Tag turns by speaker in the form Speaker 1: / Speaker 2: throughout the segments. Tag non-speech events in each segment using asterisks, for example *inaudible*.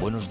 Speaker 1: Buenos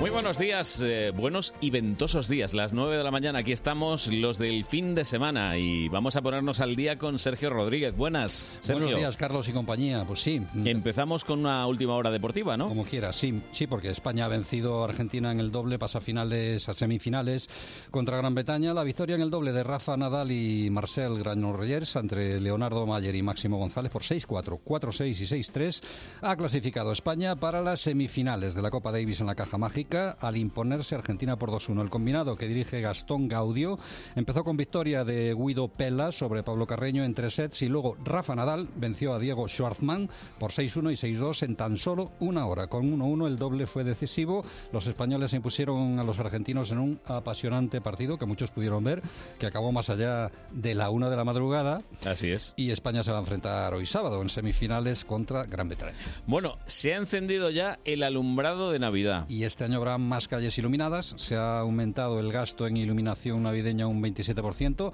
Speaker 2: Muy buenos días, eh, buenos y ventosos días. Las 9 de la mañana, aquí estamos los del fin de semana y vamos a ponernos al día con Sergio Rodríguez. Buenas, Sergio.
Speaker 3: Buenos días, Carlos y compañía. Pues sí.
Speaker 2: Empezamos con una última hora deportiva, ¿no?
Speaker 3: Como quieras, sí, sí, porque España ha vencido a Argentina en el doble, pasa a finales, a semifinales contra Gran Bretaña. La victoria en el doble de Rafa Nadal y Marcel Granollers entre Leonardo Mayer y Máximo González por 6-4, 4-6 y 6-3 ha clasificado a España para las semifinales de la Copa Davis en la Caja Mágica al imponerse Argentina por 2-1. El combinado que dirige Gastón Gaudio empezó con victoria de Guido Pella sobre Pablo Carreño en tres sets y luego Rafa Nadal venció a Diego Schwartzman por 6-1 y 6-2 en tan solo una hora. Con 1-1 el doble fue decisivo. Los españoles se impusieron a los argentinos en un apasionante partido que muchos pudieron ver, que acabó más allá de la una de la madrugada.
Speaker 2: Así es.
Speaker 3: Y España se va a enfrentar hoy sábado en semifinales contra Gran Bretaña.
Speaker 2: Bueno, se ha encendido ya el alumbrado de Navidad.
Speaker 3: Y este año habrá más calles iluminadas, se ha aumentado el gasto en iluminación navideña un 27%.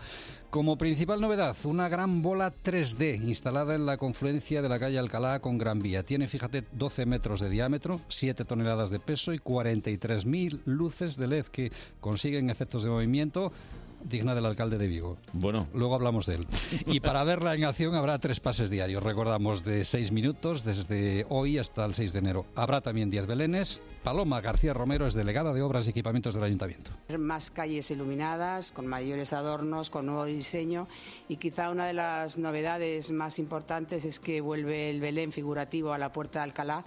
Speaker 3: Como principal novedad, una gran bola 3D instalada en la confluencia de la calle Alcalá con Gran Vía. Tiene, fíjate, 12 metros de diámetro, 7 toneladas de peso y 43.000 luces de LED que consiguen efectos de movimiento digna del alcalde de Vigo.
Speaker 2: Bueno.
Speaker 3: Luego hablamos de él. Y para verla en acción habrá tres pases diarios, recordamos, de seis minutos desde hoy hasta el 6 de enero. Habrá también 10 belenes. Paloma García Romero es delegada de Obras y Equipamientos del Ayuntamiento.
Speaker 4: Más calles iluminadas, con mayores adornos, con nuevo diseño y quizá una de las novedades más importantes es que vuelve el Belén figurativo a la Puerta de Alcalá.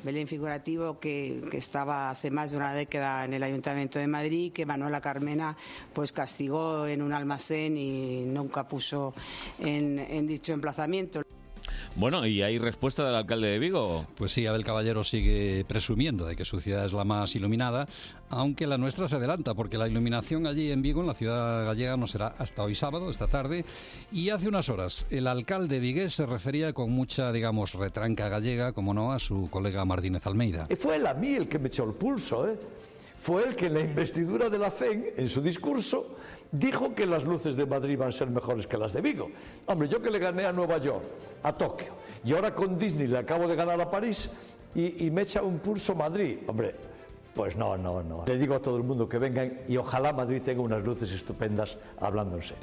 Speaker 4: Belén figurativo que, que, estaba hace más de una década en el Ayuntamiento de Madrid, que Manuela Carmena pues castigó en un almacén y nunca puso en, en dicho emplazamiento.
Speaker 2: Bueno, ¿y hay respuesta del alcalde de Vigo?
Speaker 3: Pues sí, Abel Caballero sigue presumiendo de que su ciudad es la más iluminada, aunque la nuestra se adelanta, porque la iluminación allí en Vigo, en la ciudad gallega, no será hasta hoy sábado, esta tarde. Y hace unas horas, el alcalde vigués se refería con mucha, digamos, retranca gallega, como no, a su colega Martínez Almeida.
Speaker 5: Eh, Fue él a mí el que me echó el pulso, ¿eh? Fue el que en la investidura de la FEN, en su discurso, dijo que las luces de Madrid van a ser mejores que las de Vigo. Hombre, yo que le gané a Nueva York, a Tokio, y ahora con Disney le acabo de ganar a París y, y me echa un pulso Madrid. Hombre, pues no, no, no. Le digo a todo el mundo que vengan y ojalá Madrid tenga unas luces estupendas hablándose.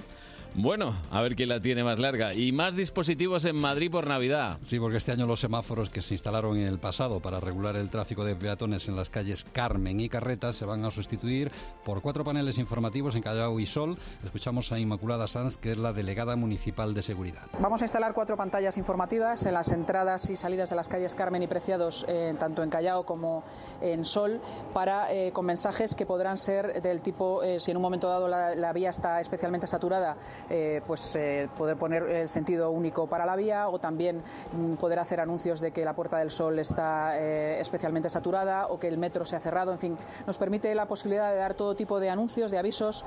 Speaker 2: Bueno, a ver quién la tiene más larga. Y más dispositivos en Madrid por Navidad.
Speaker 3: Sí, porque este año los semáforos que se instalaron en el pasado para regular el tráfico de peatones en las calles Carmen y Carreta se van a sustituir por cuatro paneles informativos en Callao y Sol. Escuchamos a Inmaculada Sanz, que es la delegada municipal de seguridad.
Speaker 6: Vamos a instalar cuatro pantallas informativas en las entradas y salidas de las calles Carmen y Preciados, eh, tanto en Callao como en Sol, para eh, con mensajes que podrán ser del tipo, eh, si en un momento dado la, la vía está especialmente saturada, eh, pues eh, poder poner el sentido único para la vía o también mm, poder hacer anuncios de que la Puerta del Sol está eh, especialmente saturada o que el metro se ha cerrado. En fin, nos permite la posibilidad de dar todo tipo de anuncios, de avisos.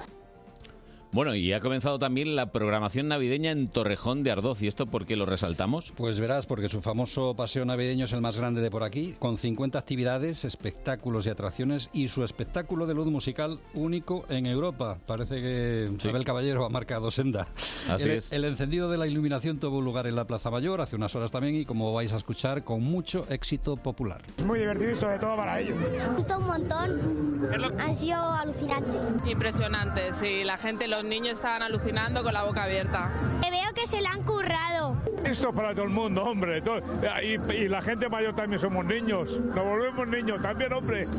Speaker 2: Bueno, y ha comenzado también la programación navideña en Torrejón de Ardoz. ¿Y esto por qué lo resaltamos?
Speaker 3: Pues verás, porque su famoso paseo navideño es el más grande de por aquí, con 50 actividades, espectáculos y atracciones, y su espectáculo de luz musical único en Europa. Parece que sí. Abel Caballero ha marcado senda.
Speaker 2: Así
Speaker 3: el,
Speaker 2: es.
Speaker 3: El encendido de la iluminación tuvo lugar en la Plaza Mayor hace unas horas también, y como vais a escuchar, con mucho éxito popular.
Speaker 7: Muy divertido y sobre todo para ellos.
Speaker 8: Me gusta un montón. Han sido alucinantes.
Speaker 9: Impresionante, sí. La gente lo los niños estaban alucinando con la boca abierta.
Speaker 8: Te veo que se la han currado.
Speaker 7: Esto es para todo el mundo, hombre. Todo, y, y, la gente mayor también somos niños. Nos volvemos niños también, hombre. *laughs*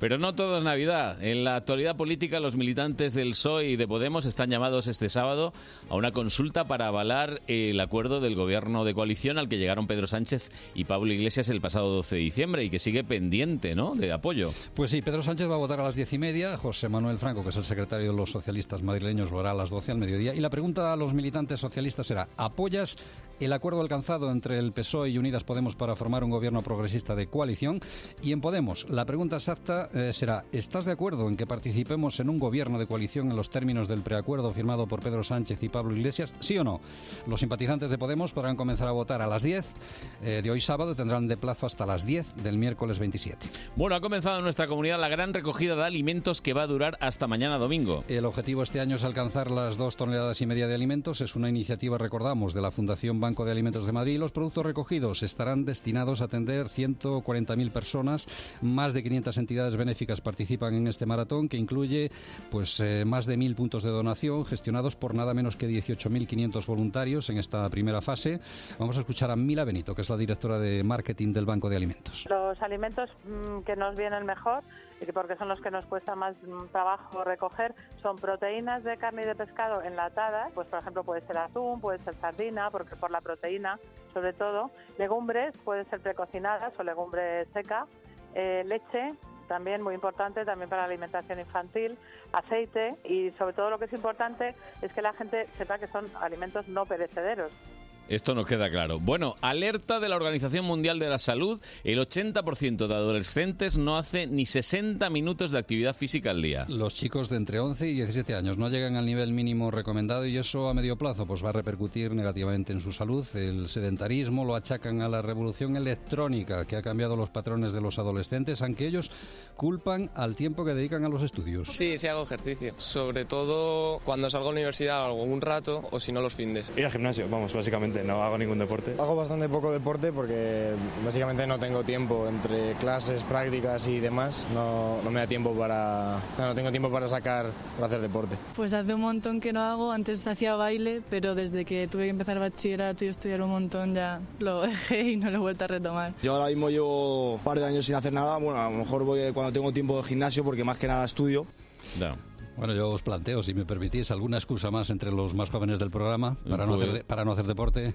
Speaker 2: Pero no todo es Navidad. En la actualidad política, los militantes del PSOE E y de Podemos están llamados este sábado a una consulta para avalar el acuerdo del gobierno de coalición al que llegaron Pedro Sánchez y Pablo Iglesias el pasado 12 de diciembre y que sigue pendiente, ¿no?, de apoyo.
Speaker 3: Pues sí, Pedro Sánchez va a votar a las diez y media, José Manuel Franco, que es el secretario de los socialistas madrileños, lo hará a las 12 al mediodía. Y la pregunta a los militantes socialistas será, ¿apoyas el acuerdo alcanzado entre el PSOE E y Unidas Podemos para formar un gobierno progresista de coalición? Y en Podemos, la pregunta exacta eh, será, ¿estás de acuerdo en que participemos en un gobierno de coalición en los términos del preacuerdo firmado por Pedro Sánchez y Pablo Iglesias? ¿Sí o no? Los simpatizantes de Podemos podrán comenzar a votar a las 10 eh, de hoy sábado, tendrán de plazo hasta las 10 del miércoles 27.
Speaker 2: Bueno, ha comenzado en nuestra comunidad la gran recogida de alimentos que va a durar hasta mañana domingo.
Speaker 3: El objetivo este año es alcanzar las dos toneladas y media de alimentos. Es una iniciativa, recordamos, de la Fundación Banco Banco de Alimentos de Madrid. Los productos recogidos estarán destinados a atender 140.000 personas. Más de 500 entidades benéficas participan en este maratón que incluye pues eh, más de 1.000 puntos de donación gestionados por nada menos que 18.500 voluntarios en esta primera fase. Vamos a escuchar a Mila Benito, que es la directora de marketing del Banco de Alimentos.
Speaker 9: Los alimentos mm, que nos vienen mejor, y que porque son los que nos cuesta más mm, trabajo recoger, son proteínas de carne y de pescado enlatadas, pues por ejemplo puede ser atún, puede ser sardina, porque por la proteína sobre todo, legumbres pueden ser precocinadas o legumbres seca, eh, leche también muy importante también para la alimentación infantil, aceite y sobre todo lo que es importante es que la gente sepa que son alimentos no perecederos.
Speaker 2: Esto nos queda claro. Bueno, alerta de la Organización Mundial de la Salud, el 80% de adolescentes no hace ni 60 minutos de actividad física al día.
Speaker 3: Los chicos de entre 11 y 17 años no llegan al nivel mínimo recomendado y eso a medio plazo pues va a repercutir negativamente en su salud. El sedentarismo lo achacan a la revolución electrónica que ha cambiado los patrones de los adolescentes, aunque ellos culpan al tiempo que dedican a los estudios.
Speaker 10: Sí, sí hago ejercicio. Sobre todo cuando salgo a la universidad hago un rato o si no los findes.
Speaker 11: Ir al gimnasio, vamos, Pues básicamente, no hago ningún deporte.
Speaker 12: Hago bastante poco deporte porque básicamente no tengo tiempo entre clases, prácticas y demás. No, no me da tiempo para no, no tengo tiempo para sacar para hacer deporte.
Speaker 13: Pues hace un montón que no hago, antes hacía baile, pero desde que tuve que empezar bachillerato y estudiar un montón ya lo dejé y no lo he vuelto a retomar.
Speaker 14: Yo ahora mismo llevo un par de años sin hacer nada. Bueno, a lo mejor voy cuando tengo tiempo de gimnasio porque más que nada estudio.
Speaker 3: Bueno, yo os planteo, si me permitís, alguna excusa más entre los más jóvenes del programa para, no
Speaker 15: Pues-
Speaker 3: hacer, de- para no hacer deporte.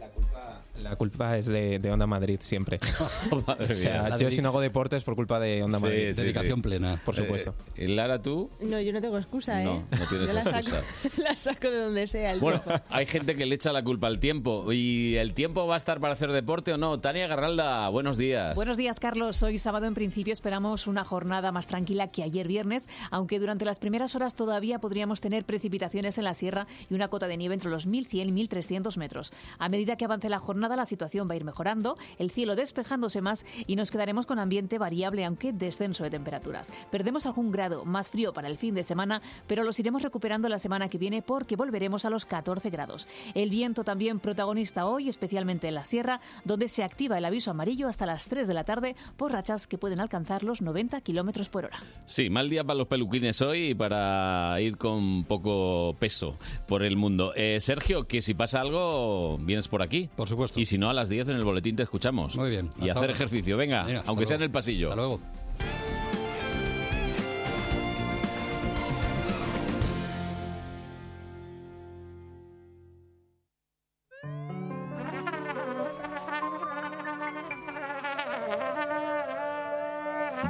Speaker 15: La culpa es de, de Onda Madrid
Speaker 3: *laughs*
Speaker 15: siempre. o sea,
Speaker 3: Oh, mía. La
Speaker 15: yo
Speaker 3: dedic-
Speaker 15: si no hago deporte es por culpa de Onda
Speaker 3: Sí,
Speaker 15: Madrid.
Speaker 3: sí, Eh, Dedicación sí. plena.
Speaker 15: Por supuesto.
Speaker 2: Eh, Lara, tú.
Speaker 16: No, yo no tengo excusa, ¿eh?
Speaker 2: No, no tienes
Speaker 16: yo la saco,
Speaker 2: excusa.
Speaker 16: *laughs* la saco de donde sea. el
Speaker 2: Bueno,
Speaker 16: tiempo.
Speaker 2: *laughs* hay gente que le echa la culpa al tiempo. ¿Y el tiempo va a estar para hacer deporte o no? Tania Garralda, buenos días.
Speaker 17: Buenos días, Carlos. Hoy sábado en principio esperamos una jornada más tranquila que ayer viernes, aunque durante las primeras horas todavía podríamos tener precipitaciones en la sierra y una cota de nieve entre los 1.100 y 1.300 metros. A medida que avance la jornada la situación va a ir mejorando, el cielo despejándose más y nos quedaremos con ambiente variable aunque descenso de temperaturas. Perdemos algún grado más frío para el fin de semana, pero los iremos recuperando la semana que viene porque volveremos a los 14 grados. El viento también protagonista hoy, especialmente en la sierra, donde se activa el aviso amarillo hasta las 3 de la tarde por rachas que pueden alcanzar los 90 kilómetros por hora.
Speaker 2: Sí, mal día para los peluquines hoy y para ir con poco peso por el mundo. Eh, Sergio, que si pasa algo, vienes por aquí.
Speaker 3: Por supuesto.
Speaker 2: Y si no, a las 10 en el boletín te escuchamos. Muy bien. Y
Speaker 3: hasta
Speaker 2: hacer
Speaker 3: ahora.
Speaker 2: ejercicio, venga,
Speaker 3: Venga, hasta
Speaker 2: aunque sea en
Speaker 3: luego.
Speaker 2: el pasillo. Hasta
Speaker 3: luego.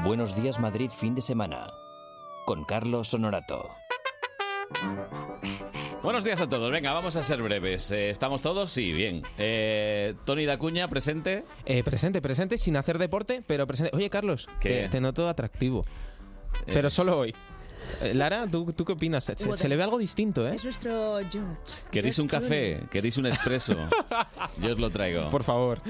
Speaker 1: Buenos días Madrid fin de semana con Carlos Honorato.
Speaker 2: Buenos días a todos. Venga, vamos a ser breves. Eh, ¿Estamos todos? Sí, bien. Eh, Tony Dacuña, presente.
Speaker 15: Eh, presente, presente, sin hacer deporte, pero presente. Oye, Carlos,
Speaker 2: ¿Qué?
Speaker 15: te, te noto atractivo. Pero solo hoy. Eh, Lara, ¿tú, tú qué opinas? Se, se le ve algo distinto, ¿eh?
Speaker 16: Es nuestro George.
Speaker 2: ¿Queréis
Speaker 16: George
Speaker 2: un café?
Speaker 16: Clooney.
Speaker 2: ¿Queréis
Speaker 15: *laughs*
Speaker 2: un expreso? Yo os lo traigo.
Speaker 15: Por favor.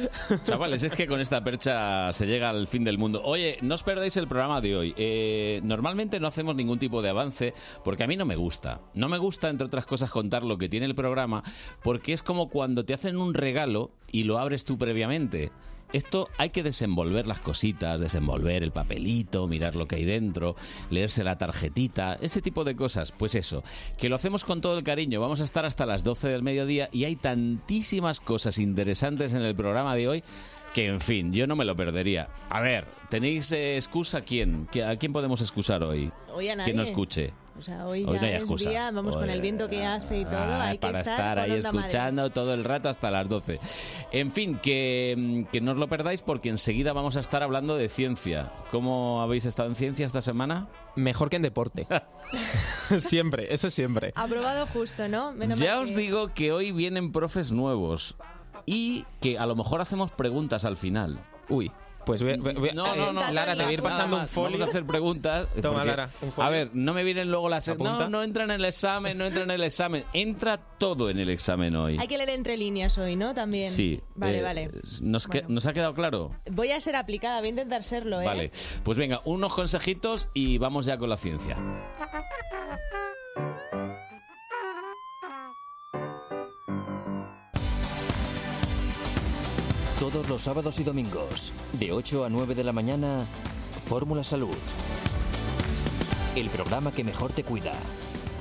Speaker 2: Chavales, es que con esta percha se llega al fin del mundo. Oye, no os perdáis el programa de hoy. Eh, normalmente no hacemos ningún tipo de avance porque a mí no me gusta. No me gusta, entre otras cosas, contar lo que tiene el programa porque es como cuando te hacen un regalo y lo abres tú previamente. Esto hay que desenvolver las cositas, desenvolver el papelito, mirar lo que hay dentro, leerse la tarjetita, ese tipo de cosas. Pues eso, que lo hacemos con todo el cariño. Vamos a estar hasta las 12 del mediodía y hay tantísimas cosas interesantes en el programa de hoy que, en fin, yo no me lo perdería. A ver, ¿tenéis eh, excusa quién? ¿Qui- ¿A quién podemos excusar hoy?
Speaker 16: Hoy a nadie.
Speaker 2: Que no escuche.
Speaker 16: O sea, hoy,
Speaker 2: Hoy
Speaker 16: ya
Speaker 2: no hay
Speaker 16: es
Speaker 2: excusa.
Speaker 16: día, vamos con
Speaker 2: Hoy-
Speaker 16: el viento que hace y todo,
Speaker 2: Ah,
Speaker 16: hay que
Speaker 2: para estar,
Speaker 16: con
Speaker 2: ahí
Speaker 16: Onda Madrid.
Speaker 2: escuchando todo el rato hasta las 12. En fin, que, mm, que no os lo perdáis porque enseguida vamos a estar hablando de ciencia. ¿Cómo habéis estado en ciencia esta semana?
Speaker 15: Mejor que en
Speaker 2: *laughs*
Speaker 15: deporte. *laughs* siempre, eso siempre.
Speaker 16: Aprobado justo, ¿no? Menos
Speaker 2: ya
Speaker 16: mal
Speaker 2: os
Speaker 16: que-
Speaker 2: digo que hoy vienen profes nuevos y que a lo mejor hacemos preguntas al final.
Speaker 15: Uy, pues voy,
Speaker 2: no, no, no,
Speaker 15: Lara, te voy a ir pasando un folio.
Speaker 2: Vamos a hacer preguntas.
Speaker 15: Toma,
Speaker 2: porque-
Speaker 15: Lara, un folio.
Speaker 2: A ver, no me vienen luego las...
Speaker 15: Apunta.
Speaker 2: No, no entra en el examen, no entra en el examen. Entra todo en el examen hoy.
Speaker 16: Hay que leer entre líneas hoy, ¿no? También.
Speaker 2: Sí.
Speaker 16: Vale,
Speaker 2: eh,
Speaker 16: vale.
Speaker 2: ¿nos, que- ¿Nos ha quedado claro?
Speaker 16: Voy a ser aplicada, voy a intentar serlo, ¿eh?
Speaker 2: Vale, pues venga, unos consejitos y vamos ya con la ciencia.
Speaker 1: Todos los sábados y domingos, de 8 a 9 de la mañana, Fórmula Salud. El programa que mejor te cuida.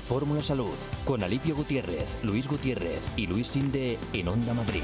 Speaker 1: Fórmula Salud, con Alipio Gutiérrez, Luis Gutiérrez y Luis Sinde en Onda Madrid.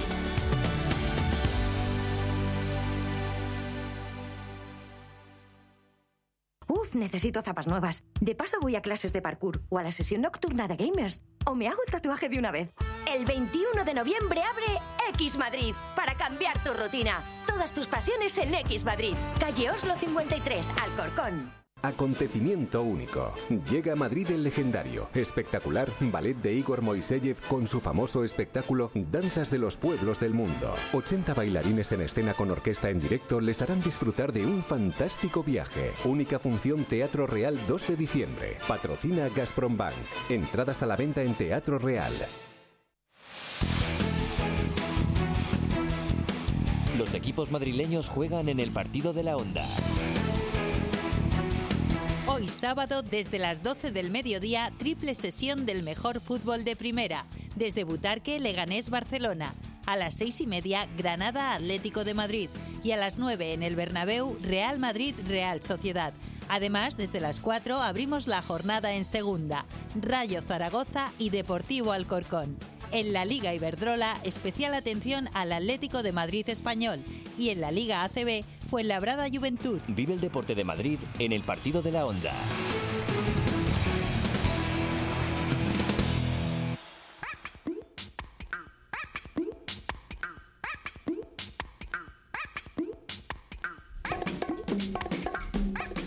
Speaker 8: Uf, necesito zapas nuevas. De paso voy a clases de parkour o a la sesión nocturna de gamers. O me hago el tatuaje de una vez. El 21 de noviembre abre X Madrid para cambiar tu rutina. Todas tus pasiones en X Madrid. Calle Oslo 53, Alcorcón.
Speaker 18: Acontecimiento único. Llega a Madrid el legendario, espectacular ballet de Igor Moiseyev con su famoso espectáculo Danzas de los Pueblos del Mundo. 80 bailarines en escena con orquesta en directo les harán disfrutar de un fantástico viaje. Única función Teatro Real 2 de diciembre. Patrocina Gazprom Bank. Entradas a la venta en Teatro Real.
Speaker 1: Los equipos madrileños juegan en el partido de la onda.
Speaker 19: Hoy sábado, desde las 12 del mediodía, triple sesión del mejor fútbol de primera. Desde Butarque, Leganés, Barcelona. A las seis y media, Granada, Atlético de Madrid. Y a las 9 en el Bernabéu, Real Madrid, Real Sociedad. Además, desde las 4 abrimos la jornada en segunda. Rayo Zaragoza y Deportivo Alcorcón. En la Liga Iberdrola, especial atención al Atlético de Madrid español. Y en la Liga ACB, Fuenlabrada Juventud.
Speaker 1: Vive el deporte de Madrid en el partido de la onda.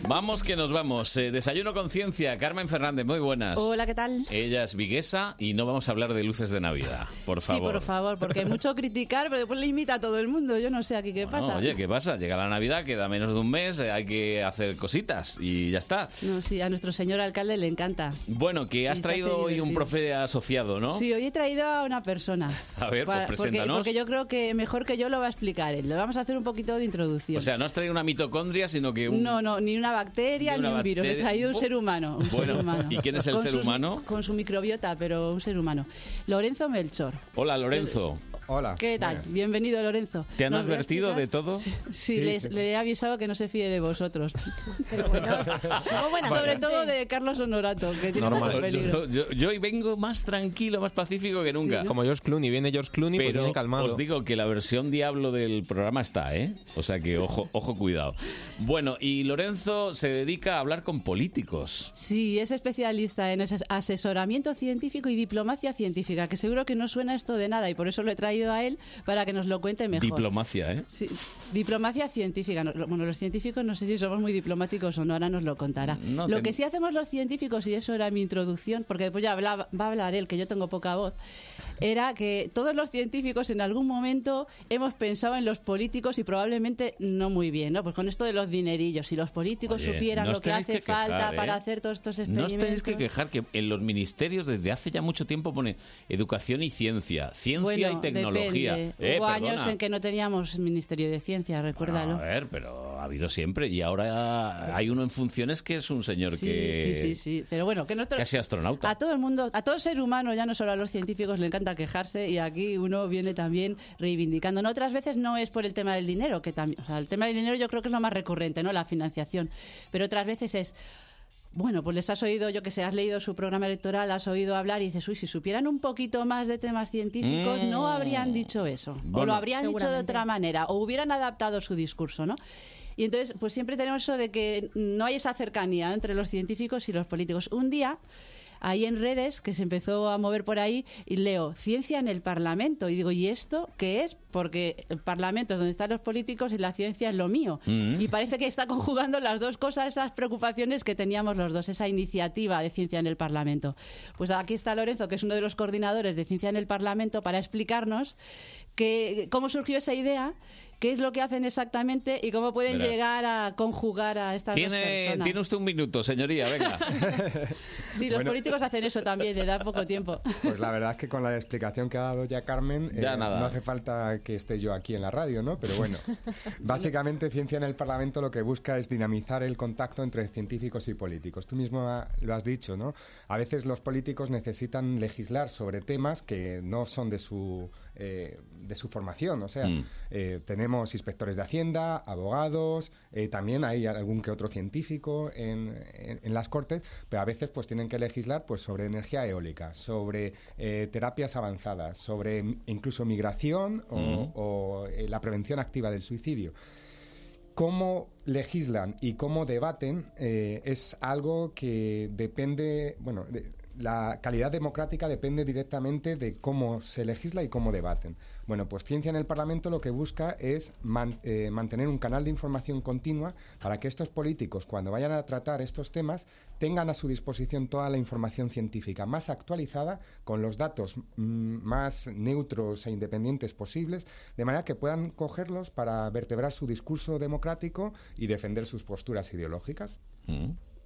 Speaker 2: Vamos que nos vamos. Eh, Desayuno con ciencia. Carmen Fernández, muy buenas.
Speaker 20: Hola, ¿qué tal?
Speaker 2: Ella es viguesa y no vamos a hablar de luces de Navidad, por favor.
Speaker 20: Sí, por favor, porque hay mucho criticar, pero después le imita a todo el mundo. Yo no sé aquí qué
Speaker 2: No,
Speaker 20: pasa.
Speaker 2: oye, ¿qué pasa? Llega la Navidad, queda menos de un mes, eh, hay que hacer cositas y ya está.
Speaker 20: No, sí, a nuestro señor alcalde le encanta.
Speaker 2: Bueno, que has
Speaker 20: Está
Speaker 2: traído hoy un
Speaker 20: divertido.
Speaker 2: profe asociado, ¿no?
Speaker 20: Sí, hoy he traído a una persona.
Speaker 2: A ver, pues
Speaker 20: Pa- porque-
Speaker 2: preséntanos.
Speaker 20: Porque, yo creo que mejor que yo lo va a explicar él. Le vamos a hacer un poquito de introducción.
Speaker 2: O sea, no has traído una mitocondria, sino que un...
Speaker 20: no, no, ni una bacteria,
Speaker 2: Ni
Speaker 20: ni,
Speaker 2: una
Speaker 20: un virus. He
Speaker 2: bacteria.
Speaker 20: traído un ser humano. un ser
Speaker 2: Bueno,
Speaker 20: humano.
Speaker 2: ¿y quién es el
Speaker 20: Con
Speaker 2: ser
Speaker 20: sus-
Speaker 2: humano?
Speaker 20: Con su microbiota, pero un ser humano. Lorenzo Melchor.
Speaker 2: Hola, Lorenzo.
Speaker 21: Hola.
Speaker 20: ¿Qué tal? Bienvenido, Lorenzo.
Speaker 2: Ah, ¿Te han
Speaker 20: Nos voy a
Speaker 2: advertido de todo?
Speaker 20: Sí,
Speaker 21: Sí,
Speaker 20: les-
Speaker 21: sí.
Speaker 20: le he avisado que no se fíe de vosotros. *laughs*
Speaker 21: buena
Speaker 20: Sobre
Speaker 21: gente.
Speaker 20: todo de Carlos Honorato, que tiene
Speaker 15: Normal.
Speaker 20: mucho peligro.
Speaker 2: Yo, yo- yo hoy vengo más tranquilo, más pacífico que nunca.
Speaker 15: Como George Clooney, viene George Clooney, pues
Speaker 2: Pero
Speaker 15: viene calmado.
Speaker 2: os digo que la versión diablo del programa está, ¿eh? O sea que ojo, ojo, cuidado. Bueno, y Lorenzo se dedica a hablar con políticos.
Speaker 20: Sí, es especialista en ases- asesoramiento científico y diplomacia científica, que seguro que no suena esto de nada y por eso lo he traído a él para que nos lo cuente mejor.
Speaker 2: Diplomacia, ¿eh?
Speaker 20: Sí, diplomacia científica. No, lo- Bueno, los científicos no sé si somos muy diplomáticos o no, ahora nos lo contará.
Speaker 2: No
Speaker 20: lo
Speaker 2: ten-
Speaker 20: que sí hacemos los científicos, y eso era mi introducción, porque después ya hablaba- va a hablar él, que yo tengo poca voz, era que todos los científicos en algún momento hemos pensado en los políticos y probablemente no muy bien, ¿no? Pues con esto de los dinerillos, si los políticos
Speaker 2: Oye,
Speaker 20: supieran
Speaker 2: no os
Speaker 20: lo que
Speaker 2: tenéis
Speaker 20: hace
Speaker 2: que quejar,
Speaker 20: falta
Speaker 2: ¿eh?
Speaker 20: para hacer todos estos
Speaker 2: No
Speaker 20: experimentos...
Speaker 2: os tenéis que quejar que en los ministerios desde hace ya mucho tiempo pone educación y ciencia, ciencia
Speaker 20: Bueno,
Speaker 2: y tecnología.
Speaker 20: depende.
Speaker 2: Eh,
Speaker 20: Hubo años
Speaker 2: perdona. Ah,
Speaker 20: en que no teníamos Ministerio de Ciencia, recuérdalo.
Speaker 2: A ver, pero ha habido siempre y ahora hay uno en funciones que es un señor
Speaker 20: Sí,
Speaker 2: que
Speaker 20: sí, sí, sí. Pero bueno, que nosotros...
Speaker 2: casi astronauta.
Speaker 20: A todo el mundo, a todo ser humano, ya no solo a los científicos, le encanta quejarse y aquí uno viene también reivindicando. No, otras veces no es por el tema del dinero, que también, o sea, el tema del dinero yo creo que es lo más recurrente, ¿no? La financiación. Pero otras veces es. Bueno, pues les has oído, yo que sé, has leído su programa electoral, has oído hablar y dices, uy, si supieran un poquito más de temas científicos, no
Speaker 22: Mm.
Speaker 20: habrían dicho eso. o
Speaker 22: Bueno.
Speaker 20: lo habrían dicho de
Speaker 22: Seguramente.
Speaker 20: otra manera, o hubieran adaptado su discurso, ¿no? Y entonces, pues siempre tenemos eso de que no hay esa cercanía entre los científicos y los políticos. Un día, ahí en redes, que se empezó a mover por ahí, y leo, ciencia en el Parlamento. Y digo, ¿y esto qué es? Porque el Parlamento es donde están los políticos y la ciencia es lo mío.
Speaker 22: Mm.
Speaker 20: Y
Speaker 2: *laughs*
Speaker 20: parece que está conjugando las dos cosas, esas preocupaciones que teníamos los dos, esa iniciativa de ciencia en el Parlamento. Pues aquí está Lorenzo, que es uno de los coordinadores de ciencia en el Parlamento, para explicarnos que, cómo surgió esa idea, qué es lo que hacen exactamente y cómo pueden
Speaker 2: Verás.
Speaker 20: llegar a conjugar a estas dos
Speaker 2: Tiene,
Speaker 20: personas.
Speaker 2: tiene usted un minuto, señoría, venga.
Speaker 20: *laughs* Sí, los
Speaker 21: Bueno.
Speaker 20: políticos hacen eso también, de dar poco tiempo.
Speaker 21: Pues la verdad es que con la explicación que ha dado ya Carmen, eh,
Speaker 2: Ya nada.
Speaker 21: no hace falta que esté yo aquí en la radio, ¿no? Pero bueno, básicamente Ciencia en el Parlamento lo que busca es dinamizar el contacto entre científicos y políticos. Tú mismo ha- lo has dicho, ¿no? A veces los políticos necesitan legislar sobre temas que no son de su eh, eh, de su formación. O sea,
Speaker 2: Mm.
Speaker 21: eh, tenemos inspectores de Hacienda, abogados, eh, también hay algún que otro científico en, en- en las Cortes, pero a veces pues tienen que legislar pues sobre energía eólica, sobre eh, terapias avanzadas, sobre mm, incluso migración o-
Speaker 23: Mm.
Speaker 21: o eh, la prevención activa del suicidio cómo legislan y cómo debaten eh, es algo que depende, bueno, de- la calidad democrática depende directamente de cómo se legisla y cómo debaten. Bueno, pues Ciencia en el Parlamento lo que busca es man- eh, mantener un canal de información continua para que estos políticos, cuando vayan a tratar estos temas, tengan a su disposición toda la información científica más actualizada, con los datos mm, más neutros e independientes posibles, de manera que puedan cogerlos para vertebrar su discurso democrático y defender sus posturas ideológicas.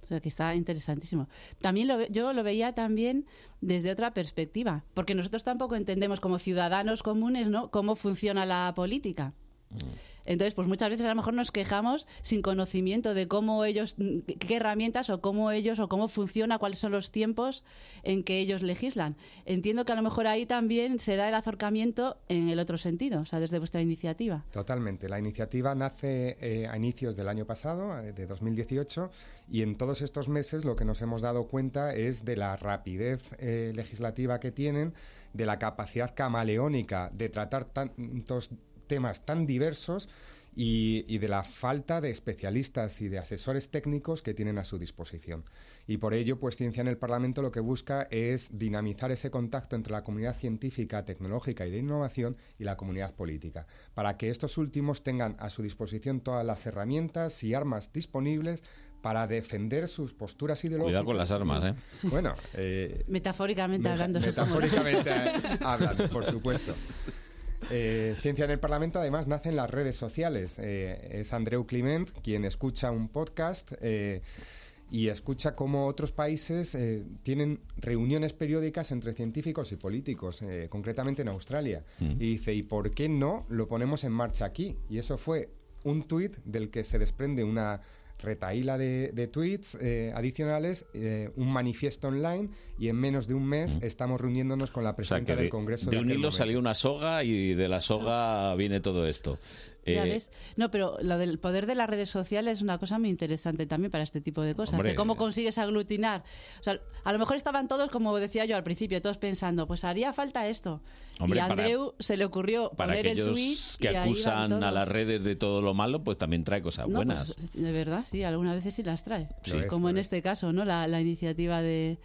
Speaker 20: O sea, que está interesantísimo. También lo ve- yo lo veía también desde otra perspectiva, porque nosotros tampoco entendemos como ciudadanos comunes, ¿no?, cómo funciona la política.
Speaker 21: Mm.
Speaker 20: Entonces, pues muchas veces a lo mejor nos quejamos sin conocimiento de cómo ellos, mm, qué- qué herramientas o cómo ellos o cómo funciona, cuáles son los tiempos en que ellos legislan. Entiendo que a lo mejor ahí también se da el azorcamiento en el otro sentido, o sea, desde vuestra iniciativa.
Speaker 21: Totalmente. La iniciativa nace eh, a inicios del año pasado, eh, de 2018, y en todos estos meses lo que nos hemos dado cuenta es de la rapidez eh, legislativa que tienen, de la capacidad camaleónica de tratar tantos temas tan diversos y, y de la falta de especialistas y de asesores técnicos que tienen a su disposición. Y por ello, pues Ciencia en el Parlamento lo que busca es dinamizar ese contacto entre la comunidad científica, tecnológica y de innovación y la comunidad política, para que estos últimos tengan a su disposición todas las herramientas y armas disponibles para defender sus posturas ideológicas.
Speaker 2: Cuidado con las armas, ¿eh?
Speaker 21: Bueno, eh,
Speaker 20: Metafóricamente
Speaker 21: Meta-
Speaker 20: hablando. supongo, ¿no? *laughs*
Speaker 21: Metafóricamente eh, hablando, por supuesto. Eh, Ciencia en el Parlamento además nace en las redes sociales. Eh, es Andreu Clement quien escucha un podcast eh, y escucha cómo otros países eh, tienen reuniones periódicas entre científicos y políticos, eh, concretamente en Australia.
Speaker 2: Mm.
Speaker 21: Y dice, ¿y por qué no lo ponemos en marcha aquí? Y eso fue un tuit del que se desprende una retaíla de, de tweets eh, adicionales, eh, un manifiesto online y en menos de un mes estamos reuniéndonos con la
Speaker 2: Mm. O sea,
Speaker 21: presidenta
Speaker 2: que de,
Speaker 21: del
Speaker 2: de
Speaker 21: Congreso. de
Speaker 2: un hilo
Speaker 21: aquel momento.
Speaker 2: salió una soga y de la soga viene todo esto. Eh,
Speaker 20: Ya ves. No, pero lo del poder de las redes sociales es una cosa muy interesante también para este tipo de cosas.
Speaker 2: Hombre.
Speaker 20: De cómo consigues aglutinar. O sea, a lo mejor estaban todos, como decía yo al principio, todos pensando, pues haría falta esto.
Speaker 2: Hombre,
Speaker 20: y a
Speaker 2: para-
Speaker 20: Andreu se le ocurrió
Speaker 2: para
Speaker 20: poner el
Speaker 2: aquellos
Speaker 20: tweet
Speaker 2: que acusan a las
Speaker 20: las
Speaker 2: redes de todo lo malo, pues también trae cosas buenas.
Speaker 20: de verdad, sí, algunas veces sí las trae.
Speaker 2: Sí. Lo es,
Speaker 20: Como en este caso, ¿no? La, la iniciativa de,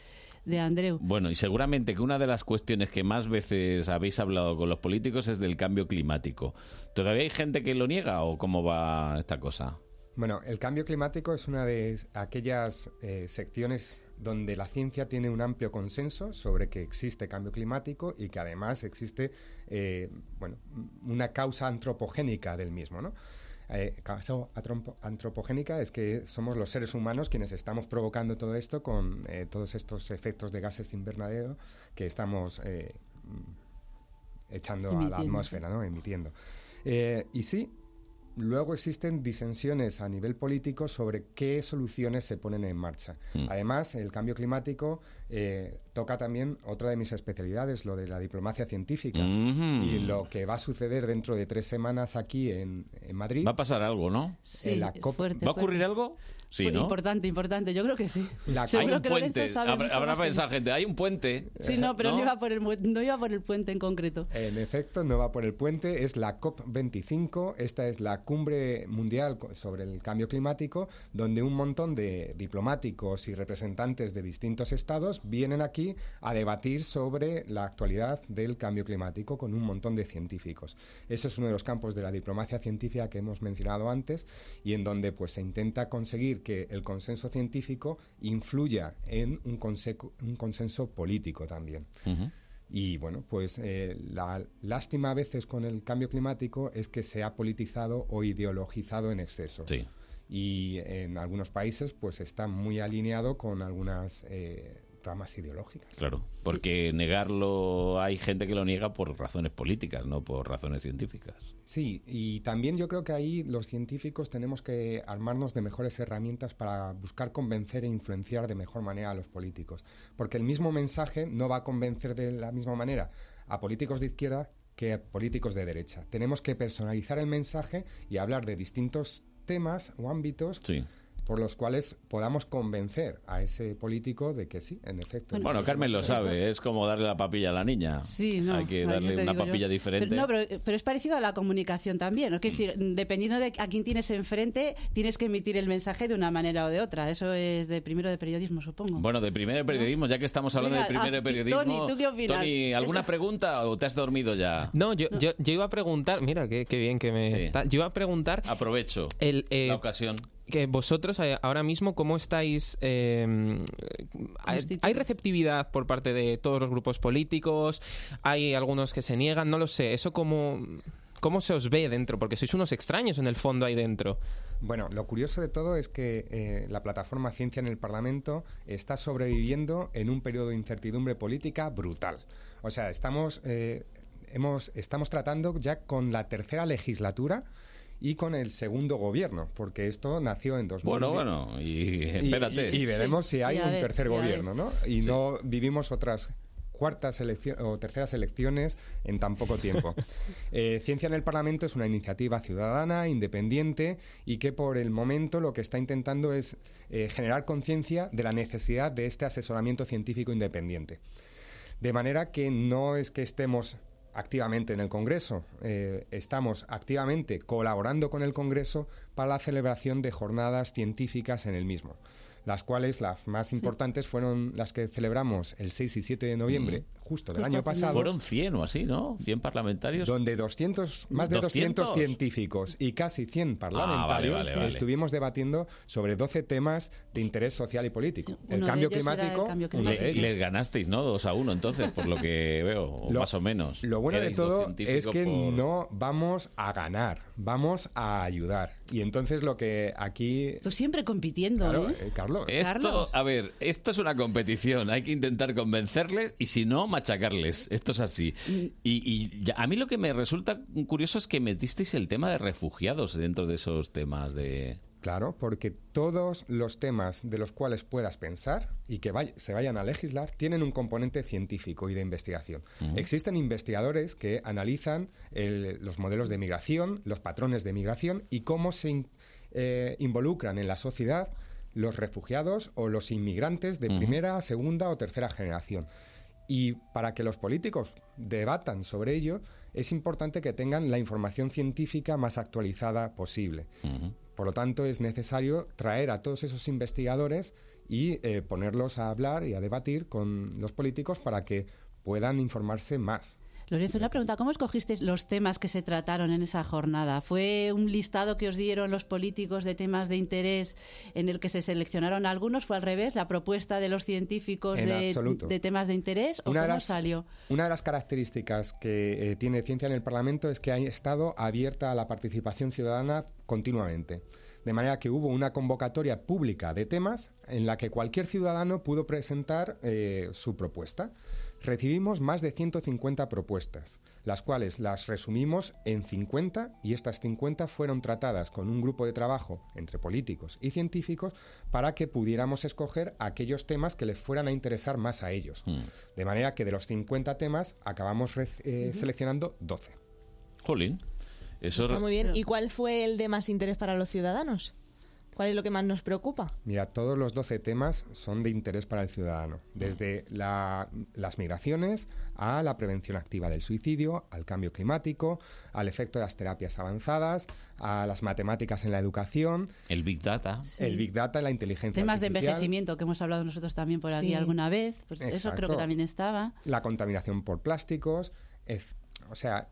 Speaker 20: de Andreu.
Speaker 2: Bueno, y seguramente que una de las cuestiones que más veces habéis hablado con los políticos es del cambio climático. ¿Todavía hay gente que lo niega o cómo va esta cosa?
Speaker 21: Bueno, el cambio climático es una de aquellas eh, secciones donde la ciencia tiene un amplio consenso sobre que existe cambio climático y que además existe eh, bueno, una causa antropogénica del mismo, ¿no? Eh, causa atrompo- antropogénica es que somos los seres humanos quienes estamos provocando todo esto con eh, todos estos efectos de gases invernadero que estamos eh, mm, echando a la
Speaker 24: Emitiendo,
Speaker 21: atmósfera, ¿no? Emitiendo. Eh, y sí, luego existen disensiones a nivel político sobre qué soluciones se ponen en marcha.
Speaker 2: Mm.
Speaker 21: Además, el cambio climático eh, toca también otra de mis especialidades, lo de la diplomacia científica.
Speaker 2: Mhm.
Speaker 21: Y lo que va a suceder dentro de tres semanas aquí en, en Madrid.
Speaker 2: Va a pasar algo, ¿no?
Speaker 21: en la COP.
Speaker 20: fuerte,
Speaker 2: ¿Va a ocurrir
Speaker 20: fuerte.
Speaker 2: algo? Sí,
Speaker 20: Fue
Speaker 2: ¿no?
Speaker 20: Importante, importante. Yo creo que sí.
Speaker 2: La- hay
Speaker 20: Pues, Seguro
Speaker 2: un
Speaker 20: que Lorenzo
Speaker 2: puente.
Speaker 20: sabe
Speaker 2: Habrá,
Speaker 20: mucho
Speaker 2: habrá
Speaker 20: más que
Speaker 2: pensado gente, hay un puente.
Speaker 20: Sí, no, pero
Speaker 2: ¿no?
Speaker 20: ¿no? iba por el mu- no iba por el puente en concreto.
Speaker 21: En efecto, no va por el puente, es la COP25, esta es la cumbre mundial co- sobre el cambio climático, donde un montón de diplomáticos y representantes de distintos estados vienen aquí a debatir sobre la actualidad del cambio climático con un montón de científicos. Ese es uno de los campos de la diplomacia científica que hemos mencionado antes y en donde pues, se intenta conseguir que el consenso científico influya en un, consecu- un consenso político también. Y bueno, pues eh, la lástima a veces con el cambio climático es que se ha politizado o ideologizado en exceso. Y en algunos países pues está muy alineado con algunas eh, ramas ideológicas.
Speaker 2: Claro, porque negarlo, hay gente que lo niega por razones políticas, no por razones científicas.
Speaker 21: Sí, y también yo creo que ahí los científicos tenemos que armarnos de mejores herramientas para buscar convencer e influenciar de mejor manera a los políticos. Porque el mismo mensaje no va a convencer de la misma manera a políticos de izquierda que a políticos de derecha. Tenemos que personalizar el mensaje y hablar de distintos temas o ámbitos por los cuales podamos convencer a ese político de que sí, en efecto.
Speaker 2: Bueno, Carmen lo
Speaker 21: Esto-
Speaker 2: sabe, es como darle la papilla a la niña.
Speaker 20: Sí, no.
Speaker 2: Hay que
Speaker 20: ahí ya
Speaker 2: darle
Speaker 20: te
Speaker 2: una
Speaker 20: digo yo.
Speaker 2: papilla diferente. Mm.
Speaker 20: Pero, no, pero, pero es parecido a la comunicación también. ¿no? Quiero decir, dependiendo de a quién tienes enfrente, tienes que emitir el mensaje de una manera o de otra. Eso es de primero de periodismo, supongo.
Speaker 2: Bueno, de primer periodismo, ya que estamos hablando
Speaker 20: Venga,
Speaker 2: de primer
Speaker 20: ah,
Speaker 2: periodismo.
Speaker 20: Tony, ¿tú qué opinas?
Speaker 2: Tony, ¿alguna
Speaker 20: Eso-
Speaker 2: pregunta o te has dormido ya?
Speaker 15: No, yo, Yo, yo iba a preguntar, mira, qué, qué bien que me... ta- Yo iba a preguntar...
Speaker 2: Aprovecho
Speaker 15: el, eh,
Speaker 2: la ocasión.
Speaker 15: Que vosotros eh, ahora mismo, ¿cómo estáis? eh, ¿hay, hay receptividad por parte de todos los grupos políticos? ¿Hay algunos que se niegan? No lo sé. ¿Eso cómo, cómo se os ve dentro? Porque sois unos extraños en el fondo ahí dentro.
Speaker 21: Bueno, lo curioso de todo es que eh, la plataforma Ciencia en el Parlamento está sobreviviendo en un periodo de incertidumbre política brutal. O sea, estamos, eh, hemos, estamos tratando ya con la tercera legislatura y con el segundo gobierno, porque esto nació en 2000.
Speaker 2: Bueno, bueno, y espérate.
Speaker 21: Y, y veremos si hay
Speaker 2: Sí, ya
Speaker 21: un
Speaker 2: ve,
Speaker 21: tercer
Speaker 2: ya ve.
Speaker 21: gobierno, ¿no? Y no vivimos otras cuartas eleccio- o terceras elecciones en tan poco tiempo. Eh, Ciencia en el Parlamento es una iniciativa ciudadana, independiente y que por el momento lo que está intentando es eh, generar conciencia de la necesidad de este asesoramiento científico independiente. De manera que no es que estemos activamente en el Congreso, eh, estamos activamente colaborando con el Congreso para la celebración de jornadas científicas en el mismo, las cuales las más importantes fueron las que celebramos el 6 y 7 de noviembre, justo del año pasado.
Speaker 2: Mm. Fueron 100 o así, ¿no? 100 parlamentarios.
Speaker 21: Donde 200, más de 200,
Speaker 2: 200.
Speaker 21: científicos y casi 100 parlamentarios
Speaker 2: vale, vale.
Speaker 21: estuvimos debatiendo sobre 12 temas de interés social y político. el,
Speaker 20: uno de
Speaker 21: cambio
Speaker 20: ellos era el
Speaker 21: climático,
Speaker 20: cambio
Speaker 2: Le-
Speaker 21: uno de ellos.
Speaker 2: les ganasteis, ¿no? 2 a 1, entonces, por lo
Speaker 21: *laughs*
Speaker 2: que veo, o más o menos.
Speaker 21: Lo bueno de
Speaker 2: Erais dos
Speaker 21: todo es
Speaker 2: científicos
Speaker 21: que
Speaker 2: por-
Speaker 21: no vamos a ganar, vamos a ayudar. Y entonces lo que aquí...
Speaker 20: Tú siempre compitiendo,
Speaker 21: Claro,
Speaker 20: ¿eh?
Speaker 21: eh, Carlos.
Speaker 2: Esto, a ver, esto es una competición. Hay que intentar convencerles y si no, machacarles. Esto es así.
Speaker 20: Mm.
Speaker 2: Y, y ya- a mí lo que me resulta curioso es que metisteis el tema de refugiados dentro de esos temas de...
Speaker 21: Claro, porque todos los temas de los cuales puedas pensar y que vay- se vayan a legislar tienen un componente científico y de investigación. Existen investigadores que analizan el- los modelos de migración, los patrones de migración y cómo se in- eh, involucran en la sociedad los refugiados o los inmigrantes de
Speaker 23: Ujú.
Speaker 21: primera, segunda o tercera generación. Y para que los políticos debatan sobre ello, es importante que tengan la información científica más actualizada posible. Por lo tanto, es necesario traer a todos esos investigadores y eh, ponerlos a hablar y a debatir con los políticos para que puedan informarse más.
Speaker 20: Lorenzo, una pregunta. ¿Cómo escogisteis los temas que se trataron en esa jornada? ¿Fue un listado que os dieron los políticos de temas de interés en el que se seleccionaron algunos? ¿Fue al revés? ¿La propuesta de los científicos
Speaker 21: En
Speaker 20: de,
Speaker 21: absoluto.
Speaker 20: de temas de interés? ¿O
Speaker 21: Una de
Speaker 20: cómo
Speaker 21: las-
Speaker 20: salió?
Speaker 21: Una de las características que eh, tiene Ciencia en el Parlamento es que ha estado abierta a la participación ciudadana continuamente. De manera que hubo una convocatoria pública de temas en la que cualquier ciudadano pudo presentar eh, su propuesta. Recibimos más de 150 propuestas, las cuales las resumimos en 50 y estas 50 fueron tratadas con un grupo de trabajo entre políticos y científicos para que pudiéramos escoger aquellos temas que les fueran a interesar más a ellos.
Speaker 2: Hmm.
Speaker 21: De manera que de los 50 temas acabamos re- eh,
Speaker 16: Ujú.
Speaker 21: seleccionando 12.
Speaker 2: Jolín. Eso
Speaker 16: Está muy bien. ¿Y cuál fue el de más interés para los ciudadanos? ¿Cuál es lo que más nos preocupa?
Speaker 21: Mira, todos los 12 temas son de interés para el ciudadano, desde la- las migraciones a la prevención activa del suicidio, al cambio climático, al efecto de las terapias avanzadas, a las matemáticas en la educación.
Speaker 2: El Big Data.
Speaker 21: El Big Data y la inteligencia
Speaker 20: Temas de
Speaker 21: artificial,
Speaker 20: envejecimiento, que hemos hablado nosotros también por aquí
Speaker 21: Sí.
Speaker 20: alguna vez. Pues eso creo
Speaker 21: Exacto.
Speaker 20: que también estaba.
Speaker 21: La contaminación por plásticos. es- o sea,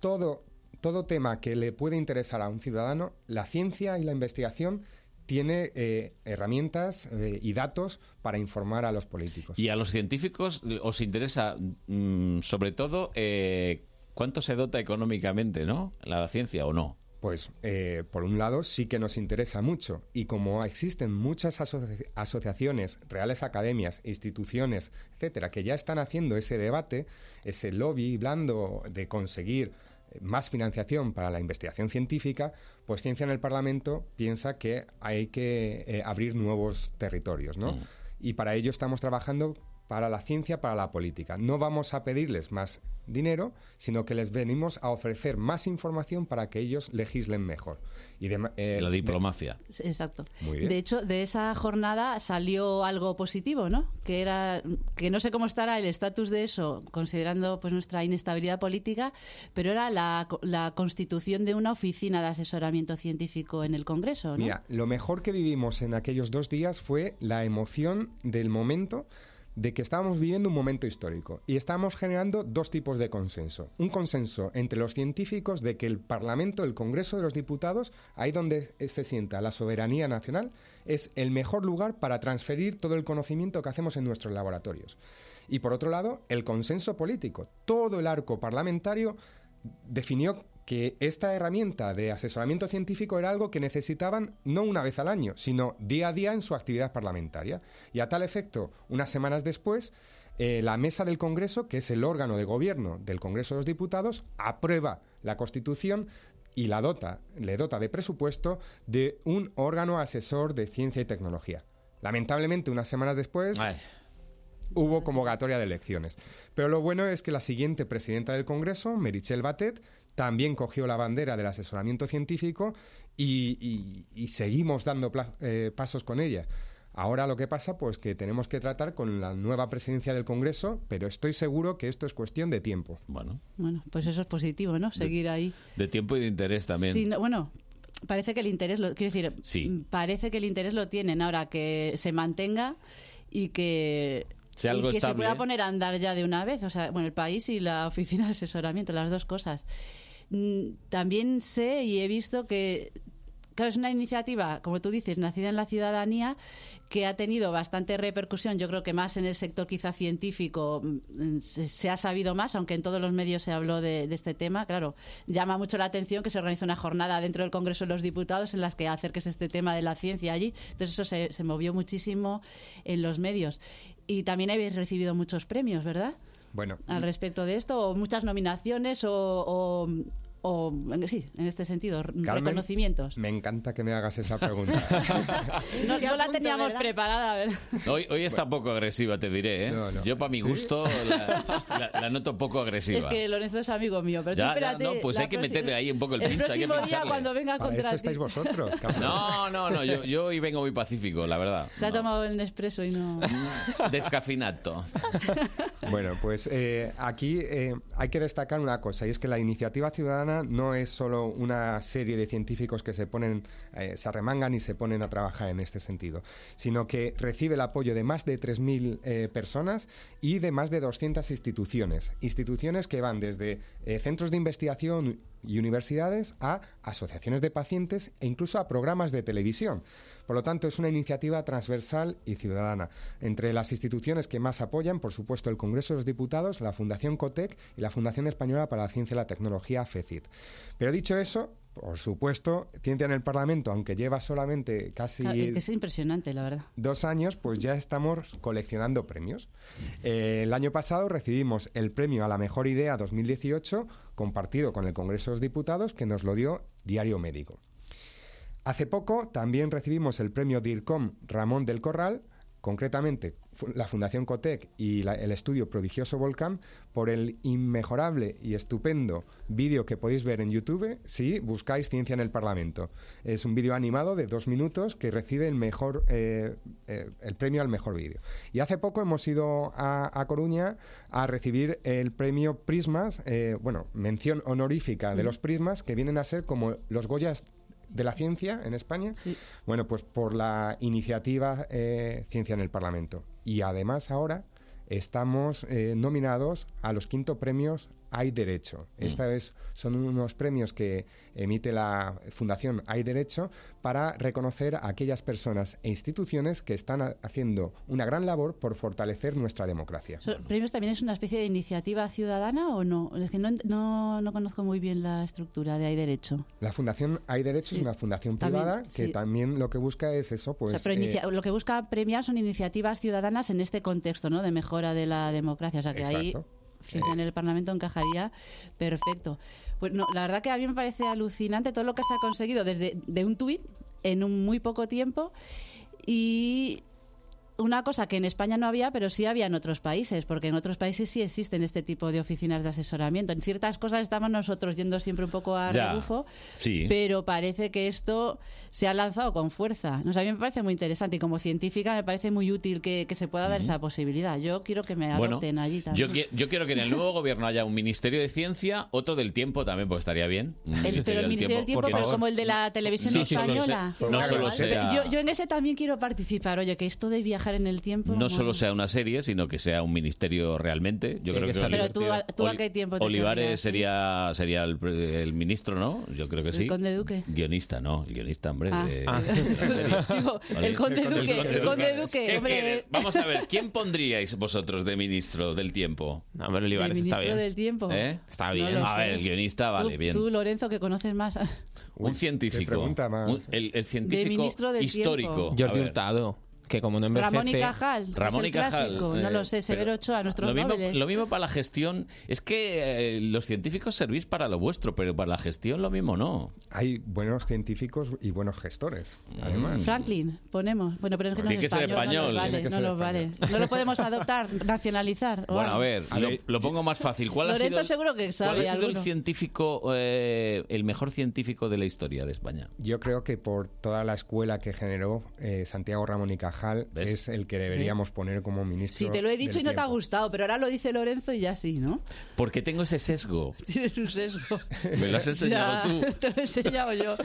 Speaker 21: todo, todo tema que le puede interesar a un ciudadano, la ciencia y la investigación tiene eh, herramientas eh, y datos para informar a los políticos.
Speaker 2: Y a los científicos eh, os interesa, mm, sobre todo, eh, cuánto se dota económicamente, ¿no? La ciencia o no.
Speaker 21: Pues eh, por un lado sí que nos interesa mucho y como existen muchas asoci- asociaciones, reales academias, instituciones, etcétera, que ya están haciendo ese debate, ese lobby blando de conseguir eh, más financiación para la investigación científica, pues Ciencia en el Parlamento piensa que hay que eh, abrir nuevos territorios, ¿no? Y para ello estamos trabajando para la ciencia, para la política. No vamos a pedirles más dinero, sino que les venimos a ofrecer más información para que ellos legislen mejor. Y de ma- eh,
Speaker 2: la
Speaker 21: de-
Speaker 2: diplomacia.
Speaker 20: Exacto.
Speaker 21: Muy bien.
Speaker 20: De hecho, de esa jornada salió algo positivo, ¿no? Que era que no sé cómo estará el estatus de eso, considerando pues nuestra inestabilidad política, pero era la, co- la constitución de una oficina de asesoramiento científico en el Congreso, ¿no?
Speaker 21: Mira, lo mejor que vivimos en aquellos dos días fue la emoción del momento de que estábamos viviendo un momento histórico y estábamos generando dos tipos de consenso. Un consenso entre los científicos de que el Parlamento, el Congreso de los Diputados, ahí donde se sienta la soberanía nacional, es el mejor lugar para transferir todo el conocimiento que hacemos en nuestros laboratorios. Y por otro lado, el consenso político. Todo el arco parlamentario definió que esta herramienta de asesoramiento científico era algo que necesitaban no una vez al año, sino día a día en su actividad parlamentaria. Y a tal efecto, unas semanas después, eh, la Mesa del Congreso, que es el órgano de gobierno del Congreso de los Diputados, aprueba la Constitución y la dota, le dota de presupuesto de un órgano asesor de ciencia y tecnología. Lamentablemente, unas semanas después, hubo convocatoria de elecciones. Pero lo bueno es que la siguiente presidenta del Congreso, Merichel Batet, también cogió la bandera del asesoramiento científico y, y- y seguimos dando pla- eh, pasos con ella. Ahora lo que pasa, pues que tenemos que tratar con la nueva presidencia del Congreso, pero estoy seguro que esto es cuestión de tiempo.
Speaker 2: Bueno,
Speaker 20: Bueno, pues eso es positivo, ¿no? Seguir ahí.
Speaker 2: de tiempo y de interés también.
Speaker 20: Sí, no- bueno, parece que el interés lo quiero decir,
Speaker 2: Sí.
Speaker 20: parece que el interés lo tienen ahora que se mantenga y que
Speaker 2: Sea algo
Speaker 20: y que se
Speaker 2: estable,
Speaker 20: pueda
Speaker 2: ¿eh?
Speaker 20: poner a andar ya de una vez, o sea, bueno, el país y la oficina de asesoramiento, las dos cosas. Mm, También sé y he visto que Claro, es una iniciativa, como tú dices, nacida en la ciudadanía, que ha tenido bastante repercusión. Yo creo que más en el sector quizá científico mm, se, se ha sabido más, aunque en todos los medios se habló de, de este tema. Claro, llama mucho la atención que se organiza una jornada dentro del Congreso de los Diputados en las que acerques este tema de la ciencia allí. Entonces eso se, se movió muchísimo en los medios. Y también habéis recibido muchos premios, ¿verdad?
Speaker 21: Bueno,
Speaker 20: Al respecto de esto, o muchas nominaciones, o... o- o, sí, en este sentido, r-
Speaker 21: Carmen,
Speaker 20: reconocimientos.
Speaker 21: me encanta que me hagas esa
Speaker 20: *laughs*
Speaker 21: pregunta.
Speaker 20: No, no la teníamos preparada, a ver.
Speaker 2: Hoy, hoy está poco agresiva, te diré. ¿eh? Yo, para mi gusto, la, la- la noto poco agresiva.
Speaker 20: Es que Lorenzo es amigo mío, pero tú
Speaker 2: Ya, ya,
Speaker 20: espérate.
Speaker 2: no, pues
Speaker 20: la
Speaker 2: hay que
Speaker 20: próxima-
Speaker 2: meterle ahí un poco el pincho, hay que
Speaker 20: próximo día
Speaker 2: pincharle.
Speaker 20: cuando venga contra ti.
Speaker 21: vosotros,
Speaker 2: No, no, no, yo, yo hoy vengo muy pacífico, la verdad.
Speaker 20: Se ha tomado el Nespresso y no...
Speaker 2: Descafinato.
Speaker 21: Bueno, pues eh, aquí eh, hay que destacar una cosa, y es que la iniciativa ciudadana no es solo una serie de científicos que se ponen, eh, se arremangan y se ponen a trabajar en este sentido, sino que recibe el apoyo de más de 3.000 eh, personas y de más de 200 instituciones. Instituciones que van desde eh, centros de investigación y universidades a asociaciones de pacientes e incluso a programas de televisión. Por lo tanto, es una iniciativa transversal y ciudadana. Entre las instituciones que más apoyan, por supuesto, el Congreso de los Diputados, la Fundación COTEC y la Fundación Española para la Ciencia y la Tecnología, FECIT. Pero dicho eso, por supuesto, Ciencia en el Parlamento, aunque lleva solamente casi
Speaker 20: Claro, Es que es impresionante, la verdad.
Speaker 21: dos años, pues ya estamos coleccionando premios. Eh, el año pasado recibimos el premio a la mejor idea 2018, compartido con el Congreso de los Diputados, que nos lo dio Diario Médico. Hace poco también recibimos el premio DIRCOM Ramón del Corral, concretamente fu- la Fundación Cotec y la- el estudio Prodigioso Volcán, por el inmejorable y estupendo vídeo que podéis ver en YouTube si buscáis Ciencia en el Parlamento. Es un vídeo animado de dos minutos que recibe el, mejor, eh, eh, el premio al mejor vídeo. Y hace poco hemos ido a, a Coruña a recibir el premio Prismas, eh, bueno, mención honorífica de los Prismas, que vienen a ser como los Goyas de la ciencia en España. Bueno, pues por la iniciativa eh, Ciencia en el Parlamento. Y además ahora estamos eh, nominados a los quinto premios Hay Derecho. Esta vez son unos premios que emite la Fundación Hay Derecho para reconocer a aquellas personas e instituciones que están ha- haciendo una gran labor por fortalecer nuestra democracia.
Speaker 20: So- ¿Premios también es una especie de iniciativa ciudadana o no? Es que no, ent- no, no conozco muy bien la estructura de Hay Derecho.
Speaker 21: La Fundación Hay Derecho es
Speaker 20: Sí.
Speaker 21: una fundación
Speaker 20: También,
Speaker 21: privada que
Speaker 20: sí.
Speaker 21: también lo que busca es eso,
Speaker 20: O
Speaker 21: pues...
Speaker 20: sea, pero
Speaker 21: eh,
Speaker 20: inicia- lo que busca premiar son iniciativas ciudadanas en este contexto, ¿no? De mejora de la democracia. O sea, que ahí
Speaker 21: Exacto.
Speaker 20: ciencia en el Parlamento encajaría perfecto. Pues no, la verdad que a mí me parece alucinante todo lo que se ha conseguido desde de un tuit en un muy poco tiempo y una cosa que en España no había, pero sí había en otros países, porque en otros países sí existen este tipo de oficinas de asesoramiento. En ciertas cosas estamos nosotros yendo siempre un poco a
Speaker 2: Ya,
Speaker 20: rebufo,
Speaker 2: sí.
Speaker 20: pero parece que esto se ha lanzado con fuerza. No sé, a mí me parece muy interesante y como científica me parece muy útil que, que se pueda dar esa posibilidad. Yo quiero que me
Speaker 2: Bueno,
Speaker 20: adopten allí
Speaker 2: Yo,
Speaker 20: también.
Speaker 2: qui- yo quiero que en el nuevo gobierno haya un ministerio de ciencia, otro del tiempo también, porque estaría bien. Un
Speaker 20: El- Eh, pero el Ministerio del Tiempo,
Speaker 2: por
Speaker 20: pero
Speaker 2: favor.
Speaker 20: como el de la televisión
Speaker 2: Sí, sí, sí, lo sé.
Speaker 20: española.
Speaker 2: No solo sea-
Speaker 20: Yo, yo en ese también quiero participar. Oye, que esto de viajar en el tiempo...
Speaker 2: No solo sea una serie, sino que sea un ministerio realmente. Yo creo que,
Speaker 20: sea
Speaker 2: Oliva-
Speaker 20: Pero tú, a- tú a qué tiempo te
Speaker 2: Olivares
Speaker 20: querrías, sí?
Speaker 2: sería, sería el, pre- el ministro, ¿no? Yo creo que
Speaker 20: El
Speaker 2: sí.
Speaker 20: conde Duque.
Speaker 2: Guionista, no, el guionista, hombre.
Speaker 20: Ah.
Speaker 2: de-
Speaker 20: Ah.
Speaker 2: de la serie.
Speaker 20: *laughs* Digo,
Speaker 2: Vale.
Speaker 20: el conde Duque, el conde
Speaker 2: ¿Qué
Speaker 20: Duque, hombre, eh.
Speaker 2: quieren? Vamos a ver, ¿quién pondríais vosotros de ministro del tiempo?
Speaker 15: No, pero
Speaker 20: Olivares ¿De está ministro bien. del tiempo?
Speaker 2: ¿Eh?
Speaker 15: Está
Speaker 20: No bien. lo
Speaker 2: a
Speaker 20: sé.
Speaker 2: ver, el guionista, vale, bien.
Speaker 20: tú, Lorenzo, que conoces más.
Speaker 2: un científico. Un- el, el científico
Speaker 20: ministro del
Speaker 2: histórico.
Speaker 19: tiempo.
Speaker 15: eh. Jordi
Speaker 2: A ver.
Speaker 15: Hurtado, que como no envejece...
Speaker 20: Ramón y Cajal, es
Speaker 2: Ramón
Speaker 20: el
Speaker 2: y Cajal,
Speaker 20: clásico, no
Speaker 2: eh,
Speaker 20: lo sé, Severo
Speaker 2: pero
Speaker 20: Ochoa, nuestros
Speaker 2: Lo mismo,
Speaker 20: nobles.
Speaker 2: lo mismo para la gestión. Es que eh, los científicos servís para lo vuestro, pero para la gestión lo mismo no.
Speaker 21: Hay buenos científicos y buenos gestores,
Speaker 2: Mm.
Speaker 21: además.
Speaker 20: Franklin, ponemos. Bueno, pero es que no
Speaker 21: Tiene
Speaker 20: es
Speaker 21: que ser
Speaker 20: español,
Speaker 21: español. Tiene que
Speaker 20: No
Speaker 21: ser
Speaker 20: nos vale, no nos vale. No lo podemos adoptar, nacionalizar. o
Speaker 2: Bueno, a
Speaker 20: algo.
Speaker 2: ver, lo, lo pongo más fácil. ¿Cuál ha
Speaker 20: Lorenzo
Speaker 2: sido, el-
Speaker 20: seguro que
Speaker 2: ¿cuál
Speaker 20: sabe
Speaker 2: ha sido el
Speaker 20: alguno.
Speaker 2: científico, eh, el mejor científico de la historia de España?
Speaker 21: Yo creo que por toda la escuela que generó eh, Santiago Ramón y Cajal es el que deberíamos poner como ministro.
Speaker 20: Sí, te lo he dicho
Speaker 21: del
Speaker 20: y no te ha
Speaker 21: tiempo.
Speaker 20: gustado, pero ahora lo dice Lorenzo y ya sí, ¿no? *laughs*
Speaker 2: Porque tengo ese sesgo.
Speaker 20: Tienes un sesgo.
Speaker 2: Me lo has enseñado tú.
Speaker 20: Ya, *laughs* Te lo he enseñado yo,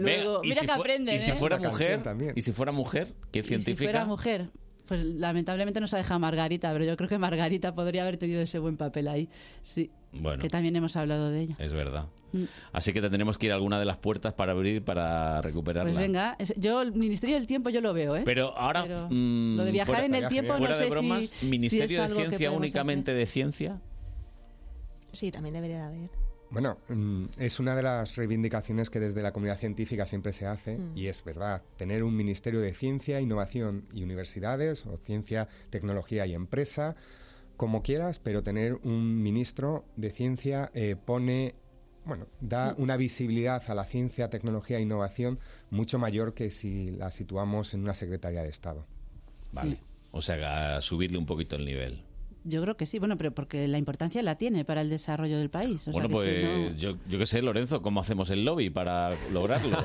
Speaker 2: Ve,
Speaker 20: luego.
Speaker 2: y
Speaker 20: Mira
Speaker 2: si
Speaker 20: que
Speaker 2: fue-
Speaker 20: aprenden,
Speaker 2: Y si
Speaker 20: ¿eh?
Speaker 2: fuera mujer, y si fuera mujer, ¿qué
Speaker 20: Y si
Speaker 2: científica?
Speaker 20: fuera mujer, pues lamentablemente nos ha dejado Margarita, pero yo creo que Margarita podría haber tenido ese buen papel ahí. Sí,
Speaker 2: Bueno,
Speaker 20: que también hemos hablado de ella.
Speaker 2: es verdad.
Speaker 20: Mm.
Speaker 2: Así que tendremos que ir a alguna de las puertas para abrir para recuperarla.
Speaker 20: Pues venga, es- yo el Ministerio del Tiempo yo lo veo, ¿eh?
Speaker 2: Pero ahora.
Speaker 20: Pero
Speaker 2: mm,
Speaker 20: lo de viajar
Speaker 2: fuera-
Speaker 20: en el tiempo no
Speaker 2: fuera de
Speaker 20: sé si-
Speaker 2: bromas,
Speaker 20: si es
Speaker 2: Ministerio de
Speaker 20: algo que
Speaker 2: Ciencia
Speaker 20: podemos
Speaker 2: únicamente de ciencia.
Speaker 16: Sí, también debería de haber.
Speaker 21: Bueno, mm, es una de las reivindicaciones que desde la comunidad científica siempre se hace,
Speaker 16: Mm.
Speaker 21: y es verdad, tener un Ministerio de Ciencia, Innovación y Universidades, o Ciencia, Tecnología y Empresa, como quieras, pero tener un ministro de Ciencia eh, pone, bueno, da una visibilidad a la ciencia, tecnología e innovación mucho mayor que si la situamos en una Secretaría de Estado.
Speaker 2: Vale. O sea, a subirle un poquito el nivel.
Speaker 20: Yo creo que sí, bueno, pero porque la importancia la tiene para el desarrollo del país. o sea,
Speaker 2: bueno,
Speaker 20: que
Speaker 2: pues
Speaker 20: es que no-
Speaker 2: yo, yo qué sé, Lorenzo, ¿cómo hacemos el lobby para
Speaker 20: *laughs*
Speaker 2: lograrlo?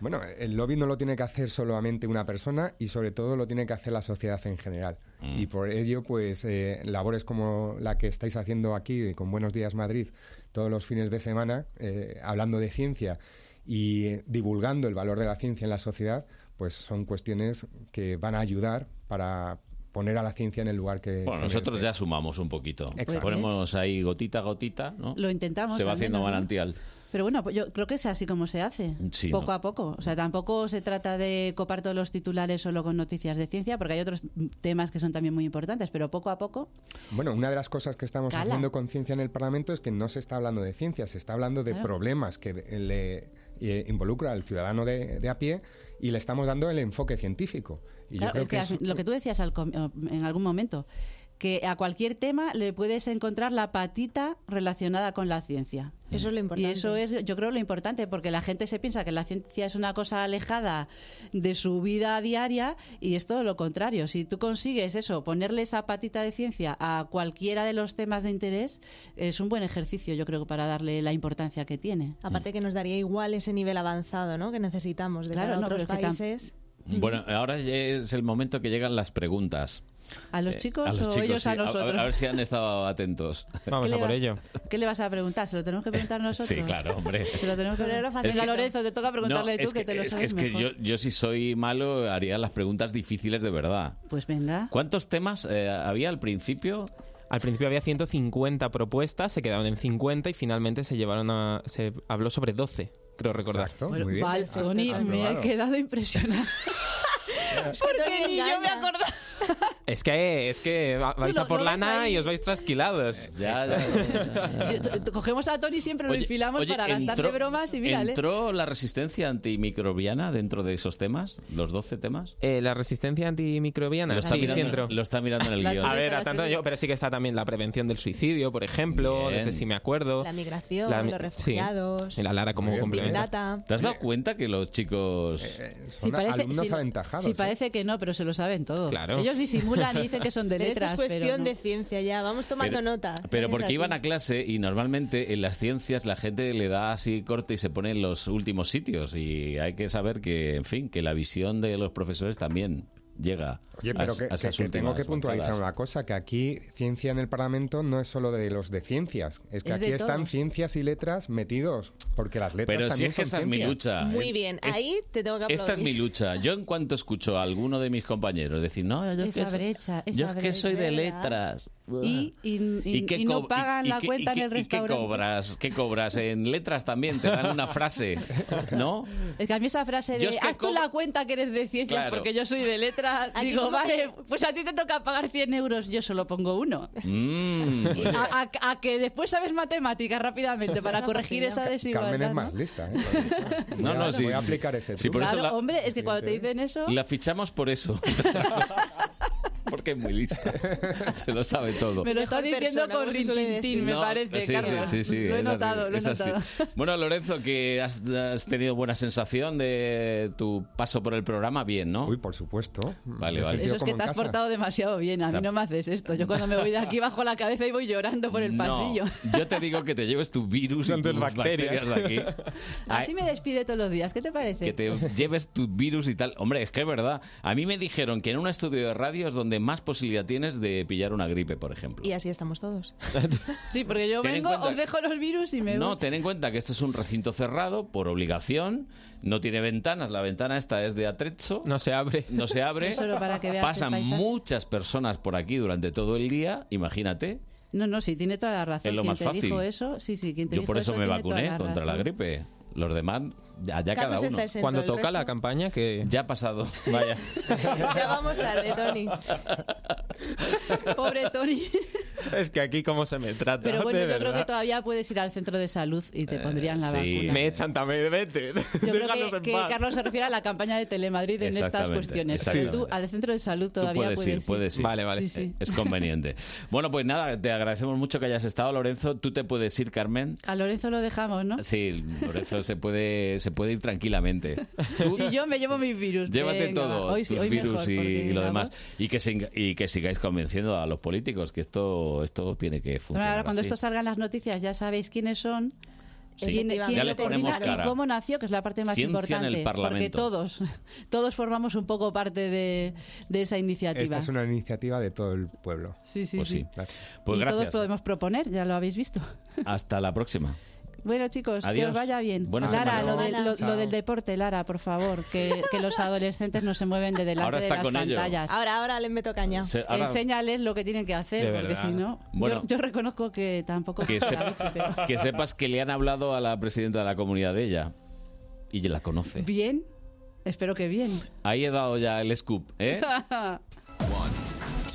Speaker 21: Bueno, el lobby no lo tiene que hacer solamente una persona y sobre todo lo tiene que hacer la sociedad en general. Y por ello, pues eh, labores como la que estáis haciendo aquí con Buenos Días Madrid todos los fines de semana, eh, hablando de ciencia y eh, divulgando el valor de la ciencia en la sociedad, pues son cuestiones que van a ayudar para poner a la ciencia en el lugar que...
Speaker 2: bueno,
Speaker 21: se
Speaker 2: nosotros
Speaker 21: merece.
Speaker 2: ya sumamos un poquito.
Speaker 21: Exacto.
Speaker 2: Ponemos ahí gotita a gotita, ¿no?
Speaker 20: Lo intentamos
Speaker 2: Se va
Speaker 20: al
Speaker 2: haciendo
Speaker 20: menos, ¿no?
Speaker 2: manantial.
Speaker 20: Pero bueno, pues yo creo que es así como se hace,
Speaker 2: Sí,
Speaker 20: poco
Speaker 2: ¿no?
Speaker 20: a poco. O sea, tampoco se trata de copar todos los titulares solo con noticias de ciencia, porque hay otros temas que son también muy importantes, pero poco a poco.
Speaker 21: Bueno, una de las cosas que estamos
Speaker 20: Cala.
Speaker 21: haciendo con ciencia en el Parlamento es que no se está hablando de ciencia, se está hablando de
Speaker 20: Claro.
Speaker 21: problemas que de- le eh, involucra al ciudadano de, de a pie y le estamos dando el enfoque científico. Y
Speaker 20: Claro,
Speaker 21: yo creo
Speaker 20: es que
Speaker 21: es-
Speaker 20: as- lo que tú decías al com- eh, en algún momento, que a cualquier tema le puedes encontrar la patita relacionada con la ciencia.
Speaker 16: Eso es lo
Speaker 20: Y
Speaker 16: importante.
Speaker 20: eso es, yo creo, lo importante, porque la gente se piensa que la ciencia es una cosa alejada de su vida diaria y es todo lo contrario. Si tú consigues eso, ponerle esa patita de ciencia a cualquiera de los temas de interés, es un buen ejercicio, yo creo, para
Speaker 2: *laughs*
Speaker 20: darle la importancia que tiene.
Speaker 16: Aparte que nos daría igual ese nivel avanzado, ¿no? Que necesitamos de
Speaker 20: Claro,
Speaker 16: cara a
Speaker 20: no,
Speaker 16: otros
Speaker 20: pero es que tam-
Speaker 16: países.
Speaker 20: Mm.
Speaker 2: Bueno, ahora es el momento que llegan las preguntas.
Speaker 20: ¿A los
Speaker 2: Eh,
Speaker 20: chicos
Speaker 2: a los
Speaker 20: o
Speaker 2: chicos,
Speaker 20: ellos
Speaker 2: sí.
Speaker 20: a
Speaker 2: ver-
Speaker 20: nosotros?
Speaker 2: A ver si han estado atentos.
Speaker 20: *laughs* ¿Qué
Speaker 15: Vamos
Speaker 20: le
Speaker 15: a por
Speaker 20: va-
Speaker 15: ello.
Speaker 20: ¿Qué le vas a preguntar? ¿Se lo tenemos que preguntar nosotros?
Speaker 2: Sí, claro,
Speaker 20: *laughs*
Speaker 2: hombre.
Speaker 20: Se lo tenemos que
Speaker 16: Pero era
Speaker 20: preguntar.
Speaker 16: fácil.
Speaker 20: Venga, Lorenzo, te toca preguntarle
Speaker 2: No,
Speaker 20: tú
Speaker 2: es
Speaker 20: que, te lo
Speaker 2: es
Speaker 20: sabes
Speaker 2: es que
Speaker 20: mejor.
Speaker 2: yo, yo si soy malo haría las preguntas difíciles de verdad.
Speaker 20: Pues venga.
Speaker 2: ¿Cuántos temas eh, había al principio?
Speaker 15: Al principio había 150 propuestas, se quedaron en 50 y finalmente se llevaron a, se habló sobre 12, creo recordar.
Speaker 21: Exacto,
Speaker 20: Bueno, *laughs* Val, Tony, me he quedado impresionada.
Speaker 16: Porque
Speaker 20: ni yo me
Speaker 16: acordaba.
Speaker 15: Es que, es que va- vais
Speaker 20: Tú lo-
Speaker 15: a por
Speaker 20: lo ves
Speaker 15: lana
Speaker 20: ahí.
Speaker 15: y os vais trasquilados.
Speaker 2: Pues Ya, ya,
Speaker 20: Yo- t- Cogemos a Tony y siempre lo
Speaker 2: Oye,
Speaker 20: enfilamos
Speaker 2: oye,
Speaker 20: para gastar
Speaker 2: entró-
Speaker 20: de bromas y ¿eh? mírale.
Speaker 2: ¿Entró la resistencia antimicrobiana dentro de esos temas? ¿Los 12 temas?
Speaker 15: Eh, la resistencia antimicrobiana.
Speaker 2: Lo está,
Speaker 15: sí,
Speaker 2: mirando,
Speaker 15: sí entro.
Speaker 2: lo está mirando en
Speaker 20: *laughs*
Speaker 2: el guión.
Speaker 15: A ver, a tanto yo, pero sí que está también la prevención del suicidio, por ejemplo,
Speaker 2: Bien.
Speaker 15: no sé si me acuerdo.
Speaker 16: La migración,
Speaker 15: La mi-
Speaker 16: los
Speaker 15: sí.
Speaker 16: refugiados.
Speaker 15: Y la Lara como
Speaker 2: Muy bien.
Speaker 15: complemento.
Speaker 16: Data.
Speaker 2: ¿Te has
Speaker 15: Eh,
Speaker 2: dado cuenta que los chicos
Speaker 20: Sí, parece- sí, sí, parece que no, pero se lo saben todo.
Speaker 2: ¿eh? Claro.
Speaker 20: Ellos disimulan y dicen que son de
Speaker 16: Pero
Speaker 20: letras.
Speaker 16: esto es cuestión
Speaker 20: pero no.
Speaker 16: de ciencia ya, vamos tomando
Speaker 2: Pero-
Speaker 16: nota.
Speaker 2: Pero
Speaker 16: Gracias a
Speaker 2: porque
Speaker 16: ti.
Speaker 2: iban a clase y normalmente en las ciencias la gente le da así corte y se pone en los últimos sitios y hay que saber que, en fin, que la visión de los profesores también llega
Speaker 21: Oye,
Speaker 2: a-
Speaker 21: pero que,
Speaker 2: a
Speaker 21: que-
Speaker 2: esas
Speaker 21: que tengo
Speaker 2: últimas
Speaker 21: que puntualizar
Speaker 2: bancadas.
Speaker 21: una cosa, que aquí ciencia en el Parlamento no es solo de los de ciencias, es que
Speaker 16: Es de
Speaker 21: aquí están
Speaker 16: todos.
Speaker 21: ciencias y letras metidos, porque las letras
Speaker 2: Pero si
Speaker 21: también
Speaker 2: es que
Speaker 21: son
Speaker 2: esa es mi
Speaker 21: ciencia.
Speaker 2: lucha.
Speaker 21: *laughs*
Speaker 16: Muy bien,
Speaker 2: eh, Es-
Speaker 16: ahí te tengo que aplaudir.
Speaker 2: Esta es mi lucha. Yo en cuanto escucho a alguno de mis compañeros decir, no, yo, es que,
Speaker 20: Esa
Speaker 2: soy-
Speaker 20: brecha, esa
Speaker 2: yo es que soy de
Speaker 20: brecha.
Speaker 2: letras. *laughs*
Speaker 20: Y, y- y-
Speaker 2: qué
Speaker 20: y no
Speaker 2: co-
Speaker 20: pagan
Speaker 2: y- y
Speaker 20: la
Speaker 2: qué-
Speaker 20: cuenta
Speaker 2: y qué-
Speaker 20: en el
Speaker 2: y qué
Speaker 20: restaurante.
Speaker 2: cobras? ¿Qué cobras? En letras también te dan una frase, ¿no?
Speaker 21: *laughs*
Speaker 20: Es que a mí esa frase de
Speaker 2: Yo es que
Speaker 20: haz tú la cuenta que eres de ciencias
Speaker 2: Claro.
Speaker 20: porque yo soy de letras,
Speaker 16: Aquí
Speaker 20: digo,
Speaker 16: como
Speaker 20: vale, pues a ti te toca pagar 100 euros, yo solo pongo uno. *laughs*
Speaker 2: Mm.
Speaker 20: A, a- a que después sabes matemáticas rápidamente para corregir esa
Speaker 21: Carmen
Speaker 20: desigualdad.
Speaker 21: es
Speaker 20: ¿no?
Speaker 21: más lista, ¿eh?
Speaker 2: No, no, sí.
Speaker 21: Voy a aplicar ese
Speaker 2: Sí, por
Speaker 20: claro,
Speaker 2: eso la-
Speaker 20: hombre, es que cuando te dicen eso,
Speaker 2: La fichamos por eso. *laughs* Porque es muy lista. Se lo sabe todo.
Speaker 20: me lo está
Speaker 16: Mejor
Speaker 20: diciendo
Speaker 16: persona,
Speaker 20: con
Speaker 16: como se suele
Speaker 20: rintintín, me
Speaker 2: No,
Speaker 20: parece,
Speaker 2: sí,
Speaker 20: Carla.
Speaker 2: sí, sí, sí,
Speaker 20: lo he
Speaker 2: es así,
Speaker 20: notado, lo he
Speaker 2: es así.
Speaker 20: notado.
Speaker 2: Bueno, Lorenzo, que has, has tenido buena sensación de tu paso por el programa, bien, ¿no? Uy,
Speaker 21: por supuesto.
Speaker 2: Vale, vale.
Speaker 20: Eso es que te has portado demasiado bien, a mí
Speaker 2: sea,
Speaker 20: no me haces esto. Yo cuando me voy de aquí bajo la cabeza y voy llorando por el
Speaker 2: No,
Speaker 20: pasillo.
Speaker 2: Yo te digo que te lleves tu virus y tus bacterias,
Speaker 15: bacterias.
Speaker 2: de aquí. Ay,
Speaker 20: *laughs* Así me despide todos los días, ¿qué te parece?
Speaker 2: que te lleves tu virus y tal. Hombre, es que es verdad. A mí me dijeron que en un estudio de radio es donde más posibilidad tienes de pillar una gripe, por ejemplo.
Speaker 16: Y así estamos
Speaker 2: *laughs*
Speaker 16: todos.
Speaker 20: Sí, porque yo
Speaker 2: Ten en
Speaker 20: vengo,
Speaker 2: cuenta-
Speaker 20: os dejo los virus y me
Speaker 2: No,
Speaker 20: voy.
Speaker 2: ten en cuenta que esto es un recinto cerrado por obligación, no tiene ventanas, la ventana esta es de atrecho. No
Speaker 15: se abre.
Speaker 2: No se
Speaker 20: *laughs*
Speaker 2: abre.
Speaker 20: Solo para que veas el
Speaker 2: Pasan
Speaker 20: paisaje.
Speaker 2: muchas personas por aquí durante todo el día, imagínate.
Speaker 20: No, no, sí, tiene toda la razón.
Speaker 2: Es lo
Speaker 20: Quien
Speaker 2: más
Speaker 20: te
Speaker 2: fácil.
Speaker 20: dijo eso, sí, sí, quien te
Speaker 2: Yo
Speaker 20: dijo
Speaker 2: por eso, me
Speaker 20: tiene toda
Speaker 2: vacuné contra la
Speaker 20: razón.
Speaker 2: gripe. Los demás, allá
Speaker 16: Carlos
Speaker 2: cada uno.
Speaker 16: está exento, Cuando el toca la resto-
Speaker 2: campaña que... *laughs* Ya ha pasado. Vaya.
Speaker 16: Ya *laughs* vamos tarde, Tony.
Speaker 20: Pobre Tony.
Speaker 15: Es que aquí cómo se me trata.
Speaker 20: Pero bueno,
Speaker 15: de
Speaker 20: yo creo que
Speaker 15: verdad.
Speaker 20: todavía puedes ir al centro de salud y
Speaker 2: Eh,
Speaker 20: te pondrían la
Speaker 15: Sí.
Speaker 20: vacuna.
Speaker 15: Me echan también, vete. *laughs*
Speaker 20: Yo creo
Speaker 15: Déjanos
Speaker 20: que,
Speaker 15: en
Speaker 20: que
Speaker 15: paz.
Speaker 20: Carlos se refiere a la campaña de Telemadrid en estas
Speaker 2: Exactamente,
Speaker 20: cuestiones. Pero tú
Speaker 2: exactamente.
Speaker 20: al centro de salud
Speaker 2: Tú
Speaker 20: todavía
Speaker 2: puedes, ir, puedes ir. Vale, vale.
Speaker 20: Sí, sí.
Speaker 2: Es conveniente.
Speaker 20: *laughs*
Speaker 2: Bueno, pues nada, te agradecemos mucho que hayas estado, Lorenzo. Tú te puedes ir, Carmen.
Speaker 20: A Lorenzo lo dejamos, ¿no?
Speaker 2: Sí, Lorenzo se puede, se puede ir tranquilamente.
Speaker 20: *laughs* Y yo me llevo mis virus.
Speaker 2: Llévate
Speaker 20: Venga,
Speaker 2: todo,
Speaker 20: va. Hoy sí,
Speaker 2: tus
Speaker 20: hoy
Speaker 2: virus
Speaker 20: mejor,
Speaker 2: y,
Speaker 20: porque,
Speaker 2: y lo
Speaker 20: vamos.
Speaker 2: demás. Y que, sig- y que sigáis convenciendo a los políticos que esto, esto tiene que funcionar.
Speaker 20: Ahora, cuando
Speaker 2: así.
Speaker 20: esto salgan las noticias, ya sabéis quiénes son.
Speaker 2: Sí.
Speaker 20: quién-
Speaker 2: Ya
Speaker 20: quién
Speaker 2: le
Speaker 20: lo coordina
Speaker 2: ponemos cara.
Speaker 20: y cómo nació, que es la parte más
Speaker 2: Ciencia en
Speaker 20: importante.
Speaker 2: el
Speaker 20: Porque
Speaker 2: Parlamento.
Speaker 20: todos, *laughs* todos formamos un poco parte de, de esa iniciativa.
Speaker 21: Esta es una iniciativa de todo el pueblo.
Speaker 20: Sí, sí, Pues sí. sí.
Speaker 2: Pues
Speaker 20: y
Speaker 2: gracias.
Speaker 20: todos podemos proponer, ya lo habéis visto.
Speaker 2: Hasta la próxima.
Speaker 20: Bueno, chicos, que
Speaker 2: Adiós.
Speaker 20: os vaya bien.
Speaker 2: Buena
Speaker 20: Lara,
Speaker 2: semana.
Speaker 20: lo, del- lo-
Speaker 2: Chao.
Speaker 20: lo del deporte, Lara, por favor, que, que los adolescentes no se mueven de delante
Speaker 2: Ahora está
Speaker 20: de las
Speaker 2: con ello.
Speaker 20: pantallas.
Speaker 16: Ahora, ahora les meto caña.
Speaker 2: Se- ahora-
Speaker 20: Enséñales lo que tienen que hacer,
Speaker 2: De
Speaker 20: porque
Speaker 2: verdad.
Speaker 20: si no.
Speaker 2: Bueno.
Speaker 20: yo, yo reconozco que tampoco.
Speaker 2: Que, se-
Speaker 20: pero-
Speaker 2: *laughs* que sepas que le han hablado a la presidenta de la comunidad de ella. Y la conoce.
Speaker 20: Bien, espero que bien.
Speaker 2: Ahí he dado ya el scoop,
Speaker 20: *laughs*
Speaker 2: ¿eh?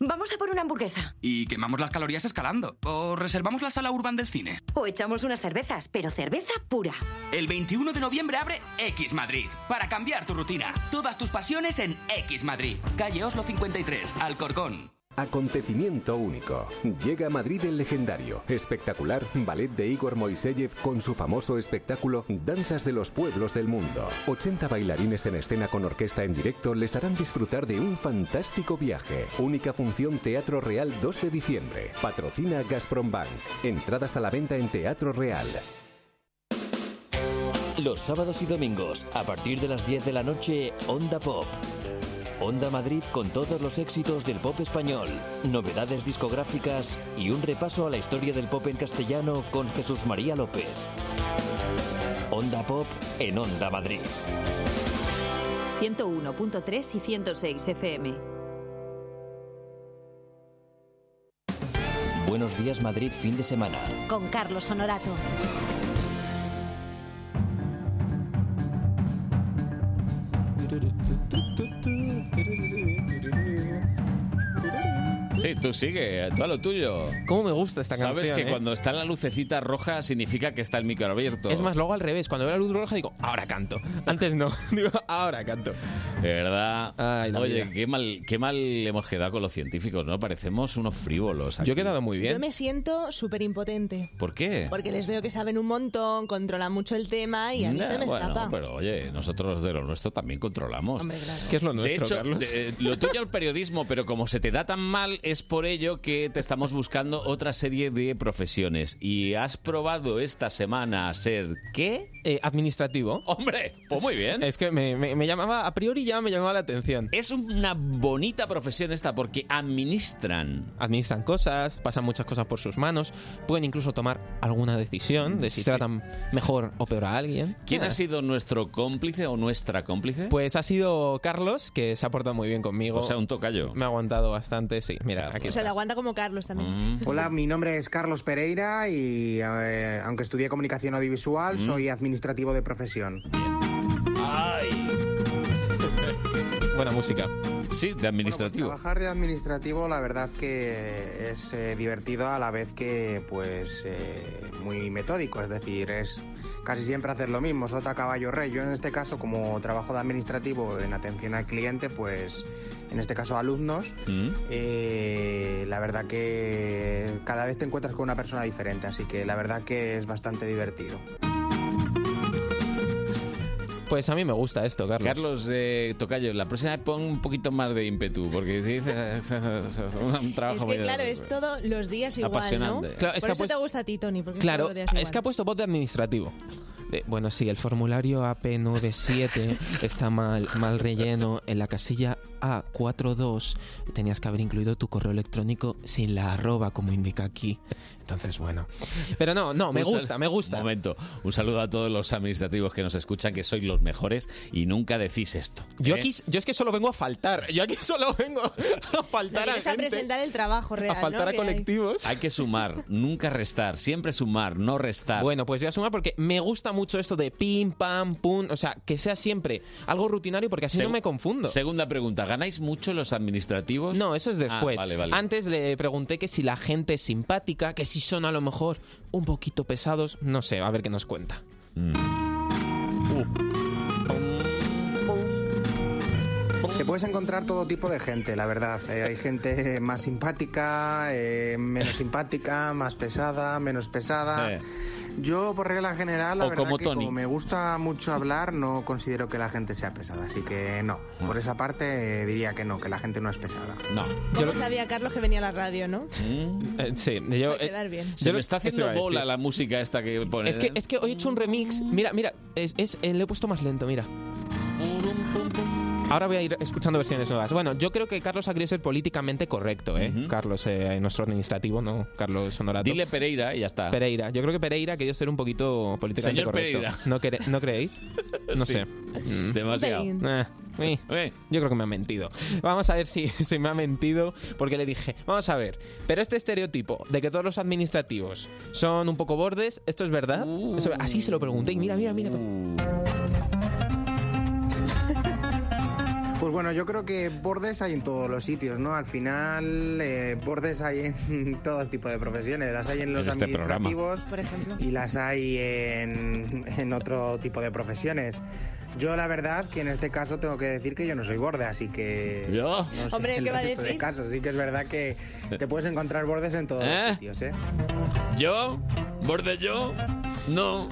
Speaker 8: Vamos a por una hamburguesa.
Speaker 25: Y quemamos las calorías escalando. O reservamos la sala urban del cine.
Speaker 8: O echamos unas cervezas, pero cerveza pura.
Speaker 25: El 21 de noviembre abre X Madrid para cambiar tu rutina. Todas tus pasiones en X Madrid. Calle Oslo 53, Alcorcón.
Speaker 18: Acontecimiento único. Llega a Madrid el legendario, espectacular ballet de Igor Moiseyev con su famoso espectáculo Danzas de los Pueblos del Mundo. 80 bailarines en escena con orquesta en directo les harán disfrutar de un fantástico viaje. Única función Teatro Real 2 de diciembre. Patrocina Gazprom Bank. Entradas a la venta en Teatro Real.
Speaker 1: Los sábados y domingos, a partir de las 10 de la noche, Onda Pop. Onda Madrid con todos los éxitos del pop español, novedades discográficas y un repaso a la historia del pop en castellano con Jesús María López. Onda Pop en Onda Madrid.
Speaker 19: 101.3 y 106 FM.
Speaker 1: Buenos días Madrid fin de semana.
Speaker 19: Con Carlos Honorato.
Speaker 2: Sí, tú sigue, tú a lo tuyo.
Speaker 15: ¿Cómo me gusta esta canción?
Speaker 2: Sabes que
Speaker 15: eh?
Speaker 2: cuando está la lucecita roja significa que está el micro abierto.
Speaker 15: Es más, luego al revés, cuando veo la luz roja digo, ahora
Speaker 2: *laughs*
Speaker 15: canto. Antes no, *laughs* digo, ahora canto.
Speaker 2: De verdad.
Speaker 15: la
Speaker 2: Oye,
Speaker 15: vida.
Speaker 2: qué mal, qué mal hemos quedado con los científicos, ¿no? Parecemos unos frívolos.
Speaker 15: Yo he quedado muy
Speaker 16: Yo me siento súper impotente.
Speaker 2: ¿Por qué?
Speaker 16: Porque les veo que saben un montón, controlan mucho el tema y a mí
Speaker 2: Nah,
Speaker 16: se me
Speaker 2: bueno,
Speaker 16: escapa.
Speaker 2: pero oye, nosotros de lo nuestro también controlamos.
Speaker 16: Hombre, claro.
Speaker 15: ¿Qué es lo
Speaker 2: De
Speaker 15: nuestro,
Speaker 2: hecho,
Speaker 15: Carlos?
Speaker 2: de- eh, lo tuyo es el periodismo, pero como se te da tan mal, es por ello que te estamos buscando otra serie de profesiones. Y has probado esta semana a ser ¿qué?
Speaker 15: Eh, administrativo.
Speaker 20: Oh,
Speaker 2: ¡Hombre! Pues muy bien.
Speaker 15: Es que me, me- me llamaba, a priori ya me llamaba la atención.
Speaker 2: Es una bonita profesión esta porque administran.
Speaker 15: Administran cosas, pasan muchas cosas por sus manos, pueden incluso tomar alguna decisión de si
Speaker 2: Sí.
Speaker 15: tratan mejor o peor a alguien.
Speaker 2: ¿Quién
Speaker 15: Ah.
Speaker 2: ha sido nuestro cómplice o nuestra cómplice?
Speaker 15: Pues ha sido Carlos, que se ha portado muy bien conmigo.
Speaker 2: O sea, un tocayo.
Speaker 15: Me ha aguantado bastante, sí. Mira, aquí
Speaker 16: O sea,
Speaker 15: está.
Speaker 16: la aguanta como Carlos también.
Speaker 12: Hola, mi nombre es Carlos Pereira y eh, aunque estudié comunicación audiovisual, soy administrativo de profesión.
Speaker 15: Buena música.
Speaker 2: Sí, de administrativo.
Speaker 12: Trabajar de administrativo, la verdad que es eh, divertido a la vez que, pues, eh, muy metódico. Es decir, es casi siempre hacer lo mismo, sota caballo rey. Yo en este caso, como trabajo de administrativo en atención al cliente, pues, en este caso alumnos, eh, la verdad que cada vez te encuentras con una persona diferente, así que la verdad que es bastante divertido.
Speaker 15: Pues a mí me gusta esto, Carlos.
Speaker 2: Carlos eh, Tocayo, la próxima vez pon un poquito más de ímpetu, porque si dices *laughs* un trabajo
Speaker 16: Es que
Speaker 2: muy-
Speaker 16: claro, es todo los días igual, ¿no?
Speaker 2: Apasionante. pues-
Speaker 15: Claro, es
Speaker 16: Por eso
Speaker 15: que ha
Speaker 16: te
Speaker 15: puesto-
Speaker 16: gusta a ti, Tony, porque
Speaker 15: Claro,
Speaker 16: todo los días igual.
Speaker 15: es que ha puesto voz de administrativo. De, bueno, sí, el
Speaker 16: *laughs*
Speaker 15: formulario AP97 está mal, mal relleno. En la casilla A42 tenías que haber incluido tu correo electrónico sin la arroba, como indica aquí. Entonces, bueno. Pero no, no, me
Speaker 2: Un sal-
Speaker 15: gusta, me gusta.
Speaker 2: Un momento, un saludo a todos los administrativos que nos escuchan, que sois los mejores y nunca decís esto.
Speaker 15: Yo,
Speaker 2: ¿eh?
Speaker 15: aquí, yo es que solo vengo a faltar. Yo aquí solo vengo a
Speaker 16: Lo
Speaker 15: faltar a
Speaker 16: vienes a
Speaker 15: gente.
Speaker 16: presentar el trabajo real, ¿no? Que hay.
Speaker 2: Hay que sumar, nunca
Speaker 15: *laughs*
Speaker 2: restar, siempre sumar, no restar.
Speaker 15: Bueno, pues voy a sumar porque me gusta mucho esto de pim, pam, pum. O sea, que sea siempre algo rutinario porque así no
Speaker 2: Segu-
Speaker 15: me confundo.
Speaker 2: Segunda pregunta, ¿ganáis mucho los administrativos?
Speaker 15: No, eso es
Speaker 2: Ah,
Speaker 15: después.
Speaker 2: vale, vale.
Speaker 15: Antes le pregunté que si la gente es simpática, que si son a lo mejor un poquito pesados. No sé, a ver qué nos cuenta.
Speaker 12: Te puedes encontrar todo tipo de gente, la verdad. Eh, hay gente más simpática, eh, menos simpática, más pesada, menos pesada.
Speaker 2: Eh.
Speaker 12: Yo, por regla general, la
Speaker 2: O
Speaker 12: verdad
Speaker 2: como
Speaker 12: que
Speaker 2: Tony.
Speaker 12: como me gusta mucho hablar, no considero que la gente sea pesada. Así que no, por esa parte eh, diría que no, que la gente no es pesada.
Speaker 2: Mm. No. Mm.
Speaker 16: ¿Cómo sabía Carlos que venía a la radio, no?
Speaker 15: Eh, sí, yo...
Speaker 16: Para quedar bien.
Speaker 2: Se me está
Speaker 15: eso iba
Speaker 2: haciendo
Speaker 15: a decir.
Speaker 2: bola la música esta que pone.
Speaker 15: Es que, es que hoy he hecho un
Speaker 16: Ah.
Speaker 15: remix. Mira, mira, es, es- eh, le he puesto más lento, mira. Ahora voy a ir escuchando versiones nuevas. Bueno, yo creo que Carlos ha querido ser políticamente correcto, ¿eh? Carlos, eh, nuestro administrativo, ¿no? Carlos Honorato.
Speaker 2: Dile Pereira y ya está.
Speaker 15: Pereira. Yo creo que Pereira ha querido ser un poquito políticamente
Speaker 2: Señor
Speaker 15: correcto.
Speaker 2: Pereira.
Speaker 15: ¿No, cre- ¿No
Speaker 2: *laughs*
Speaker 15: creéis? No
Speaker 2: Sí.
Speaker 15: sé.
Speaker 2: Demasiado. Un
Speaker 15: Eh, eh, Yo creo que me ha mentido. Vamos a ver si, si me ha mentido, porque le dije, vamos a ver, pero este estereotipo de que todos los administrativos son un poco bordes, ¿esto es verdad? Eso- así se lo pregunté y mira, mira, mira.
Speaker 12: Pues bueno, yo creo que bordes hay en todos los sitios, ¿no? Al final, eh, bordes hay en *laughs* todo tipo de profesiones. Las hay en los
Speaker 2: En este programa.
Speaker 12: administrativos y las hay en, en otro tipo de profesiones. Yo la verdad que en este caso tengo que decir que yo no soy borde, así que...
Speaker 2: ¿Yo?
Speaker 12: No sé
Speaker 16: Hombre,
Speaker 12: el
Speaker 16: ¿qué va a
Speaker 12: resto de
Speaker 16: decir?
Speaker 12: casos. Sí que es verdad que te puedes encontrar bordes en todos
Speaker 2: ¿Eh?
Speaker 12: los sitios, ¿eh?
Speaker 2: ¿Yo? ¿Borde yo? No.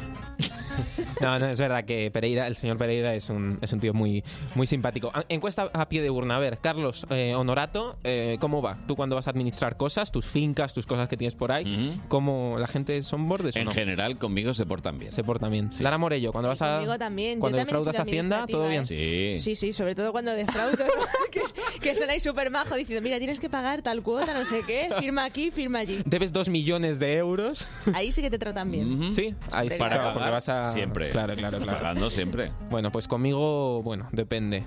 Speaker 15: No, no, es verdad que Pereira, el señor Pereira es un, es un tío muy, muy simpático. A- Encuesta a pie de urna. A ver, Carlos eh, Honorato, eh, ¿cómo va? Tú cuando vas a administrar cosas, tus fincas, tus cosas que tienes por ahí, ¿cómo la gente son bordes o
Speaker 2: En
Speaker 15: no?
Speaker 2: general, conmigo se portan bien.
Speaker 15: Se portan bien. Lara Morello, cuando vas a...
Speaker 16: Conmigo también.
Speaker 15: Cuando
Speaker 16: Yo también
Speaker 15: defraudas
Speaker 16: he sido
Speaker 15: Hacienda, ¿todo bien?
Speaker 16: administrativa, ¿eh? Sí, sí, sobre todo cuando defraudo, ¿no? *laughs* que, que son ahí súper majo diciendo, mira, tienes que pagar tal cuota, no sé qué, firma aquí, firma allí.
Speaker 15: Debes dos millones de euros.
Speaker 16: Ahí sí que te tratan bien.
Speaker 15: Sí, ahí sí, claro,
Speaker 2: Para pagar,
Speaker 15: porque vas a...
Speaker 2: siempre.
Speaker 15: Claro, claro, claro.
Speaker 2: Pagando siempre. Mm.
Speaker 15: Bueno, pues conmigo, bueno, depende.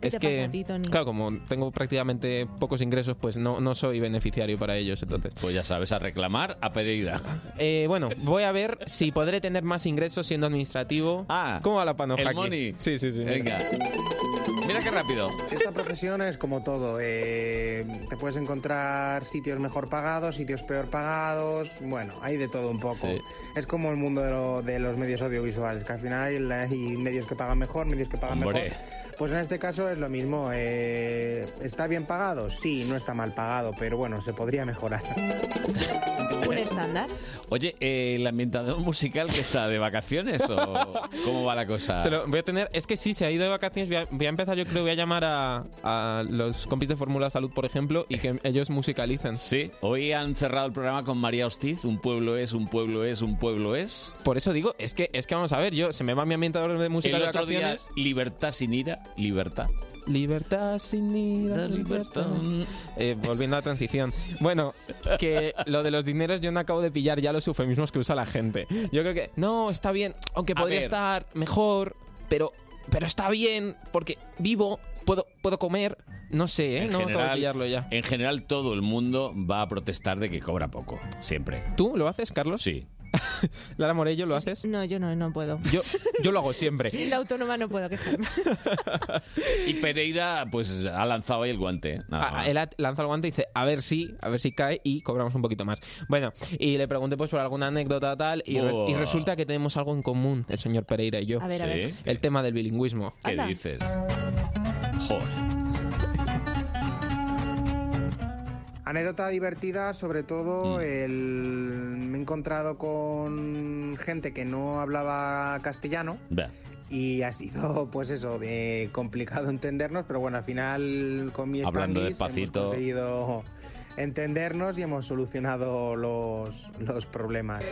Speaker 16: ¿Qué
Speaker 15: Es
Speaker 16: te
Speaker 15: que,
Speaker 16: pasa a ti, Tony?
Speaker 15: claro, como tengo prácticamente pocos ingresos, pues no, no soy beneficiario para ellos, entonces.
Speaker 2: Pues ya sabes, a reclamar a Pereira.
Speaker 15: Eh, bueno, voy a ver si podré tener más ingresos siendo administrativo. Ah, ¿cómo va la panoja
Speaker 2: el
Speaker 15: aquí?
Speaker 2: money.
Speaker 15: Sí, sí, sí.
Speaker 2: Venga. Mira qué rápido.
Speaker 12: Esta profesión es como todo. eh, te puedes encontrar sitios mejor pagados, sitios peor pagados. Bueno, hay de todo un poco.
Speaker 2: Sí.
Speaker 12: Es como el mundo de, lo- de los medios audiovisuales, que al final hay, la- hay medios que pagan mejor, medios que pagan
Speaker 2: Hombre.
Speaker 12: mejor. Pues en este caso es lo mismo. eh, ¿Está bien pagado? Sí, no está mal pagado, pero bueno, se podría mejorar.
Speaker 16: Un estándar.
Speaker 2: Oye, eh, ¿el ambientador musical que está de vacaciones o cómo va la cosa?
Speaker 15: Se lo voy a tener, es que sí, se ha ido de vacaciones. Voy a, voy a empezar, yo creo, voy a llamar a, a los compis de Fórmula Salud, por ejemplo, y que ellos musicalicen.
Speaker 2: Sí, hoy han cerrado el programa con María Hostiz, un pueblo es, un pueblo es, un pueblo es.
Speaker 15: Por eso digo, es que, es que vamos a ver, yo se me va mi ambientador de música
Speaker 2: el
Speaker 15: de
Speaker 2: otro día,
Speaker 15: vacaciones.
Speaker 2: libertad sin ira, libertad.
Speaker 15: Libertad sin ira, libertad. Eh, volviendo a la transición. Bueno, que lo de los dineros yo no acabo de pillar ya los eufemismos que usa la gente. Yo creo que no, está bien, aunque
Speaker 2: A
Speaker 15: podría
Speaker 2: ver.
Speaker 15: estar mejor, pero, pero está bien porque vivo, puedo, puedo comer, no sé, ¿eh?
Speaker 2: En
Speaker 15: no acabo de
Speaker 2: general,
Speaker 15: pillarlo ya.
Speaker 2: en general, todo el mundo va a protestar de que cobra poco, siempre.
Speaker 15: ¿Tú lo haces, Carlos?
Speaker 2: Sí.
Speaker 15: Lara Morello, ¿lo haces?
Speaker 16: No, yo no, no puedo.
Speaker 15: Yo, yo lo hago siempre.
Speaker 16: Siendo autónoma no puedo quejarme.
Speaker 2: Y Pereira, pues, ha lanzado ahí el guante. ¿eh? Nada
Speaker 15: Ah,
Speaker 2: más.
Speaker 15: él ha- lanza el guante y dice, a ver si, a ver si cae y cobramos un poquito más. Bueno, y le pregunté pues por alguna anécdota tal y, re-
Speaker 2: Buah.
Speaker 15: y resulta que tenemos algo en común, el señor Pereira y yo.
Speaker 2: A ver, a ¿Sí? ver.
Speaker 15: El tema del bilingüismo.
Speaker 2: ¿Qué dices? Joder.
Speaker 12: Anécdota divertida, sobre
Speaker 2: Mm.
Speaker 12: todo el... me he encontrado con gente que no hablaba castellano y ha sido, *laughs* pues eso, de complicado entendernos, pero bueno, al final con mi
Speaker 2: Hablando
Speaker 12: Spanish
Speaker 2: despacito.
Speaker 12: hemos conseguido entendernos y hemos solucionado los, los problemas.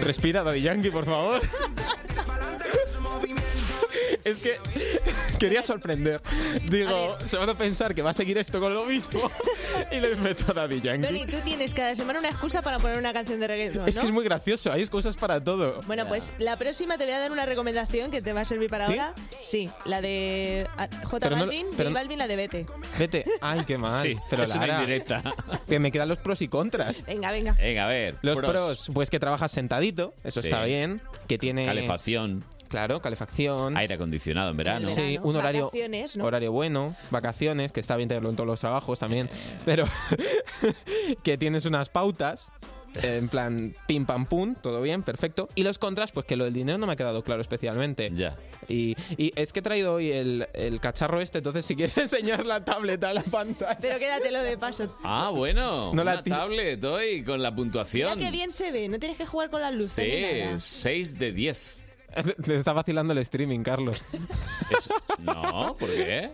Speaker 15: Respira, Daddy Yankee, por favor. es que quería sorprender. Digo, se van a pensar que va a seguir esto con lo mismo y le meto a Daddy
Speaker 16: Tony,
Speaker 15: Yankee.
Speaker 16: tú tienes cada semana una excusa para poner una canción de reggaetón,
Speaker 15: Es que
Speaker 16: ¿no?
Speaker 15: es muy gracioso, hay excusas para todo.
Speaker 16: Bueno, pues la próxima te voy a dar una recomendación que te va a servir para
Speaker 15: ¿Sí?
Speaker 16: ahora. Sí, la de ah, J
Speaker 15: Pero no-
Speaker 16: Balvin,
Speaker 15: pero
Speaker 16: J
Speaker 15: no-
Speaker 16: Balvin, la de Vete.
Speaker 15: Vete. Ay, qué mal.
Speaker 2: Sí,
Speaker 15: pero
Speaker 2: es una
Speaker 15: Lara,
Speaker 2: indirecta.
Speaker 15: Que me quedan los pros y contras.
Speaker 16: Venga,
Speaker 15: *laughs*
Speaker 16: venga.
Speaker 2: Venga, a ver.
Speaker 15: Los
Speaker 2: pros.
Speaker 15: pros, pues que trabajas sentadito, eso
Speaker 2: Sí.
Speaker 15: está bien. Que tiene.
Speaker 2: Calefacción.
Speaker 15: Claro, calefacción.
Speaker 2: Aire acondicionado en verano.
Speaker 15: Sí, un horario,
Speaker 16: Vacaciones, ¿no?
Speaker 15: horario bueno, vacaciones, que está bien tenerlo en todos los trabajos también,
Speaker 2: Eh.
Speaker 15: pero *laughs* que tienes unas pautas, eh, en plan pim pam pum, todo bien, perfecto. Y los contras, pues que lo del dinero no me ha quedado claro especialmente.
Speaker 2: Ya.
Speaker 15: Y, y es que he traído hoy el, el cacharro este, entonces si quieres *laughs* enseñar la tableta a la pantalla. *laughs*
Speaker 16: Pero quédatelo de paso.
Speaker 2: Ah, bueno.
Speaker 15: No la
Speaker 2: una
Speaker 15: tiro.
Speaker 2: tablet hoy con la
Speaker 16: Mira
Speaker 2: puntuación.
Speaker 16: qué bien se ve, no tienes que jugar con las luces. ni nada.
Speaker 2: Sí, 6 de 10.
Speaker 15: Te está vacilando el streaming, Carlos.
Speaker 2: No, ¿por qué?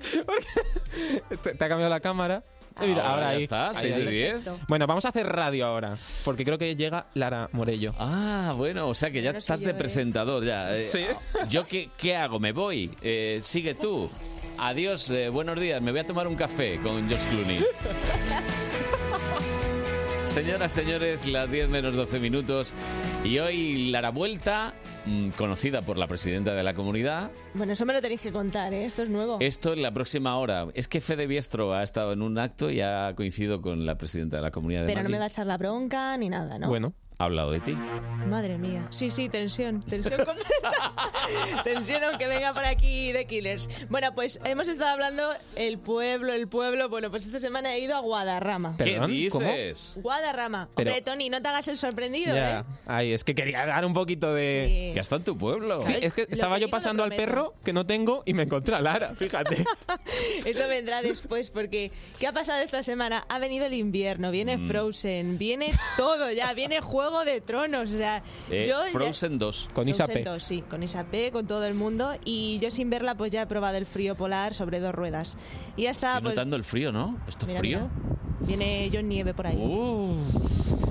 Speaker 15: Te, te ha cambiado la cámara. Eh, Mira,
Speaker 2: Ah, Ahora
Speaker 15: ahora
Speaker 2: ya
Speaker 15: ahí.
Speaker 2: está,
Speaker 15: Ahí,
Speaker 2: seis de
Speaker 15: ahí.
Speaker 2: diez.
Speaker 15: Bueno, vamos a hacer radio ahora, porque creo que llega Lara Morello.
Speaker 2: Ah, bueno, o sea que ya
Speaker 15: no sé
Speaker 2: estás
Speaker 15: yo,
Speaker 2: de
Speaker 15: ¿eh?
Speaker 2: presentador ya. Eh,
Speaker 15: Sí.
Speaker 2: ¿Yo qué, qué hago? ¿Me voy? Eh, sigue tú. Adiós, eh, buenos días. Me voy a tomar un café con George Clooney. Señoras, señores, las 10 menos 12 minutos. Y hoy Lara Vuelta, mm, conocida por la presidenta de la comunidad.
Speaker 16: Bueno, eso me lo tenéis que contar, ¿eh? Esto es nuevo.
Speaker 2: Esto en la próxima hora. Es que Fede Biestro ha estado en un acto y ha coincidido con la presidenta de la comunidad de
Speaker 16: Pero no me
Speaker 2: Madrid.
Speaker 16: va a echar la bronca ni nada, ¿no?
Speaker 2: Bueno. ha hablado de ti.
Speaker 16: Madre mía. Sí, sí, tensión. Tensión completa. *laughs* tensión aunque venga por aquí de Killers. Bueno, pues hemos estado hablando el pueblo, el pueblo. Bueno, pues esta semana he ido a Guadarrama.
Speaker 2: ¿Qué ¿Perdón? dices?
Speaker 16: Guadarrama.
Speaker 15: Pero-
Speaker 16: Hombre, Tony, no te hagas el sorprendido,
Speaker 15: Ya.
Speaker 16: ¿eh?
Speaker 15: Ay, es que quería dar un poquito de.
Speaker 2: Que hasta en tu pueblo.
Speaker 15: Sí, es que
Speaker 16: Lo
Speaker 15: estaba
Speaker 16: que
Speaker 15: yo
Speaker 16: digo lo
Speaker 15: pasando al
Speaker 16: prometo.
Speaker 15: perro que no tengo y me encontré a
Speaker 16: *laughs*
Speaker 15: Lara, fíjate.
Speaker 16: Eso vendrá después, porque ¿qué ha pasado esta semana? Ha venido el invierno, viene
Speaker 2: Mm.
Speaker 16: Frozen, viene todo ya, viene Juego de Tronos. O sea,
Speaker 2: Eh,
Speaker 16: yo ya-
Speaker 2: Frozen 2.
Speaker 15: Con
Speaker 16: Frozen 2, sí, con Isapé, con todo el mundo. Y yo sin verla, pues ya he probado el frío polar sobre dos ruedas. Y ya está.
Speaker 15: Ah,
Speaker 2: Estoy
Speaker 16: pues,
Speaker 2: notando el frío, ¿no? ¿Esto es
Speaker 16: Mira,
Speaker 2: frío?
Speaker 16: viene John Nieve por ahí.
Speaker 2: Uh.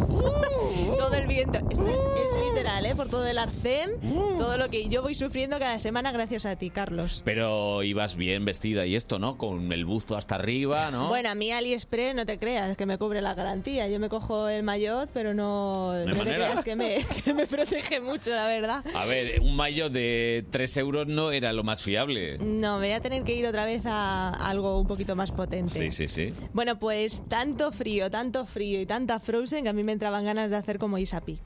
Speaker 16: Uh. Todo el viento. Esto es, es literal, ¿eh? Por todo el arcén,
Speaker 2: Uh.
Speaker 16: todo lo que yo voy sufriendo cada semana gracias a ti, Carlos.
Speaker 2: Pero ibas bien vestida y esto, ¿no? Con el buzo hasta arriba, ¿no?
Speaker 16: Bueno, a mí AliExpress no te creas que me cubre la garantía. Yo me cojo el maillot, pero no,
Speaker 2: hay
Speaker 16: no te
Speaker 2: manera.
Speaker 16: creas que me, *laughs* que me protege mucho, la verdad.
Speaker 2: A ver, un mayo de 3 euros no era lo más fiable.
Speaker 16: No, me voy a tener que ir otra vez a algo un poquito más potente.
Speaker 2: Sí, sí, sí.
Speaker 16: Bueno, pues tanto frío, tanto frío y tanta Frozen que a mí me entraban ganas de hacer como Isapi.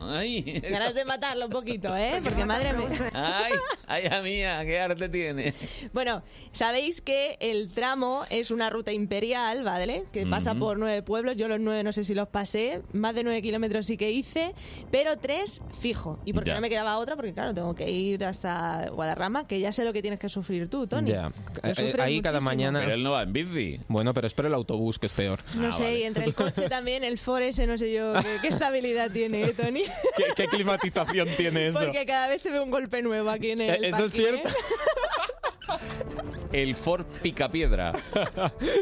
Speaker 2: Ay,
Speaker 16: Ganas de matarlo un poquito, ¿eh? Porque madre mía.
Speaker 2: ay, ay, a mía, qué arte tiene.
Speaker 16: Bueno, sabéis que el tramo es una ruta imperial, ¿vale? Que pasa
Speaker 2: Ujú.
Speaker 16: por nueve pueblos. Yo los nueve no sé si los pasé. Más de nueve kilómetros sí que hice, pero tres fijo. Y porque
Speaker 15: Ya.
Speaker 16: no me quedaba otra, porque claro, tengo que ir hasta Guadarrama, que ya sé lo que tienes que sufrir tú, Tony.
Speaker 15: Ya.
Speaker 16: Lo
Speaker 15: Eh,
Speaker 16: sufres
Speaker 15: Ahí
Speaker 16: muchísimo.
Speaker 15: cada mañana.
Speaker 2: Pero él no va en bici. Ah,
Speaker 15: Bueno, pero espero el autobús, que es peor.
Speaker 16: No sé, y entre el coche también, el Forest, no sé yo qué, qué estabilidad tiene, ¿eh, Tony.
Speaker 15: ¿Qué, qué climatización tiene *laughs* eso?
Speaker 16: Porque cada vez se ve un golpe nuevo aquí en el.
Speaker 15: Eh, eso es
Speaker 16: parking, ¿eh?
Speaker 15: cierto.
Speaker 2: El Ford Picapiedra.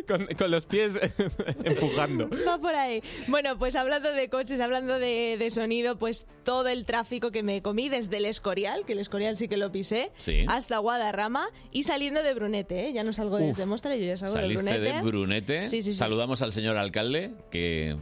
Speaker 15: con, con los pies *laughs* empujando.
Speaker 16: Va por ahí. Bueno, pues hablando de coches, hablando de, de sonido, pues todo el tráfico que me comí desde el Escorial, que el Escorial sí que lo pisé,
Speaker 2: Sí.
Speaker 16: hasta Guadarrama y saliendo de Brunete, ¿eh? Ya no salgo
Speaker 2: Uf.
Speaker 16: desde Mostra, yo ya salgo de
Speaker 2: Saliste
Speaker 16: Brunete.
Speaker 2: de Brunete.
Speaker 16: Sí, sí, sí.
Speaker 2: Saludamos al señor alcalde, que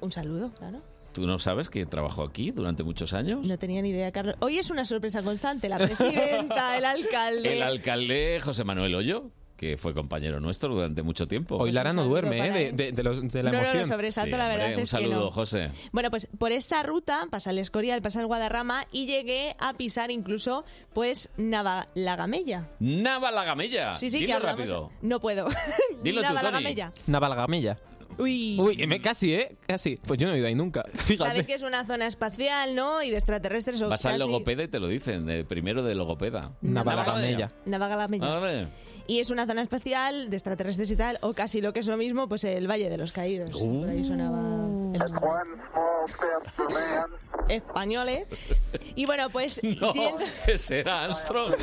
Speaker 16: Un saludo, claro.
Speaker 2: tú no sabes que trabajó aquí durante muchos años.
Speaker 16: No tenía ni idea, Carlos. Hoy es una sorpresa constante, la
Speaker 2: *laughs*
Speaker 16: presidenta, el alcalde.
Speaker 2: El alcalde José Manuel Hoyo, que fue compañero nuestro durante mucho tiempo.
Speaker 16: Pues
Speaker 15: Hoy Lara no duerme, ¿eh? De, de- de los- de la
Speaker 16: No, no,
Speaker 15: emoción.
Speaker 16: los sobresalto, la verdad
Speaker 2: un
Speaker 16: es que
Speaker 2: saludo,
Speaker 16: no.
Speaker 2: José.
Speaker 16: Bueno, pues por esta ruta, pasa el Escorial, pasa el Guadarrama y llegué a pisar incluso, pues, Nava la Gamella.
Speaker 2: Nava la Gamella.
Speaker 16: Sí, sí,
Speaker 2: Dilo
Speaker 16: que hablamos.
Speaker 2: rápido.
Speaker 16: No puedo. *laughs*
Speaker 2: Dilo tú, Tony.
Speaker 16: Navalagamella.
Speaker 15: Navalgamella.
Speaker 16: Uy.
Speaker 15: Uy, me, casi, ¿eh? Casi. Pues yo no he ido ahí nunca.
Speaker 16: Sabéis
Speaker 15: Fíjate.
Speaker 16: que es una zona espacial, ¿no? Y de extraterrestres o
Speaker 2: Vas al
Speaker 16: Pues casi-
Speaker 2: logopeda y te lo dicen, de primero de logopeda.
Speaker 15: Navalgamella.
Speaker 16: Navalagamella.
Speaker 2: Ah, Vale.
Speaker 16: Y es una zona espacial de extraterrestres y tal, o casi lo que es lo mismo, pues el Valle de los Caídos.
Speaker 2: Uh.
Speaker 16: Por ahí sonaba el nombre. Españoles. ¿eh? Y bueno, pues
Speaker 2: *laughs* No,
Speaker 16: yendo-
Speaker 2: ese era Armstrong.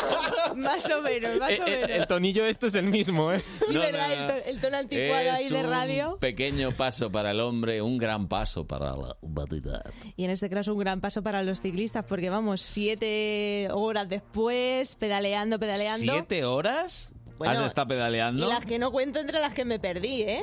Speaker 16: *laughs* más o menos, más
Speaker 15: Eh,
Speaker 16: o
Speaker 15: eh,
Speaker 16: menos.
Speaker 15: el tonillo este es el mismo, ¿eh?
Speaker 16: *laughs* Sí, ¿verdad? El ton- el tono anticuado ahí
Speaker 2: Es
Speaker 16: de
Speaker 2: un
Speaker 16: radio.
Speaker 2: pequeño paso para el hombre, un gran paso para la humanidad.
Speaker 16: Y en este caso un gran paso para los ciclistas, porque vamos, siete horas después, pedaleando, pedaleando.
Speaker 2: ¿Siete horas?
Speaker 16: Bueno,
Speaker 2: ¿Has estado pedaleando?
Speaker 16: Y las que no cuento entre las que me perdí, ¿eh?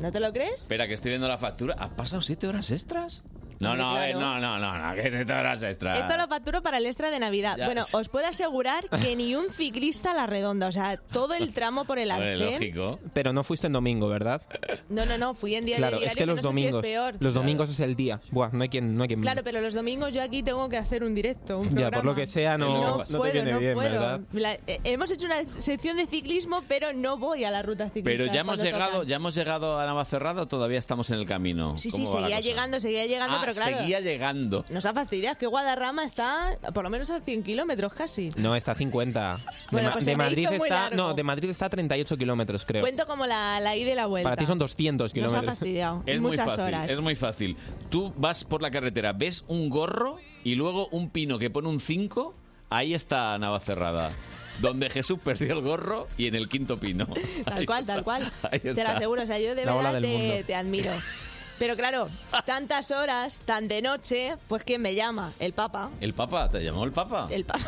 Speaker 16: ¿No te lo crees?
Speaker 2: Espera, que estoy viendo la factura. ¿Has pasado siete horas extras? No, no, a ver, no, no, no, no, que siete horas extras.
Speaker 16: Esto lo facturo para el extra de Navidad.
Speaker 2: Ya.
Speaker 16: Bueno, os puedo asegurar que ni un ciclista a la redonda, o sea, todo el tramo
Speaker 15: *laughs*
Speaker 16: por el arcén.
Speaker 15: Pero no fuiste en domingo, ¿verdad?
Speaker 16: No, no, no, fui en día
Speaker 15: claro,
Speaker 16: de diario,
Speaker 15: es que los
Speaker 16: no sé si
Speaker 15: domingos.
Speaker 16: es peor.
Speaker 15: Los domingos es el día. Buah, no hay quien. No hay quien
Speaker 16: Claro, pero los domingos yo aquí tengo que hacer un directo, un
Speaker 15: ya,
Speaker 16: programa.
Speaker 15: por lo que sea, no,
Speaker 16: No,
Speaker 15: no
Speaker 16: puedo,
Speaker 15: te viene
Speaker 16: no
Speaker 15: bien,
Speaker 16: puedo.
Speaker 15: ¿verdad?
Speaker 16: La- eh, hemos hecho una sección de ciclismo, pero no voy a la ruta ciclista.
Speaker 2: Pero ya hemos
Speaker 16: cuando
Speaker 2: llegado,
Speaker 16: tocan.
Speaker 2: ya hemos llegado a Navacerrada o todavía estamos en el camino.
Speaker 16: Sí, sí,
Speaker 2: ¿Cómo va la
Speaker 16: seguía
Speaker 2: cosa?
Speaker 16: llegando, seguía llegando,
Speaker 2: Ah,
Speaker 16: pero claro.
Speaker 2: seguía llegando.
Speaker 16: Nos ha fastidiado, es que Guadarrama está por lo menos a 100 kilómetros casi.
Speaker 15: No, está a 50. de,
Speaker 16: Bueno,
Speaker 15: Ma-
Speaker 16: pues
Speaker 15: de
Speaker 16: se me
Speaker 15: Madrid
Speaker 16: hizo muy
Speaker 15: está.
Speaker 16: largo.
Speaker 15: No, de Madrid está a 38 kilómetros, creo.
Speaker 16: Cuento como la, la ida y la vuelta.
Speaker 15: Para ti son 200
Speaker 16: Nos ha
Speaker 15: kilómetros.
Speaker 16: fastidiado.
Speaker 2: Es
Speaker 16: muchas
Speaker 2: muy fácil,
Speaker 16: horas.
Speaker 2: es muy fácil. Tú vas por la carretera, ves un gorro y luego un pino que pone un 5, ahí está Navacerrada. Donde Jesús perdió el gorro y en el quinto pino. *laughs*
Speaker 16: *laughs* Tal cual, tal cual.
Speaker 2: Ahí
Speaker 16: Te lo
Speaker 2: está.
Speaker 16: aseguro, o sea, yo de
Speaker 2: La ola
Speaker 16: verdad
Speaker 2: del
Speaker 16: te,
Speaker 2: mundo.
Speaker 16: te
Speaker 15: *laughs*
Speaker 16: admiro. Pero claro, tantas horas, tan de noche, pues ¿quién me llama? El Papa.
Speaker 2: ¿El Papa? ¿Te llamó el Papa?
Speaker 16: El Papa.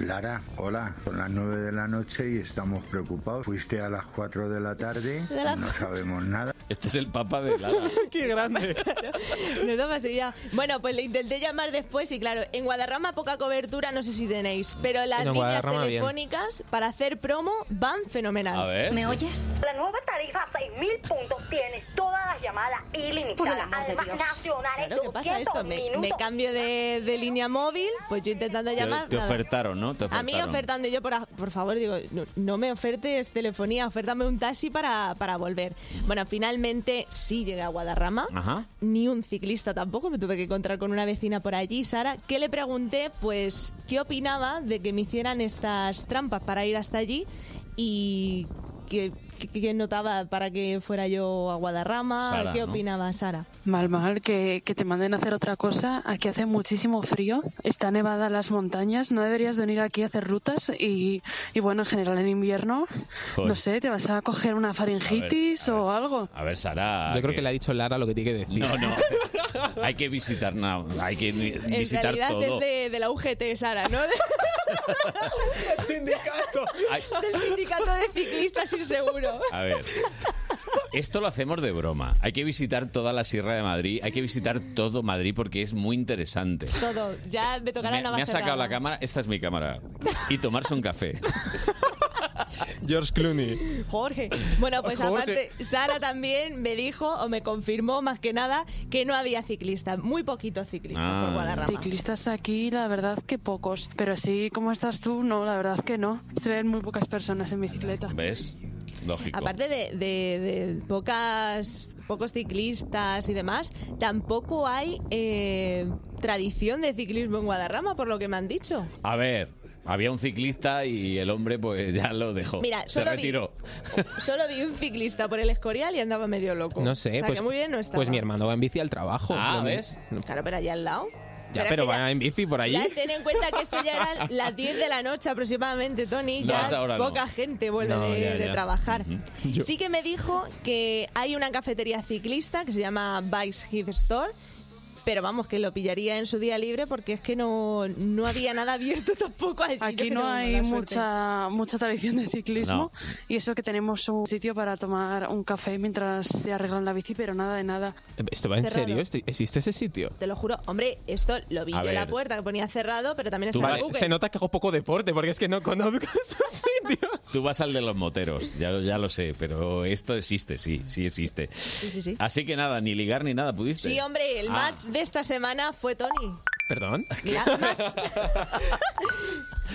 Speaker 26: Lara, hola, son las 9 de la noche y estamos preocupados. Fuiste a las 4 de la tarde,
Speaker 16: De la-
Speaker 26: no sabemos nada.
Speaker 2: Este es el Papa de Lara.
Speaker 16: ¡Qué grande! *laughs* Nos ha fastidiado. Bueno, pues le intenté llamar después y claro, en Guadarrama poca cobertura, no sé si tenéis, pero las
Speaker 15: En
Speaker 16: líneas
Speaker 15: Guadarrama, bien.
Speaker 16: telefónicas para hacer promo van fenomenal.
Speaker 15: A ver. ¿Me
Speaker 16: oyes?
Speaker 10: La nueva tarifa 6.000 puntos tienes todas las llamada ilimitada
Speaker 16: Por el amor
Speaker 10: al
Speaker 16: de
Speaker 10: Banco
Speaker 16: Dios.
Speaker 10: Nacional en
Speaker 16: Claro, ¿qué pasa
Speaker 10: 200
Speaker 16: esto? Me, me
Speaker 10: minutos.
Speaker 16: cambio de, de línea móvil, pues yo intentando
Speaker 2: Te,
Speaker 16: llamar.
Speaker 2: te
Speaker 16: nada.
Speaker 2: ofertaron, ¿no? Te
Speaker 16: A mí
Speaker 2: ofertaron.
Speaker 16: ofertando, y yo por, por favor digo, no, no me ofertes telefonía, ofertame un taxi para, para volver. Bueno, finalmente sí llegué a Guadarrama.
Speaker 2: Ajá.
Speaker 16: Ni un ciclista tampoco, me tuve que encontrar con una vecina por allí, Sara, que le pregunté, pues, qué opinaba de que me hicieran estas trampas para ir hasta allí y qué, qué- qué notaba para que fuera yo a Guadarrama,
Speaker 13: Sara,
Speaker 16: qué
Speaker 13: ¿no?
Speaker 16: opinaba Sara.
Speaker 13: Mal, mal, que, que te manden a hacer otra cosa. Aquí hace muchísimo frío, está nevada en las montañas, no deberías de venir aquí a hacer rutas y, y bueno, en general en invierno,
Speaker 2: Joder.
Speaker 13: no sé, te vas a coger una faringitis o algo.
Speaker 2: A ver, Sara.
Speaker 15: Yo creo que le ha dicho Lara lo que tiene que decir. *laughs*
Speaker 2: No, no. Hay que visitar, no, hay que vi-
Speaker 16: En
Speaker 2: visitar
Speaker 16: realidad
Speaker 2: todo.
Speaker 16: es de, de la UGT, Sara, ¿no? *laughs* De-
Speaker 2: Sindicato. Ay.
Speaker 16: Del sindicato de ciclistas inseguro.
Speaker 2: A ver. Esto lo hacemos de broma. Hay que visitar toda la Sierra de Madrid, hay que visitar todo Madrid porque es muy interesante.
Speaker 16: Todo, ya me tocará
Speaker 2: Me,
Speaker 16: una
Speaker 2: me ha sacado la cámara, esta es mi cámara. Y tomarse
Speaker 16: *laughs*
Speaker 2: un café.
Speaker 15: George Clooney.
Speaker 16: Jorge. Bueno, pues
Speaker 2: Jorge.
Speaker 16: aparte, Sara también me dijo, o me confirmó más que nada, que no había ciclistas, muy poquitos ciclistas
Speaker 2: Ah.
Speaker 16: por Guadarrama.
Speaker 13: Ciclistas aquí, la verdad que pocos, pero así como estás tú, no, la verdad que no. Se ven muy pocas personas en bicicleta.
Speaker 2: ¿Ves? Lógico.
Speaker 16: Aparte de, de- de pocas, pocos ciclistas y demás, tampoco hay eh, tradición de ciclismo en Guadarrama, por lo que me han dicho.
Speaker 2: A ver, había un ciclista y el hombre pues *laughs* ya lo dejó.
Speaker 16: Mira,
Speaker 2: Se
Speaker 16: solo vi-
Speaker 2: retiró.
Speaker 16: Solo vi un ciclista por el Escorial y andaba medio loco.
Speaker 15: No sé,
Speaker 16: O sea,
Speaker 15: pues,
Speaker 16: que muy bien no estaba.
Speaker 15: pues mi hermano va en bici al trabajo.
Speaker 2: Ah,
Speaker 15: No me-
Speaker 2: ¿ves?
Speaker 16: Claro, pero allá al lado.
Speaker 15: Ya,
Speaker 16: es
Speaker 15: pero
Speaker 16: que ya-
Speaker 15: va en bici por allí.
Speaker 16: Ya ten en cuenta que esto ya eran las 10 de la noche aproximadamente, Tony.
Speaker 15: No,
Speaker 16: Ya
Speaker 15: es ahora no.
Speaker 16: poca gente vuelve
Speaker 15: No,
Speaker 16: de,
Speaker 15: ya,
Speaker 16: de
Speaker 15: ya.
Speaker 16: trabajar.
Speaker 15: Yo-
Speaker 16: Sí que me dijo que hay una cafetería ciclista que se llama Vice Hip Store. Pero vamos, que lo pillaría en su día libre porque es que no, no había nada abierto *laughs* tampoco allí. Yo
Speaker 13: Aquí
Speaker 16: creo,
Speaker 13: no
Speaker 16: mala
Speaker 13: hay
Speaker 16: suerte.
Speaker 13: mucha mucha tradición de
Speaker 2: No.
Speaker 13: ciclismo y eso que tenemos un sitio para tomar un café mientras te arreglan la bici, pero nada de nada.
Speaker 15: ¿Esto va en
Speaker 13: Cerrado.
Speaker 15: serio? ¿Esto- ¿Existe ese sitio?
Speaker 16: Te lo juro, hombre, esto lo vi
Speaker 15: A
Speaker 16: yo en la
Speaker 15: ver.
Speaker 16: puerta que ponía cerrado, pero también
Speaker 15: Tú
Speaker 16: estaba
Speaker 15: vas-
Speaker 16: Google.
Speaker 15: se nota que hago poco deporte porque es que no conozco *laughs* estos sitios.
Speaker 2: Tú vas al de los moteros, ya, ya lo sé, pero esto existe, sí, sí existe.
Speaker 16: Sí, sí, sí.
Speaker 2: Así que nada, ni ligar ni nada pudiste.
Speaker 16: Sí, hombre, el
Speaker 2: Ah.
Speaker 16: match de esta semana fue Tony.
Speaker 15: Perdón.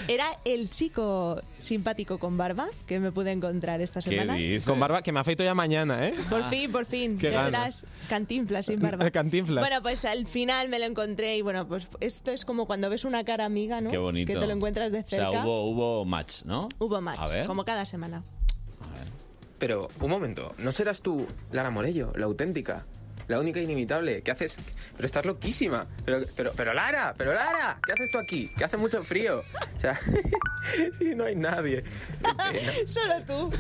Speaker 16: Era el chico simpático con barba que me pude encontrar esta semana.
Speaker 15: Con barba, que me afeito ya mañana, ¿eh?
Speaker 16: Por fin,
Speaker 15: *laughs*
Speaker 16: por fin.
Speaker 15: Qué
Speaker 16: ya
Speaker 15: ganas.
Speaker 16: serás cantinflas sin barba.
Speaker 15: *laughs* Cantinflas.
Speaker 16: Bueno, pues al final me lo encontré y bueno, pues esto es como cuando ves una cara amiga, ¿no?
Speaker 2: Qué bonito.
Speaker 16: Que te lo encuentras de cerca.
Speaker 2: O sea, hubo, hubo match, ¿no?
Speaker 16: Hubo match,
Speaker 2: A ver.
Speaker 16: como cada semana.
Speaker 27: Pero, un momento, ¿no serás tú Lara Morello, la auténtica? La única inimitable, ¿qué haces? Pero estás loquísima. Pero, pero, pero Lara, pero Lara, ¿qué haces tú aquí? Que hace mucho frío. O sea, *laughs* sí, no hay nadie.
Speaker 16: Solo tú.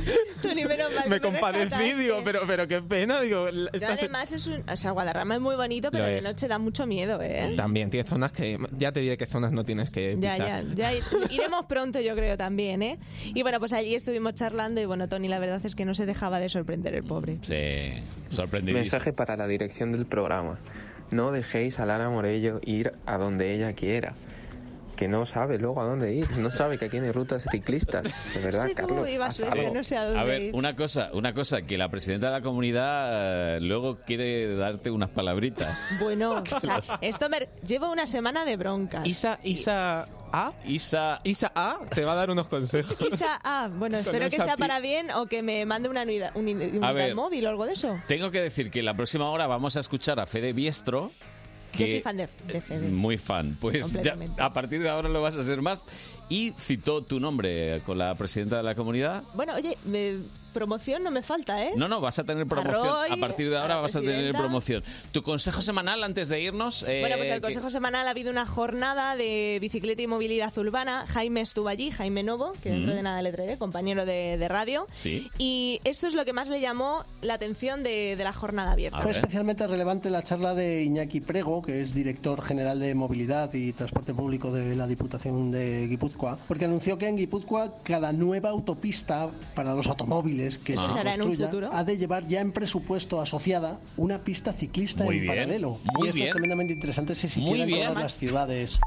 Speaker 16: Tú ni menos
Speaker 15: *laughs*
Speaker 16: mal. que
Speaker 15: me compadecí,
Speaker 16: rescataste.
Speaker 15: digo, pero, pero qué pena, digo. la-
Speaker 16: Yo
Speaker 15: esta se-
Speaker 16: además es un... O sea, Guadarrama es muy bonito, pero
Speaker 15: Lo
Speaker 16: de
Speaker 15: es.
Speaker 16: noche da mucho miedo, ¿eh?
Speaker 15: También tiene zonas que. Ya te diré qué zonas no tienes que
Speaker 16: Ya,
Speaker 15: pisar.
Speaker 16: ya, ya i- iremos pronto yo creo también, ¿eh? Y bueno, pues allí estuvimos charlando y bueno, Tony la verdad es que no se dejaba de sorprender el pobre.
Speaker 2: Sí, sorprendidísimo.
Speaker 27: Mensaje para la dirección del programa. No dejéis a Lara Morello ir a donde ella quiera. Que no sabe luego a dónde ir. No sabe que aquí no hay rutas ciclistas. De verdad,
Speaker 16: Sí, cómo
Speaker 27: Carlos.
Speaker 16: iba
Speaker 27: haz
Speaker 16: su-
Speaker 27: algo.
Speaker 16: que no sé a dónde
Speaker 2: ver,
Speaker 16: ir.
Speaker 2: una cosa, una cosa, que la presidenta de la comunidad eh, luego quiere darte unas palabritas.
Speaker 16: Bueno, o sea, esto me llevo una semana de bronca.
Speaker 15: Isa, Isa A.
Speaker 2: Isa.
Speaker 15: Isa A te va a dar unos consejos.
Speaker 16: Isa, ah, bueno,
Speaker 15: Con
Speaker 16: espero que
Speaker 15: esa
Speaker 16: sea
Speaker 15: pi-
Speaker 16: para bien o que me mande una unidad, un- unidad
Speaker 2: ver.
Speaker 16: móvil o algo de eso.
Speaker 2: Tengo que decir que la próxima hora vamos a escuchar a Fede Biestro. Que
Speaker 16: Yo soy fan de, de Fede.
Speaker 2: Muy fan. Pues ya,
Speaker 16: Completamente.
Speaker 2: a partir de ahora lo vas a hacer más. Y citó tu nombre con la presidenta de la comunidad.
Speaker 16: Bueno, oye, me- promoción no me falta, ¿eh?
Speaker 2: No, no, vas a tener promoción.
Speaker 16: Roy,
Speaker 2: a partir de ahora
Speaker 16: la
Speaker 2: vas a tener
Speaker 16: presidenta.
Speaker 2: promoción. Tu consejo semanal antes de irnos. eh,
Speaker 16: Bueno, pues el
Speaker 2: que-
Speaker 16: Consejo Semanal ha habido una jornada de bicicleta y movilidad urbana. Jaime estuvo allí, Jaime Novo, que dentro
Speaker 2: Mm.
Speaker 16: de nada le traeré, compañero de, de radio.
Speaker 2: Sí.
Speaker 16: Y esto es lo que más le llamó la atención de, de la jornada abierta.
Speaker 28: Fue especialmente relevante la charla de Iñaki Prego, que es director general de movilidad y transporte público de la Diputación de Guipúzcoa, porque anunció que en Guipúzcoa cada nueva autopista para los automóviles
Speaker 2: Ah.
Speaker 28: que
Speaker 16: Eso
Speaker 28: se
Speaker 16: será en un
Speaker 28: construya
Speaker 16: futuro.
Speaker 28: ha de llevar ya en presupuesto asociada una pista ciclista
Speaker 2: Muy
Speaker 28: en
Speaker 2: bien,
Speaker 28: paralelo.
Speaker 2: muy
Speaker 28: y esto
Speaker 2: bien.
Speaker 28: es tremendamente interesante si se
Speaker 2: Muy
Speaker 28: hicieran
Speaker 2: bien.
Speaker 28: todas las ciudades.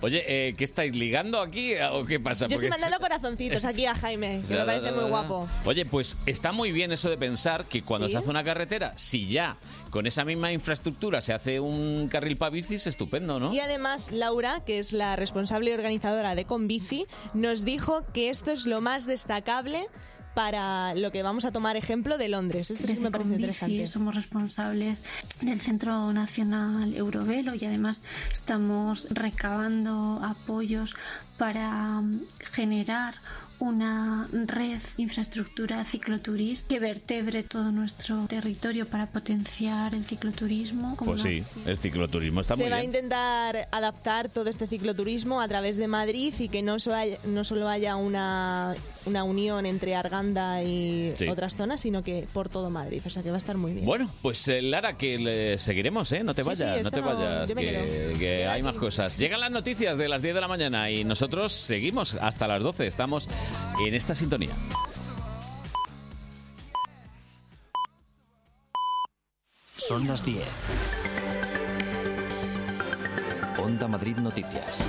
Speaker 2: Oye, eh, ¿qué estáis ligando aquí o qué pasa?
Speaker 16: Yo estoy
Speaker 2: Porque-
Speaker 16: mandando corazoncitos aquí a
Speaker 2: *laughs*
Speaker 16: Jaime, que
Speaker 2: Da,
Speaker 16: me
Speaker 2: da,
Speaker 16: parece
Speaker 2: da, da,
Speaker 16: muy
Speaker 2: da.
Speaker 16: guapo.
Speaker 2: Oye, pues está muy bien eso de pensar que cuando
Speaker 16: Sí.
Speaker 2: se hace una carretera, si ya con esa misma infraestructura se hace un carril para bicis, estupendo, ¿no?
Speaker 16: Y además, Laura, que es la responsable y organizadora de Conbici, nos dijo que esto es lo más destacable para lo que vamos a tomar ejemplo de Londres. Esto sí
Speaker 10: Desde
Speaker 16: me parece interesante.
Speaker 10: Convici somos responsables del Centro Nacional Eurovelo y además estamos recabando apoyos para mm, generar una red, infraestructura cicloturista que vertebre todo nuestro territorio para potenciar el cicloturismo. como
Speaker 2: Pues
Speaker 10: una
Speaker 2: sí, el cicloturismo está
Speaker 16: Se
Speaker 2: muy
Speaker 16: va a
Speaker 2: bien.
Speaker 16: intentar adaptar todo este cicloturismo a través de Madrid y que no solo haya, no solo haya una, una unión entre Arganda y
Speaker 2: Sí.
Speaker 16: otras zonas, sino que por todo Madrid. O sea que va a estar muy bien.
Speaker 2: Bueno, pues eh, Lara, que le seguiremos, ¿eh? No te
Speaker 16: Sí,
Speaker 2: vayas,
Speaker 16: sí,
Speaker 2: no te
Speaker 16: esto no-
Speaker 2: vayas,
Speaker 16: yo me
Speaker 2: que,
Speaker 16: quedo.
Speaker 2: que hay más cosas. Llegan las noticias de las 10 de la mañana y nosotros seguimos hasta las 12. Estamos en esta sintonía.
Speaker 29: Son las 10. Onda Madrid Noticias.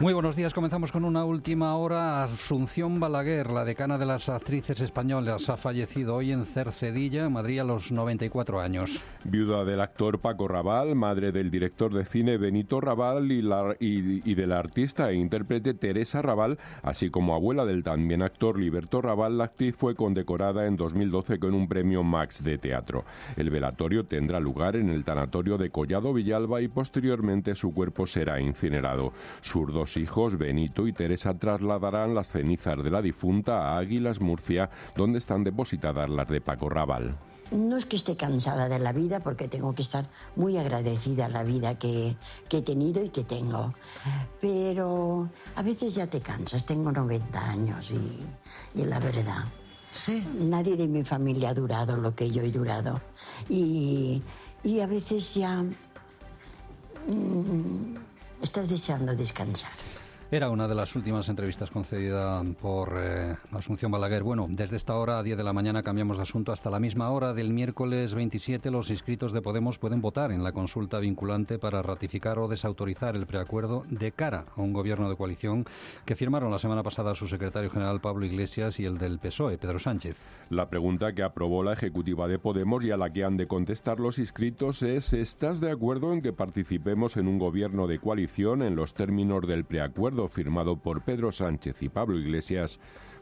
Speaker 3: Muy buenos días. Comenzamos con una última hora. Asunción Balaguer, la decana de las actrices españolas, ha fallecido hoy en Cercedilla, Madrid, a los 94 años.
Speaker 30: Viuda del actor Paco Raval, madre del director de cine Benito Raval y, la- y- y de la artista e intérprete Teresa Raval, así como abuela del también actor Liberto Raval, la actriz fue condecorada en 2012 con un premio Max de teatro. El velatorio tendrá lugar en el tanatorio de Collado Villalba y posteriormente su cuerpo será incinerado. Sus dos hijos, Benito y Teresa, trasladarán las cenizas de la difunta a Águilas, Murcia, donde están depositadas las de Paco Raval.
Speaker 31: No es que esté cansada de la vida, porque tengo que estar muy agradecida a la vida que, que he tenido y que tengo. Pero a veces ya te cansas, tengo 90 años y, y la verdad. Nadie de mi familia ha durado lo que yo he durado. Y, y a veces ya mm, estás deseando descansar.
Speaker 3: Era una de las últimas entrevistas concedida por eh, Asunción Balaguer. Bueno, desde esta hora a 10 de la mañana cambiamos de asunto. Hasta la misma hora del miércoles 27 los inscritos de Podemos pueden votar en la consulta vinculante para ratificar o desautorizar el preacuerdo de cara a un gobierno de coalición que firmaron la semana pasada su secretario general Pablo Iglesias y el del PSOE, E, Pedro Sánchez.
Speaker 30: La pregunta que aprobó la ejecutiva de Podemos y a la que han de contestar los inscritos es ¿estás de acuerdo en que participemos en un gobierno de coalición en los términos del preacuerdo firmado por Pedro Sánchez y Pablo Iglesias?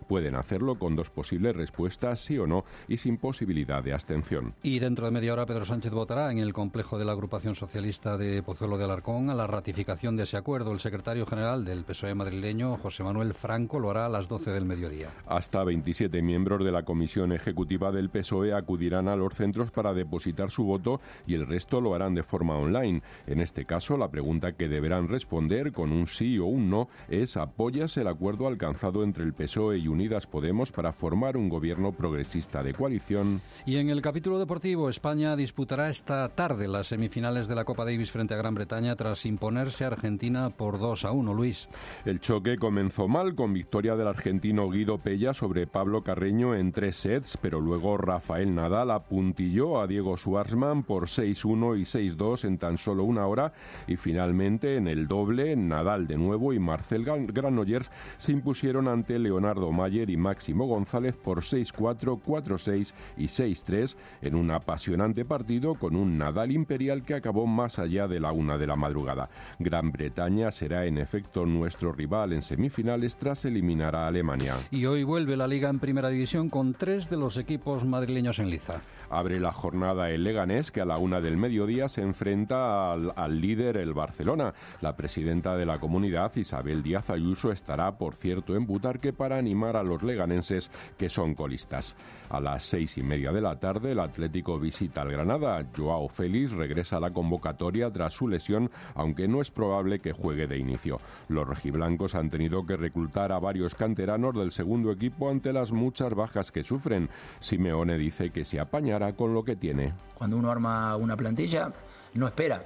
Speaker 30: Pueden hacerlo con dos posibles respuestas, sí o no, y sin posibilidad de abstención.
Speaker 3: Y dentro de media hora Pedro Sánchez votará en el complejo de la agrupación socialista de Pozuelo de Alarcón a la ratificación de ese acuerdo. El secretario general del PSOE E madrileño, José Manuel Franco, lo hará a las 12 del mediodía.
Speaker 30: Hasta 27 miembros de la comisión ejecutiva del PSOE E acudirán a los centros para depositar su voto y el resto lo harán de forma online. En este caso, la pregunta que deberán responder con un sí o un no es ¿apoyas el acuerdo alcanzado entre el PSOE E y Unidas Podemos para formar un gobierno progresista de coalición?
Speaker 3: Y en el capítulo deportivo, España disputará esta tarde las semifinales de la Copa Davis frente a Gran Bretaña tras imponerse a Argentina por 2 a 1, Luis.
Speaker 30: El choque comenzó mal con victoria del argentino Guido Pella sobre Pablo Carreño en tres sets, pero luego Rafael Nadal apuntilló a Diego Schwartzman por 6-1 y 6-2 en tan solo una hora y finalmente en el doble Nadal de nuevo y Marcel Gan- Granollers se impusieron ante Leonardo Mayer y Máximo González por 6-4, 4-6 y 6-3 en un apasionante partido con un Nadal imperial que acabó más allá de la una de la madrugada. Gran Bretaña será en efecto nuestro rival en semifinales tras eliminar a Alemania.
Speaker 3: Y hoy vuelve la Liga en Primera División con tres de los equipos madrileños en liza.
Speaker 30: Abre la jornada el Leganés, que a la una del mediodía se enfrenta al, al líder, el Barcelona. La presidenta de la comunidad, Isabel Díaz Ayuso, estará, por cierto, en Butarque para animar a los leganenses que son colistas. A las seis y media de la tarde, el Atlético visita al Granada. Joao Félix regresa a la convocatoria tras su lesión, aunque no es probable que juegue de inicio. Los rojiblancos han tenido que reclutar a varios canteranos del segundo equipo ante las muchas bajas que sufren. Simeone dice que se apañará con lo que tiene.
Speaker 17: Cuando uno arma una plantilla,
Speaker 32: no espera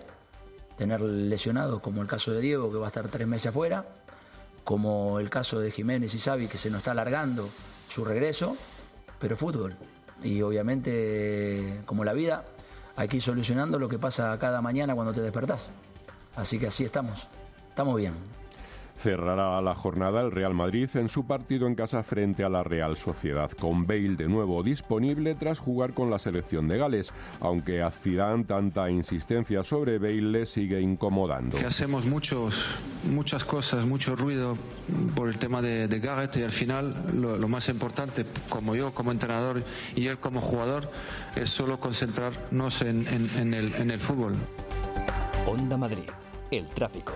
Speaker 32: tener lesionados, como el caso de Diego, que va a estar tres meses afuera, como el caso de Jiménez y Xavi, que se nos está alargando su regreso, pero fútbol. Y obviamente, como la vida, hay que ir solucionando lo que pasa cada mañana cuando te despertás. Así que así estamos, estamos bien.
Speaker 30: Cerrará la jornada el Real Madrid en su partido en casa frente a la Real Sociedad, con Bale de nuevo disponible tras jugar con la selección de Gales, aunque a Zidane tanta insistencia sobre Bale le sigue incomodando.
Speaker 33: Que hacemos muchos, muchas cosas, mucho ruido por el tema de, de Garrett y al final lo, lo más importante, como yo como entrenador y él como jugador, es solo concentrarnos en, en- en el, en el fútbol.
Speaker 1: Onda Madrid, el tráfico.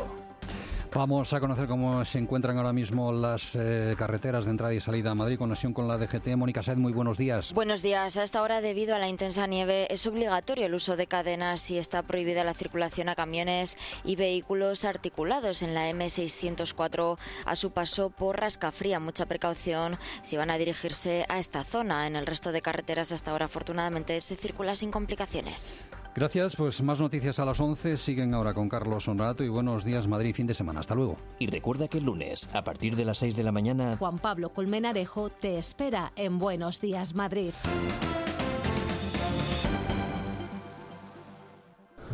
Speaker 3: Vamos a conocer cómo se encuentran ahora mismo las eh, carreteras de entrada y salida a Madrid. Conexión con la DGT. Mónica Saez, muy buenos días.
Speaker 34: Buenos días. A esta hora, debido a la intensa nieve, es obligatorio el uso de cadenas y está prohibida la circulación a camiones y vehículos articulados en la M604 a su paso por Rascafría. Mucha precaución si van a dirigirse a esta zona. En el resto de carreteras, hasta ahora, afortunadamente, se circula sin complicaciones.
Speaker 3: Gracias. Pues más noticias a las 11. Siguen ahora con Carlos Honorato y buenos días Madrid, fin de semana. Hasta luego.
Speaker 1: Y recuerda que el lunes, a partir de las 6 de la mañana,
Speaker 15: Juan Pablo Colmenarejo te espera en Buenos Días Madrid.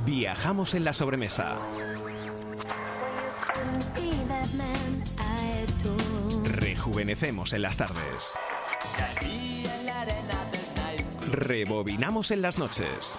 Speaker 15: Viajamos en la sobremesa. Rejuvenecemos en las tardes. Rebobinamos en las noches.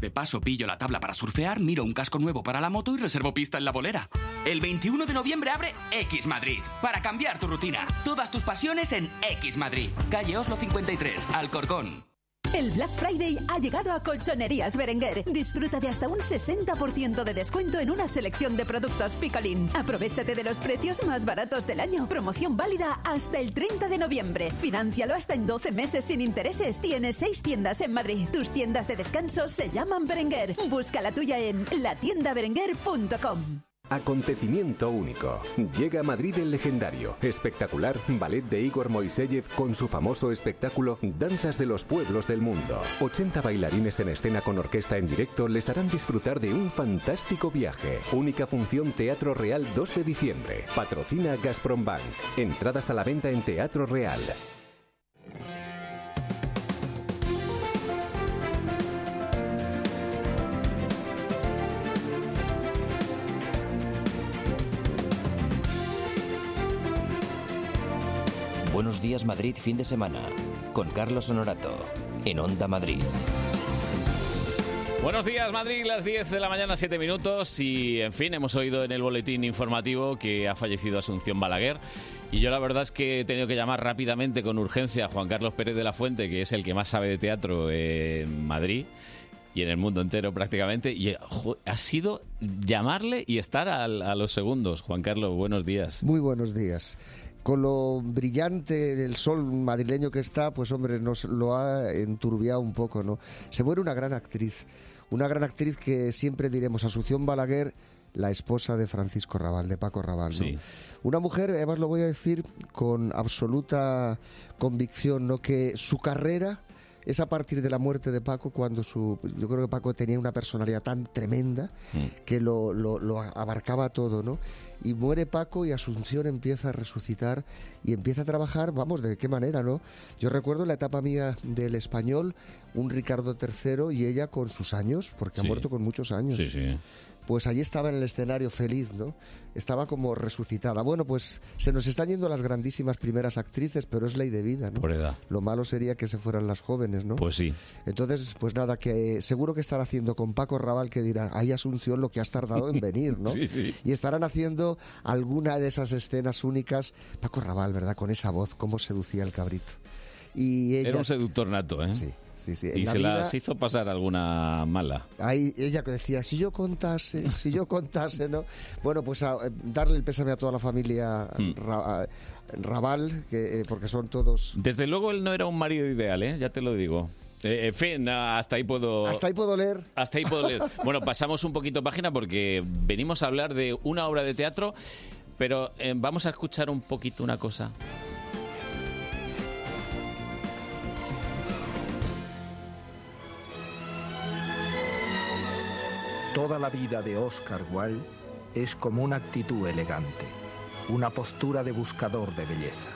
Speaker 25: De paso, pillo la tabla para surfear, miro un casco nuevo para la moto y reservo pista en la bolera. El 21 de noviembre abre X Madrid para cambiar tu rutina. Todas tus pasiones en X Madrid. Calle Oslo 53, Alcorcón.
Speaker 22: El Black Friday ha llegado a Colchonerías Berenguer. Disfruta de hasta un 60% de descuento en una selección de productos Picolín. Aprovechate de los precios más baratos del año. Promoción válida hasta el 30 de noviembre. Financialo hasta en 12 meses sin intereses. Tienes seis tiendas en Madrid. Tus tiendas de descanso se llaman Berenguer. Busca la tuya en latiendaberenguer.com.
Speaker 18: Acontecimiento único. Llega a Madrid el legendario, espectacular ballet de Igor Moiseyev con su famoso espectáculo Danzas de los Pueblos del Mundo. 80 bailarines en escena con orquesta en directo les harán disfrutar de un fantástico viaje. Única función Teatro Real 2 de diciembre. Patrocina Gazprom Bank. Entradas a la venta en Teatro Real.
Speaker 1: Buenos días Madrid, fin de semana, con Carlos Honorato, en Onda Madrid.
Speaker 2: Buenos días, Madrid, las 10 de la mañana, 7 minutos. Y, en fin, hemos oído en el boletín informativo que ha fallecido Asunción Balaguer. Y yo la verdad es que he tenido que llamar rápidamente, con urgencia, a Juan Carlos Pérez de la Fuente, que es el que más sabe de teatro en Madrid y en el mundo entero prácticamente. Y jo, ha sido llamarle y estar al- a, los segundos. Juan Carlos, buenos días.
Speaker 35: Muy buenos días. Con lo brillante del sol madrileño que está, pues hombre, nos lo ha enturbiado un poco, ¿no? Se muere una gran actriz, una gran actriz que siempre diremos Asunción Balaguer, la esposa de Francisco Raval, de Paco Raval, ¿no? Una mujer, además lo voy a decir con absoluta convicción, ¿no? Que su carrera es a partir de la muerte de Paco cuando su yo creo que Paco tenía una personalidad tan tremenda que lo, lo- lo abarcaba todo no y muere Paco y Asunción empieza a resucitar y empieza a trabajar vamos de qué manera no yo recuerdo la etapa mía del español un Ricardo III y ella con sus años porque ha
Speaker 2: Sí.
Speaker 35: muerto con muchos años
Speaker 2: Sí, sí.
Speaker 35: pues allí estaba en el escenario feliz, ¿no? Estaba como resucitada. Bueno, pues se nos están yendo las grandísimas primeras actrices, pero es ley de vida, ¿no?
Speaker 2: Por edad.
Speaker 35: Lo malo sería que se fueran las jóvenes. imágenes, ¿no? Pues
Speaker 2: sí.
Speaker 35: Entonces, pues nada, que seguro que estará haciendo con Paco Raval que dirá, ay Asunción, lo que has tardado en venir, ¿no?
Speaker 2: *laughs* Sí, sí.
Speaker 35: Y estarán haciendo alguna de esas escenas únicas. Paco Raval, ¿verdad? Con esa voz, cómo seducía el cabrito. Y ella...
Speaker 2: Era un seductor nato, ¿eh?
Speaker 35: Sí, sí, sí. En
Speaker 2: Y
Speaker 35: la
Speaker 2: se
Speaker 35: vida-
Speaker 2: las hizo pasar alguna mala.
Speaker 35: Ahí ella que decía, si yo contase, si yo contase, ¿no? Bueno, pues a- eh, darle el pésame a toda la familia
Speaker 2: Hmm.
Speaker 35: Ra- a- Raval, que, eh, porque son todos...
Speaker 2: Desde luego él no era un marido ideal, ¿eh? Ya te lo digo. Eh, en fin, ah, hasta ahí puedo...
Speaker 35: Hasta ahí puedo leer.
Speaker 2: Hasta
Speaker 35: *laughs*
Speaker 2: ahí puedo leer. Bueno, pasamos un poquito página porque venimos a hablar de una obra de teatro, pero eh, vamos a escuchar un poquito una cosa.
Speaker 23: Toda la vida de Oscar Wilde es como una actitud elegante, una postura de buscador de belleza.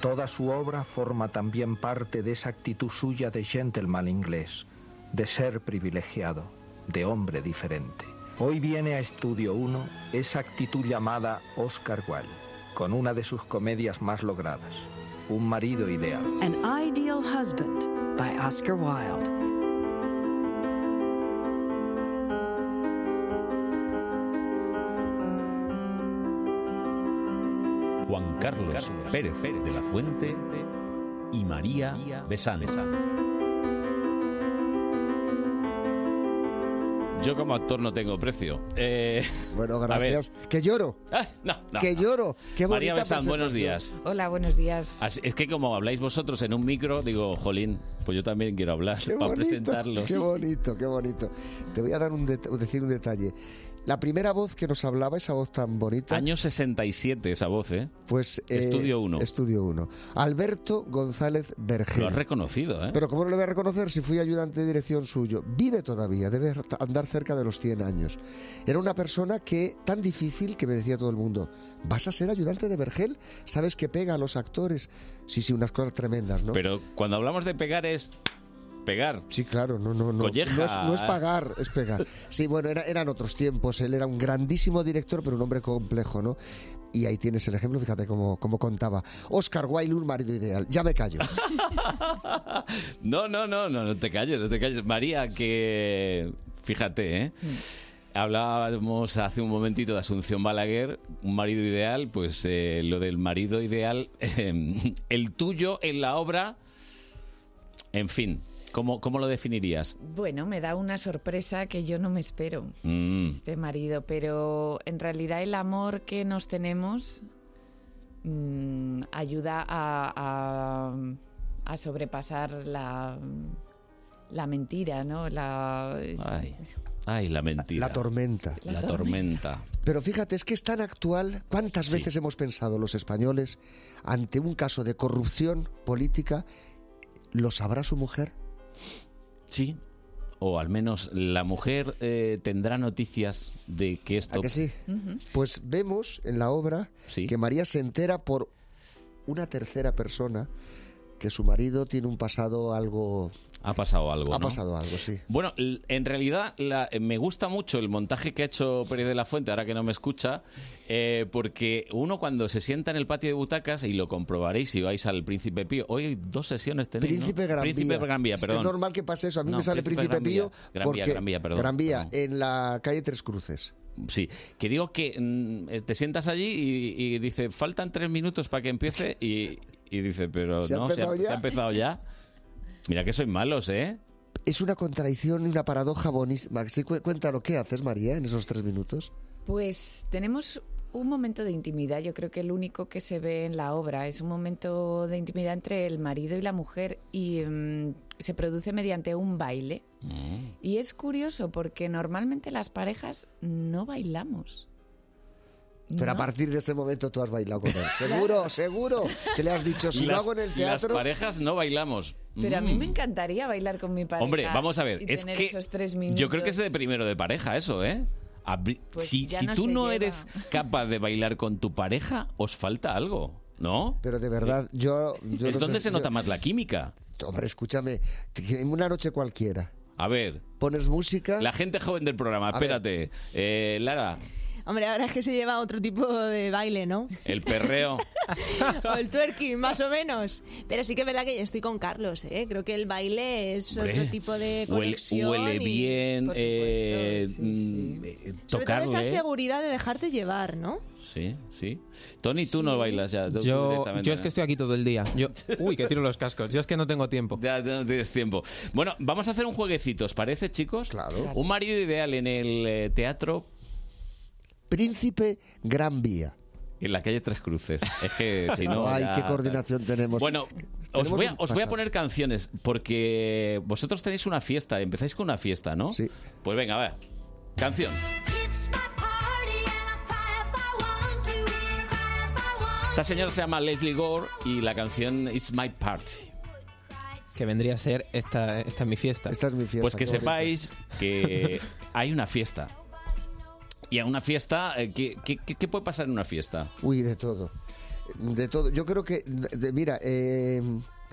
Speaker 23: Toda su obra forma también parte de esa actitud suya de gentleman inglés, de ser privilegiado, de hombre diferente. Hoy viene a Estudio 1 esa actitud llamada Oscar Wilde, con una de sus comedias más logradas, Un marido ideal.
Speaker 1: An Ideal Husband by Oscar Wilde.
Speaker 2: Juan Carlos, Pérez, de la Fuente y María Besanes. Yo como actor no tengo precio. Eh,
Speaker 35: Bueno,
Speaker 2: a ver.
Speaker 35: gracias. Que lloro.
Speaker 2: Eh, no, no,
Speaker 35: que
Speaker 2: no.
Speaker 35: lloro. Qué
Speaker 2: María
Speaker 35: bonita
Speaker 2: Besán, buenos días.
Speaker 35: presentación.
Speaker 36: Hola, buenos días.
Speaker 2: Así- es que como habláis vosotros en un micro, digo, jolín, pues yo también quiero hablar
Speaker 35: Qué
Speaker 2: para
Speaker 35: bonito,
Speaker 2: presentarlos.
Speaker 35: Qué bonito, qué bonito. Te voy a dar un det- decir un detalle. La primera voz que nos hablaba, esa voz tan bonita,
Speaker 2: Año 67 esa voz, ¿eh?
Speaker 35: pues... eh,
Speaker 2: Estudio 1.
Speaker 35: Estudio 1. Alberto González Vergel.
Speaker 2: Lo has reconocido, ¿eh?
Speaker 35: Pero ¿cómo no lo voy a reconocer si fui ayudante de dirección suyo? Vive todavía, debe andar cerca de los 100 años. Era una persona que tan difícil que me decía todo el mundo, ¿vas a ser ayudante de Vergel? ¿Sabes que pega a los actores? Sí, sí, unas cosas tremendas, ¿no?
Speaker 2: Pero cuando hablamos de pegar es pegar.
Speaker 35: Sí, claro, no, no, no.
Speaker 2: Colleja.
Speaker 35: No es, no es pagar, es pegar. Sí, bueno, era- eran otros tiempos. Él era un grandísimo director, pero un hombre complejo, ¿no? Y ahí tienes el ejemplo, fíjate cómo, cómo contaba. Oscar Wilde, un marido ideal. Ya me callo.
Speaker 2: No, no, no, no, no te calles, no te calles. María, que fíjate, ¿eh?
Speaker 35: Mm.
Speaker 2: Hablábamos hace un momentito de Asunción Balaguer, un marido ideal, pues eh, lo del marido ideal, eh, el tuyo en la obra, en fin, ¿cómo, cómo lo definirías?
Speaker 36: Bueno, me da una sorpresa que yo no me espero,
Speaker 2: Mm,
Speaker 36: este marido, pero en realidad el amor que nos tenemos mm, ayuda a, a- a sobrepasar la, la mentira, ¿no? La, es-
Speaker 2: Ay. Ay, la mentira.
Speaker 35: La tormenta.
Speaker 2: La tormenta.
Speaker 35: Pero fíjate, es que es tan actual. ¿Cuántas veces hemos pensado los españoles ante un caso de corrupción política? ¿Lo sabrá su mujer?
Speaker 2: Sí. O al menos la mujer eh, tendrá noticias de que esto...
Speaker 35: ¿A que sí? Pues vemos en la obra que María se entera por una tercera persona que su marido tiene un pasado algo...
Speaker 2: Ha pasado algo.
Speaker 35: ha
Speaker 2: ¿no?
Speaker 35: pasado algo, sí.
Speaker 2: Bueno, l- en realidad la- me gusta mucho el montaje que ha hecho Pérez de la Fuente, ahora que no me escucha, eh, porque uno cuando se sienta en el patio de butacas, y lo comprobaréis si vais al Príncipe Pío, hoy dos sesiones tenéis, ¿no?
Speaker 35: Príncipe Gran Vía.
Speaker 2: Príncipe Gran Vía,
Speaker 35: Es
Speaker 2: perdón.
Speaker 35: normal que pase eso. A mí
Speaker 2: No,
Speaker 35: me sale
Speaker 2: Príncipe
Speaker 35: Príncipe,
Speaker 2: Gran Vía.
Speaker 35: Pío
Speaker 2: Gran Vía,
Speaker 35: porque...
Speaker 2: Gran Vía, perdón,
Speaker 35: Gran Vía, en la calle Tres Cruces.
Speaker 2: Sí, que digo que mm, eh, te sientas allí y, y dice, faltan tres minutos para que empiece, y, y dice,
Speaker 35: *laughs*
Speaker 2: pero
Speaker 35: ¿Se ha
Speaker 2: no, se ha,
Speaker 35: empezado ya?
Speaker 2: se ha
Speaker 35: *laughs*
Speaker 2: empezado ya. Mira que sois malos, ¿eh?
Speaker 35: Es una contradicción y una paradoja bonísima. Sí, cu- cuéntalo, ¿qué haces, María, en esos tres minutos?
Speaker 36: Pues tenemos un momento de intimidad, yo creo que el único que se ve en la obra es un momento de intimidad entre el marido y la mujer y mm, se produce mediante un baile. Y es curioso porque normalmente las parejas no bailamos.
Speaker 35: Pero a
Speaker 36: No.
Speaker 35: partir de ese momento tú has bailado con él. Seguro, seguro. Que le has dicho, si lo hago en el
Speaker 2: las
Speaker 35: teatro...
Speaker 2: parejas no bailamos.
Speaker 36: Pero a mí
Speaker 2: Mm.
Speaker 36: me encantaría bailar con mi pareja.
Speaker 2: Hombre, vamos a ver,
Speaker 36: y
Speaker 2: es
Speaker 36: tener
Speaker 2: que
Speaker 36: esos tres minutos.
Speaker 2: Yo creo que es de primero de pareja eso, ¿eh? Abri-
Speaker 36: Pues
Speaker 2: si
Speaker 36: ya
Speaker 2: si
Speaker 36: no
Speaker 2: tú
Speaker 36: se
Speaker 2: no
Speaker 36: lleva.
Speaker 2: eres capaz de bailar con tu pareja, os falta algo, ¿no?
Speaker 35: Pero de verdad, yo... yo
Speaker 2: eh, es
Speaker 35: no sé
Speaker 2: donde
Speaker 35: si-
Speaker 2: se
Speaker 35: yo-
Speaker 2: nota más la química.
Speaker 35: Hombre, escúchame, en una noche cualquiera
Speaker 2: Eh, A ver,
Speaker 35: pones música...
Speaker 2: la gente joven del programa,
Speaker 35: A ver.
Speaker 2: espérate. Eh, Lara,
Speaker 16: Hombre, ahora es que se lleva otro tipo de baile,
Speaker 2: *laughs*
Speaker 16: ¿no? *laughs*
Speaker 2: El
Speaker 36: *laughs*
Speaker 2: perreo.
Speaker 16: o el twerking, más o menos. Pero sí que es verdad que yo estoy con Carlos, ¿eh? Creo que el baile es
Speaker 2: Hombre,
Speaker 16: otro tipo de
Speaker 2: Huele,
Speaker 16: conexión.
Speaker 2: huele
Speaker 16: y-
Speaker 2: bien,
Speaker 16: por
Speaker 2: eh, mm, eh,
Speaker 16: Sobre todo esa
Speaker 2: tocarle.
Speaker 16: seguridad de dejarte llevar, ¿no?
Speaker 2: Sí, sí. Tony, tú no bailas ya. tú
Speaker 26: Yo,
Speaker 2: directamente,
Speaker 26: yo es
Speaker 2: ¿no?
Speaker 26: que estoy aquí todo el día. Yo,
Speaker 2: *laughs*
Speaker 26: uy, que tiro los cascos. Yo es que no tengo tiempo.
Speaker 2: Ya no tienes tiempo. Bueno, vamos a hacer un jueguecito, ¿os parece, chicos? Claro. Un marido ideal en el eh, teatro,
Speaker 35: Príncipe Gran Vía.
Speaker 2: en la calle Tres Cruces. Es
Speaker 35: *laughs*
Speaker 2: que eh, si no.
Speaker 35: Ay,
Speaker 2: ya-
Speaker 35: qué coordinación tenemos.
Speaker 2: Bueno, os
Speaker 35: Tenemos
Speaker 2: voy, a,
Speaker 35: un
Speaker 2: os voy a
Speaker 35: pasado.
Speaker 2: poner canciones porque vosotros tenéis una fiesta, empezáis con una fiesta, ¿no? Sí. Pues venga, va. Canción. Esta señora se llama Leslie Gore y la canción It's My Party.
Speaker 26: Que vendría a ser esta, esta es mi fiesta. Esta
Speaker 35: es mi fiesta.
Speaker 2: Pues que sepáis que hay una fiesta. Y a una fiesta, eh, ¿qué, qué, qué- qué puede pasar en una fiesta?
Speaker 35: Uy, de todo. De todo. Yo creo que, de- mira, eh,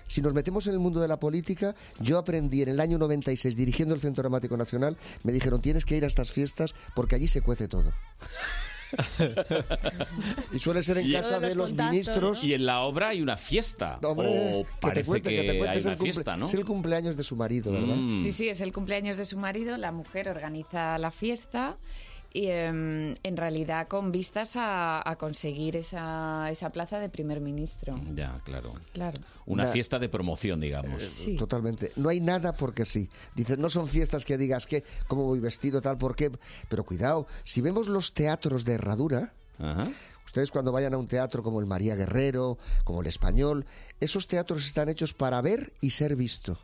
Speaker 35: si nos metemos en el mundo de la política, yo aprendí en el año 96, dirigiendo el Centro Dramático Nacional, me dijeron, tienes que ir a estas fiestas porque allí se cuece todo. y suele ser en
Speaker 2: Y-
Speaker 35: casa de los ministros.
Speaker 2: Y en la obra hay una fiesta.
Speaker 35: Hombre,
Speaker 2: o Oh, parece que,
Speaker 35: cuente, te cuente,
Speaker 2: hay
Speaker 35: es el
Speaker 2: una
Speaker 35: cumple-
Speaker 2: fiesta, ¿no?
Speaker 35: Es el cumpleaños de su marido, ¿verdad?
Speaker 2: Mm.
Speaker 36: Sí, sí, es el cumpleaños de su marido, la mujer organiza la fiesta y em, en realidad con vistas a, a conseguir esa, esa plaza de primer ministro.
Speaker 2: Ya, claro.
Speaker 36: Claro.
Speaker 2: Una
Speaker 35: Na-
Speaker 2: fiesta de promoción,
Speaker 35: Eh,
Speaker 2: digamos.
Speaker 35: Totalmente. No hay nada porque sí. Dices, no son fiestas que digas que cómo voy vestido, tal, por qué. Pero cuidado, si vemos los teatros de herradura, ustedes cuando vayan a un teatro como el María Guerrero, como el Español, esos teatros están hechos para ver y ser visto.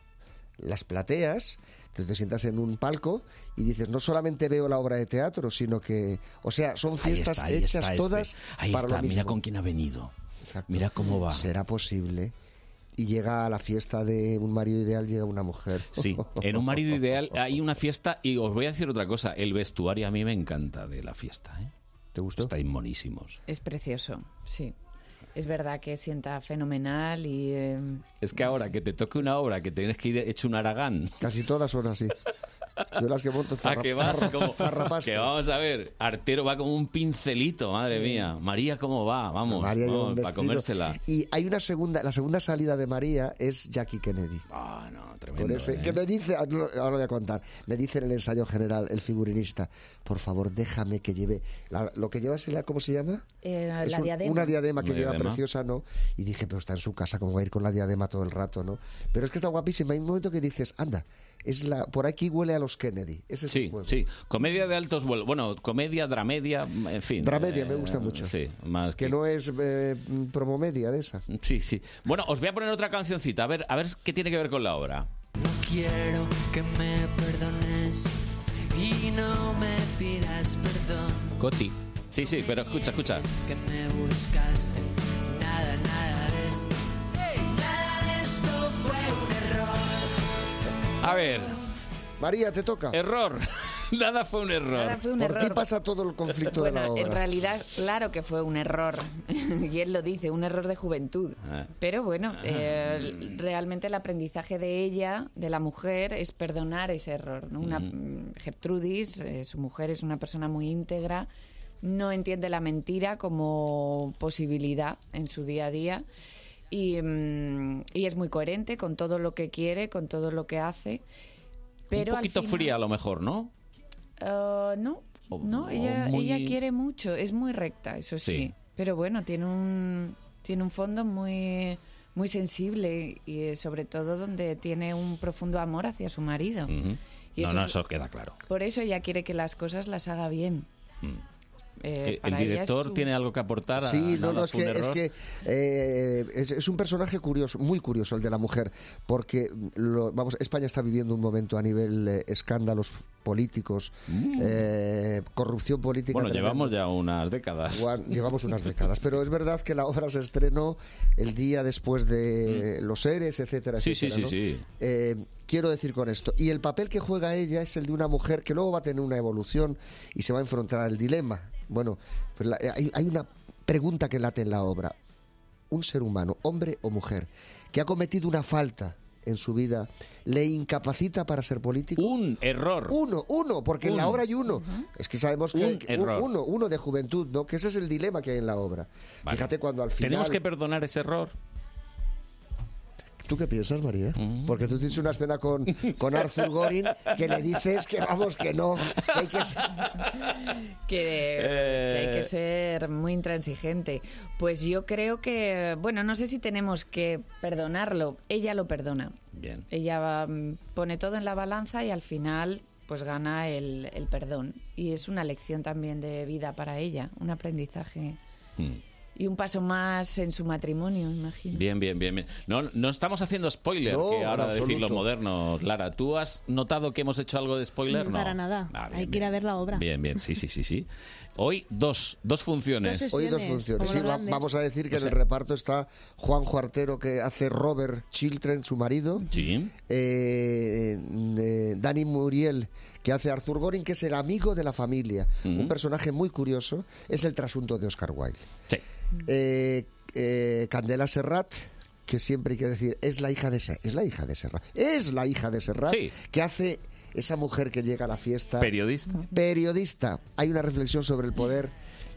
Speaker 35: Las plateas, tú te sientas en un palco y dices, no solamente veo la obra de teatro, sino que, o sea, son
Speaker 2: Ahí
Speaker 35: fiestas
Speaker 2: está, ahí
Speaker 35: hechas
Speaker 2: está, este.
Speaker 35: todas
Speaker 2: Ahí
Speaker 35: para
Speaker 2: está,
Speaker 35: lo
Speaker 2: mira
Speaker 35: mismo.
Speaker 2: con quién ha venido.
Speaker 35: Exacto.
Speaker 2: Mira cómo va.
Speaker 35: ¿Será posible? Y llega a la fiesta de un marido ideal, llega una mujer.
Speaker 2: Sí, en un marido ideal hay una fiesta y os voy a decir otra cosa, el vestuario a mí me encanta de la fiesta. ¿eh?
Speaker 35: ¿Te gustó?
Speaker 2: Estáis monísimos.
Speaker 36: Es precioso, sí. Es verdad que sienta fenomenal y... em,
Speaker 2: Es que ahora que te toque una obra que tienes que ir hecho un aragán.
Speaker 35: Casi todas son así. *laughs* Yo las que
Speaker 2: *laughs*
Speaker 35: monto
Speaker 2: Ah, que vas
Speaker 35: zarra-
Speaker 2: como
Speaker 35: zarrapas.
Speaker 2: que vamos a ver, Artero va como un pincelito, madre mía. María cómo va, vamos,
Speaker 35: María lleva un
Speaker 2: para
Speaker 35: vestido.
Speaker 2: comérsela.
Speaker 35: Y hay una segunda, la segunda salida de María es Jackie Kennedy.
Speaker 2: Ah, no, tremendo.
Speaker 35: Con ese-
Speaker 2: ¿eh?
Speaker 35: que me dice, ah, no, ahora lo voy a contar, me dice en el ensayo general el figurinista, por favor, déjame que lleve, la- lo que llevas es la, ¿cómo se llama?
Speaker 36: eh,
Speaker 35: Es
Speaker 36: la
Speaker 35: un-
Speaker 36: diadema.
Speaker 35: Una diadema que
Speaker 2: Una
Speaker 35: lleva
Speaker 2: diadema.
Speaker 35: preciosa, ¿no? Y dije, pero está en su casa, ¿cómo va a ir con la diadema todo el rato, no? Pero es que está guapísima. Hay un momento que dices, anda, es la, por aquí huele a los Kennedy. Ese es el
Speaker 2: Sí,
Speaker 35: juego.
Speaker 2: sí. Comedia de altos vuelos. Bueno, comedia, dramedia, en fin.
Speaker 35: Dramedia, me
Speaker 2: eh,
Speaker 35: gusta mucho.
Speaker 2: Sí, más
Speaker 35: Que no es eh, promomedia de esa.
Speaker 2: Sí, sí. Bueno, os voy a poner otra cancioncita, a ver, a ver qué tiene que ver con la obra.
Speaker 13: Quiero que me perdones y no me pidas perdón.
Speaker 2: Coti. Sí, sí, pero escucha, escucha.
Speaker 13: Que me buscaste, nada, nada de esto. Nada de esto fue un error.
Speaker 2: A ver.
Speaker 35: María, te toca.
Speaker 2: Error. *laughs* Nada fue un error.
Speaker 36: Nada fue un
Speaker 35: ¿Por
Speaker 36: error.
Speaker 35: qué pasa todo el conflicto de la
Speaker 36: Bueno,
Speaker 35: obra?
Speaker 36: en realidad, claro que fue un error. *laughs* y él lo dice, un error de juventud.
Speaker 2: Ah,
Speaker 36: Pero bueno, eh,
Speaker 2: mm.
Speaker 36: l- realmente el aprendizaje de ella, de la mujer, es perdonar ese error. ¿no? Una, mm, Gertrudis, eh, su mujer, es una persona muy íntegra, no entiende la mentira como posibilidad en su día a día y, mm, y es muy coherente con todo lo que quiere, con todo lo que hace. Pero
Speaker 2: un poquito
Speaker 36: al final-
Speaker 2: fría a lo mejor, ¿no?
Speaker 36: Ah, no,
Speaker 2: O- o
Speaker 36: no, ella,
Speaker 2: Oh, muy-
Speaker 36: ella quiere mucho, es muy recta, eso sí.
Speaker 2: Sí.
Speaker 36: Pero bueno, tiene un, tiene un fondo muy, muy sensible y eh, sobre todo donde tiene un profundo amor hacia su marido.
Speaker 2: Ujú.
Speaker 36: Y
Speaker 2: no,
Speaker 36: eso
Speaker 2: no,
Speaker 36: es-
Speaker 2: eso queda claro.
Speaker 36: Por eso ella quiere que las cosas las haga bien.
Speaker 2: Mm.
Speaker 36: Eh,
Speaker 2: Eh, ¿El
Speaker 36: para ella es
Speaker 2: director
Speaker 36: su-
Speaker 2: tiene algo que aportar? a-
Speaker 35: Sí, no,
Speaker 2: nada
Speaker 35: no, es
Speaker 2: fue
Speaker 35: que,
Speaker 2: un
Speaker 35: es,
Speaker 2: error?
Speaker 35: que eh, es, es un personaje curioso, muy curioso el de la mujer, porque lo- vamos, España está viviendo un momento a nivel eh, escándalos políticos, eh, corrupción política.
Speaker 2: Mm. Bueno,
Speaker 35: tremenda.
Speaker 2: llevamos ya unas décadas.
Speaker 35: Juan, llevamos unas décadas, pero es verdad que la obra se estrenó el día después de eh, los Eres, etcétera,
Speaker 2: Mm. Sí, sí,
Speaker 35: etcétera.
Speaker 2: sí,
Speaker 35: ¿no?
Speaker 2: sí.
Speaker 35: Eh, quiero decir con esto, y el papel que juega ella es el de una mujer que luego va a tener una evolución y se va a enfrentar al dilema. Bueno, pues la- hay, hay una pregunta que late en la obra. Un ser humano, hombre o mujer, que ha cometido una falta, en su vida le incapacita para ser político?
Speaker 2: Un error.
Speaker 35: Uno, uno, porque en la
Speaker 2: Uno.
Speaker 35: obra hay uno. Es que sabemos que
Speaker 2: Un
Speaker 35: que-
Speaker 2: error.
Speaker 35: uno, uno de juventud, ¿no? Que ese es el dilema que hay en la obra. Fíjate cuando al final
Speaker 2: Tenemos que perdonar ese error.
Speaker 35: ¿Tú qué piensas, María?
Speaker 2: Mm.
Speaker 35: Porque tú tienes una escena con, con Arthur Gorin que le dices que vamos, que no, que hay que ser-
Speaker 36: que,
Speaker 35: Eh.
Speaker 36: que hay que ser muy intransigente. Pues yo creo que, bueno, no sé si tenemos que perdonarlo. Ella lo perdona.
Speaker 2: Bien.
Speaker 36: Ella mm, pone todo en la balanza y al final pues gana el, el perdón. Y es una lección también de vida para ella, un aprendizaje. Y un paso más en su matrimonio, imagino.
Speaker 2: Bien, bien, bien. bien. No, no estamos haciendo spoiler,
Speaker 35: No,
Speaker 2: que
Speaker 35: en
Speaker 2: ahora decir los
Speaker 35: absoluto.
Speaker 2: modernos. Lara, ¿tú has notado que hemos hecho algo de spoiler? No.
Speaker 16: Para nada.
Speaker 2: Ah, bien,
Speaker 16: Hay que ir a ver la obra.
Speaker 2: Bien, bien, sí, sí, sí, sí. Hoy dos, dos funciones.
Speaker 16: Dos
Speaker 35: Hoy dos funciones. Sí, va- vamos a decir que
Speaker 2: O sea,
Speaker 35: en el reparto está Juan Juartero, que hace Robert Children, su marido.
Speaker 2: Sí.
Speaker 35: Eh, eh, Dani Muriel, que hace Arthur Gorin, que es el amigo de la familia. Un personaje muy curioso. Es el trasunto de Oscar Wilde. Eh, eh, Candela Serrat que siempre hay que decir es la hija de Serrat, es la hija de Serrat, es la hija de Serrat que hace esa mujer que llega a la fiesta
Speaker 2: Periodista.
Speaker 35: periodista hay una reflexión sobre el poder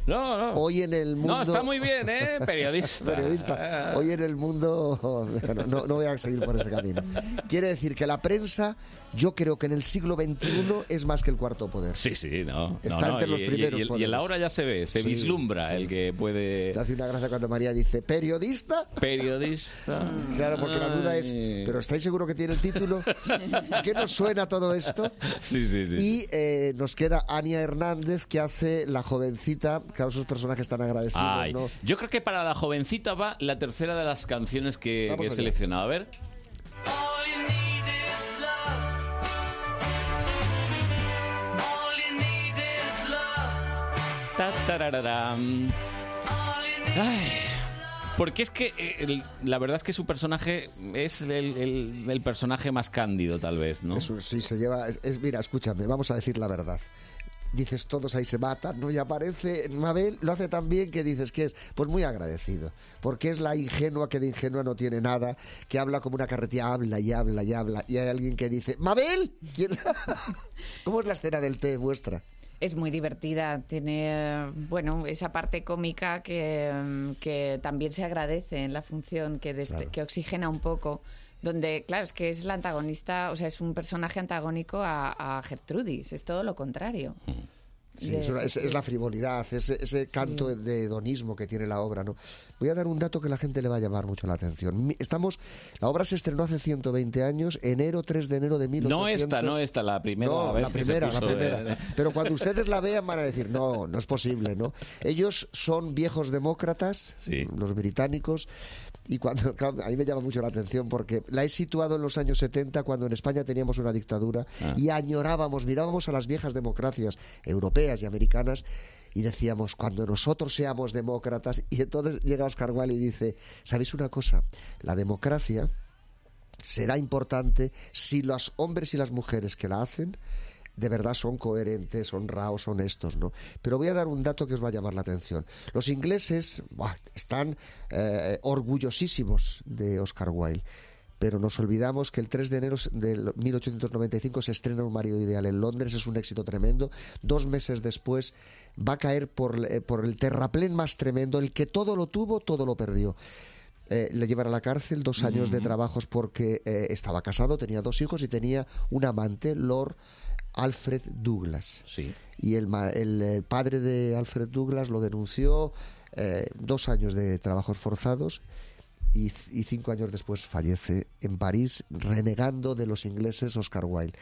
Speaker 2: No, no.
Speaker 35: hoy en el mundo
Speaker 2: No, está muy
Speaker 35: *laughs*
Speaker 2: bien, ¿eh? *laughs* Periodista.
Speaker 35: Periodista. Hoy en el mundo. No, no- no voy a seguir por ese camino. Quiere decir que la prensa, yo creo que en el siglo XXI es más que el cuarto poder.
Speaker 2: Sí, sí, no.
Speaker 35: Está
Speaker 2: no, no,
Speaker 35: entre los
Speaker 2: y- y-
Speaker 35: primeros
Speaker 2: Y, y en
Speaker 35: poderes.
Speaker 2: la obra ya se ve, se
Speaker 35: Sí,
Speaker 2: vislumbra el que puede.
Speaker 35: Me hace una gracia cuando María dice, ¿periodista?
Speaker 2: Periodista.
Speaker 35: Claro, porque la duda es,
Speaker 2: Ay.
Speaker 35: ¿pero estáis seguro que tiene el título? ¿A qué nos suena todo esto?
Speaker 2: Sí, sí, sí.
Speaker 35: Y eh, nos queda Ania Hernández, que hace la jovencita, claro, esos personajes tan agradecidos,
Speaker 2: Ay,
Speaker 35: ¿no?
Speaker 2: Yo creo que para la jovencita va la tercera de las canciones que,
Speaker 35: Vamos
Speaker 2: que he
Speaker 35: allá.
Speaker 2: seleccionado. A ver.
Speaker 13: All you need is love. All you need is love.
Speaker 2: Ta, tarararam. Ay, Porque es que eh, el- la verdad es que su personaje es el, el- el personaje más cándido, tal vez, ¿no?
Speaker 35: Eso sí, se lleva. es- es- mira, escúchame, vamos a decir la verdad. Dices, todos ahí se matan, ¿no? Y aparece Mabel, lo hace tan bien que dices que es, pues muy agradecido, porque es la ingenua que de ingenua no tiene nada, que habla como una carretilla, habla y habla y habla, y hay alguien que dice, Mabel, ¿Quién- *laughs* ¿cómo es la escena del té vuestra?
Speaker 36: Es muy divertida, tiene eh, bueno esa parte cómica que, mm, que también se agradece en la función, que, dest-
Speaker 10: Claro.
Speaker 36: que oxigena un poco. Donde, claro, es que es la antagonista, o sea, es un personaje antagónico a, a Gertrudis, es todo lo contrario.
Speaker 35: Mm. Sí,
Speaker 36: De-
Speaker 35: es, una- es- es la frivolidad, ese, ese canto de hedonismo que tiene la obra. ¿no? Voy a dar un dato que la gente le va a llamar mucho la atención. Mi- Estamos, la obra se estrenó hace 120 años, enero 3 de enero de 1800.
Speaker 2: No esta, no esta, la primera.
Speaker 35: No,
Speaker 2: vez
Speaker 35: la
Speaker 2: que se
Speaker 35: primera, la
Speaker 2: puso,
Speaker 35: primera.
Speaker 2: *laughs* eh,
Speaker 35: Pero cuando ustedes la vean van a decir, no, no es posible, ¿no? Ellos son viejos demócratas, los británicos, y cuando, *laughs* claro, a mí me llama mucho la atención porque la he situado en los años 70 cuando en España teníamos una dictadura
Speaker 2: Ah.
Speaker 35: y añorábamos, mirábamos a las viejas democracias europeas y americanas y decíamos, cuando nosotros seamos demócratas, y entonces llega Oscar Wilde y dice, ¿sabéis una cosa? La democracia será importante si los hombres y las mujeres que la hacen de verdad son coherentes, honrados, honestos, ¿no? Pero voy a dar un dato que os va a llamar la atención. Los ingleses buah, están eh, orgullosísimos de Oscar Wilde, pero nos olvidamos que el 3 de enero de 1895 se estrena Un marido ideal en Londres, es un éxito tremendo. Dos meses después va a caer por, eh, por el terraplén más tremendo, el que todo lo tuvo, todo lo perdió. Eh, le llevan a la cárcel dos años de trabajos porque eh, estaba casado, tenía dos hijos y tenía un amante, Lord Alfred Douglas. Y el, ma- el, eh, padre de Alfred Douglas lo denunció, eh, dos años de trabajos forzados y, c- y cinco años después fallece en París renegando de los ingleses Oscar Wilde.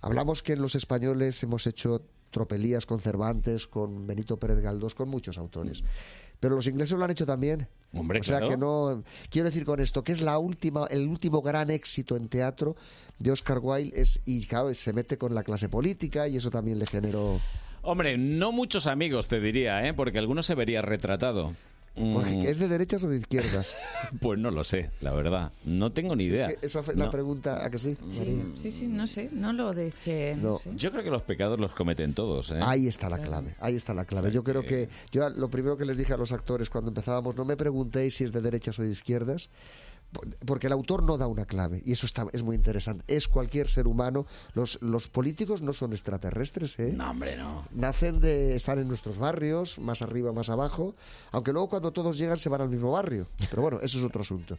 Speaker 35: Hablamos que en los españoles hemos hecho tropelías con Cervantes, con Benito Pérez Galdós, con muchos autores. Pero los ingleses lo han hecho también.
Speaker 2: Hombre,
Speaker 35: o sea
Speaker 2: claro.
Speaker 35: que no quiero decir con esto que es la última el último gran éxito en teatro de Oscar Wilde es y claro, se mete con la clase política y eso también le generó
Speaker 2: Hombre, no muchos amigos, te diría, ¿eh? Porque alguno se vería retratado. Mm,
Speaker 35: Porque, ¿Es de derechas o de izquierdas?
Speaker 2: *laughs* Pues no lo sé, la verdad. No tengo ni
Speaker 35: Si es
Speaker 2: idea.
Speaker 35: que esa fue la
Speaker 2: No.
Speaker 35: pregunta a que sí.
Speaker 36: Sí, sí, sí, no sé, no lo dice. no sé.
Speaker 2: Yo creo que los pecados los cometen todos, ¿eh?
Speaker 35: Ahí está la clave, ahí está la clave. Yo creo que yo lo primero que les dije a los actores cuando empezábamos, no me preguntéis si es de derechas o de izquierdas, porque el autor no da una clave y eso está, es muy interesante. Es cualquier ser humano. Los, los políticos no son extraterrestres, ¿eh?
Speaker 2: No, hombre, no.
Speaker 35: Nacen de estar en nuestros barrios, más arriba, más abajo, aunque luego cuando todos llegan se van al mismo barrio. Pero bueno, eso es otro asunto.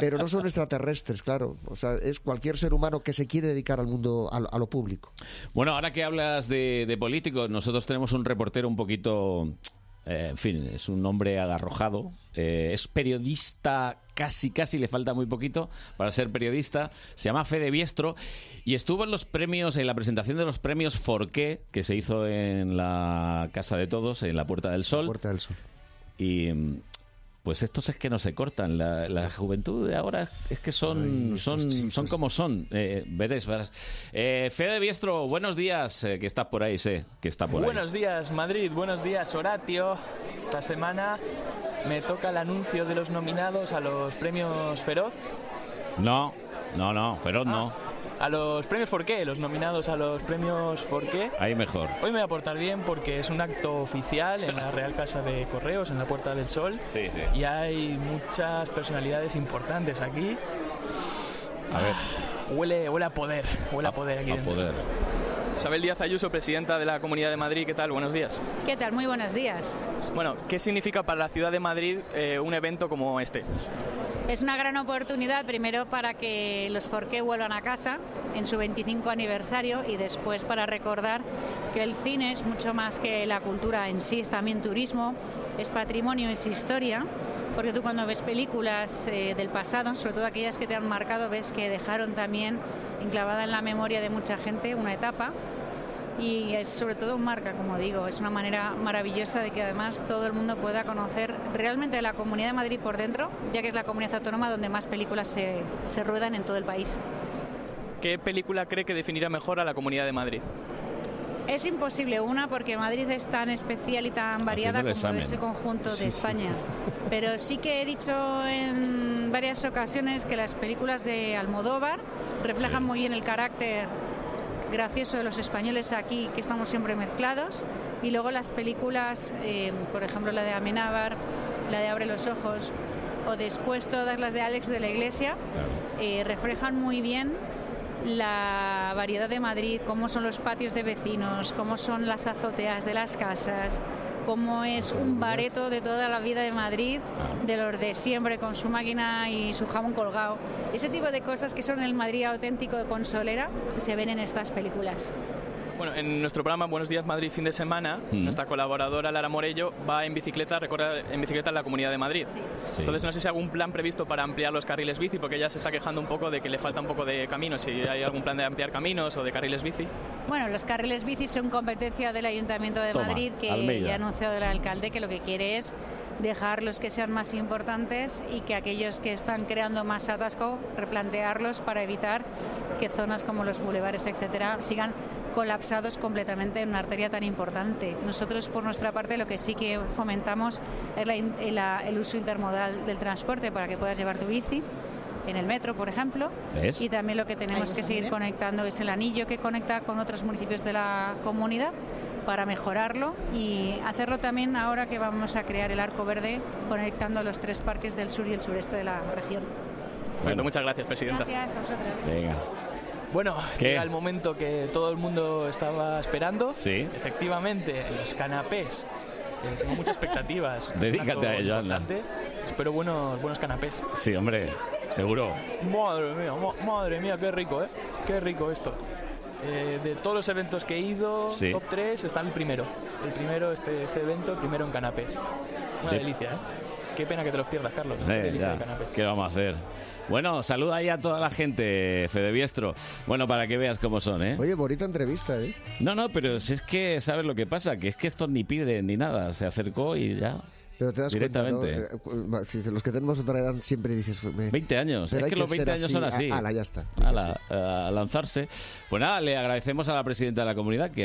Speaker 35: Pero no son extraterrestres, claro. O sea, es cualquier ser humano que se quiere dedicar al mundo, a, lo- a lo público.
Speaker 2: Bueno, ahora que hablas de, de políticos, nosotros tenemos un reportero un poquito... eh, en fin, es un hombre agarrojado. eh, es periodista casi, casi, le falta muy poquito para ser periodista. Se llama Fede Biestro y estuvo en los premios, en la presentación de los premios Forqué, que se hizo en la Casa de Todos, en la Puerta del Sol.
Speaker 35: Puerta del Sol.
Speaker 2: Y... mm, Pues estos es que no se cortan. La, la juventud de ahora es que son, son, son como son. Eh, verás, verás. Eh, Fede Biestro, buenos días, eh, que estás por ahí, sé que está por ahí.
Speaker 10: Buenos días Madrid, buenos días Horatio. Esta semana me toca el anuncio de los nominados a los premios Feroz.
Speaker 2: No, no, no, Feroz no.
Speaker 10: A los premios Forqué, los nominados a los premios Forqué.
Speaker 2: Ahí mejor.
Speaker 10: Hoy me voy a portar bien porque es un acto oficial en la Real Casa de Correos, en la Puerta del Sol.
Speaker 2: Sí, sí.
Speaker 10: Y hay muchas personalidades importantes aquí. Ah,
Speaker 2: A ver,
Speaker 10: Huele, huele a poder, huele a, poder aquí
Speaker 2: a
Speaker 10: dentro.
Speaker 2: poder.
Speaker 10: Isabel Díaz Ayuso, presidenta de la Comunidad de Madrid, ¿qué tal? Buenos días.
Speaker 27: ¿Qué tal? Muy buenos días.
Speaker 10: Bueno, ¿qué significa para la ciudad de Madrid eh, un evento como este?
Speaker 27: Es una gran oportunidad, primero para que los Forqué vuelvan a casa en su 25 aniversario y después para recordar que el cine es mucho más que la cultura en sí, es también turismo, es patrimonio, es historia. Porque tú cuando ves películas eh, del pasado, sobre todo aquellas que te han marcado, ves que dejaron también enclavada en la memoria de mucha gente una etapa. y es sobre todo un marca, como digo, es una manera maravillosa de que además todo el mundo pueda conocer realmente la Comunidad de Madrid por dentro, ya que es la comunidad autónoma donde más películas se, se ruedan en todo el país.
Speaker 10: ¿Qué película cree que definirá mejor a la Comunidad de Madrid?
Speaker 27: Es imposible una porque Madrid es tan especial y tan variada
Speaker 10: Haciendo el
Speaker 27: como
Speaker 10: examen.
Speaker 27: ese conjunto de
Speaker 10: Sí, sí,
Speaker 27: España.
Speaker 10: sí.
Speaker 27: Pero sí que he dicho en varias ocasiones que las películas de Almodóvar reflejan muy bien el carácter gracioso de los españoles aquí, que estamos siempre mezclados. Y luego las películas, eh, por ejemplo la de Amenábar, la de Abre los Ojos, o después todas las de Alex de la Iglesia, eh, reflejan muy bien la variedad de Madrid, cómo son los patios de vecinos, cómo son las azoteas de las casas, cómo es un bareto de toda la vida de Madrid, de los de siempre, con su máquina y su jamón colgado. Ese tipo de cosas que son el Madrid auténtico de Consolera se ven en estas películas.
Speaker 10: Bueno, en nuestro programa Buenos Días Madrid fin de semana,
Speaker 2: Mm.
Speaker 10: nuestra colaboradora Lara Morello va en bicicleta, recorre en bicicleta la Comunidad de Madrid. Entonces no sé si hay algún plan previsto para ampliar los carriles bici, porque ella se está quejando un poco de que le falta un poco de caminos, si hay algún plan de ampliar caminos o de carriles bici.
Speaker 27: Bueno, los carriles bici son competencia del Ayuntamiento de
Speaker 10: Toma,
Speaker 27: Madrid, que
Speaker 10: Almeida.
Speaker 27: ya anunció el alcalde que lo que quiere es dejar los que sean más importantes y que aquellos que están creando más atasco, replantearlos para evitar que zonas como los bulevares, etcétera, sigan colapsados completamente en una arteria tan importante. Nosotros, por nuestra parte, lo que sí que fomentamos es la in- el, la- el uso intermodal del transporte para que puedas llevar tu bici en el metro, por ejemplo,
Speaker 2: ¿Ves?
Speaker 27: y también lo que
Speaker 15: Ahí
Speaker 27: tenemos
Speaker 15: está
Speaker 27: que seguir
Speaker 15: bien.
Speaker 27: conectando es el anillo que conecta con otros municipios de la comunidad para mejorarlo y hacerlo también ahora que vamos a crear el arco verde conectando los tres parques del sur y el sureste de la región.
Speaker 10: Perfecto, muchas gracias, presidenta.
Speaker 27: Gracias a vosotros.
Speaker 2: Venga.
Speaker 10: Bueno,
Speaker 2: ¿Qué?
Speaker 10: llega el momento que todo el mundo estaba esperando.
Speaker 2: Sí.
Speaker 10: Efectivamente, los canapés. Eh, Tengo muchas expectativas. Esto es un
Speaker 2: *laughs* Dedícate
Speaker 10: acto
Speaker 2: a ello, anda.
Speaker 10: importante. Espero buenos, buenos canapés.
Speaker 2: Sí, hombre, seguro.
Speaker 10: Madre mía, ma- madre mía, qué rico, ¿eh? Qué rico esto. Eh, de todos los eventos que he ido,
Speaker 2: Sí.
Speaker 10: top 3 está el primero. El primero, este, este evento, el primero en canapés. Una
Speaker 2: De-
Speaker 10: delicia, ¿eh? Qué pena que te los pierdas, Carlos. Qué
Speaker 2: Eh,
Speaker 10: delicia
Speaker 2: ya,
Speaker 10: de canapés.
Speaker 2: ¿Qué vamos a hacer? Bueno, saluda ahí a toda la gente, Fede Biestro. Bueno, para que veas cómo son, ¿eh?
Speaker 35: Oye, bonita entrevista, ¿eh?
Speaker 2: No, no, pero si es que, ¿sabes lo que pasa? Que es que estos ni piden ni nada. Se acercó y ya.
Speaker 35: Pero te das cuenta, ¿no?
Speaker 2: Directamente.
Speaker 35: Eh, si los que tenemos otra edad siempre dices... pues, me-
Speaker 2: 20 años.
Speaker 35: Pero
Speaker 2: es
Speaker 35: hay
Speaker 2: que, los
Speaker 35: ser
Speaker 2: 20 años son así.
Speaker 35: Ah, ala, ya está.
Speaker 2: Ala, eh, a lanzarse. Pues nada, le agradecemos a la presidenta de la comunidad que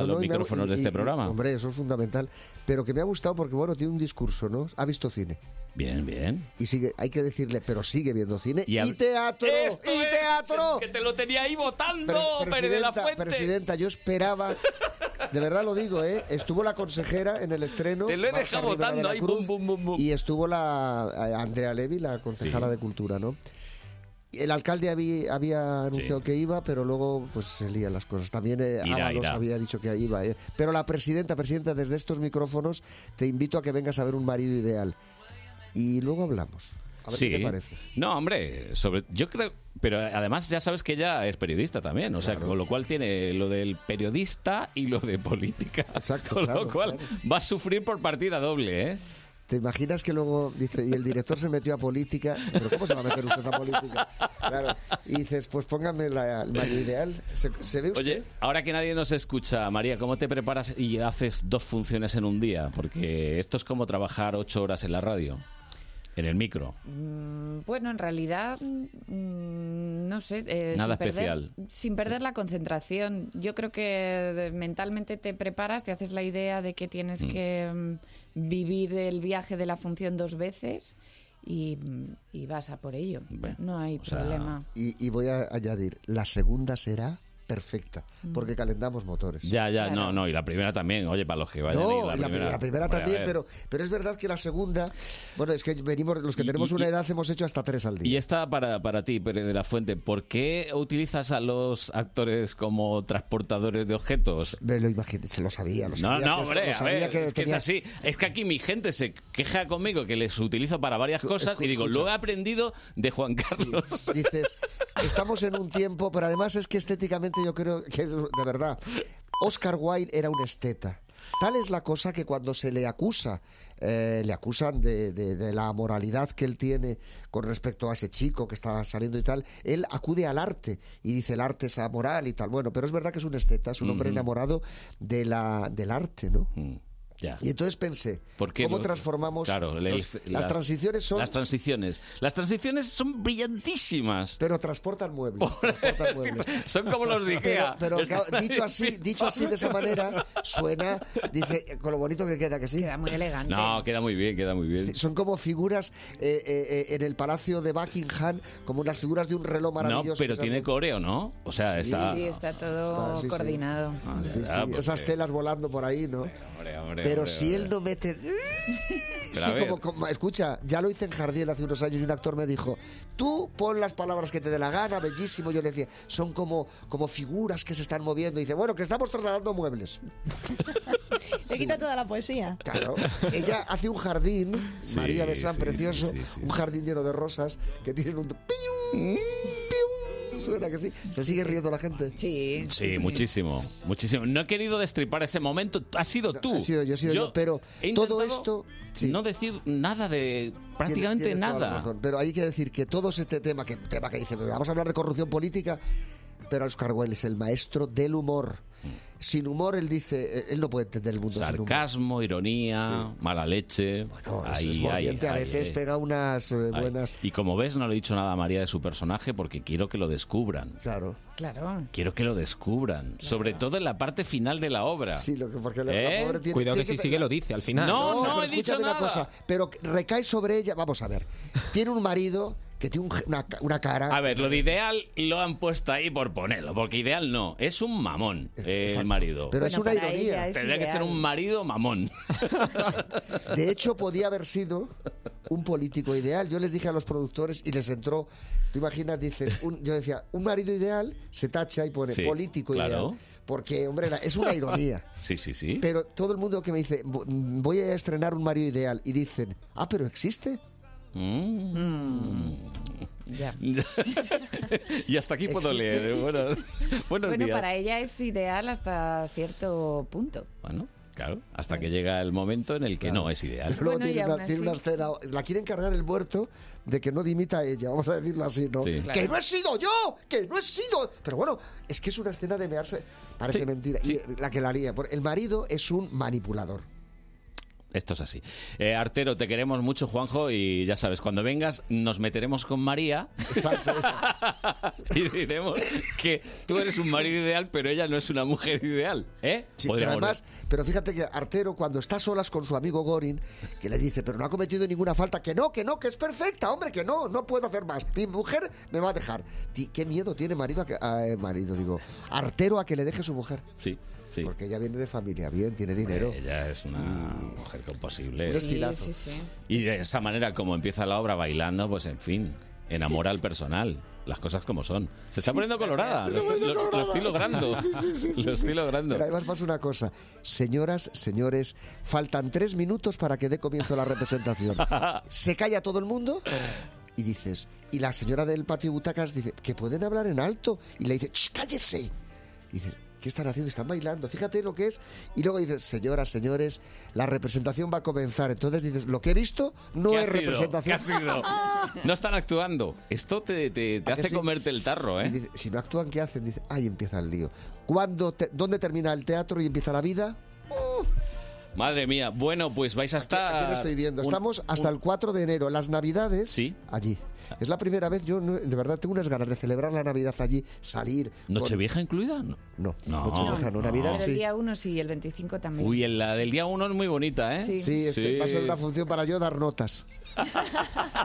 Speaker 35: No, no,
Speaker 2: los
Speaker 35: y me ha-
Speaker 2: micrófonos
Speaker 35: y-
Speaker 2: de este
Speaker 35: y-
Speaker 2: programa.
Speaker 35: Hombre, eso es fundamental. Pero que me ha gustado porque, bueno, tiene un discurso, ¿no? Ha visto cine.
Speaker 2: Bien, bien.
Speaker 35: Y sigue, hay que decirle, pero sigue viendo cine y,
Speaker 2: hab-
Speaker 35: teatro. y teatro.
Speaker 10: Que te lo tenía ahí votando,
Speaker 35: Pre-
Speaker 10: Pérez de la
Speaker 35: presidenta,
Speaker 10: Fuente.
Speaker 35: presidenta, yo esperaba De verdad lo digo, ¿eh? Estuvo la consejera en el estreno.
Speaker 2: Te lo he
Speaker 35: Marta
Speaker 2: dejado
Speaker 35: Rivera de
Speaker 2: votando
Speaker 35: la
Speaker 2: ahí,
Speaker 35: Cruz,
Speaker 2: bum, bum, bum, bum.
Speaker 35: Y estuvo la eh, Andrea Levy, la concejala
Speaker 2: Sí.
Speaker 35: de Cultura, ¿no? El alcalde había, había anunciado que iba, pero luego pues se lían las cosas. También eh,
Speaker 2: Irá,
Speaker 35: Ábalos
Speaker 2: irá.
Speaker 35: había dicho que iba. eh. Pero la presidenta, presidenta, desde estos micrófonos te invito a que vengas a ver un marido ideal. Y luego hablamos. A ver
Speaker 2: sí.
Speaker 35: qué te parece.
Speaker 2: No, hombre, sobre, yo creo... Pero además ya sabes que ella es periodista también, o sea, con lo cual tiene lo del periodista y lo de política.
Speaker 35: *laughs*
Speaker 2: Exacto, con
Speaker 35: claro,
Speaker 2: lo cual va a sufrir por partida doble, ¿eh?
Speaker 35: ¿Te imaginas que luego dice, y el director se metió a política? ¿Pero cómo se va a meter usted a política? Claro. Y dices, pues póngame la, el marido ideal. ¿Se, se ve usted?
Speaker 2: Oye, ahora que nadie nos escucha, María, ¿cómo te preparas y haces dos funciones en un día? Porque esto es como trabajar ocho horas en la radio, en el micro.
Speaker 36: Mm, Bueno, en realidad, mm, no sé. eh,
Speaker 2: Nada
Speaker 36: sin perder-
Speaker 2: especial.
Speaker 36: Sin perder la concentración. Yo creo que de- mentalmente te preparas, te haces la idea de que tienes
Speaker 2: Mm.
Speaker 36: que mm, vivir el viaje de la función dos veces y, mm, y vas a por ello. no hay problema.
Speaker 35: Y, y voy a añadir, la segunda será perfecta, porque calentamos motores.
Speaker 2: Ya, ya, no, no, y la primera también, oye, para los que vayan a ir,
Speaker 35: No, la, pri- la primera
Speaker 2: Hombre, a
Speaker 35: también,
Speaker 2: ver.
Speaker 35: pero, pero es verdad que la segunda, bueno, es que venimos, los que tenemos
Speaker 2: y-
Speaker 35: una edad hemos hecho hasta tres al día.
Speaker 2: Y esta para, para ti, Pérez de la Fuente, ¿por qué utilizas a los actores como transportadores de objetos?
Speaker 35: Me lo imaginé, se lo sabía, lo
Speaker 2: No,
Speaker 35: sabía.
Speaker 2: no,
Speaker 35: que esto-
Speaker 2: hombre,
Speaker 35: lo
Speaker 2: a
Speaker 35: sabía
Speaker 2: ver,
Speaker 35: que
Speaker 2: es que es
Speaker 35: tenía-
Speaker 2: así. Es que aquí mi gente se queja conmigo que les utilizo para varias cosas y digo,
Speaker 35: escucha.
Speaker 2: lo he aprendido de Juan Carlos. *laughs*
Speaker 35: dices, estamos en un tiempo, pero además es que estéticamente yo creo que es de verdad. Oscar Wilde era un esteta. Tal es la cosa que cuando se le acusa, eh, le acusan de, de- de la moralidad que él tiene con respecto a ese chico que está saliendo y tal, él acude al arte y dice el arte es amoral y tal. Bueno, pero es verdad que es un esteta, es un hombre
Speaker 2: Ujú. Mm,
Speaker 35: enamorado de la, del arte, ¿no?
Speaker 2: Ya.
Speaker 35: Y entonces pensé,
Speaker 2: ¿Por qué
Speaker 35: ¿cómo
Speaker 2: lo-
Speaker 35: transformamos
Speaker 2: Claro, el-
Speaker 35: los- las transiciones? Son
Speaker 2: Las transiciones. Las transiciones son brillantísimas.
Speaker 35: Pero transportan muebles. transportan muebles.
Speaker 2: Son
Speaker 35: *laughs*
Speaker 2: como los de Ikea.
Speaker 35: Pero, pero,
Speaker 2: Están
Speaker 35: claro, dicho
Speaker 2: ahí.
Speaker 35: así, dicho así de esa manera, suena, dice, con lo bonito que queda, que sí. Queda
Speaker 36: muy elegante.
Speaker 2: No, queda muy bien, queda muy bien.
Speaker 35: Son como figuras eh, eh, eh, en el palacio de Buckingham, como unas figuras de un reloj
Speaker 2: no,
Speaker 35: maravilloso.
Speaker 2: pero
Speaker 35: que
Speaker 2: tiene coreo, ¿no? O sea, está...
Speaker 36: Sí, sí, está todo
Speaker 35: Ah, sí, sí.
Speaker 36: coordinado.
Speaker 35: se- Sí, sí,
Speaker 2: Ah, pues
Speaker 35: esas
Speaker 2: que-
Speaker 35: telas volando por ahí, ¿no?
Speaker 2: Hombre, hombre,
Speaker 35: pero
Speaker 2: hombre,
Speaker 35: si
Speaker 2: hombre.
Speaker 35: él no mete...
Speaker 2: Pero
Speaker 35: Sí,
Speaker 2: a ver.
Speaker 35: como, como- escucha, ya lo hice en Jardín hace unos años y un actor me dijo, tú pon las palabras que te dé la gana, bellísimo. Yo le decía, son como, como figuras que se están moviendo. Y dice, bueno, que estamos trasladando muebles.
Speaker 16: Te quita toda la poesía.
Speaker 35: Claro. *laughs* Ella hace un jardín,
Speaker 16: Sí,
Speaker 35: María Besán,
Speaker 16: sí,
Speaker 35: precioso,
Speaker 16: sí, sí, sí.
Speaker 35: un jardín lleno de rosas que tienen un...
Speaker 28: Mm.
Speaker 35: ¡Pium! ¡Pium! Suena que sí. ¿Se sigue riendo la gente?
Speaker 36: Sí.
Speaker 2: Sí, muchísimo, muchísimo. No he querido destripar ese momento. Ha sido tú.
Speaker 35: ha sido yo, ha sido yo, pero
Speaker 2: he
Speaker 35: todo
Speaker 2: intentado
Speaker 35: esto-
Speaker 2: No decir nada de prácticamente
Speaker 35: Tienes- tienes toda la
Speaker 2: nada.
Speaker 35: razón, pero hay que decir que todo este tema que, tema que dice, vamos a hablar de corrupción política, pero Oscar Wilde es el maestro del humor. Sin humor, él dice, eh, él no puede entender el mundo sin humor.
Speaker 2: Sarcasmo, ironía, mala leche.
Speaker 35: No, eso
Speaker 2: ahí,
Speaker 35: es mordiente,
Speaker 2: ahí,
Speaker 35: a
Speaker 2: ahí,
Speaker 35: veces
Speaker 2: ahí.
Speaker 35: pega unas eh,
Speaker 2: Ahí.
Speaker 35: buenas...
Speaker 2: Y como ves, no le he dicho nada a María de su personaje porque quiero que lo descubran.
Speaker 35: Claro.
Speaker 36: Claro.
Speaker 2: Quiero que lo descubran. Sobre todo en la parte final de la obra.
Speaker 35: Sí, lo que, porque la-
Speaker 2: ¿Eh?
Speaker 35: la pobre tiene-
Speaker 26: Cuidado que
Speaker 35: tiene
Speaker 26: sí, sí que lo dice al final.
Speaker 2: No, no,
Speaker 35: pero
Speaker 2: he dicho
Speaker 35: escúchame una
Speaker 2: nada.
Speaker 35: cosa, pero recae sobre ella, vamos a ver, tiene un marido que tiene un ge- una, ca- una cara...
Speaker 2: A ver, lo de ideal lo han puesto ahí por ponerlo, porque ideal no, es un mamón eh, el marido.
Speaker 35: Pero es Bueno, una para ironía. ella es
Speaker 2: Tendría que
Speaker 35: ideal.
Speaker 2: ser un marido mamón.
Speaker 35: De hecho, podía haber sido un político ideal. Yo les dije a los productores y les entró, tú imaginas, dices, un- yo decía, un marido ideal se tacha y pone
Speaker 2: Sí,
Speaker 35: político
Speaker 2: claro.
Speaker 35: ideal. Porque, hombre, la- es una ironía.
Speaker 2: Sí, sí, sí.
Speaker 35: Pero todo el mundo que me dice, "Vo- mm, voy a estrenar un marido ideal, y dicen, ah, pero existe.
Speaker 2: Mm.
Speaker 36: Ya.
Speaker 2: *laughs* y hasta aquí puedo
Speaker 35: Existe.
Speaker 2: leer.
Speaker 35: *laughs*
Speaker 2: Buenos, buenos
Speaker 36: Bueno,
Speaker 2: días.
Speaker 36: para ella es ideal hasta cierto punto.
Speaker 2: Bueno, claro, hasta que llega el momento en el que no es ideal.
Speaker 35: Pero luego
Speaker 36: Bueno, y
Speaker 35: tiene,
Speaker 36: aún
Speaker 35: una, tiene una
Speaker 36: así.
Speaker 35: escena, la quieren cargar el muerto de que no dimita a ella, vamos a decirlo así, ¿no?
Speaker 2: Sí.
Speaker 35: ¡Que
Speaker 2: Claro.
Speaker 35: no he sido yo! ¡Que no he sido! Pero bueno, es que es una escena de mearse. Parece mentira. Y eh, la que la lía. El marido es un manipulador.
Speaker 2: Esto es así. Eh, Artero, te queremos mucho, Juanjo, y ya sabes, cuando vengas nos meteremos con María *laughs* y diremos que tú eres un marido ideal, pero ella no es una mujer ideal. ¿Eh?
Speaker 35: Sí, pero
Speaker 2: Podríamos-
Speaker 35: además, pero fíjate que Artero, cuando está a solas con su amigo Gorin, que le dice, pero no ha cometido ninguna falta, que no, que no, que es perfecta, hombre, que no, no puedo hacer más. Mi mujer me va a dejar. Ti- ¿Qué miedo tiene marido a que- a- eh, marido, digo, Artero a que le deje su mujer?
Speaker 2: Sí.
Speaker 35: porque ella viene de familia bien, tiene dinero.
Speaker 2: Ella es una mujer composible.
Speaker 35: Mm. Un estilazo. Sí, sí, sí.
Speaker 2: Y de esa manera, como empieza la obra bailando, pues en fin, enamora al personal. Las cosas como son. Se está poniendo colorada.
Speaker 35: Se
Speaker 2: Lo,
Speaker 35: está
Speaker 2: estoy-
Speaker 35: poniendo
Speaker 2: lo- lo estoy
Speaker 35: colorada.
Speaker 2: logrando.
Speaker 35: Sí, sí, sí, sí,
Speaker 2: Lo
Speaker 35: sí, sí.
Speaker 2: estoy logrando.
Speaker 35: Pero además pasa una cosa. Señoras, señores, faltan tres minutos para que dé comienzo la
Speaker 2: *laughs*
Speaker 35: representación. Se calla todo el mundo y dices... Y la señora del patio butacas dice que pueden hablar en alto. Y le dice, "Shh, cállese. Y dices, ¿qué están haciendo? Están bailando. Fíjate lo que es. Y luego dices, señoras, señores, la representación va a comenzar. Entonces dices, lo que he visto no
Speaker 2: ¿Qué ha
Speaker 35: es
Speaker 2: sido? ¿Qué ha
Speaker 35: representación.
Speaker 2: sido? No están actuando. Esto te, te- te
Speaker 35: ¿A que
Speaker 2: hace
Speaker 35: sí?
Speaker 2: comerte el tarro, ¿eh?
Speaker 35: Y dice, si no actúan, ¿qué hacen? Dice, ahí empieza el lío. ¿Cuándo te- ¿Dónde termina el teatro y empieza la vida?
Speaker 2: Madre mía. Bueno, pues vais a estar.
Speaker 35: Aquí lo estoy viendo.
Speaker 2: un-
Speaker 35: Estamos hasta el 4 de enero. Las Navidades, allí. Es la primera vez, yo no- de verdad tengo unas ganas de celebrar la Navidad allí, salir.
Speaker 2: ¿Nochevieja incluida? No,
Speaker 35: no,
Speaker 2: No,
Speaker 35: Nochevieja no,
Speaker 2: no.
Speaker 35: Navidad
Speaker 36: Pero
Speaker 35: sí.
Speaker 36: el día 1 sí, el 25 también.
Speaker 2: Uy, en la del día uno es muy bonita, ¿eh?
Speaker 35: Sí, este, va a ser una función para yo dar
Speaker 2: *laughs*
Speaker 35: notas.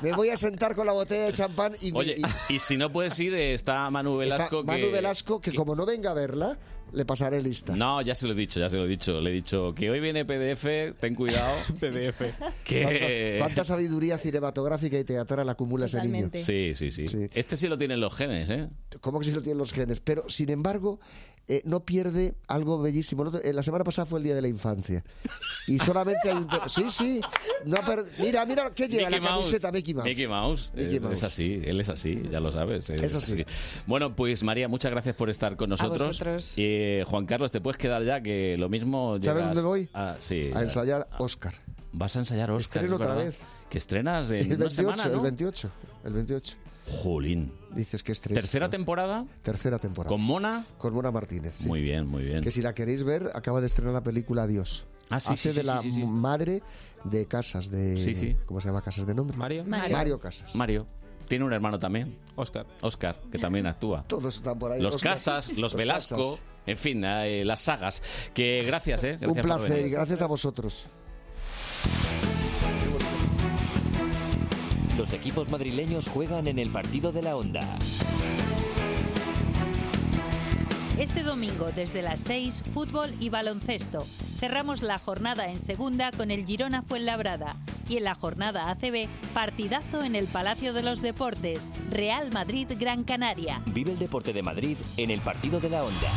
Speaker 35: Me voy a sentar con la botella de champán y, me-
Speaker 2: Oye,
Speaker 35: y
Speaker 2: y si no puedes ir, eh, está Manu
Speaker 35: está
Speaker 2: Velasco.
Speaker 35: Manu
Speaker 2: que...
Speaker 35: Velasco, que como no venga a verla, le pasaré lista.
Speaker 2: No, ya se lo he dicho, ya se lo he dicho. Le he dicho que hoy viene PDF,
Speaker 35: *laughs*
Speaker 2: ten cuidado. PDF. *laughs* Que...
Speaker 35: ¿Cuánta sabiduría cinematográfica y teatral acumula ese niño?
Speaker 2: Sí, sí, sí, Este sí lo tienen los genes, ¿eh?
Speaker 35: ¿Cómo que sí lo tienen los genes? Pero, sin embargo, eh, no pierde algo bellísimo. El otro- eh, La semana pasada fue el Día de la Infancia. Y solamente hay un... te- Sí, sí. No ha per- Mira, mira, ¿qué lleva
Speaker 2: Mickey
Speaker 35: la
Speaker 2: Mouse.
Speaker 35: camiseta Mickey Mouse?
Speaker 2: Mickey Mouse.
Speaker 35: Mickey
Speaker 2: es,
Speaker 35: Mouse.
Speaker 2: es así, él es así, ya lo sabes. Es,
Speaker 35: Es así.
Speaker 2: Bueno, pues María, muchas gracias por estar con nosotros.
Speaker 35: vosotros.
Speaker 2: Eh, Juan Carlos, te puedes quedar ya, que lo mismo
Speaker 35: ¿Sabes
Speaker 2: llegas
Speaker 35: dónde voy?
Speaker 2: a- sí,
Speaker 35: A
Speaker 2: ya.
Speaker 35: ensayar Oscar.
Speaker 2: Vas a ensayar Oscar.
Speaker 35: Estreno
Speaker 2: es
Speaker 35: otra
Speaker 2: verdad.
Speaker 35: vez.
Speaker 2: Que estrenas en
Speaker 35: El
Speaker 2: una
Speaker 35: 28,
Speaker 2: semana, ¿no?
Speaker 35: el 28. El 28.
Speaker 2: Jolín.
Speaker 35: Dices que es
Speaker 2: Tercera temporada.
Speaker 35: Tercera temporada.
Speaker 2: ¿Con Mona?
Speaker 35: Con Mona Martínez, sí.
Speaker 2: Muy bien, muy bien.
Speaker 35: Que si la queréis ver, acaba de estrenar la película Adiós.
Speaker 2: Ah, sí,
Speaker 35: Hace
Speaker 2: sí, sí,
Speaker 35: de la
Speaker 2: sí, sí, sí.
Speaker 35: madre de Casas, de...
Speaker 2: Sí, sí.
Speaker 35: ¿Cómo se llama Casas de nombre? Mario.
Speaker 2: Mario.
Speaker 35: Mario Casas.
Speaker 2: Mario. Tiene un hermano también. Oscar. Oscar, que también actúa.
Speaker 35: Todos están por ahí.
Speaker 2: Los
Speaker 35: Oscar.
Speaker 2: Casas, los
Speaker 35: Los
Speaker 2: Velasco,
Speaker 35: Casas.
Speaker 2: en fin, eh, las sagas. Que gracias, ¿eh? Gracias
Speaker 35: Un
Speaker 2: por
Speaker 35: placer
Speaker 2: venir.
Speaker 35: y gracias a vosotros.
Speaker 29: Los equipos madrileños juegan en el partido de la onda.
Speaker 19: Este domingo, desde las 6, fútbol y baloncesto. Cerramos la jornada en segunda con el Girona Fuenlabrada. Y en la jornada ACB, partidazo en el Palacio de los Deportes, Real Madrid Gran Canaria.
Speaker 29: Vive el deporte de Madrid en el partido de la onda.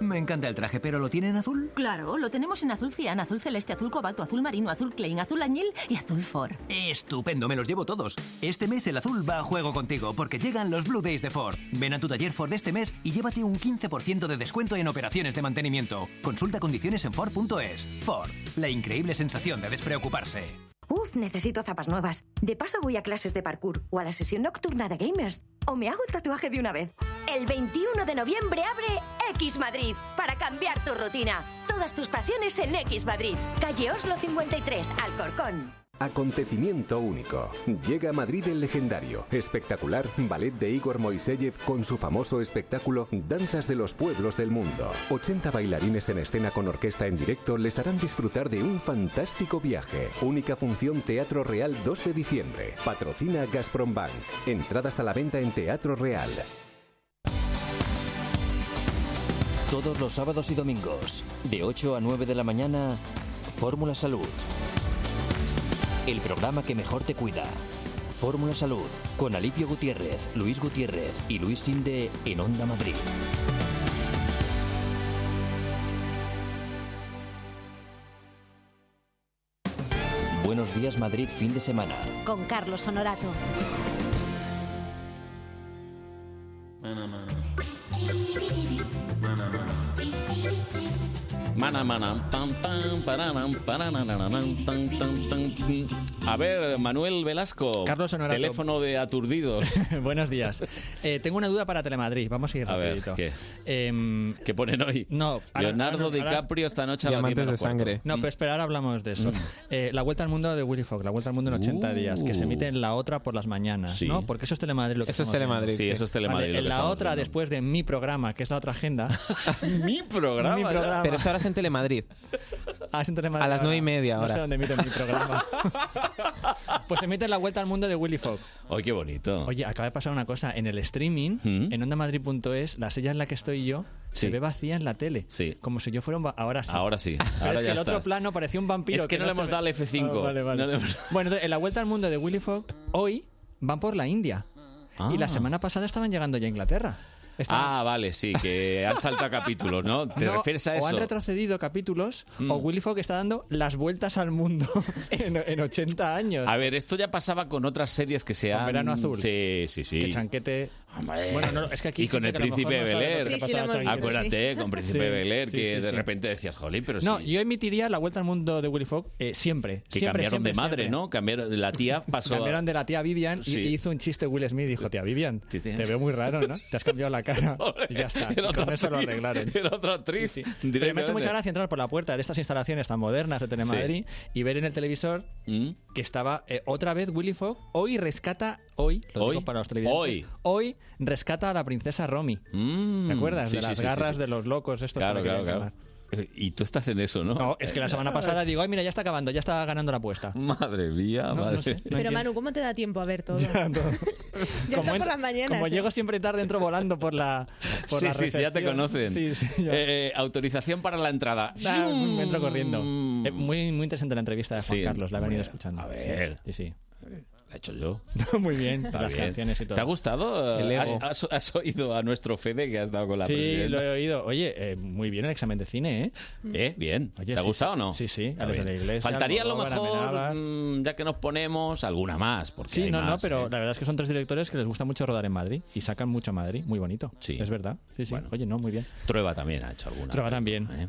Speaker 31: Me encanta el traje, pero ¿lo tiene en azul?
Speaker 15: Claro, lo tenemos en azul cian, azul celeste, azul cobalto, azul marino, azul Klein, azul añil y azul Ford.
Speaker 31: Estupendo, me los llevo todos. Este mes el azul va a juego contigo porque llegan los Blue Days de Ford. Ven a tu taller Ford este mes y llévate un 15% de descuento en operaciones de mantenimiento. Consulta condiciones en Ford.es. Ford, la increíble sensación de despreocuparse.
Speaker 8: Uf, necesito zapas nuevas. De paso voy a clases de parkour o a la sesión nocturna de gamers. O me hago un tatuaje de una vez. El 21 de noviembre abre X Madrid para cambiar tu rutina. Todas tus pasiones en X Madrid. Calle Oslo 53, Alcorcón.
Speaker 18: Acontecimiento único. Llega a Madrid el legendario, espectacular ballet de Igor Moiseyev con su famoso espectáculo Danzas de los Pueblos del Mundo. 80 bailarines en escena con orquesta en directo les harán disfrutar de un fantástico viaje. Única función Teatro Real 2 de diciembre. Patrocina Gazprom Bank. Entradas a la venta en Teatro Real.
Speaker 29: Todos los sábados y domingos, de 8 a 9 de la mañana, Fórmula Salud. El programa que mejor te cuida. Fórmula Salud, con Alipio Gutiérrez, Luis Gutiérrez y Luis Sinde en Onda Madrid. Buenos días Madrid, fin de semana.
Speaker 20: Con Carlos Honorato.
Speaker 2: Mana, mana, pam, pam, paranam, paranananam, tan, tan, tan, tin. A ver, Manuel Velasco.
Speaker 28: Carlos Honorato.
Speaker 2: Teléfono de aturdidos.
Speaker 28: *laughs* Buenos días. Eh, tengo una duda para Telemadrid. Vamos a ir
Speaker 2: A ver,
Speaker 28: rapidito.
Speaker 2: ¿qué?
Speaker 28: Em,
Speaker 2: ¿Qué ponen hoy?
Speaker 28: No, ahora-
Speaker 2: Leonardo
Speaker 28: ahora- ahora-
Speaker 2: DiCaprio esta noche a las 10 menos cuarto.
Speaker 28: No, pero espera, ahora hablamos de eso.
Speaker 2: Mm.
Speaker 28: Eh, la Vuelta al Mundo de Willy Fox, la Vuelta al Mundo en 80 días, que se emite en la otra por las mañanas,
Speaker 2: Sí.
Speaker 28: ¿no? Porque eso es Telemadrid lo que
Speaker 2: Eso es
Speaker 28: estamos viendo.
Speaker 2: Telemadrid, Sí, sí. eso es Telemadrid
Speaker 28: Vale,
Speaker 2: lo que
Speaker 28: en la
Speaker 2: estamos
Speaker 28: otra,
Speaker 2: viendo.
Speaker 28: después de mi programa, que es la otra agenda.
Speaker 2: *laughs* Mi programa.
Speaker 28: Mi programa.
Speaker 26: Pero eso ahora es en Telemadrid.
Speaker 28: a las 9
Speaker 26: A las nueve y media
Speaker 28: No
Speaker 26: ahora.
Speaker 28: sé dónde emiten mi
Speaker 26: *laughs*
Speaker 28: programa. pues emiten la vuelta al mundo de Willy Fogg.
Speaker 2: Oye, qué bonito. ¿Mm?
Speaker 28: Oye, acaba de pasar una cosa. En el streaming, en ondamadrid.es, la silla en la que estoy yo se ve vacía en la tele. Como si yo fuera un... va- Ahora sí. *laughs*
Speaker 2: Ahora sí.
Speaker 28: Pero
Speaker 2: Ahora
Speaker 28: es que
Speaker 2: ya
Speaker 28: el otro
Speaker 2: estás.
Speaker 28: plano parecía un vampiro.
Speaker 2: Es que no le
Speaker 28: se
Speaker 2: hemos
Speaker 28: ve.
Speaker 2: dado al F5.
Speaker 28: Ah, vale, vale.
Speaker 2: No le hemos- *laughs*
Speaker 28: Bueno, entonces, en la vuelta al mundo de Willy Fogg, hoy van por la India. Y la semana pasada estaban llegando ya a Inglaterra. Estaban-
Speaker 2: Ah, vale, sí, que han saltado capítulos, ¿no? ¿Te
Speaker 28: No,
Speaker 2: refieres a eso?
Speaker 28: O han retrocedido capítulos,
Speaker 2: Mm.
Speaker 28: o Willy Fogg está dando las vueltas al mundo *laughs* en, en 80 años.
Speaker 2: A ver, esto ya pasaba con otras series que se
Speaker 28: Con
Speaker 2: han...
Speaker 28: Verano Azul.
Speaker 2: Sí, sí, sí.
Speaker 28: Que chanquete. Bueno, no, es que aquí hay
Speaker 2: y con
Speaker 28: gente
Speaker 2: el
Speaker 28: que a lo
Speaker 2: príncipe
Speaker 28: mejor no sabe lo
Speaker 2: Beler.
Speaker 28: que le Sí, sí, pasaba a lo hemos Chanquete.
Speaker 2: Acuérdate,
Speaker 28: visto.
Speaker 2: con príncipe
Speaker 28: Sí,
Speaker 2: Beler,
Speaker 28: sí,
Speaker 2: que
Speaker 28: sí,
Speaker 2: de
Speaker 28: sí.
Speaker 2: repente decías, jolín, pero
Speaker 28: no,
Speaker 2: sí.
Speaker 28: yo emitiría la vuelta al mundo de Willy Fogg eh, siempre.
Speaker 2: Que
Speaker 28: siempre,
Speaker 2: cambiaron
Speaker 28: siempre,
Speaker 2: de madre,
Speaker 28: siempre.
Speaker 2: ¿no? Cambiaron, la
Speaker 28: *laughs*
Speaker 2: tía pasó a- *laughs*
Speaker 28: Cambiaron de la tía Vivian y-
Speaker 2: Sí.
Speaker 28: y hizo un chiste Will Smith. Dijo, tía Vivian, te veo muy raro, ¿no? Te has cambiado la
Speaker 2: *laughs*
Speaker 28: cara. Y ya está.
Speaker 2: Era
Speaker 28: Y
Speaker 2: otra
Speaker 28: con eso lo
Speaker 2: actriz,
Speaker 28: arreglaron.
Speaker 2: Era otra actriz.
Speaker 28: Pero me ha hecho
Speaker 2: directamente.
Speaker 28: mucha gracia entrar por la puerta de estas instalaciones tan modernas de Telemadrid y ver en el televisor
Speaker 2: Mm,
Speaker 28: que estaba eh, otra vez Willy Fogg. Hoy rescata, hoy, lo
Speaker 2: Hoy,
Speaker 28: digo para los televidentes,
Speaker 2: hoy.
Speaker 28: hoy rescata a la princesa Romy. ¿Te acuerdas?
Speaker 2: sí,
Speaker 28: de
Speaker 2: sí,
Speaker 28: las
Speaker 2: sí, sí,
Speaker 28: garras
Speaker 2: sí.
Speaker 28: de los locos estos.
Speaker 2: mm. Claro,
Speaker 28: que le
Speaker 2: claro,
Speaker 28: querían
Speaker 2: claro. Y tú estás en eso, ¿no?
Speaker 28: tomar. No, es que la
Speaker 2: *laughs*
Speaker 28: semana pasada digo, ay, mira, ya está acabando, ya está ganando la apuesta.
Speaker 2: Madre mía,
Speaker 28: no
Speaker 2: madre
Speaker 28: sé,
Speaker 2: mía.
Speaker 16: Pero Manu, ¿cómo te da tiempo a ver todo? *laughs*
Speaker 28: Ya,
Speaker 16: está
Speaker 28: entro-
Speaker 16: por las mañanas.
Speaker 28: Como
Speaker 16: ¿eh?
Speaker 28: llego siempre tarde, entro volando por la. por
Speaker 2: sí,
Speaker 28: la
Speaker 2: sí, sí, ya te
Speaker 28: recepción.
Speaker 2: conocen.
Speaker 28: Sí, sí, ya.
Speaker 2: Eh, eh, autorización para la entrada.
Speaker 28: Ah, me entro corriendo. Eh, muy, muy interesante la entrevista de Juan
Speaker 2: Sí,
Speaker 28: Carlos, la he venido
Speaker 2: hombre,
Speaker 28: escuchando.
Speaker 2: a
Speaker 28: Sí,
Speaker 2: ver.
Speaker 28: Sí, sí.
Speaker 2: La he hecho yo.
Speaker 28: *laughs* Muy bien,
Speaker 2: Está
Speaker 28: las
Speaker 2: bien.
Speaker 28: canciones y todo.
Speaker 2: ¿Te ha gustado?
Speaker 28: El
Speaker 2: ¿Has,
Speaker 28: ego.
Speaker 2: has, has oído a nuestro Fede que has dado con la
Speaker 28: sí,
Speaker 2: presidenta?
Speaker 28: lo he oído. Oye, eh, muy bien el examen de cine, ¿eh?
Speaker 2: Eh, bien.
Speaker 28: Oye,
Speaker 2: ¿Te ha
Speaker 28: sí,
Speaker 2: gustado o no?
Speaker 28: Sí, sí,
Speaker 2: Está
Speaker 28: a los de
Speaker 2: bien.
Speaker 28: la iglesia.
Speaker 2: Faltaría a lo
Speaker 28: Almodóvar,
Speaker 2: mejor,
Speaker 28: Amenábar.
Speaker 2: mm, ya que nos ponemos, alguna más. Porque
Speaker 28: Sí,
Speaker 2: hay
Speaker 28: no, no,
Speaker 2: más,
Speaker 28: pero
Speaker 2: ¿eh?
Speaker 28: la verdad es que son tres directores que les gusta mucho rodar en Madrid y sacan mucho a Madrid, muy bonito.
Speaker 2: Sí.
Speaker 28: Es verdad. Sí, sí. Oye, no, muy bien.
Speaker 2: Trueba también ha hecho alguna. ¿eh?
Speaker 28: Traba también.
Speaker 2: Fin.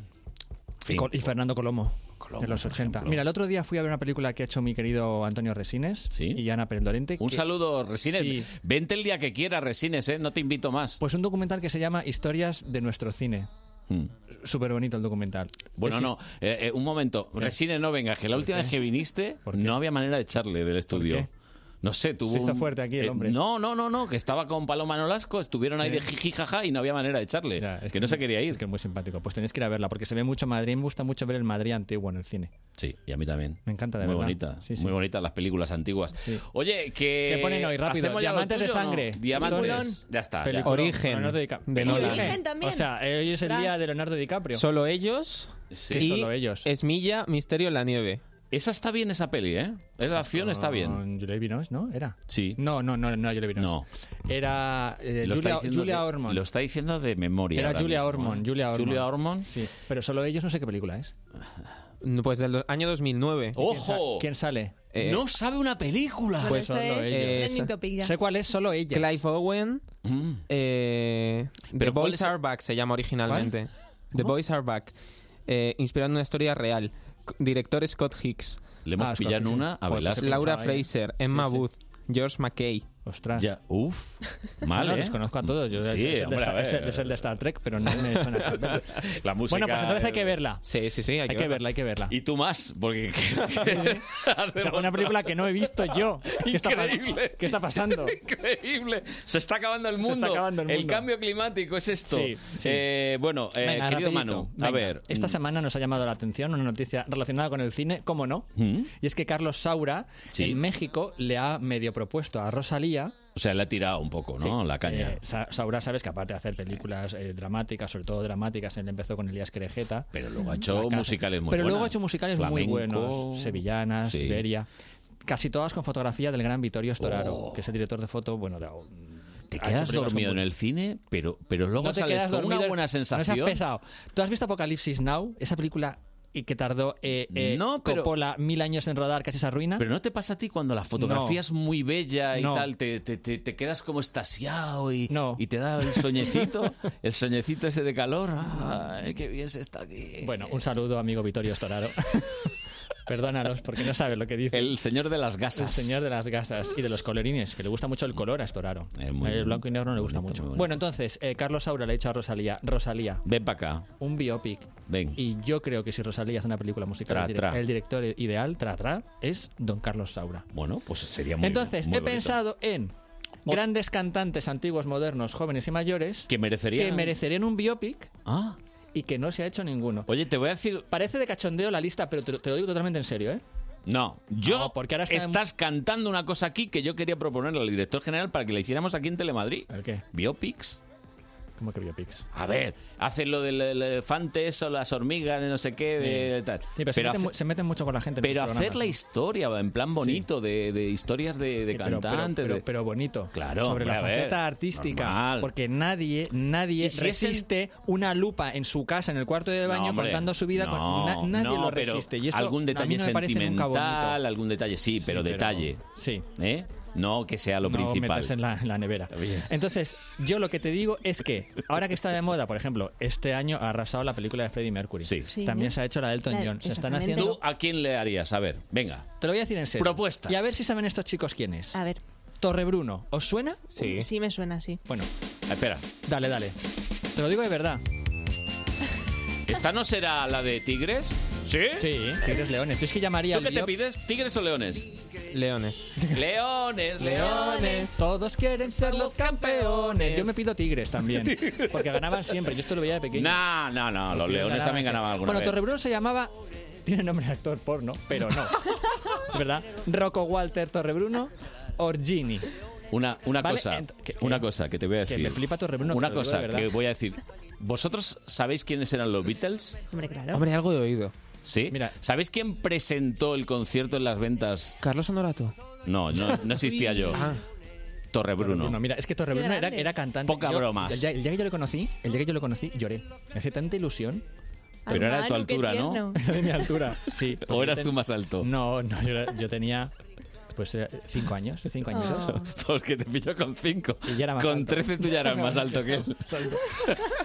Speaker 28: Y, Col- y Fernando Colomo, de los 80. Mira, el otro día fui a ver una película que ha hecho mi querido Antonio Resines y Ana Pérez Lorente.
Speaker 2: Un
Speaker 28: que-
Speaker 2: saludo, Resines.
Speaker 28: Sí.
Speaker 2: Vente el día que quieras, Resines, ¿eh? No te invito más.
Speaker 28: Pues un documental que se llama Historias de nuestro cine. Súper bonito el documental.
Speaker 2: Hmm.
Speaker 28: Pues
Speaker 2: Bueno,
Speaker 28: Es-
Speaker 2: no, eh, eh, un momento. Resines, no vengas, que la última vez que viniste no había manera de echarle del estudio. No sé, tuvo.
Speaker 28: Se hizo
Speaker 2: un-
Speaker 28: fuerte aquí el
Speaker 2: eh,
Speaker 28: hombre.
Speaker 2: no, no, no, no, que estaba con Paloma Nolasco, estuvieron ahí
Speaker 28: Sí.
Speaker 2: de jiji jaja y no había manera de echarle. que, no se quería ir.
Speaker 28: Es que es muy simpático. Pues tenéis que ir a verla porque se ve mucho Madrid. Me gusta mucho ver el Madrid antiguo en el cine.
Speaker 2: Sí, y a mí también.
Speaker 28: Me encanta de
Speaker 2: muy
Speaker 28: verdad.
Speaker 2: bonita,
Speaker 28: Sí, sí.
Speaker 2: muy bonitas las películas antiguas. Oye, que.
Speaker 28: ¿Qué ponen hoy? Rápido.
Speaker 2: ¿hacemos ya lo
Speaker 28: Diamantes de
Speaker 2: tuyo o no?
Speaker 28: sangre.
Speaker 2: Diamantes.
Speaker 28: Peliculón.
Speaker 2: Ya está. ya.
Speaker 28: Peliculón. Bueno, Leonardo DiCap-
Speaker 26: de Nolan.
Speaker 28: Origen
Speaker 16: también.
Speaker 28: O sea, eh, hoy es el
Speaker 16: Ostras.
Speaker 28: día de Leonardo DiCaprio.
Speaker 26: Solo ellos.
Speaker 28: Que solo
Speaker 26: ellos. Esmilla, Misterio en la Nieve.
Speaker 2: Esa está bien, esa peli, ¿eh? Esa acción está bien.
Speaker 28: Julia Vinoz, ¿no? Era.
Speaker 2: Sí.
Speaker 28: No, no, no, no, yo le vi. No. Era eh,
Speaker 2: Lo está
Speaker 28: Julia,
Speaker 2: diciendo
Speaker 28: Julia
Speaker 2: de-
Speaker 28: Ormond.
Speaker 2: Lo está diciendo de memoria.
Speaker 28: Era
Speaker 2: ahora
Speaker 28: Julia
Speaker 2: mismo, ¿eh?
Speaker 28: Ormond, Julia Ormond.
Speaker 2: Julia Ormond.
Speaker 28: Sí. Pero solo ellos no sé qué película
Speaker 2: *laughs*
Speaker 28: es.
Speaker 26: Pues del do- año 2009.
Speaker 28: ¿Quién sa- ¿Quién sale?
Speaker 26: Eh, No
Speaker 2: sabe una película.
Speaker 26: Pues Bueno, esto solo es ellos. Técnico Pilla. Sé
Speaker 28: cuál es, solo ella.
Speaker 26: Clive Owen. eh, The
Speaker 2: Mm. Pero ¿cuál
Speaker 26: Boys
Speaker 2: es el-
Speaker 26: Are Back se llama originalmente. The Boys Are Back. eh, inspirando una historia real. C- Director Scott Hicks.
Speaker 2: Le hemos Ah, Scott pillado en Hicks, una sí. a Joder, Velasco. pues se
Speaker 26: Laura
Speaker 2: pensaba ella.
Speaker 26: Fraser, Emma
Speaker 2: Sí, sí.
Speaker 26: Booth, George McKay.
Speaker 28: Ostras.
Speaker 2: Ya, uff. Mal,
Speaker 28: Bueno,
Speaker 2: ¿eh?
Speaker 28: los conozco a todos. Yo,
Speaker 2: Sí,
Speaker 28: es, el de
Speaker 2: hombre, a
Speaker 28: Star, es el-
Speaker 2: ver.
Speaker 28: es el de Star Trek, pero no me suena tan bien.
Speaker 2: *laughs* La música.
Speaker 28: Bueno, pues entonces hay que
Speaker 2: el-
Speaker 28: verla.
Speaker 26: Sí, sí, sí. Hay,
Speaker 28: Hay que verla, hay que verla.
Speaker 2: Y tú más, porque.
Speaker 28: O
Speaker 2: *laughs*
Speaker 28: sea, una película que no he visto yo. ¿Qué está, pa-
Speaker 2: Increíble. Eh,
Speaker 28: ¿Qué está pasando?
Speaker 2: Increíble. Se está acabando el mundo.
Speaker 28: acabando el mundo.
Speaker 2: cambio climático es esto.
Speaker 28: Sí, sí.
Speaker 2: Eh, bueno, eh,
Speaker 28: Venga,
Speaker 2: querido
Speaker 28: rapidito.
Speaker 2: Manu, a
Speaker 28: Venga,
Speaker 2: ver. mm.
Speaker 28: Esta semana nos ha llamado la atención una noticia relacionada con el cine, ¿cómo no?
Speaker 2: mm,
Speaker 28: Y es que Carlos Saura, en México, le ha medio propuesto a Rosalía.
Speaker 2: O sea, le ha tirado un poco, ¿no?
Speaker 28: Sí.
Speaker 2: La caña.
Speaker 28: Eh, Sa- Saura, sabes que aparte de hacer películas eh, dramáticas, sobre todo dramáticas, él empezó con Elías Querejeta.
Speaker 2: Pero luego ha hecho musicales muy
Speaker 28: Pero luego ha
Speaker 2: buenas.
Speaker 28: hecho musicales muy
Speaker 2: Flamenco.
Speaker 28: buenos. Sevillanas,
Speaker 2: Sí.
Speaker 28: Iberia. Casi todas con fotografía del gran Vittorio Storaro, que es el director de foto, bueno, de-
Speaker 2: Oh. Te
Speaker 28: ha hecho
Speaker 2: quedas
Speaker 28: películas
Speaker 2: dormido
Speaker 28: con-
Speaker 2: en el cine, pero, pero luego
Speaker 28: no te
Speaker 2: sales
Speaker 28: quedas
Speaker 2: con una
Speaker 28: dormido,
Speaker 2: buena sensación.
Speaker 28: No seas pesado. ¿Tú has visto Apocalipsis Now? Esa película y que tardó eh, eh,
Speaker 2: No, pero-
Speaker 28: Coppola mil años en rodar, casi se arruina.
Speaker 2: Pero no te pasa a ti cuando la fotografía
Speaker 28: ¿eh? No.
Speaker 2: es muy bella y
Speaker 28: No.
Speaker 2: tal, te, te- te- te quedas como estasiado y, y te da el soñecito, el soñecito ese de calor. Ay, qué bien se está aquí.
Speaker 28: Bueno, un saludo, amigo Vittorio Storaro. *laughs* Perdónalos porque no sabes lo que dice.
Speaker 2: El señor de las gasas.
Speaker 28: El señor de las gasas y de los colorines, que le gusta mucho el color a Storaro.
Speaker 2: muy-
Speaker 28: el blanco y negro no le gusta mucho. Bueno, entonces, eh, Carlos Saura le ha dicho a Rosalía, Rosalía,
Speaker 2: Ven para acá.
Speaker 28: un biopic.
Speaker 2: Ven.
Speaker 28: Y yo creo que si Rosalía hace una película musical,
Speaker 2: Tra,
Speaker 28: el, dire-
Speaker 2: tra.
Speaker 28: el director ideal, tra, tra, es don Carlos Saura.
Speaker 2: Bueno, pues sería muy
Speaker 28: Entonces,
Speaker 2: muy
Speaker 28: he
Speaker 2: bonito.
Speaker 28: pensado en grandes cantantes antiguos, modernos, jóvenes y mayores
Speaker 2: Que merecería. Ah,
Speaker 28: que merecerían un biopic y que no se ha hecho ninguno.
Speaker 2: Oye, te voy a decir...
Speaker 28: Parece de cachondeo la lista, pero te, lo- te lo digo totalmente en serio, ¿eh?
Speaker 2: No, yo
Speaker 28: porque ahora está en-
Speaker 2: estás cantando una cosa aquí que yo quería proponerle al director general para que la hiciéramos aquí en Telemadrid.
Speaker 28: ¿El qué?
Speaker 2: ¿Biopics?
Speaker 28: ¿Cómo que biopics?
Speaker 2: A ver, hacen lo del elefante, eso, las hormigas, de no sé qué, de tal.
Speaker 28: Sí, pero se, meten,
Speaker 2: hace-
Speaker 28: mu- se meten mucho con la gente. en este
Speaker 2: pero
Speaker 28: esos
Speaker 2: hacer la
Speaker 28: programas,
Speaker 2: historia en plan bonito, de, de historias de, de
Speaker 28: ¿no? Pero- pero-
Speaker 2: cantantes.
Speaker 28: pero,
Speaker 2: de-
Speaker 28: pero bonito.
Speaker 2: Claro,
Speaker 28: sobre la
Speaker 2: hombre, a ver,
Speaker 28: faceta artística,
Speaker 2: normal.
Speaker 28: porque nadie, nadie
Speaker 2: Y si es el-
Speaker 28: resiste una lupa en su casa, en el cuarto de baño,
Speaker 2: hombre,
Speaker 28: contando su vida. con-
Speaker 2: no,
Speaker 28: na- nadie
Speaker 2: no,
Speaker 28: lo
Speaker 2: pero
Speaker 28: resiste. Y eso
Speaker 2: algún
Speaker 28: a
Speaker 2: detalle
Speaker 28: mí no me parece nunca bonito.
Speaker 2: sentimental, algún detalle, sí, pero
Speaker 28: pero-
Speaker 2: detalle.
Speaker 28: Sí.
Speaker 2: ¿Eh? No que sea lo
Speaker 28: No
Speaker 2: principal.
Speaker 28: meterse en la, en la nevera.
Speaker 2: bien.
Speaker 28: Entonces, yo lo que te digo es que, ahora que está de moda, por ejemplo, este año ha arrasado la película de Freddie Mercury.
Speaker 2: Sí.
Speaker 28: También se ha hecho la de Elton
Speaker 2: Claro,
Speaker 28: John. Se están
Speaker 2: exactamente.
Speaker 28: haciendo...
Speaker 2: ¿Tú a quién le harías? A ver, venga.
Speaker 28: Te lo voy a decir en serio.
Speaker 2: Propuestas.
Speaker 28: Y a ver si saben estos chicos quién es.
Speaker 16: A ver.
Speaker 28: Torrebruno, ¿os suena?
Speaker 16: Sí. Sí, me suena, sí.
Speaker 28: Bueno,
Speaker 2: Espera.
Speaker 28: dale, dale. Te lo digo de verdad.
Speaker 2: ¿Esta no será la de tigres? ¿Sí?
Speaker 28: Sí, tigres leones. Es que llamaría
Speaker 2: ¿Tú qué
Speaker 28: al
Speaker 2: te
Speaker 28: bio-
Speaker 2: pides? ¿Tigres o leones?
Speaker 28: Leones.
Speaker 2: Leones, leones.
Speaker 28: Todos quieren ser los campeones. Yo me pido
Speaker 16: *laughs*
Speaker 28: tigres también. Porque ganaban siempre. Yo esto lo veía de pequeño.
Speaker 2: No, no, no. Los leones también ganaban alguna
Speaker 28: Bueno,
Speaker 2: vez.
Speaker 28: Torrebruno se llamaba. Tiene nombre de actor porno,
Speaker 16: *laughs*
Speaker 28: pero no. ¿Verdad? Rocco Walter Torrebruno Orgini.
Speaker 2: Una, una
Speaker 28: Vale,
Speaker 2: cosa,
Speaker 28: ent- que-
Speaker 2: una cosa que te voy a decir.
Speaker 28: me flipa Torrebruno,
Speaker 2: Una
Speaker 28: te lo digo
Speaker 2: cosa
Speaker 28: de verdad.
Speaker 2: que voy a decir. ¿Vosotros sabéis quiénes eran los Beatles?
Speaker 16: Hombre, claro.
Speaker 2: algo he oído. ¿Sí? Mira, ¿sabéis quién presentó el concierto en las ventas?
Speaker 26: Carlos Honorato.
Speaker 2: No, no, no existía yo.
Speaker 26: Ah.
Speaker 2: Torrebruno.
Speaker 28: Torrebruno, mira, es que Torrebruno
Speaker 26: Qué
Speaker 28: era,
Speaker 26: grande.
Speaker 28: era cantante.
Speaker 2: Poca
Speaker 28: Yo-
Speaker 2: bromas.
Speaker 28: El día, el día que yo lo conocí, el día que yo lo conocí, lloré. Me hacía tanta ilusión.
Speaker 2: Pero Ay, era de tu Manu, qué altura, ¿no? tierno. *laughs*
Speaker 28: Era de mi altura, sí.
Speaker 2: ¿O eras tú más alto?
Speaker 28: No, no, yo, era- yo tenía pues eh, cinco años, cinco años.
Speaker 2: *laughs* Pues que te pilló con cinco.
Speaker 28: era más
Speaker 2: con
Speaker 28: alto.
Speaker 2: 13
Speaker 28: *laughs*
Speaker 2: tú ya eras más alto que él.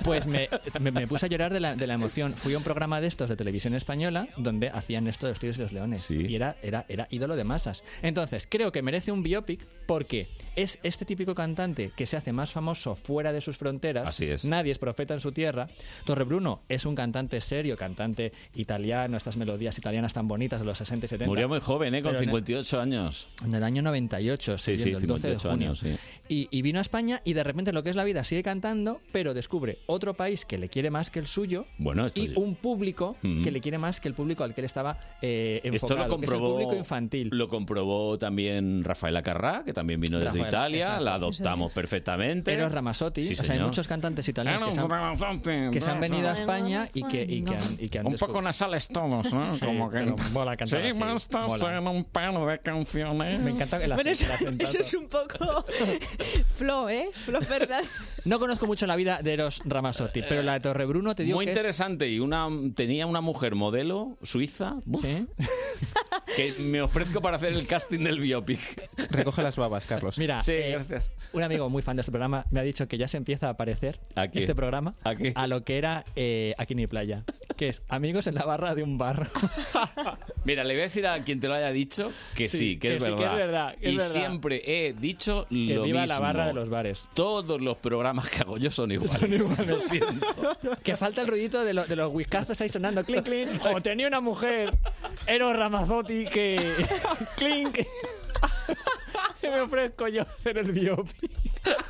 Speaker 28: Pues me, me- me puse a llorar de la, de la emoción. Fui a un programa de estos de televisión española donde hacían esto de los tigres y los leones. Y era, era, era ídolo de masas. Entonces, creo que merece un biopic porque es este típico cantante que se hace más famoso fuera de sus fronteras. Así es. Nadie es profeta en su tierra. Torrebruno es un cantante serio, cantante italiano, estas melodías italianas tan bonitas de los 60 y 70.
Speaker 2: Murió muy joven, ¿eh? Con
Speaker 28: Pero en el-
Speaker 2: 58 años.
Speaker 28: en el año 98,
Speaker 2: Sí, sí,
Speaker 28: siguiendo, el 12 de
Speaker 2: 58
Speaker 28: junio.
Speaker 2: años, sí.
Speaker 28: y, y vino a España y de repente lo que es la vida sigue cantando, pero descubre otro país que le quiere más que el suyo
Speaker 2: Bueno, esto
Speaker 28: y
Speaker 2: ya-
Speaker 28: un público
Speaker 2: Mm.
Speaker 28: que le quiere más que el público al que él estaba eh,
Speaker 2: Esto
Speaker 28: enfocado,
Speaker 2: lo
Speaker 28: que es el
Speaker 2: comprobó,
Speaker 28: público infantil.
Speaker 2: lo comprobó también Rafaela Carrá, que también vino desde
Speaker 28: Rafaela,
Speaker 2: Italia,
Speaker 28: exacto.
Speaker 2: la adoptamos perfectamente.
Speaker 28: Eros Ramazzotti,
Speaker 2: Sí,
Speaker 28: o sea, hay
Speaker 2: señor.
Speaker 28: muchos cantantes italianos que se
Speaker 2: Eros
Speaker 28: han, que se han venido a España y que, y que han, y que han
Speaker 2: Un poco nasales todos, ¿no?
Speaker 28: Sí,
Speaker 2: Como que...
Speaker 28: pero mola cantar
Speaker 2: Sí,
Speaker 28: así,
Speaker 2: me estás
Speaker 28: mola.
Speaker 2: en un par de canciones.
Speaker 28: Me encanta que la
Speaker 16: Bueno, eso,
Speaker 28: gente- la gente-
Speaker 16: eso es un poco *laughs* flow, ¿eh? Flow Fernández.
Speaker 28: No conozco mucho la vida de Eros
Speaker 2: Eh,
Speaker 28: Ramazzotti, pero la de Torrebruno te digo
Speaker 2: Muy
Speaker 28: que es-
Speaker 2: interesante. Y una tenía una mujer modelo suiza ¡buf! que me ofrezco para hacer el casting del biopic.
Speaker 26: Recoge las babas, Carlos.
Speaker 28: Mira,
Speaker 2: Sí,
Speaker 28: eh,
Speaker 2: gracias.
Speaker 28: un amigo muy fan de este programa me ha dicho que ya se empieza a parecer
Speaker 2: ¿A qué?
Speaker 28: este programa
Speaker 2: ¿A qué?
Speaker 28: lo que era eh, Aquí ni playa, que es amigos en la barra de un bar.
Speaker 2: Mira, le voy a decir a quien te lo haya dicho que sí, que, es,
Speaker 28: que sí, que
Speaker 2: verdad.
Speaker 28: es verdad, que es
Speaker 2: y
Speaker 28: verdad.
Speaker 2: siempre he dicho
Speaker 28: Que
Speaker 2: lo
Speaker 28: viva la
Speaker 2: mismo.
Speaker 28: barra de los bares.
Speaker 2: Todos los programas que hago yo son iguales. Lo siento.
Speaker 28: que falta el ruidito de, lo- de los whiskazos ahí sonando, clink, *laughs* clink. O Oh, tenía una mujer, Eros Ramazzotti, que clink. Que me ofrezco yo a hacer el biopic.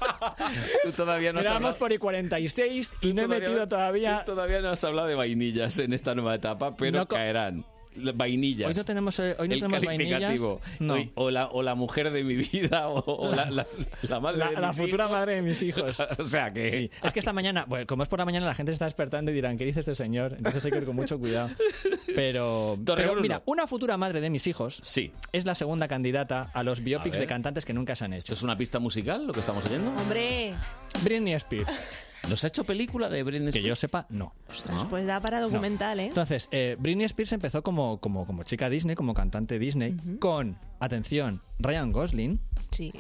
Speaker 2: *laughs* Tú todavía no has
Speaker 28: Grabamos
Speaker 2: hablado.
Speaker 28: por I46 y
Speaker 2: tú
Speaker 28: no he metido todavía...
Speaker 2: tú todavía no has hablado de vainillas en esta nueva etapa, pero
Speaker 28: No co-
Speaker 2: caerán. Las Vainillas.
Speaker 28: Hoy no tenemos, eh, hoy no
Speaker 2: el
Speaker 28: tenemos
Speaker 2: calificativo.
Speaker 28: vainillas. No.
Speaker 2: Hoy- o, la, o la mujer de mi vida, o, o la, la- la madre
Speaker 28: La,
Speaker 2: de
Speaker 28: la
Speaker 2: mis
Speaker 28: futura
Speaker 2: hijos.
Speaker 28: madre de mis hijos.
Speaker 2: *laughs* O sea que.
Speaker 28: Sí. Es que esta mañana, bueno, como es por la mañana, la gente se está despertando y dirán, ¿qué dice este señor? Entonces hay que ir con mucho cuidado. *laughs* Pero,
Speaker 2: Torrebruno.
Speaker 28: pero mira, una futura madre de mis hijos
Speaker 2: sí.
Speaker 28: es la segunda candidata a los biopics
Speaker 2: ver.
Speaker 28: de cantantes que nunca se han hecho.
Speaker 2: ¿Esto es una pista musical lo que estamos oyendo?
Speaker 16: Hombre,
Speaker 28: Britney Spears.
Speaker 2: ¿Nos ha hecho película de Britney Spears?
Speaker 28: Que yo sepa, no.
Speaker 16: pues da para documental, ¿eh?
Speaker 28: Entonces, eh, Britney Spears empezó como, como, como chica Disney, como cantante Disney, con, atención, Ryan Gosling.
Speaker 16: Sí.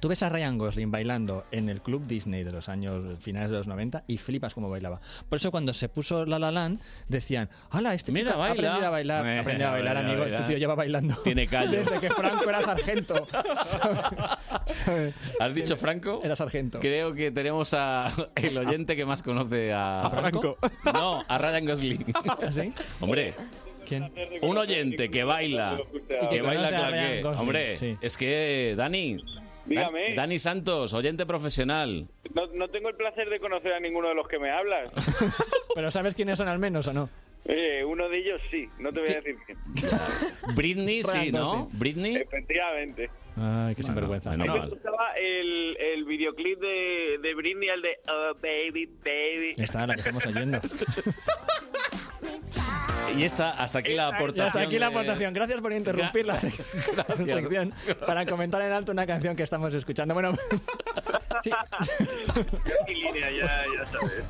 Speaker 28: Tú ves a Ryan Gosling bailando en el club Disney de los años finales de los 90 y flipas cómo bailaba. Por eso cuando se puso La La Land decían, ¡Hala, este
Speaker 2: Mira,
Speaker 28: chico ha
Speaker 2: baila".
Speaker 28: aprendido a bailar!
Speaker 2: Eh,
Speaker 28: Ha aprendido a bailar,
Speaker 2: baila,
Speaker 28: amigo.
Speaker 2: baila.
Speaker 28: Este tío lleva bailando.
Speaker 2: Tiene callo.
Speaker 28: Desde que Franco
Speaker 27: *laughs*
Speaker 28: era sargento.
Speaker 2: ¿Has dicho Franco?
Speaker 28: Era sargento.
Speaker 2: Creo que tenemos a *laughs* el oyente que más conoce a,
Speaker 28: ¿A Franco? ¿Ah,
Speaker 2: No, a
Speaker 28: *laughs*
Speaker 2: Ryan Gosling.
Speaker 28: ¿Sí?
Speaker 2: Hombre,
Speaker 28: ¿Quién?
Speaker 2: un oyente que baila
Speaker 28: Y
Speaker 2: y
Speaker 28: que
Speaker 2: que baila
Speaker 28: conoce a Ryan
Speaker 2: claqué.
Speaker 28: Gosling,
Speaker 2: Hombre,
Speaker 28: sí.
Speaker 2: es que Dani,
Speaker 3: Dígame.
Speaker 2: Dani Santos, oyente profesional.
Speaker 3: No, no tengo el placer de conocer a ninguno de los que me hablas.
Speaker 28: *laughs* Pero ¿sabes quiénes son al menos o no?
Speaker 3: Oye, Eh, uno de ellos sí, no te voy a decir quién.
Speaker 2: Britney, sí, ¿no?
Speaker 3: Realmente.
Speaker 2: Britney.
Speaker 3: Efectivamente.
Speaker 28: Ay, qué sinvergüenza.
Speaker 2: menos
Speaker 3: Me
Speaker 2: mal.
Speaker 3: gustaba el, el videoclip de, de Britney, el de Oh, baby, baby.
Speaker 28: Esta la que estamos
Speaker 2: *laughs*
Speaker 28: oyendo.
Speaker 2: Y esta, hasta aquí la aportación.
Speaker 28: Hasta aquí la
Speaker 2: de-
Speaker 28: aportación. *laughs* Gracias por interrumpir la sec- sección para comentar en alto una canción que estamos escuchando. Bueno, *laughs*
Speaker 16: *laughs*
Speaker 3: Y línea, ya, ya sabes.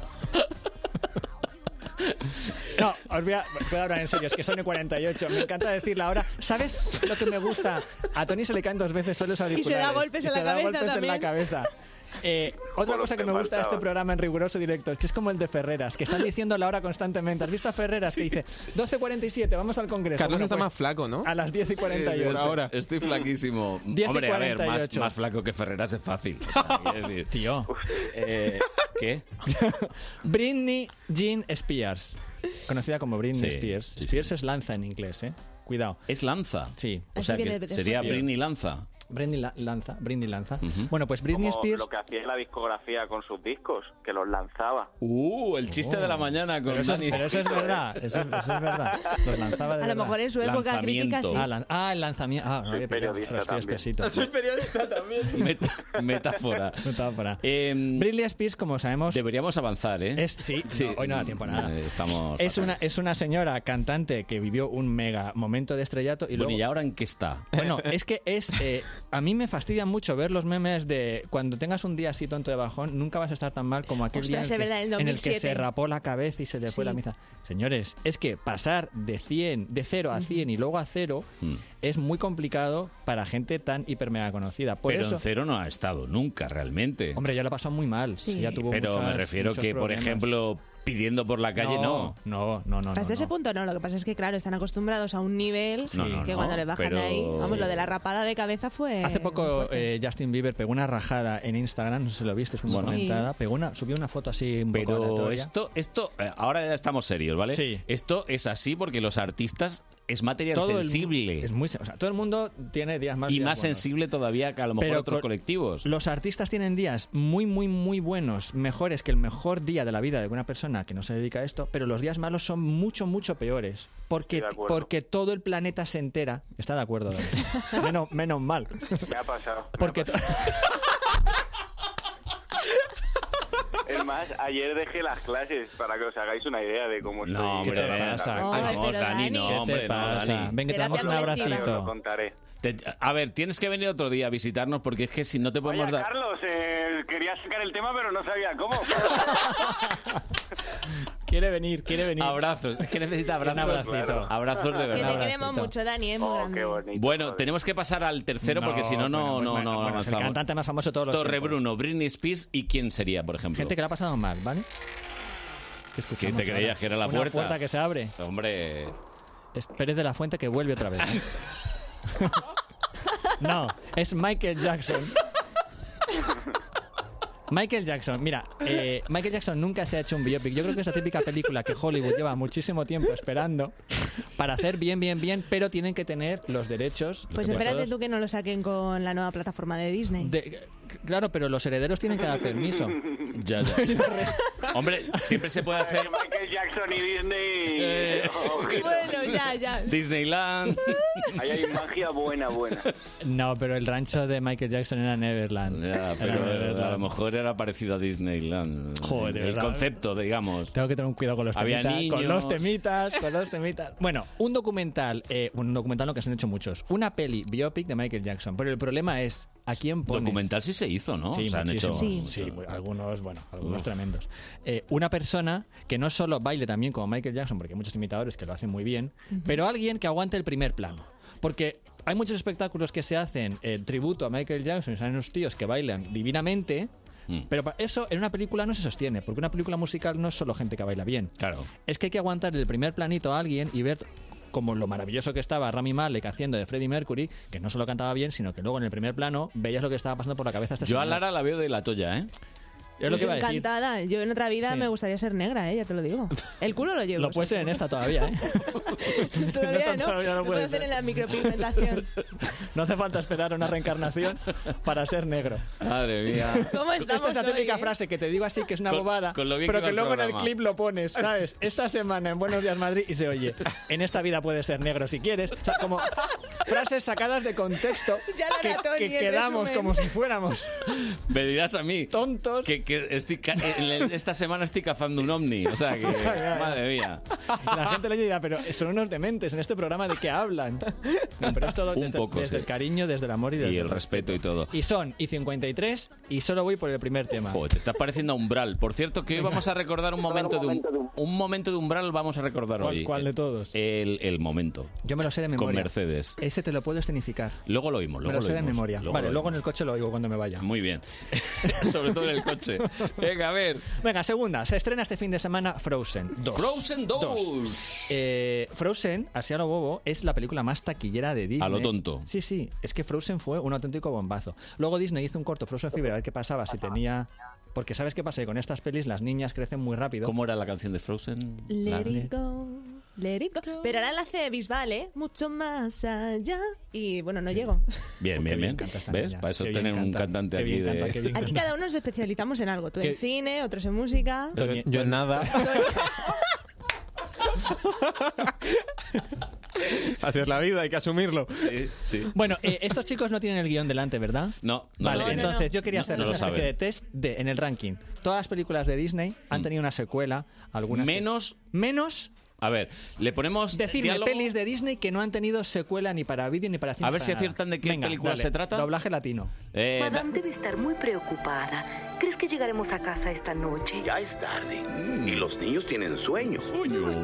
Speaker 28: no, os voy a, voy a hablar en serio, es que son 48. Me encanta decirla ahora. ¿Sabes lo que me gusta? A Tony se le caen dos veces solo los
Speaker 16: Y se
Speaker 28: auriculares.
Speaker 16: da golpes en
Speaker 28: Y se
Speaker 16: la
Speaker 28: da
Speaker 16: cabeza
Speaker 28: golpes en la
Speaker 16: también.
Speaker 28: cabeza. Eh, otra cosa que me gusta de este programa en riguroso directo, que es como el de Ferreras, que están diciendo la hora constantemente. ¿Has visto a Ferreras que dice 12.47, vamos al Congreso?
Speaker 26: Carlos
Speaker 28: Bueno,
Speaker 26: está
Speaker 28: pues,
Speaker 26: más flaco, ¿no?
Speaker 28: A las 10 y 48.
Speaker 2: Estoy- Estoy flaquísimo.
Speaker 28: 10 y
Speaker 2: Hombre, a ver, más,
Speaker 28: 48.
Speaker 2: más flaco que Ferreras es
Speaker 28: *laughs*
Speaker 2: fácil. O sea, quiero decir,
Speaker 28: Tío.
Speaker 2: eh, ¿Qué?
Speaker 28: *laughs* Britney Jean Spears. Conocida como Britney
Speaker 2: Sí,
Speaker 28: Spears. Spears es lanza en inglés, ¿eh? Cuidado.
Speaker 2: ¿Es lanza?
Speaker 28: Sí.
Speaker 2: O sea,
Speaker 28: viene
Speaker 2: que
Speaker 28: de-
Speaker 2: sería
Speaker 28: Sí.
Speaker 2: Britney Lanza.
Speaker 28: Britney la- lanza. Britney lanza. Bueno, pues Britney
Speaker 3: Como
Speaker 28: Spears.
Speaker 3: lo que hacía en la discografía con sus discos, que los lanzaba.
Speaker 2: Uh, el chiste de la mañana con
Speaker 28: Oh. Pero eso, es,
Speaker 2: Dani.
Speaker 28: pero eso es verdad, eso, es- eso es verdad. Los lanzaba de
Speaker 16: A lo
Speaker 28: verdad.
Speaker 16: mejor en su época Lanzamiento. crítica sí.
Speaker 28: Ah, lan- ah, el lanzamiento. Ah, no, había pillado. Ostras, estoy espesito.
Speaker 10: periodista también.
Speaker 2: metáfora.
Speaker 28: Metáfora. Britney Spears, como sabemos.
Speaker 2: Em, Deberíamos avanzar, ¿eh?
Speaker 28: sí, no, hoy no da tiempo a nada.
Speaker 2: Eh, Estamos.
Speaker 28: Es una, es una señora cantante que vivió un mega momento de estrellato y
Speaker 2: Bueno,
Speaker 28: luego...
Speaker 2: ¿y ahora en qué está?
Speaker 28: Bueno, es que es... eh, a mí me fastidia mucho ver los memes de cuando tengas un día así tonto de bajón, nunca vas a estar tan mal como aquel
Speaker 16: Ostras,
Speaker 28: día
Speaker 16: es
Speaker 28: en el,
Speaker 16: verdad,
Speaker 28: que,
Speaker 16: el
Speaker 28: en el que
Speaker 16: 2007.
Speaker 28: se rapó la cabeza y se le fue
Speaker 16: Sí.
Speaker 28: la miza. Señores, es que pasar de 100, de 0 a 100 y luego a 0
Speaker 2: Mm.
Speaker 28: es muy complicado para gente tan hiper mega conocida. Por
Speaker 2: pero en
Speaker 28: eso...
Speaker 2: cero no ha estado nunca realmente.
Speaker 28: Hombre, ya lo ha pasado muy mal.
Speaker 16: Sí.
Speaker 28: Ya tuvo
Speaker 2: pero me
Speaker 28: muchas-
Speaker 2: refiero
Speaker 28: muchos
Speaker 2: que, por
Speaker 28: problemas.
Speaker 2: ejemplo, pidiendo por la calle, no.
Speaker 28: No, no, no.
Speaker 16: Hasta ese punto no, lo que pasa es que claro, están acostumbrados a un nivel
Speaker 28: Sí. No, no,
Speaker 16: que
Speaker 28: no,
Speaker 16: cuando le bajan
Speaker 28: pero-
Speaker 16: ahí, vamos,
Speaker 28: Sí.
Speaker 16: lo de la rapada de cabeza fue
Speaker 28: Hace poco eh, Justin Bieber pegó una rajada en Instagram, no sé si lo viste, es una
Speaker 2: Bueno.
Speaker 28: comentada. Pegó una, subió una foto así un poco
Speaker 2: Pero
Speaker 28: aleatoria.
Speaker 2: esto, esto, eh, ahora ya estamos serios, ¿vale? Esto es así porque los artistas es material
Speaker 28: Todo el mu-
Speaker 2: sensible.
Speaker 28: es muy, o sea, todo el mundo tiene días más
Speaker 2: y
Speaker 28: días
Speaker 2: más
Speaker 28: buenos.
Speaker 2: sensible todavía que a lo mejor
Speaker 28: Pero
Speaker 2: otros
Speaker 28: con-
Speaker 2: colectivos.
Speaker 28: Los artistas tienen días muy, muy, muy buenos, mejores que el mejor día de la vida de una persona que no se dedica a esto, pero los días malos son mucho, mucho peores. Porque,
Speaker 3: Estoy de acuerdo.
Speaker 28: porque todo el planeta se entera. Está de acuerdo,
Speaker 2: *laughs*
Speaker 28: David. menos, menos mal.
Speaker 3: Me ha pasado.
Speaker 28: Porque *laughs* to-
Speaker 3: Es más, ayer dejé las clases para que os hagáis una idea de cómo estoy. Ah,
Speaker 2: No, hombre, ven, no, Dani, no,
Speaker 28: ¿Qué te
Speaker 2: hombre, no,
Speaker 28: pasa?
Speaker 2: Dani.
Speaker 28: Ven que te damos un
Speaker 3: Os
Speaker 28: abracito.
Speaker 3: contaré.
Speaker 2: Te- a ver, tienes que venir otro día a visitarnos porque es que si no te podemos
Speaker 3: Oye,
Speaker 2: dar.
Speaker 3: Carlos, eh, quería sacar el tema, pero no sabía cómo.
Speaker 28: Quiere venir, quiere venir.
Speaker 2: Abrazos, es que necesita abrazos.
Speaker 28: Un abracito.
Speaker 2: Abrazos de
Speaker 16: que
Speaker 2: verdad.
Speaker 16: te queremos mucho, Dani, es muy grande.
Speaker 2: Bueno, tenemos que pasar al tercero porque si no, no, no, no
Speaker 28: bueno, es el
Speaker 2: avanzamos.
Speaker 28: cantante más famoso de todos los
Speaker 2: Torre
Speaker 28: tiempos.
Speaker 2: Bruno, Britney Spears y quién sería, por ejemplo.
Speaker 28: Gente que la ha pasado mal, ¿vale? Que
Speaker 2: ¿Qué te creías que era la
Speaker 28: Una
Speaker 2: puerta?
Speaker 28: puerta que se abre.
Speaker 2: Hombre.
Speaker 28: Es Pérez de la Fuente que vuelve otra vez. no, es Michael Jackson. Michael Jackson, mira, eh, Michael Jackson nunca se ha hecho un biopic. Yo creo que es la típica película que Hollywood lleva muchísimo tiempo esperando para hacer bien, bien, bien, pero tienen que tener los derechos. Lo
Speaker 16: Pues
Speaker 28: que
Speaker 16: espérate
Speaker 28: pasados-
Speaker 16: tú que no lo saquen con la nueva plataforma de Disney.
Speaker 28: de- claro, pero los herederos tienen que dar permiso.
Speaker 2: Ya, ya.
Speaker 28: *laughs*
Speaker 2: Hombre, siempre se puede hacer
Speaker 3: Michael Jackson y Disney.
Speaker 8: Eh.
Speaker 3: Ojito.
Speaker 16: Bueno, ya, ya.
Speaker 2: Disneyland.
Speaker 3: Ahí hay magia buena, buena.
Speaker 28: No, pero el rancho de Michael Jackson era Neverland.
Speaker 2: Ya,
Speaker 28: *laughs* Era
Speaker 2: pero a
Speaker 28: Neverland.
Speaker 2: lo mejor era parecido a Disneyland.
Speaker 28: Joder,
Speaker 2: el
Speaker 28: ¿verdad?
Speaker 2: concepto, digamos.
Speaker 28: Tengo que tener un cuidado con los
Speaker 2: Había
Speaker 28: temitas,
Speaker 2: niños.
Speaker 28: con los temitas, con los temitas. Bueno, un documental, eh, un documental lo que se han hecho muchos, una peli biopic de Michael Jackson, pero el problema es ¿a quién pones?
Speaker 2: Documental sí se hizo, ¿no?
Speaker 28: Sí,
Speaker 2: O sea, han hecho-
Speaker 28: muchísimos. sí, muy- algunos, bueno, algunos
Speaker 2: Uf.
Speaker 28: tremendos. Eh, una persona que no solo baile también como Michael Jackson, porque hay muchos imitadores que lo hacen muy bien,
Speaker 2: Ujú.
Speaker 28: pero alguien que aguante el primer plano. Porque hay muchos espectáculos que se hacen en tributo a Michael Jackson y salen unos tíos que bailan divinamente.
Speaker 2: Mm.
Speaker 28: Pero pa- eso en una película no se sostiene, porque una película musical no es solo gente que baila bien.
Speaker 2: Claro.
Speaker 28: Es que hay que aguantar el primer planito a alguien y ver como lo maravilloso que estaba Rami Malek haciendo de Freddie Mercury, que no solo cantaba bien, sino que luego en el primer plano veías lo que estaba pasando por la cabeza de este
Speaker 2: Yo a
Speaker 28: señor.
Speaker 2: Lara la veo de la toya, ¿eh?
Speaker 28: Es lo que
Speaker 16: Yo
Speaker 28: iba a decir.
Speaker 16: encantada. Yo en otra vida
Speaker 28: Sí.
Speaker 16: me gustaría ser negra, ¿eh? ya te lo digo. El culo lo llevo.
Speaker 28: *laughs* Lo puede ser en esta
Speaker 2: *laughs*
Speaker 28: todavía, ¿eh?
Speaker 16: Todavía
Speaker 28: *laughs*
Speaker 16: no.
Speaker 28: no, todavía no
Speaker 16: Lo
Speaker 28: puede
Speaker 16: puedo hacer
Speaker 28: ser.
Speaker 16: en la
Speaker 28: *laughs*
Speaker 16: micropigmentación.
Speaker 28: No hace falta esperar a una reencarnación para ser negro.
Speaker 2: Madre mía.
Speaker 16: ¿Cómo
Speaker 28: Esta
Speaker 16: estamos
Speaker 28: es la
Speaker 16: hoy,
Speaker 28: típica
Speaker 16: eh?
Speaker 28: frase que te digo así, que es una
Speaker 2: Con-
Speaker 28: bobada,
Speaker 2: con lo bien
Speaker 28: pero
Speaker 2: que
Speaker 28: que,
Speaker 2: va el
Speaker 28: luego en el
Speaker 2: programa.
Speaker 28: clip lo pones,
Speaker 2: *laughs*
Speaker 28: ¿sabes? Esa semana en Buenos Días Madrid y se oye, en esta vida puedes ser negro si quieres. O sea, como frases sacadas de contexto
Speaker 16: Ya la
Speaker 28: que,
Speaker 16: ratón
Speaker 28: que
Speaker 16: y el
Speaker 28: quedamos
Speaker 16: resumen.
Speaker 28: como si fuéramos.
Speaker 2: Me dirás a mí.
Speaker 28: Tontos.
Speaker 2: Que, que estoy ca- en el- esta semana estoy cazando un ovni. O
Speaker 28: *laughs*
Speaker 2: sea que. Madre mía.
Speaker 28: La gente le dirá, pero son unos dementes en este programa de que hablan. No, pero esto lo-
Speaker 2: Un
Speaker 28: desde-
Speaker 2: poco.
Speaker 28: desde el cariño, desde el amor y
Speaker 2: desde el respeto y todo.
Speaker 28: Y son y 53 y solo voy por el primer tema.
Speaker 2: Joder, te estás pareciendo a Umbral. Por cierto, que hoy vamos a *laughs* recordar un momento de un, un momento de Umbral vamos a recordar
Speaker 28: ¿Cuál-
Speaker 2: hoy.
Speaker 28: cuál de todos?
Speaker 2: El, el momento.
Speaker 28: Yo me lo sé de
Speaker 2: Con
Speaker 28: memoria.
Speaker 2: Mercedes.
Speaker 28: Ese te lo puedo escenificar.
Speaker 2: Luego lo oímos,
Speaker 28: Me
Speaker 2: luego
Speaker 28: lo
Speaker 2: lo
Speaker 28: sé de
Speaker 2: oímos,
Speaker 28: memoria.
Speaker 2: luego
Speaker 28: vale,
Speaker 2: lo
Speaker 28: luego en el coche lo oigo cuando me vaya.
Speaker 2: Muy
Speaker 28: *laughs*
Speaker 2: bien. Sobre todo en el coche. *laughs* Venga, a ver.
Speaker 28: Venga, segunda. Se estrena este fin de semana Frozen 2.
Speaker 2: Frozen 2.
Speaker 28: Eh, Frozen, así a lo bobo, es la película más taquillera de Disney.
Speaker 2: A lo tonto.
Speaker 28: Sí, sí. Es que Frozen fue un auténtico bombazo. Luego Disney hizo un corto Frozen Fever a ver qué pasaba, si tenía... Porque ¿sabes qué pasa? Que con estas pelis las niñas crecen muy rápido.
Speaker 2: ¿Cómo era la canción de Frozen?
Speaker 16: Let it go, let it go. Pero ahora la hace Bisbal, ¿eh? Mucho más allá. Y bueno, no llego.
Speaker 2: Bien, bien, bien. ¿Ves? Para eso tener un cantante
Speaker 28: Qué
Speaker 2: aquí
Speaker 28: bien canta, qué
Speaker 2: de... *laughs*
Speaker 28: bien
Speaker 16: Aquí cada uno nos especializamos en algo. Tú
Speaker 2: ¿Qué?
Speaker 16: en cine, otros en
Speaker 28: *laughs*
Speaker 16: música.
Speaker 2: Yo nada.
Speaker 26: *laughs* Así es la vida, hay que asumirlo.
Speaker 2: Sí, sí.
Speaker 28: Bueno, eh, estos chicos no tienen el guión delante, ¿verdad?
Speaker 2: No, no
Speaker 28: vale,
Speaker 2: lo tiene.
Speaker 28: entonces yo quería
Speaker 2: No,
Speaker 28: hacer
Speaker 2: no lo
Speaker 28: una especie
Speaker 2: sabe.
Speaker 28: de test de, en el ranking. Todas las películas de Disney han tenido una secuela, algunas... que-
Speaker 2: Mm. Menos-
Speaker 28: Menos...
Speaker 2: A ver, le ponemos
Speaker 28: Decirme
Speaker 2: diálogo.
Speaker 28: pelis de Disney que no han tenido secuela ni para vídeo ni para cine.
Speaker 2: A ver
Speaker 28: para
Speaker 2: si
Speaker 28: nada.
Speaker 2: aciertan de qué
Speaker 28: Venga,
Speaker 2: película
Speaker 28: dale.
Speaker 2: se trata.
Speaker 28: Doblaje latino.
Speaker 2: Eh, da-
Speaker 24: debe estar muy preocupada. ¿Crees que llegaremos a casa esta noche?
Speaker 30: Ya es tarde.
Speaker 2: mm,
Speaker 30: Y los niños tienen sueños.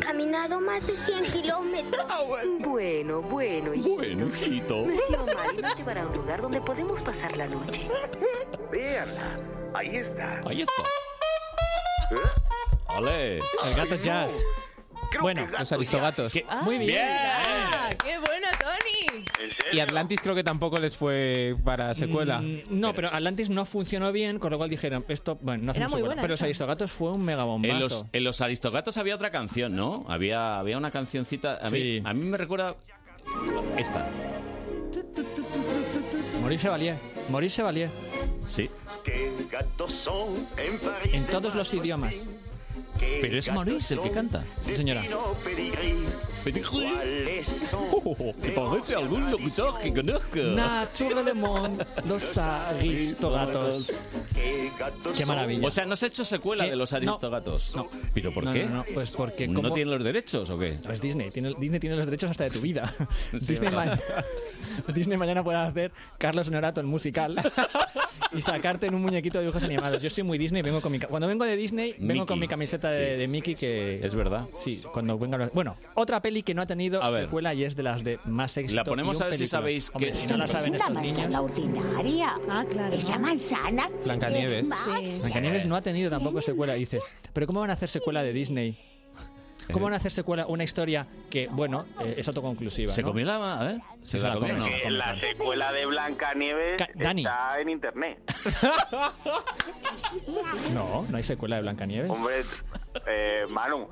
Speaker 24: Caminado más de 100 kilómetros. Bueno, bueno,
Speaker 30: Bueno, hijito.
Speaker 24: Me dijo Mari nos llevará a un lugar donde podemos pasar la noche.
Speaker 30: Véanla. Ahí está. ¿Eh?
Speaker 2: Ahí está. ¡Ole!
Speaker 28: El gato jazz.
Speaker 26: bueno, los aristogatos.
Speaker 28: Muy bien.
Speaker 16: ¡Ah, ¡Qué bueno, Tony!
Speaker 26: Y Atlantis creo que tampoco les fue para secuela.
Speaker 28: Mm, No, pero Atlantis no funcionó bien, con lo cual dijeron, esto, bueno,
Speaker 16: Era
Speaker 28: no hacemos
Speaker 16: muy
Speaker 28: secuela.
Speaker 16: buena
Speaker 28: Pero
Speaker 16: esa.
Speaker 28: los Aristogatos fue un mega bombazo.
Speaker 2: En los, en los Aristogatos había otra canción, ¿no? Había, había una cancioncita. A mí,
Speaker 28: Sí.
Speaker 2: a mí me recuerda. Esta.
Speaker 28: Maurice Valier. Maurice Valier.
Speaker 2: Sí.
Speaker 28: En todos los idiomas.
Speaker 2: Pero es Maurice el que canta.
Speaker 28: Sí, señora.
Speaker 2: *laughs* Se parece a algún locutor que conozco.
Speaker 28: Naturellement, los Aristogatos. Qué maravilla.
Speaker 2: O sea, no se ha hecho secuela de los Aristogatos. No. ¿Pero por
Speaker 28: No,
Speaker 2: qué?
Speaker 28: no, no, pues porque
Speaker 2: ¿No
Speaker 28: como-
Speaker 2: tienen los derechos o qué?
Speaker 28: Pues Disney tiene, Disney tiene los derechos hasta de tu vida.
Speaker 2: *laughs*
Speaker 28: Disney,
Speaker 2: ¿verdad?
Speaker 28: ma- Disney mañana puede hacer Carlos Honorato el musical y sacarte en un muñequito de dibujos animados. Yo soy muy Disney, vengo con mi ca- cuando vengo de Disney vengo
Speaker 2: Mickey.
Speaker 28: con mi camiseta de,
Speaker 2: Sí.
Speaker 28: de Mickey que
Speaker 2: es verdad.
Speaker 28: Sí, cuando venga la- bueno otra peli que no ha tenido
Speaker 2: A ver.
Speaker 28: secuela y es de las de más éxito.
Speaker 2: La
Speaker 28: y
Speaker 2: ponemos
Speaker 28: un
Speaker 2: a ver si
Speaker 28: película.
Speaker 2: sabéis
Speaker 28: Hombre,
Speaker 2: que-
Speaker 28: si no la saben estos niños.
Speaker 24: ordinaria.
Speaker 16: Ah, claro.
Speaker 24: Esta manzana.
Speaker 28: Blancanieves.
Speaker 24: Sí.
Speaker 28: Blancanieves no ha tenido tampoco secuela. Y dices, ¿pero cómo van a hacer secuela de Disney? ¿Cómo van a hacer secuela una historia que, bueno, eh, es autoconclusiva?
Speaker 2: ¿Se
Speaker 28: ¿no?
Speaker 2: comió la.? A ver.
Speaker 28: se
Speaker 2: ¿Se,
Speaker 28: la
Speaker 2: la comió o
Speaker 28: comió,
Speaker 2: no?
Speaker 28: se la
Speaker 3: La secuela de Blancanieves
Speaker 28: Ca- Dani.
Speaker 3: está en internet.
Speaker 28: No, no hay secuela de Blancanieves.
Speaker 3: Hombre, eh, Manu,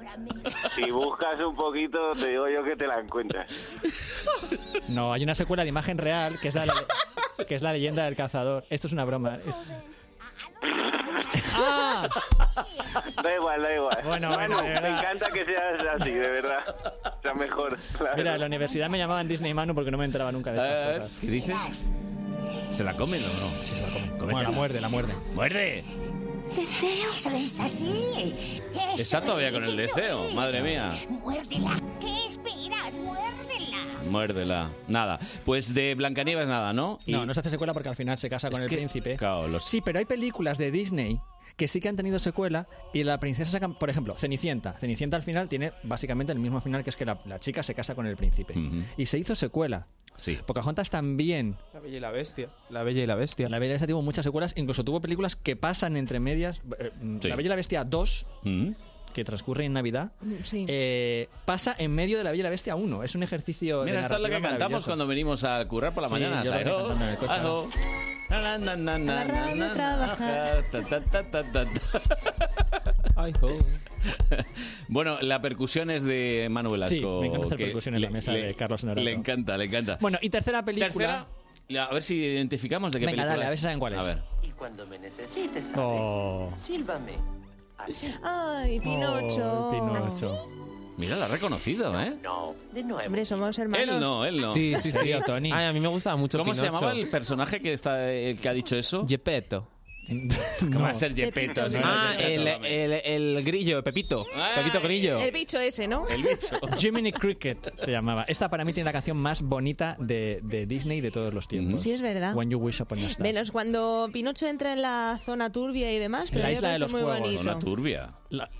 Speaker 3: si buscas un poquito, te digo yo que te la encuentras.
Speaker 28: No, hay una secuela de imagen real que es la, le- que es la leyenda del cazador. Esto es una broma. Es- ¡Ah!
Speaker 3: Da igual, da igual.
Speaker 28: Bueno,
Speaker 3: Manu,
Speaker 28: bueno, de
Speaker 3: me
Speaker 28: verdad.
Speaker 3: encanta que seas así, de verdad. O sea, mejor. la
Speaker 28: Mira,
Speaker 3: verdad.
Speaker 28: en la universidad me llamaban Disney Manu porque no me entraba nunca de estas
Speaker 2: Eh,
Speaker 28: cosas.
Speaker 2: ¿Qué dices? ¿Se la comen o no? Sí, se la comen.
Speaker 28: Bueno, la muerde, la muerde.
Speaker 2: ¡Muerde!
Speaker 24: Deseo, eso es así. Eso
Speaker 2: Está todavía
Speaker 24: es,
Speaker 2: con el
Speaker 24: eso
Speaker 2: deseo,
Speaker 24: es.
Speaker 2: madre mía.
Speaker 24: Muérdela. ¿Qué esperas? Muérdela.
Speaker 2: Muérdela. Nada. Pues de Blancanieves nada, ¿no?
Speaker 28: No, no se hace secuela porque al final se casa con el príncipe.
Speaker 2: Claro, los-
Speaker 28: Sí, pero hay películas de Disney que sí que han tenido secuela y la princesa, saca- por ejemplo, Cenicienta. Cenicienta al final tiene básicamente el mismo final que es que la, la chica se casa con el príncipe. Y se hizo secuela.
Speaker 2: Sí.
Speaker 28: Pocahontas también.
Speaker 26: La Bella y la Bestia. La Bella y la Bestia.
Speaker 28: La Bella y la Bestia tuvo muchas secuelas, incluso tuvo películas que pasan entre medias. Eh, mm,
Speaker 26: Sí.
Speaker 28: La Bella y la Bestia 2,
Speaker 2: Mm.
Speaker 28: que transcurre en Navidad,
Speaker 16: Sí.
Speaker 28: eh, pasa en medio de La Bella y la Bestia 1. Es un ejercicio de
Speaker 2: Mira, esta es la
Speaker 28: narrativa
Speaker 2: que cantamos
Speaker 28: maravilloso.
Speaker 2: cuando venimos a currar por la
Speaker 28: Sí,
Speaker 2: mañana.
Speaker 28: yo la voy
Speaker 2: ¿sabes?
Speaker 28: cantando en el coche,
Speaker 2: Ajo. Na, na, na, na, na, na,
Speaker 37: trabajar.
Speaker 2: ta, ta, ta, ta, ta, ta. Bueno, la percusión es de Manuel
Speaker 28: Sí,
Speaker 2: Velasco.
Speaker 28: me encanta hacer
Speaker 2: que
Speaker 28: percusión en la
Speaker 2: le-
Speaker 28: mesa
Speaker 2: le-
Speaker 28: de Carlos Honorato.
Speaker 2: Le encanta, le encanta.
Speaker 28: Bueno, y tercera película.
Speaker 2: Tercera, la- a ver si identificamos de qué
Speaker 28: Venga,
Speaker 2: película
Speaker 28: dale,
Speaker 2: es.
Speaker 28: a ver si saben cuál es.
Speaker 2: A ver.
Speaker 1: Y cuando me necesites, ¿sabes?
Speaker 2: Oh.
Speaker 1: Sílvame. Así.
Speaker 16: Ay, Pinocho.
Speaker 2: Mira, la ha reconocido, ¿eh?
Speaker 1: No, de nuevo.
Speaker 16: Hombre, somos hermanos.
Speaker 2: Él no, él no.
Speaker 15: Sí, Ah, sí, sí. Tío, Tony. Ay,
Speaker 2: a mí me gustaba mucho ¿Cómo se
Speaker 15: Pinocho.
Speaker 2: llamaba el personaje que está el que ha dicho eso? Gepetto. *laughs* ¿Cómo va a ser Gepetto? Si no
Speaker 15: Ah,
Speaker 2: le
Speaker 15: el,
Speaker 2: tenía
Speaker 15: el, el grillo, Pepito. Pepito Grillo.
Speaker 16: El bicho ese, ¿no?
Speaker 28: Jiminy Cricket se llamaba. Esta para mí tiene la canción más bonita de, de Disney de todos los tiempos.
Speaker 16: Sí, es verdad.
Speaker 28: When You Wish Upon a Star.
Speaker 16: Menos cuando Pinocho entra en la zona turbia y demás, pero
Speaker 28: la
Speaker 16: me
Speaker 28: isla
Speaker 16: parece
Speaker 28: de los
Speaker 16: muy
Speaker 28: juegos.
Speaker 16: bonito.
Speaker 2: Zona turbia.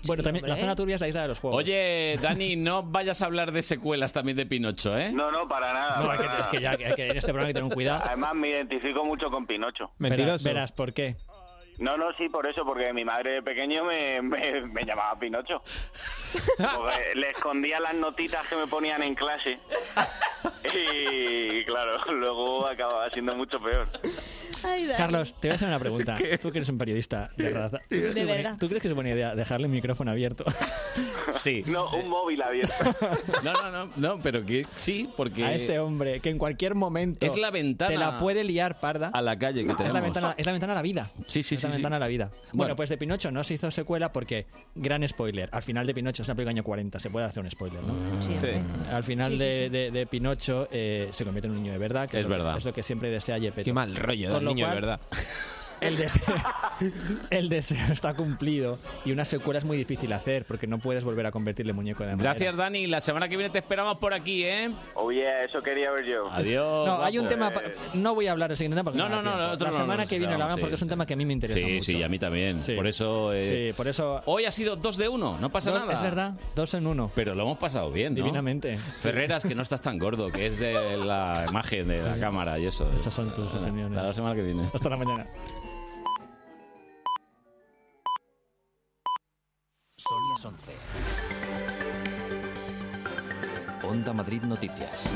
Speaker 28: bueno, también la
Speaker 16: hombre.
Speaker 28: zona turbia es la isla de los juegos.
Speaker 2: Oye, Dani, no vayas a hablar de secuelas también de Pinocho, ¿eh?
Speaker 12: No, no, para nada.
Speaker 28: *laughs* No,
Speaker 12: para
Speaker 28: es que-
Speaker 12: nada.
Speaker 28: es que ya- hay que- en este programa hay que tener
Speaker 12: *laughs*
Speaker 28: un cuidado.
Speaker 12: Además, me identifico mucho con Pinocho.
Speaker 28: Verás, verás por qué.
Speaker 12: No, no, sí, por eso, porque mi madre de pequeño me, me, me llamaba Pinocho. Porque le escondía las notitas que me ponían en clase. Y claro, luego acababa siendo mucho peor.
Speaker 28: Carlos, te voy a hacer una *laughs* pregunta. Tú que eres un periodista
Speaker 16: *laughs*
Speaker 28: de raza. ¿Tú
Speaker 12: De
Speaker 28: crees, que es buena-
Speaker 12: verdad.
Speaker 28: ¿tú crees que es buena idea dejarle el micrófono *laughs* abierto?
Speaker 2: Sí.
Speaker 12: No, un móvil abierto.
Speaker 2: No, no, no, no, pero que sí, porque
Speaker 28: A este hombre, que en cualquier momento
Speaker 2: Es la ventana-
Speaker 28: te la puede liar parda.
Speaker 2: a la calle que
Speaker 28: es,
Speaker 2: tenemos.
Speaker 28: la ventana, es la ventana a la vida.
Speaker 2: Sí, sí,
Speaker 28: Es la
Speaker 2: sí, sí.
Speaker 28: ventana a la vida. Bueno,
Speaker 2: Bueno.
Speaker 28: pues de Pinocho no se hizo secuela porque, gran spoiler, al final de Pinocho es una película del año 40, se puede hacer un spoiler, ¿no?
Speaker 2: Ah. Sí, Sí.
Speaker 28: Al final
Speaker 2: Sí, sí,
Speaker 28: de,
Speaker 2: sí.
Speaker 28: de- de Pinocho eh, se convierte en un niño de verdad. Que
Speaker 2: Es
Speaker 28: lo que-
Speaker 2: verdad.
Speaker 28: Es lo que siempre desea Gepetto.
Speaker 15: Qué mal rollo
Speaker 28: Con
Speaker 15: del
Speaker 28: lo
Speaker 15: niño, de
Speaker 28: cual,
Speaker 15: verdad.
Speaker 28: el deseo, *laughs* el deseo está cumplido y una secuela es muy difícil hacer porque no puedes volver a convertirle en muñeco de madera.
Speaker 2: Gracias, Dani. La semana que viene te esperamos por aquí, ¿eh?
Speaker 12: Oye, eso quería ver yo.
Speaker 2: Adiós.
Speaker 28: No, hay un tema. pa- No voy a hablar del siguiente tema porque da
Speaker 2: No, no, no,
Speaker 28: tiempo.
Speaker 2: no, otro
Speaker 28: La
Speaker 2: no,
Speaker 28: semana
Speaker 2: no,
Speaker 28: que
Speaker 2: sí,
Speaker 28: viene lo hablamos
Speaker 2: sí,
Speaker 28: porque es un tema que a mí me interesa
Speaker 2: Sí,
Speaker 28: mucho.
Speaker 2: sí, a mí también. Por eso. eh,
Speaker 28: Sí, por eso.
Speaker 2: Hoy ha sido dos de uno, no pasa
Speaker 28: Dos-
Speaker 2: nada.
Speaker 28: Es verdad, dos en uno.
Speaker 2: Pero lo hemos pasado bien, ¿no?
Speaker 28: Divinamente.
Speaker 2: Ferreras, que no estás tan gordo, que es eh, la imagen de la cámara y eso. Esas
Speaker 28: son tus opiniones.
Speaker 2: la semana que viene.
Speaker 28: Hasta la mañana.
Speaker 38: Son las 11. Onda Madrid Noticias.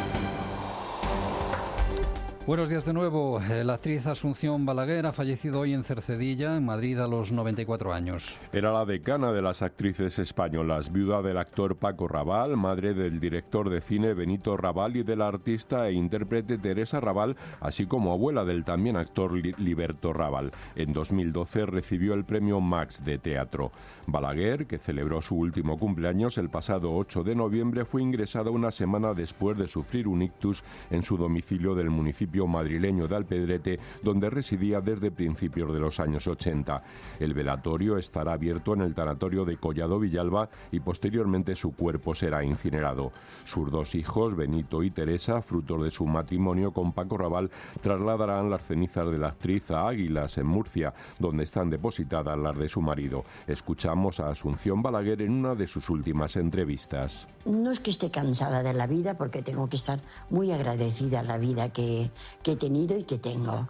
Speaker 3: Buenos días de nuevo. Eh, La actriz Asunción Balaguer ha fallecido hoy en Cercedilla, en Madrid, a los 94 años.
Speaker 30: Era la decana de las actrices españolas, viuda del actor Paco Raval, madre del director de cine Benito Raval y de la artista e intérprete Teresa Raval, así como abuela del también actor Li- Liberto Raval. En 2012 recibió el premio Max de teatro. Balaguer, que celebró su último cumpleaños el pasado 8 de noviembre, fue ingresada una semana después de sufrir un ictus en su domicilio del municipio madrileño de Alpedrete, donde residía desde principios de los años 80. El velatorio estará abierto en el tanatorio de Collado Villalba y posteriormente su cuerpo será incinerado. Sus dos hijos, Benito y Teresa, frutos de su matrimonio con Paco Raval, trasladarán las cenizas de la actriz a Águilas, en Murcia, donde están depositadas las de su marido. Escuchamos a Asunción Balaguer en una de sus últimas entrevistas.
Speaker 39: No es que esté cansada de la vida, porque tengo que estar muy agradecida a la vida que, que he tenido y que tengo.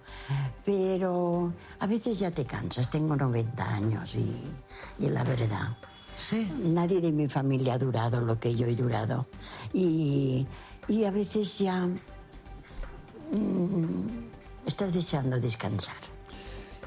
Speaker 39: Pero a veces ya te cansas, tengo 90 años y, y la verdad. Nadie de mi familia ha durado lo que yo he durado. Y, y a veces ya mm, estás deseando descansar.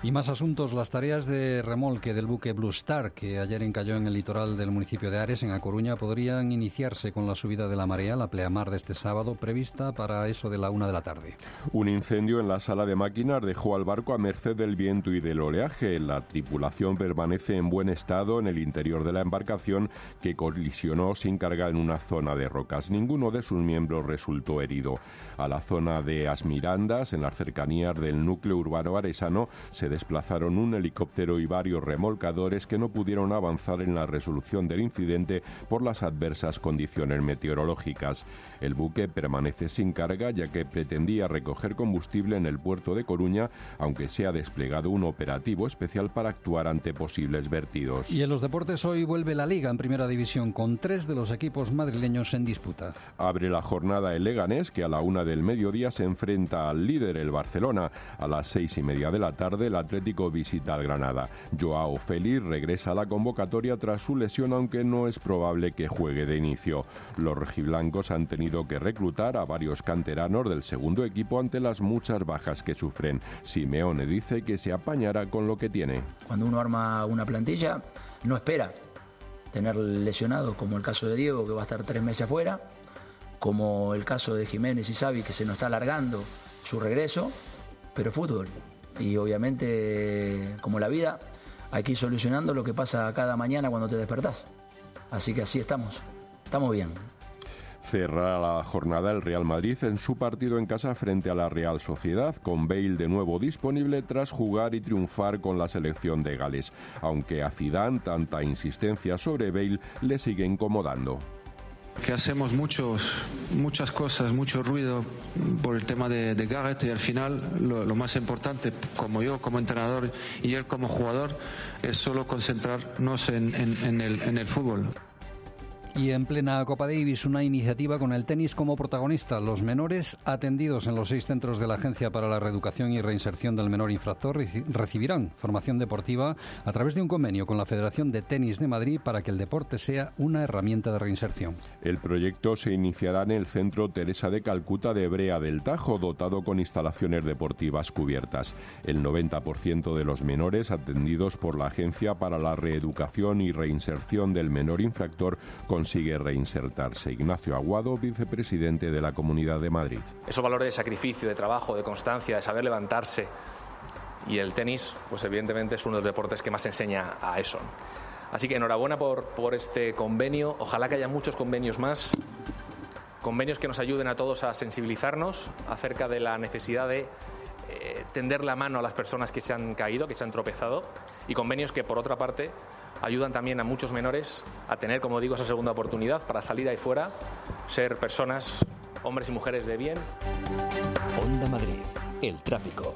Speaker 3: Y más asuntos, las tareas de remolque del buque Blue Star, que ayer encalló en el litoral del municipio de Ares, en A Coruña, podrían iniciarse con la subida de la marea, la pleamar de este sábado, prevista para eso de la una de la tarde.
Speaker 30: Un incendio en la sala de máquinas dejó al barco a merced del viento y del oleaje. La tripulación permanece en buen estado en el interior de la embarcación que colisionó sin carga en una zona de rocas. Ninguno de sus miembros resultó herido. A la zona de Asmirandas, en las cercanías del núcleo urbano aresano, se desplazaron un helicóptero y varios remolcadores que no pudieron avanzar en la resolución del incidente por las adversas condiciones meteorológicas. El buque permanece sin carga ya que pretendía recoger combustible en el puerto de Coruña, aunque se ha desplegado un operativo especial para actuar ante posibles vertidos.
Speaker 3: Y en los deportes hoy vuelve la Liga en Primera División, con tres de los equipos madrileños en disputa.
Speaker 30: Abre la jornada el Leganés, que a la una del mediodía se enfrenta al líder, el Barcelona. A las seis y media de la tarde, la Atlético visita al Granada. Joao Félix regresa a la convocatoria tras su lesión, aunque no es probable que juegue de inicio. Los rojiblancos han tenido que reclutar a varios canteranos del segundo equipo ante las muchas bajas que sufren. Simeone dice que se apañará con lo que tiene.
Speaker 32: Cuando uno arma una plantilla, no espera tener lesionados, como el caso de Diego, que va a estar tres meses afuera, como el caso de Jiménez y Xavi, que se nos está alargando su regreso, pero fútbol. Y obviamente, como la vida, hay que ir solucionando lo que pasa cada mañana cuando te despertás. Así que así estamos. Estamos bien.
Speaker 30: Cerrará la jornada el Real Madrid en su partido en casa frente a la Real Sociedad, con Bale de nuevo disponible tras jugar y triunfar con la selección de Gales, aunque a Zidane tanta insistencia sobre Bale le sigue incomodando.
Speaker 33: que hacemos muchos, muchas cosas, mucho ruido por el tema de, de Gareth y al final lo, lo más importante, como yo como entrenador y él como jugador, es solo concentrarnos en- en- en el- en el fútbol.
Speaker 3: Y en plena Copa Davis, una iniciativa con el tenis como protagonista. Los menores atendidos en los seis centros de la Agencia para la Reeducación y Reinserción del Menor Infractor reci- recibirán formación deportiva a través de un convenio con la Federación de Tenis de Madrid para que el deporte sea una herramienta de reinserción.
Speaker 30: El proyecto se iniciará en el Centro Teresa de Calcuta de Brea del Tajo, dotado con instalaciones deportivas cubiertas. El 90% de los menores atendidos por la Agencia para la Reeducación y Reinserción del Menor Infractor consigue reinsertarse. Ignacio Aguado, vicepresidente de la Comunidad de Madrid.
Speaker 2: esos valores de sacrificio, de trabajo, de constancia, de saber levantarse. Y el tenis, pues evidentemente es uno de los deportes que más enseña a eso. ¿no? Así que enhorabuena por, por este convenio. Ojalá que haya muchos convenios más. Convenios que nos ayuden a todos a sensibilizarnos acerca de la necesidad de eh, tender la mano a las personas que se han caído, que se han tropezado. Y convenios que, por otra parte, ayudan también a muchos menores a tener, como digo, esa segunda oportunidad para salir ahí fuera, ser personas, hombres y mujeres de bien,
Speaker 40: Onda Madrid, el tráfico.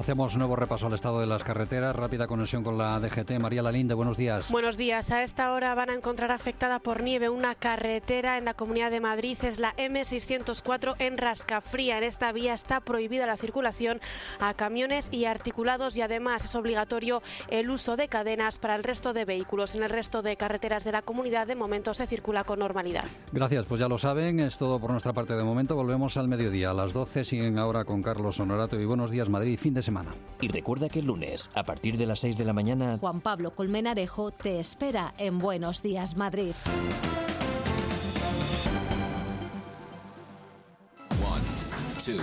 Speaker 3: Hacemos nuevo repaso al estado de las carreteras. Rápida conexión con la DGT. María Lalinde, buenos días.
Speaker 41: Buenos días. A esta hora van a encontrar afectada por nieve una carretera en la Comunidad de Madrid. Es la M604 en Rascafría. En esta vía está prohibida la circulación a camiones y articulados y además es obligatorio el uso de cadenas para el resto de vehículos. En el resto de carreteras de la comunidad de momento se circula con normalidad.
Speaker 3: Gracias, pues ya lo saben, es todo por nuestra parte de momento. Volvemos al mediodía. A las 12 siguen ahora con Carlos Honorato y buenos días Madrid, fin de semana.
Speaker 40: Y recuerda que el lunes, a partir de las 6 de la mañana,
Speaker 8: Juan Pablo Colmenarejo te espera en Buenos Días Madrid.
Speaker 1: One, two.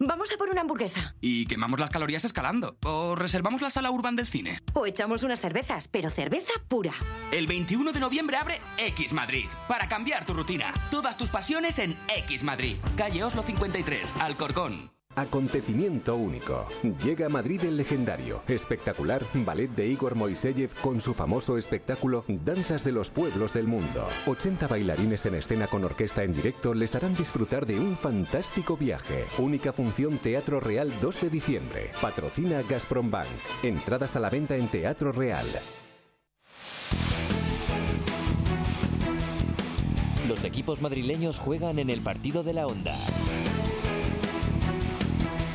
Speaker 42: Vamos a por una hamburguesa.
Speaker 25: Y quemamos las calorías escalando. O reservamos la sala urban del cine.
Speaker 42: O echamos unas cervezas, pero cerveza pura.
Speaker 25: El 21 de noviembre abre X Madrid para cambiar tu rutina. Todas tus pasiones en X Madrid. Calle Oslo 53, Alcorcón.
Speaker 18: Acontecimiento único. Llega a Madrid el legendario, espectacular ballet de Igor Moiseyev con su famoso espectáculo Danzas de los Pueblos del Mundo. 80 bailarines en escena con orquesta en directo les harán disfrutar de un fantástico viaje. Única función Teatro Real 2 de diciembre. Patrocina Gazprom Bank. Entradas a la venta en Teatro Real.
Speaker 40: los equipos madrileños juegan en el partido de la Onda.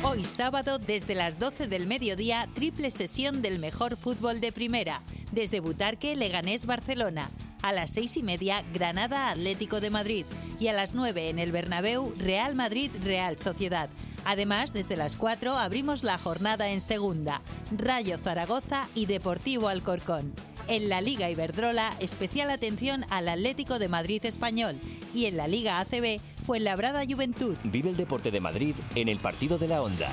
Speaker 19: Hoy sábado, desde las 12 del mediodía, triple sesión del mejor fútbol de primera. Desde Butarque, Leganés, Barcelona. A las seis y media, Granada, Atlético de Madrid. Y a las 9 en el Bernabéu, Real Madrid, Real Sociedad. Además, desde las 4 abrimos la jornada en segunda. Rayo Zaragoza y Deportivo Alcorcón. En la Liga Iberdrola, especial atención al Atlético de Madrid español. Y en la Liga ACB, Fuenlabrada Juventud.
Speaker 40: Vive el deporte de Madrid en el partido de la Onda.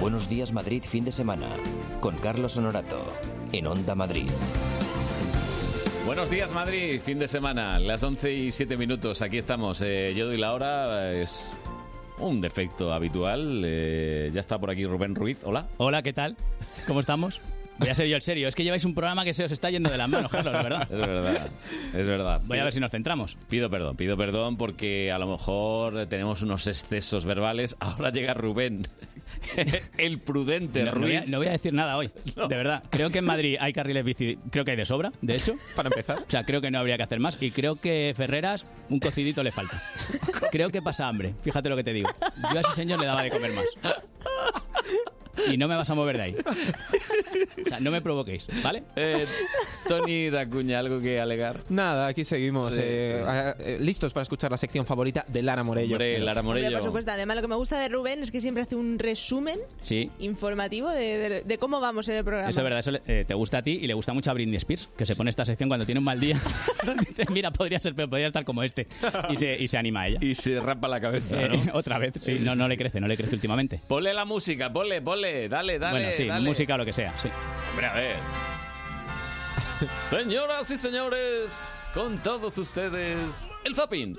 Speaker 40: Buenos
Speaker 29: días Madrid fin de semana con Carlos Honorato en Onda Madrid.
Speaker 2: Buenos días, Madrid. Fin de semana, las 11 y 7 minutos. Aquí estamos. Eh, yo doy la hora. Es un defecto habitual. Eh, ya está por aquí Rubén Ruiz. Hola.
Speaker 24: Hola, ¿qué tal? ¿Cómo estamos? Voy a ser yo el serio. Es que lleváis un programa que se os está yendo de las manos,
Speaker 2: *laughs*
Speaker 24: Carlos, de verdad.
Speaker 2: Es verdad. Es verdad.
Speaker 24: Voy a ver si nos centramos.
Speaker 2: Pido perdón, pido perdón porque a lo mejor tenemos unos excesos verbales. Ahora llega Rubén, *laughs* el prudente
Speaker 24: No, no voy,
Speaker 2: Ruiz.
Speaker 24: a, no voy a decir nada
Speaker 2: *laughs*
Speaker 24: hoy, de verdad. Creo que en Madrid hay carriles bici, creo que hay de sobra, de hecho.
Speaker 2: *laughs* Para empezar.
Speaker 24: O sea, creo que no habría que hacer más. Y creo que Ferreras, un cocidito le falta. Creo que pasa hambre, fíjate lo que te digo. Yo a ese señor le daba de comer más. Y no me vas a mover de ahí. O sea, no me provoquéis, ¿vale?
Speaker 2: Eh, Tony Dacuña, ¿algo que alegar?
Speaker 26: *laughs* Nada, aquí seguimos.
Speaker 2: Sí,
Speaker 26: eh,
Speaker 2: sí.
Speaker 26: a- eh, listos para escuchar la sección favorita de Lara Morello.
Speaker 2: Hombre, Lara Morello.
Speaker 26: Morello.
Speaker 16: Por supuesto, además lo que me gusta de Rubén es que siempre hace un resumen
Speaker 24: Sí.
Speaker 16: informativo de, de- de cómo vamos en el programa.
Speaker 24: Eso es verdad, eso le- eh, te gusta a ti y le gusta mucho a Britney Spears, que se pone esta sección cuando tiene un mal día. *laughs* Dice, Mira, podría ser peor, podría estar como este. Y se, y se anima a ella. Eh,
Speaker 2: Y se rapa la cabeza,
Speaker 24: *laughs*
Speaker 2: ¿no?
Speaker 24: Otra vez, sí. No, no le crece, no le crece últimamente.
Speaker 2: Ponle la música, ponle, ponle. Dale, dale.
Speaker 24: bueno, sí,
Speaker 2: dale.
Speaker 24: música o lo que sea, sí.
Speaker 2: Hombre, a ver. Señoras y señores, con todos ustedes, el Zapping.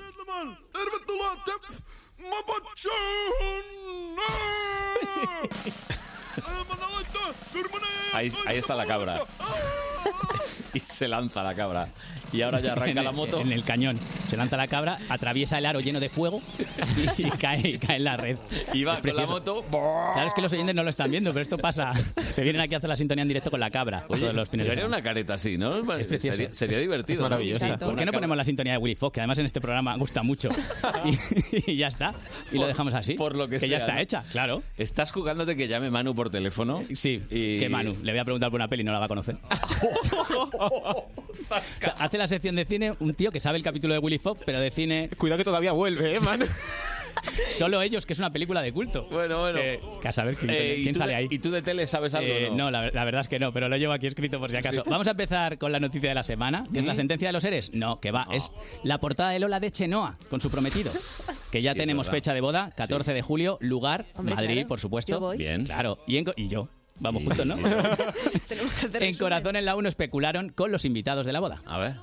Speaker 2: Ahí, ahí está
Speaker 16: *laughs*
Speaker 2: la cabra. Y se lanza la cabra. Y ahora ya
Speaker 24: En
Speaker 2: arranca
Speaker 24: el-
Speaker 2: la moto.
Speaker 24: En el cañón. Se lanza la cabra, atraviesa el aro lleno de fuego y, *laughs* y cae, y cae en la red.
Speaker 2: Y va
Speaker 24: Es
Speaker 2: con la
Speaker 24: precioso.
Speaker 2: moto.
Speaker 24: Claro, es que los oyentes no lo están viendo, pero esto pasa. Se vienen aquí a hacer la sintonía en directo con la cabra. todos los fines de
Speaker 2: Yo haría
Speaker 24: semana.
Speaker 2: una careta así, ¿no?
Speaker 24: Es precioso.
Speaker 2: Sería, sería
Speaker 24: Es-
Speaker 2: divertido.
Speaker 24: Es maravilloso.
Speaker 2: ¿no?
Speaker 24: ¿Por qué no ponemos la sintonía de Willy Fox? Que además en este programa gusta
Speaker 2: *laughs*
Speaker 24: mucho. Y, y ya está. Y lo dejamos así. Por lo
Speaker 2: que
Speaker 24: ya
Speaker 2: sea,
Speaker 24: está
Speaker 2: ¿no?
Speaker 24: hecha, claro.
Speaker 2: Estás jugándote que llame Manu por teléfono. Sí,
Speaker 24: *laughs* Que Manu, le voy a preguntar por una peli, no la va a
Speaker 2: *laughs*
Speaker 24: conocer. O sea, hace la sección de cine un tío que sabe el capítulo de Willy Fox, pero de cine.
Speaker 26: Cuidado que todavía vuelve, ¿eh, Manu?
Speaker 24: *laughs* Solo ellos, que es una película de culto.
Speaker 2: Bueno, bueno.
Speaker 24: Eh, que a saber quién,
Speaker 2: Eh, ¿y
Speaker 24: quién
Speaker 2: tú
Speaker 24: sale
Speaker 2: de-
Speaker 24: ahí.
Speaker 2: ¿Y tú de tele sabes algo?
Speaker 24: Eh,
Speaker 2: o no?
Speaker 24: no, la, la verdad es que no, pero lo llevo aquí escrito por si acaso.
Speaker 2: Sí.
Speaker 24: Vamos a empezar con la noticia de la semana, que es la
Speaker 2: ¿Mm?
Speaker 24: sentencia de los seres. No, que va, es la portada de Lola de Chenoa con su prometido. Que ya
Speaker 2: Sí, es
Speaker 24: tenemos
Speaker 2: verdad.
Speaker 24: fecha de boda, 14 de julio, lugar,
Speaker 2: Hombre,
Speaker 24: Madrid,
Speaker 2: claro.
Speaker 24: por supuesto.
Speaker 2: Yo voy. Bien.
Speaker 24: Claro, y, en co- y yo. Vamos juntos, ¿no? *laughs* en Corazón en la 1 especularon con los invitados de la boda.
Speaker 2: A ver.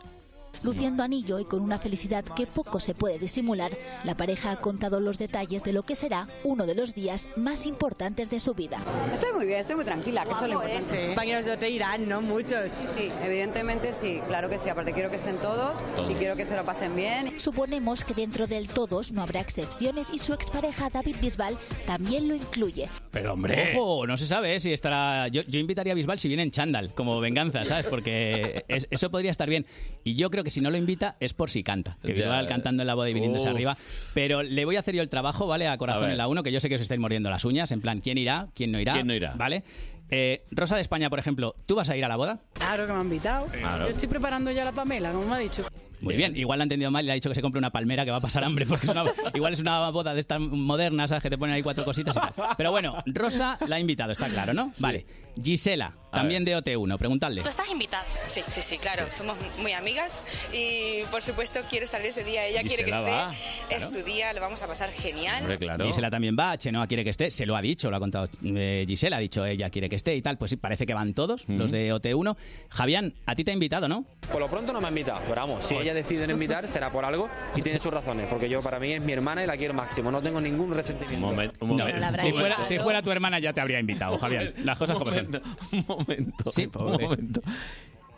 Speaker 10: Luciendo anillo y con una felicidad que poco se puede disimular, la pareja ha contado los detalles de lo que será uno de los días más importantes de su vida.
Speaker 13: Estoy muy bien, estoy muy tranquila, que eso es lo
Speaker 30: Guapo, ¿eh?
Speaker 13: importante.
Speaker 30: Sí.
Speaker 13: Compañeros de te irán, ¿no? Muchos. Sí, sí, evidentemente sí, claro que sí. Aparte quiero que estén todos,
Speaker 10: Todos.
Speaker 13: y quiero que se lo pasen bien.
Speaker 10: Suponemos que dentro del todos no habrá excepciones y su expareja David Bisbal también lo incluye.
Speaker 24: Pero hombre. Ojo, no se sabe ¿eh? si estará. Yo, yo invitaría a Bisbal si viene en chándal, como venganza, ¿sabes? Porque es- eso podría estar bien. Y yo creo que si no lo invita es por si canta. Que
Speaker 2: Ya.
Speaker 24: Bisbal cantando en la boda y viniéndose
Speaker 2: Uf.
Speaker 24: arriba. Pero le voy a hacer yo el trabajo, ¿vale? A
Speaker 2: A
Speaker 24: corazón
Speaker 2: ver.
Speaker 24: en la 1, que yo sé que os estáis mordiendo las uñas. En plan, ¿quién irá? ¿Quién no irá?
Speaker 2: ¿Quién no irá?
Speaker 24: ¿Vale? Eh, Rosa de España, por ejemplo, ¿tú vas a ir a la boda?
Speaker 30: Claro que me han invitado.
Speaker 24: Claro.
Speaker 30: Yo estoy preparando ya la Pamela, como me ha dicho.
Speaker 24: Muy bien. igual la ha entendido mal y le ha dicho que se compre una palmera que va a pasar hambre, porque es una- *laughs* igual es una boda de estas modernas, ¿sabes? Que te ponen ahí cuatro cositas y tal. Pero bueno, Rosa la ha invitado, está claro, ¿no? Vale. Gisela, también de OT1, preguntadle.
Speaker 31: estás invitada? Sí, sí, sí, claro. Somos muy amigas y por supuesto quiere estar ese día. Ella quiere que
Speaker 24: Gisela
Speaker 31: esté.
Speaker 24: va,
Speaker 31: Es
Speaker 24: claro.
Speaker 31: su día, lo vamos a pasar genial.
Speaker 24: Gisela también va, Chenoa quiere que esté, se lo ha dicho, lo ha contado eh, Gisela, ha dicho ella quiere que esté y tal, pues sí, parece que van todos los de OT1. Javián, a ti te ha invitado, ¿no?
Speaker 15: Por lo pronto no me ha invitado, pero vamos, si ella decide no invitar será por algo y tiene sus razones, porque yo para mí es mi hermana y la quiero máximo, no tengo ningún resentimiento.
Speaker 24: No. Si, fuera, si fuera tu hermana ya te habría invitado,
Speaker 2: *laughs*
Speaker 24: Javián. Las cosas como son.
Speaker 2: Un momento. *laughs* Un momento.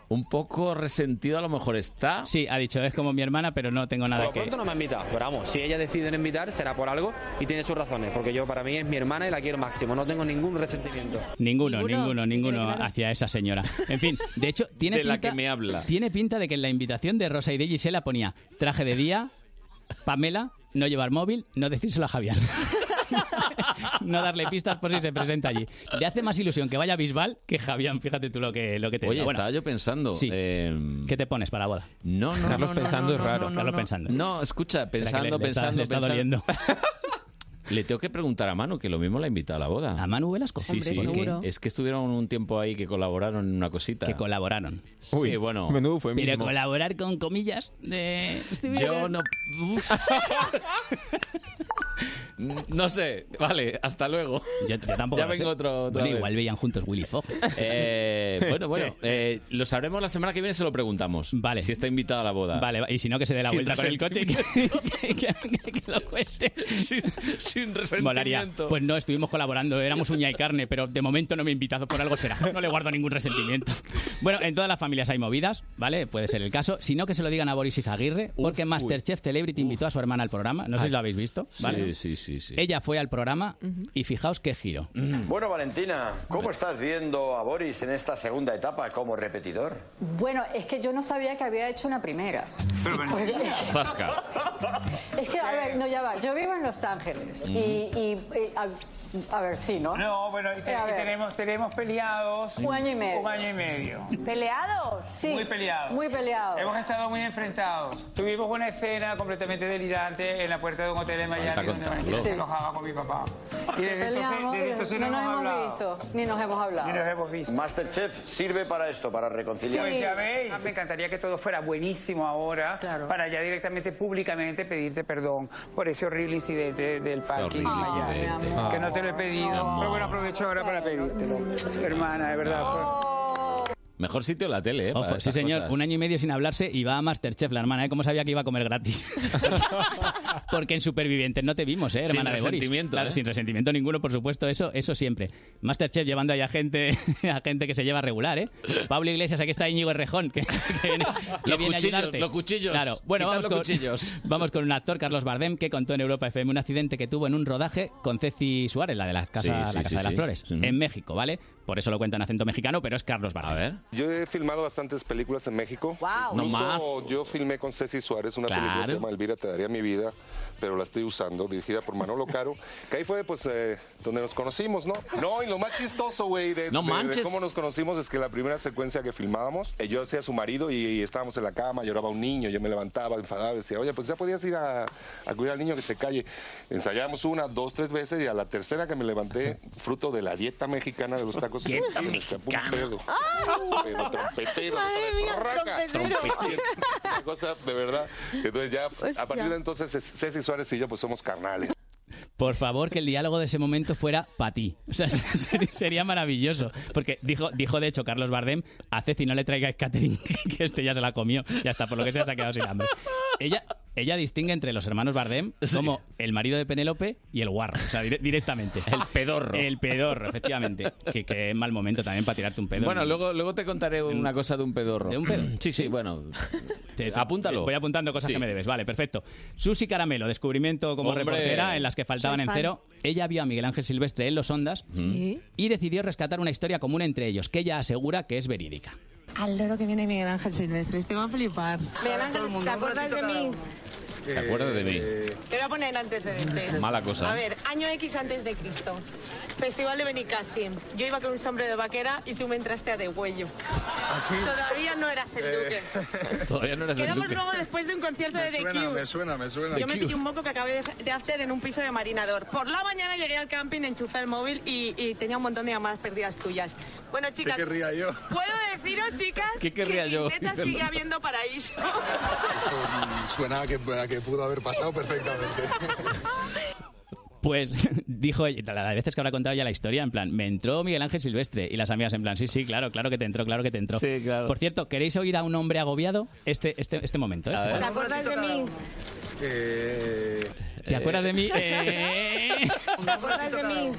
Speaker 2: Un poco resentido a lo mejor está.
Speaker 24: Sí, ha dicho, es como mi hermana, pero no tengo
Speaker 15: Por
Speaker 24: nada
Speaker 15: lo
Speaker 24: que...
Speaker 15: pronto no me ha invitado, pero vamos, si ella decide no invitar será por algo y tiene sus razones, porque yo para mí es mi hermana y la quiero máximo, no tengo ningún resentimiento.
Speaker 24: Ninguno, ninguno,
Speaker 15: Ninguno.
Speaker 24: ninguno
Speaker 15: Claro.
Speaker 24: hacia esa señora. En fin, de hecho, tiene
Speaker 15: De
Speaker 24: pinta,
Speaker 15: la que me habla.
Speaker 24: Tiene pinta de que en la invitación de Rosa y de Gisela ponía traje de día, Pamela, no llevar móvil, no decírselo a Javier. *laughs* no darle pistas por si se presenta allí. Le hace más ilusión que vaya Bisbal que Javier, fíjate tú lo que, lo que te
Speaker 2: Oye,
Speaker 24: digo. Bueno,
Speaker 2: estaba yo pensando.
Speaker 24: sí.
Speaker 2: eh,
Speaker 24: ¿Qué te pones para la boda?
Speaker 2: No, no,
Speaker 24: Carlos
Speaker 2: no, no,
Speaker 24: pensando
Speaker 2: no,
Speaker 24: es
Speaker 2: no,
Speaker 24: raro.
Speaker 2: no, no,
Speaker 24: Carlos
Speaker 2: no.
Speaker 24: pensando. ¿eh?
Speaker 2: No, escucha,
Speaker 24: que le-
Speaker 2: pensando,
Speaker 24: le está-
Speaker 2: pensando,
Speaker 24: le está
Speaker 2: pensando.
Speaker 24: doliendo. *laughs*
Speaker 2: Le tengo que preguntar a Manu, que lo mismo la invita a la boda. ¿A
Speaker 24: Manu Velasco?
Speaker 2: Sí,
Speaker 24: Hombre,
Speaker 2: sí.
Speaker 24: seguro.
Speaker 2: Es que estuvieron un tiempo ahí que colaboraron en una cosita. Que
Speaker 24: colaboraron.
Speaker 2: sí, bueno.
Speaker 24: menudo fue Pero mismo. colaborar con comillas de...
Speaker 2: Yo no... No sé, vale, hasta luego.
Speaker 24: Yo, *laughs* yo tampoco
Speaker 2: Ya
Speaker 24: lo sé.
Speaker 2: vengo otro, otra
Speaker 24: Bueno,
Speaker 2: vez.
Speaker 24: igual veían juntos
Speaker 2: *laughs*
Speaker 24: Willy Fox. *laughs*
Speaker 2: Eh, bueno, bueno, eh, lo sabremos la semana que viene, se lo preguntamos. Vale. Si está invitado a la boda.
Speaker 24: Vale, va- y si no, que se dé la
Speaker 2: Sin
Speaker 24: vuelta con el coche y que, *laughs* que- que lo cueste.
Speaker 2: Sin, resentimiento.
Speaker 24: Molaría. Pues no, estuvimos colaborando, éramos uña y carne, pero de momento no me he invitado, por algo será. No le guardo ningún resentimiento. Bueno, en todas las familias hay movidas, ¿vale? Puede ser el caso. Si no, que se lo digan a Boris Izaguirre, porque Masterchef Celebrity invitó a su hermana al programa. No sé si lo habéis visto, ¿vale?
Speaker 2: Sí, sí, sí, sí.
Speaker 24: Ella fue al programa y fijaos qué giro.
Speaker 28: Mm.
Speaker 5: Bueno, Valentina, ¿cómo estás viendo a Boris en esta segunda etapa como repetidor?
Speaker 27: Bueno, es que yo no sabía que había hecho una primera.
Speaker 2: Fasca.
Speaker 27: *laughs* Es que, a ver, no, ya va. Yo vivo en Los Ángeles.
Speaker 2: Mm.
Speaker 27: Y, y- y, a, a ver, sí, ¿no? Eh,
Speaker 7: No, bueno, y te-
Speaker 27: A
Speaker 7: y
Speaker 27: ver.
Speaker 7: tenemos, tenemos peleados.
Speaker 27: Un año y medio.
Speaker 7: Un año y medio.
Speaker 27: ¿Peleados? Sí.
Speaker 7: Muy peleados.
Speaker 27: Muy peleados.
Speaker 7: Hemos estado muy enfrentados. Tuvimos una escena completamente delirante en la puerta de un hotel en
Speaker 2: Falta
Speaker 7: Miami donde
Speaker 2: contarlo.
Speaker 7: me enojaba con
Speaker 27: *laughs*
Speaker 7: mi papá. Y desde entonces,
Speaker 27: Peleamos,
Speaker 7: desde entonces
Speaker 27: no
Speaker 7: no,
Speaker 27: nos
Speaker 7: hemos
Speaker 27: hemos
Speaker 7: hablado.
Speaker 27: visto, ni nos hemos hablado.
Speaker 7: Ni nos hemos visto.
Speaker 5: Masterchef sirve para esto, para reconciliar.
Speaker 7: Pues ya veis. Me encantaría que todo fuera buenísimo ahora para ya directamente, públicamente, pedirte perdón por ese horrible incidente del parking. horrible en Miami. incidente. Ah, que no te lo he pedido. Pero bueno, aprovecho ahora para pedírtelo. Hermana, de verdad. pues.
Speaker 2: Mejor sitio la tele, ¿eh? para
Speaker 24: Ojo, sí
Speaker 2: estas
Speaker 24: señor,
Speaker 2: cosas.
Speaker 24: un año y medio sin hablarse y va a Masterchef la hermana, ¿eh? ¿Cómo sabía que iba a comer
Speaker 2: *laughs*
Speaker 24: gratis? Porque en Supervivientes no te vimos, ¿eh,
Speaker 2: Sin
Speaker 24: hermana de Boris?
Speaker 2: resentimiento,
Speaker 24: Claro,
Speaker 2: ¿eh?
Speaker 24: sin resentimiento ninguno, por supuesto, eso eso siempre. Masterchef llevando ahí a gente, *laughs* a gente que se lleva regular, ¿eh? Pablo Iglesias, aquí está Íñigo Errejón, que, *laughs* que viene, que
Speaker 2: Los
Speaker 24: viene a
Speaker 2: cuchillos,
Speaker 24: ayudarte.
Speaker 2: los cuchillos.
Speaker 24: Claro, bueno,
Speaker 2: Quitad
Speaker 24: vamos
Speaker 2: los
Speaker 24: con,
Speaker 2: cuchillos.
Speaker 24: *laughs* vamos con un actor, Carlos Bardem, que contó en Europa FM un accidente que tuvo en un rodaje con Ceci Suárez, la de la Casa,
Speaker 2: Sí,
Speaker 24: la
Speaker 2: sí,
Speaker 24: casa
Speaker 2: sí,
Speaker 24: de las
Speaker 2: sí.
Speaker 24: Flores,
Speaker 2: Sí.
Speaker 24: en México, ¿vale? Por eso lo cuenta en acento mexicano, pero es Carlos Bardem. A ver.
Speaker 43: Yo he filmado bastantes películas en México.
Speaker 24: Wow. No
Speaker 43: Incluso
Speaker 24: más.
Speaker 43: Yo filmé con Ceci Suárez una película que se
Speaker 24: Claro.
Speaker 43: llama Elvira te daría mi vida, pero la estoy usando, dirigida por Manolo Caro, que ahí fue pues eh, donde nos conocimos, ¿no? No, y lo más chistoso, güey, de,
Speaker 2: No
Speaker 43: de- de
Speaker 2: manches.
Speaker 43: cómo nos conocimos es que la primera secuencia que filmábamos, eh, yo hacía su marido y, estábamos en la cama, lloraba un niño, yo me levantaba enfadado, decía, oye, pues ya podías ir a, a cuidar al niño que se calle. Ensayamos una, dos, tres veces y a la tercera que me levanté, fruto de la dieta mexicana de los tacos,
Speaker 7: Dieta
Speaker 43: me escapó un pedo. Pero trompetero.
Speaker 7: Madre mía,
Speaker 43: raca,
Speaker 7: trompetero.
Speaker 43: trompetero. Una cosa de verdad. Entonces ya, a partir de entonces, Ceci Suárez y yo pues somos carnales.
Speaker 24: Por favor, que el diálogo de ese momento fuera para ti. O sea, *laughs* sería, sería maravilloso. Porque dijo, dijo, de hecho, Carlos Bardem, a Ceci no le traigáis catering, *laughs* que este ya se la comió. Ya está, por lo que sea, se ha quedado sin hambre. Ella, ella distingue entre los hermanos Bardem como el marido de Penélope y el guarro. O sea, dire- directamente. El pedorro. El pedorro, efectivamente. Que, que es mal momento también para tirarte un pedorro.
Speaker 2: Bueno, luego, luego te contaré una cosa de un pedorro. ¿De un pedorro? Sí, sí,
Speaker 24: *laughs*
Speaker 2: bueno. apúntalo.
Speaker 24: Voy apuntando cosas
Speaker 2: Sí.
Speaker 24: que me debes. Vale, perfecto. Susi Caramelo, descubrimiento como
Speaker 2: Hombre.
Speaker 24: reportera en las que faltaban
Speaker 2: Soy
Speaker 24: en
Speaker 2: fan.
Speaker 24: cero. Ella vio a Miguel Ángel Silvestre en Los Ondas
Speaker 2: Sí.
Speaker 24: y decidió rescatar una historia común entre ellos, que ella asegura que es verídica.
Speaker 16: Al loro que viene Miguel Ángel Silvestre, te va a flipar. Miguel
Speaker 44: Todo el
Speaker 16: Ángel,
Speaker 44: mundo,
Speaker 16: ¿te
Speaker 44: un
Speaker 16: acuerdas de
Speaker 44: ratito cada
Speaker 16: mí?
Speaker 2: ¿Te acuerdas de mí?
Speaker 16: Te voy a poner antecedentes.
Speaker 2: Mala cosa. ¿eh?
Speaker 16: A ver, año X antes de Cristo. Festival de Benicassim. Yo iba con un sombrero de vaquera y tú me entraste a de huello.
Speaker 7: ¿Ah,
Speaker 16: Todavía no eras
Speaker 7: Eh,
Speaker 16: el duque.
Speaker 2: Todavía no eres el
Speaker 16: Quedamos
Speaker 2: duque.
Speaker 16: luego después de un concierto de The Cure.
Speaker 7: suena, me suena.
Speaker 16: Yo me pillé un moco que acabé de- de hacer en un piso de marinador. Por la mañana llegué al camping, enchufé el móvil y, y tenía un montón de llamadas perdidas tuyas. Bueno, chicas.
Speaker 7: querría yo?
Speaker 16: ¿Puedo deciros, chicas?
Speaker 7: ¿Qué querría
Speaker 16: que
Speaker 7: yo?
Speaker 16: Sin tetas
Speaker 7: Dice
Speaker 16: sigue
Speaker 7: Lola.
Speaker 16: habiendo paraíso.
Speaker 7: Suena a que, pudo haber pasado perfectamente.
Speaker 24: Pues *laughs* dijo, ella- la de veces que habrá contado ya la historia, en plan, me entró Miguel Ángel Silvestre y las amigas en plan, sí, sí, claro, claro que te entró, claro que te entró.
Speaker 2: Sí, claro.
Speaker 24: Por cierto, ¿queréis oír a un hombre agobiado? Este, este, este momento, ¿eh?
Speaker 16: ¿Te acuerdas de mí?
Speaker 7: eh,
Speaker 24: ¿Te acuerdas de
Speaker 2: *laughs*
Speaker 24: mí?
Speaker 16: ¿Te acuerdas de mí?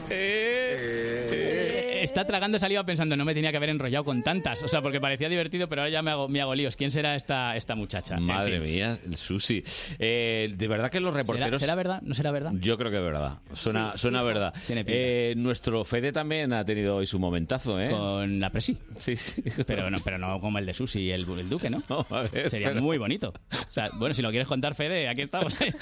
Speaker 24: Eh, Está tragando saliva pensando, no me tenía que haber enrollado con tantas. O sea, porque parecía divertido, pero ahora ya me hago, me hago líos. ¿Quién será esta, esta muchacha? En
Speaker 2: Madre
Speaker 24: fin.
Speaker 2: mía, el Susi. Eh, de verdad que los
Speaker 24: ¿Será-
Speaker 2: reporteros.
Speaker 24: ¿Será, verdad? ¿No será verdad?
Speaker 2: Yo creo que es verdad. Suena, suena verdad. Eh, nuestro Fede también ha tenido hoy su momentazo, ¿eh?
Speaker 24: Con la presi.
Speaker 2: Sí, sí.
Speaker 24: *laughs* Pero no, pero no como el de Susi y el, el
Speaker 2: *laughs*
Speaker 24: Duque, ¿no?
Speaker 2: Oh,
Speaker 24: Sería
Speaker 2: pero-
Speaker 24: muy bonito. O sea, bueno, si lo quieres contar, Fede, aquí
Speaker 2: *laughs*
Speaker 24: estamos. ¿eh?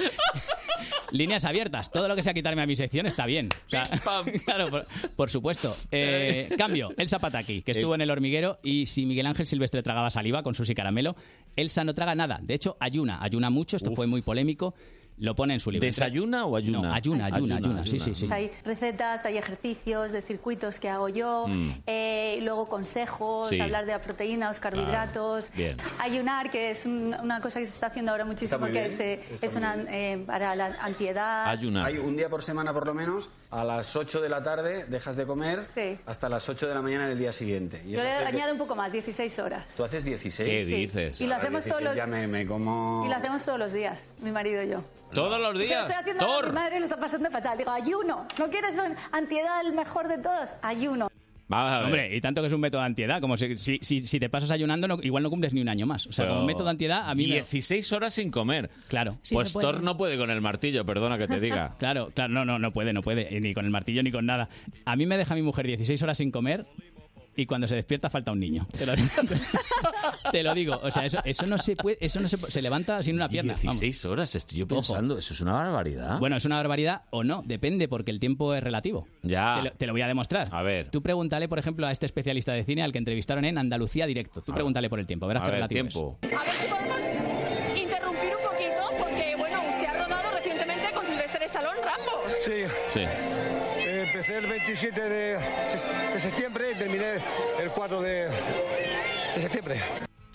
Speaker 24: Líneas abiertas. Todo lo que sea quitarme a mi sección está bien. O sea, *laughs* claro, por, por supuesto.
Speaker 2: *laughs*
Speaker 24: Eh, cambio. Elsa Pataki, que estuvo en El Hormiguero, y si Miguel Ángel Silvestre tragaba saliva con Susi Caramelo, Elsa no traga nada. De hecho, ayuna. Ayuna mucho. Esto fue muy polémico. Lo pone en su libro.
Speaker 2: ¿Desayuna o ayuna?
Speaker 24: No, ayuna, ayuna, ayuna,
Speaker 2: Ayuna,
Speaker 24: Sí, sí,
Speaker 2: ayuna.
Speaker 24: sí.
Speaker 8: Hay recetas, hay ejercicios de circuitos que hago yo,
Speaker 24: Mm.
Speaker 8: eh, luego consejos,
Speaker 24: Sí.
Speaker 8: hablar de proteínas, carbohidratos,
Speaker 24: Bien.
Speaker 8: ayunar, que es un- una cosa que se está haciendo ahora muchísimo, muy que bien, se- está es muy una eh, para la antiedad. Hay Hay un- un- un día por semana por lo menos, a las 8 de la tarde dejas de comer Sí. hasta las 8 de la mañana del día siguiente. Y Yo eso le hace que- añado un poco más, 16 horas. Tú haces 16. ¿Qué Sí. dices? Y lo Ah, hacemos todos 16 los- Ya me, me como... Y lo hacemos todos los días, mi marido y yo.
Speaker 2: Todos los
Speaker 8: Se lo
Speaker 2: días.
Speaker 8: estoy haciendo a mi
Speaker 2: Thor.
Speaker 8: madre y lo está pasando fatal. Digo, ayuno. ¿No quieres un antiedad el mejor de todos? Ayuno.
Speaker 24: Hombre, y tanto que es un método de antiedad, como si, si, si- si te pasas ayunando, no- igual no cumples ni un año más. O sea,
Speaker 2: Pero
Speaker 24: como método de antiedad, a mí me-
Speaker 2: 16 horas sin comer.
Speaker 24: Claro.
Speaker 2: pues Thor no puede con el martillo, perdona que te diga.
Speaker 24: *laughs* Claro, claro, no, no, no puede, no puede, eh, ni con el martillo ni con nada. A mí me deja mi mujer 16 horas sin comer y cuando se despierta falta un niño. Te lo, *laughs* te lo digo, o sea, eso, eso no se puede, eso no se, pu- se levanta sin una pierna. vamos.
Speaker 2: 16 horas, estoy yo pensando, eso es ¿Ah? una barbaridad.
Speaker 24: Bueno, es una barbaridad o no, depende, porque el tiempo es relativo.
Speaker 2: Ya.
Speaker 24: Te lo, te lo voy a demostrar. A ver. Tú pregúntale, por ejemplo, a este especialista de cine al que entrevistaron en Andalucía Directo. Tú pregúntale por el tiempo, verás
Speaker 2: A
Speaker 24: qué
Speaker 2: ver,
Speaker 24: relativo
Speaker 2: tiempo.
Speaker 24: es.
Speaker 13: A ver si podemos interrumpir un poquito, porque bueno, usted ha rodado recientemente con Sylvester Stallone Rambo.
Speaker 45: Sí. Eh, Empecé el 27 de, de septiembre y terminé el 4 de, de septiembre.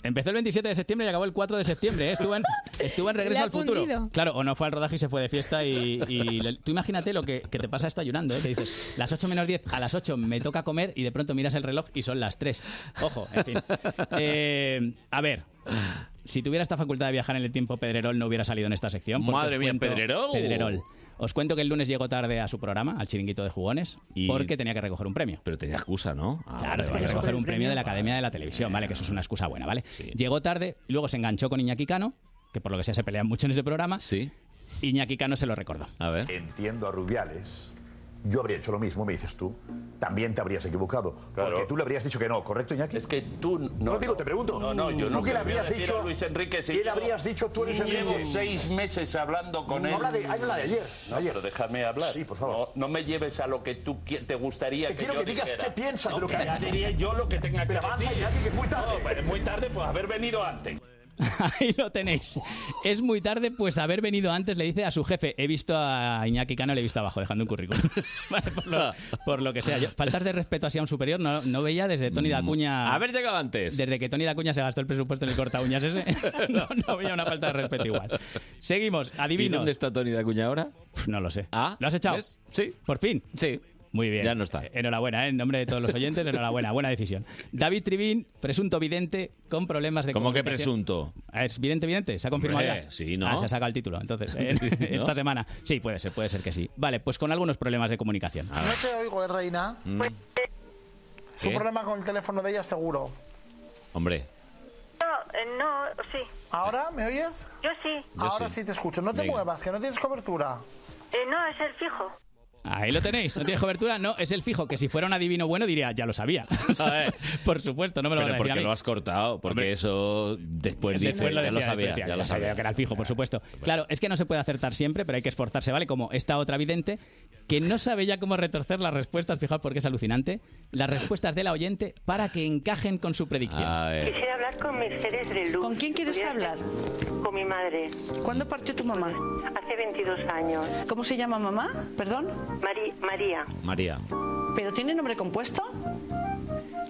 Speaker 24: Empezó el 27 de septiembre y acabó el 4 de septiembre. ¿eh? Estuvo,
Speaker 45: *laughs*
Speaker 24: en, estuvo en Regreso
Speaker 45: Le ha
Speaker 24: al Futuro.
Speaker 45: fundido.
Speaker 24: Claro, o no fue al rodaje y se fue de fiesta. Y, y le- tú imagínate lo que, que te pasa está llorando. ¿eh? Que dices, las 8 menos 10, a las 8 me toca comer y de pronto miras el reloj y son las 3. Ojo, en fin. Eh, a ver. Si tuviera esta facultad de viajar en el tiempo, Pedrerol no hubiera salido en esta sección. porque
Speaker 2: Madre
Speaker 24: os
Speaker 2: mía, Pedrerol.
Speaker 24: Pedrerol. Os cuento que el lunes llegó tarde a su programa, al chiringuito de jugones, porque tenía que recoger un premio.
Speaker 2: Pero tenía excusa, ¿no? Ah,
Speaker 24: claro,
Speaker 2: vale,
Speaker 24: tenía
Speaker 2: vale,
Speaker 24: que recoger
Speaker 2: vale.
Speaker 24: un premio de la Academia de la Televisión, ¿vale? Que eso es una excusa buena, ¿vale? Llegó tarde, luego se enganchó con Iñaki Cano, que por lo que sea se pelean mucho en ese programa.
Speaker 2: Sí.
Speaker 24: Iñaki Cano se lo recordó.
Speaker 2: A ver.
Speaker 5: Entiendo a Rubiales. Yo habría hecho lo mismo, me dices tú. También te habrías equivocado. Porque tú le habrías dicho que no, ¿correcto, Iñaki? Es que tú... No, digo, te pregunto.
Speaker 26: No, no, yo
Speaker 5: ¿Tú
Speaker 26: no.
Speaker 5: qué
Speaker 26: te
Speaker 5: le
Speaker 26: voy a
Speaker 5: habrías
Speaker 26: decir
Speaker 5: dicho?
Speaker 26: a Luis Enrique, si
Speaker 5: ¿Qué le
Speaker 26: llevo-
Speaker 5: habrías dicho tú, Luis
Speaker 26: Llevo
Speaker 5: Enrique?
Speaker 26: seis meses hablando con él.
Speaker 5: Habla de- habla de ayer.
Speaker 26: No, pero déjame hablar.
Speaker 5: Sí, por
Speaker 26: favor. No, no me lleves a lo que tú qui- te gustaría
Speaker 5: Te
Speaker 26: que
Speaker 5: quiero
Speaker 26: yo
Speaker 5: que digas
Speaker 26: dijera.
Speaker 5: qué piensas
Speaker 26: No,
Speaker 5: de lo que
Speaker 26: ya
Speaker 5: has hecho.
Speaker 26: diré yo lo que tenga
Speaker 5: Pero
Speaker 26: que
Speaker 5: avanza,
Speaker 26: decir.
Speaker 5: Iñaki, que es muy tarde.
Speaker 26: No, pero es muy tarde, pues haber venido antes.
Speaker 24: *laughs* Ahí lo tenéis. Es muy tarde, pues haber venido antes le dice a su jefe, he visto a Iñaki Cano, le he visto abajo, dejando un currículum. *laughs* Vale, por, lo, por lo que sea. Yo, faltas de respeto hacia un superior no, no veía desde
Speaker 2: Mm.
Speaker 24: Tony Dacuña...
Speaker 2: Haber llegado antes.
Speaker 24: Desde que Tony Dacuña se gastó el presupuesto en el corta uñas ese, *laughs* no, no veía una falta de respeto igual. Seguimos,
Speaker 2: ¿Y
Speaker 24: adivinos.
Speaker 2: dónde está Tony Dacuña ahora?
Speaker 24: No lo sé.
Speaker 2: ¿Ah?
Speaker 24: ¿Lo has echado?
Speaker 2: ¿Ves? Sí.
Speaker 24: ¿Por fin?
Speaker 2: Sí.
Speaker 24: Muy bien.
Speaker 2: Ya no está.
Speaker 24: Eh, Enhorabuena, ¿eh? en nombre de todos los oyentes, enhorabuena, buena
Speaker 2: *laughs*
Speaker 24: decisión. David Tribín, presunto vidente con problemas de
Speaker 2: ¿Cómo que
Speaker 24: comunicación.
Speaker 2: presunto?
Speaker 24: ¿Es vidente, vidente? ¿Se ha confirmado
Speaker 2: Hombre,
Speaker 24: ya?
Speaker 2: sí, ¿no?
Speaker 24: Ah, se ha sacado el título,
Speaker 2: *laughs*
Speaker 24: entonces, eh,
Speaker 2: ¿No?
Speaker 24: esta semana. Sí, puede ser, puede ser que sí. Vale, pues con algunos problemas de comunicación.
Speaker 46: No te oigo, eh, reina.
Speaker 2: Mm.
Speaker 46: Es un
Speaker 24: ¿Qué?
Speaker 46: problema con el teléfono de ella, seguro.
Speaker 2: Hombre,
Speaker 46: No, eh, no, sí. ¿Ahora me oyes? Yo sí.
Speaker 2: Yo
Speaker 46: Ahora
Speaker 2: sí.
Speaker 46: sí te escucho. No te
Speaker 2: Venga.
Speaker 46: muevas, que no tienes cobertura. Eh, no, es el fijo.
Speaker 24: Ahí lo tenéis, ¿no tienes cobertura? No, es el fijo, que si fuera un adivino bueno diría, ya lo sabía.
Speaker 2: A ver.
Speaker 24: *laughs* Por supuesto, no me lo van
Speaker 2: pero
Speaker 24: a
Speaker 2: porque
Speaker 24: decir a mí.
Speaker 2: lo has cortado, porque eso después, Pues dice,
Speaker 24: Después lo
Speaker 2: ya lo
Speaker 24: decía,
Speaker 2: sabía,
Speaker 24: decía,
Speaker 2: ya lo sabía.
Speaker 24: que era el fijo, por supuesto. Claro, es que no se puede acertar siempre, pero hay que esforzarse, ¿vale? Como esta otra vidente que no sabe ya cómo retorcer las respuestas, fijaos porque es alucinante, las respuestas de la oyente para que encajen con su predicción.
Speaker 47: Quisiera hablar con Mercedes de Luz. ¿Con quién quieres hablar? Con mi madre. ¿Cuándo partió tu mamá? Hace 22 años. ¿Cómo se llama mamá? Perdón. María.
Speaker 2: María.
Speaker 47: ¿Pero tiene nombre compuesto?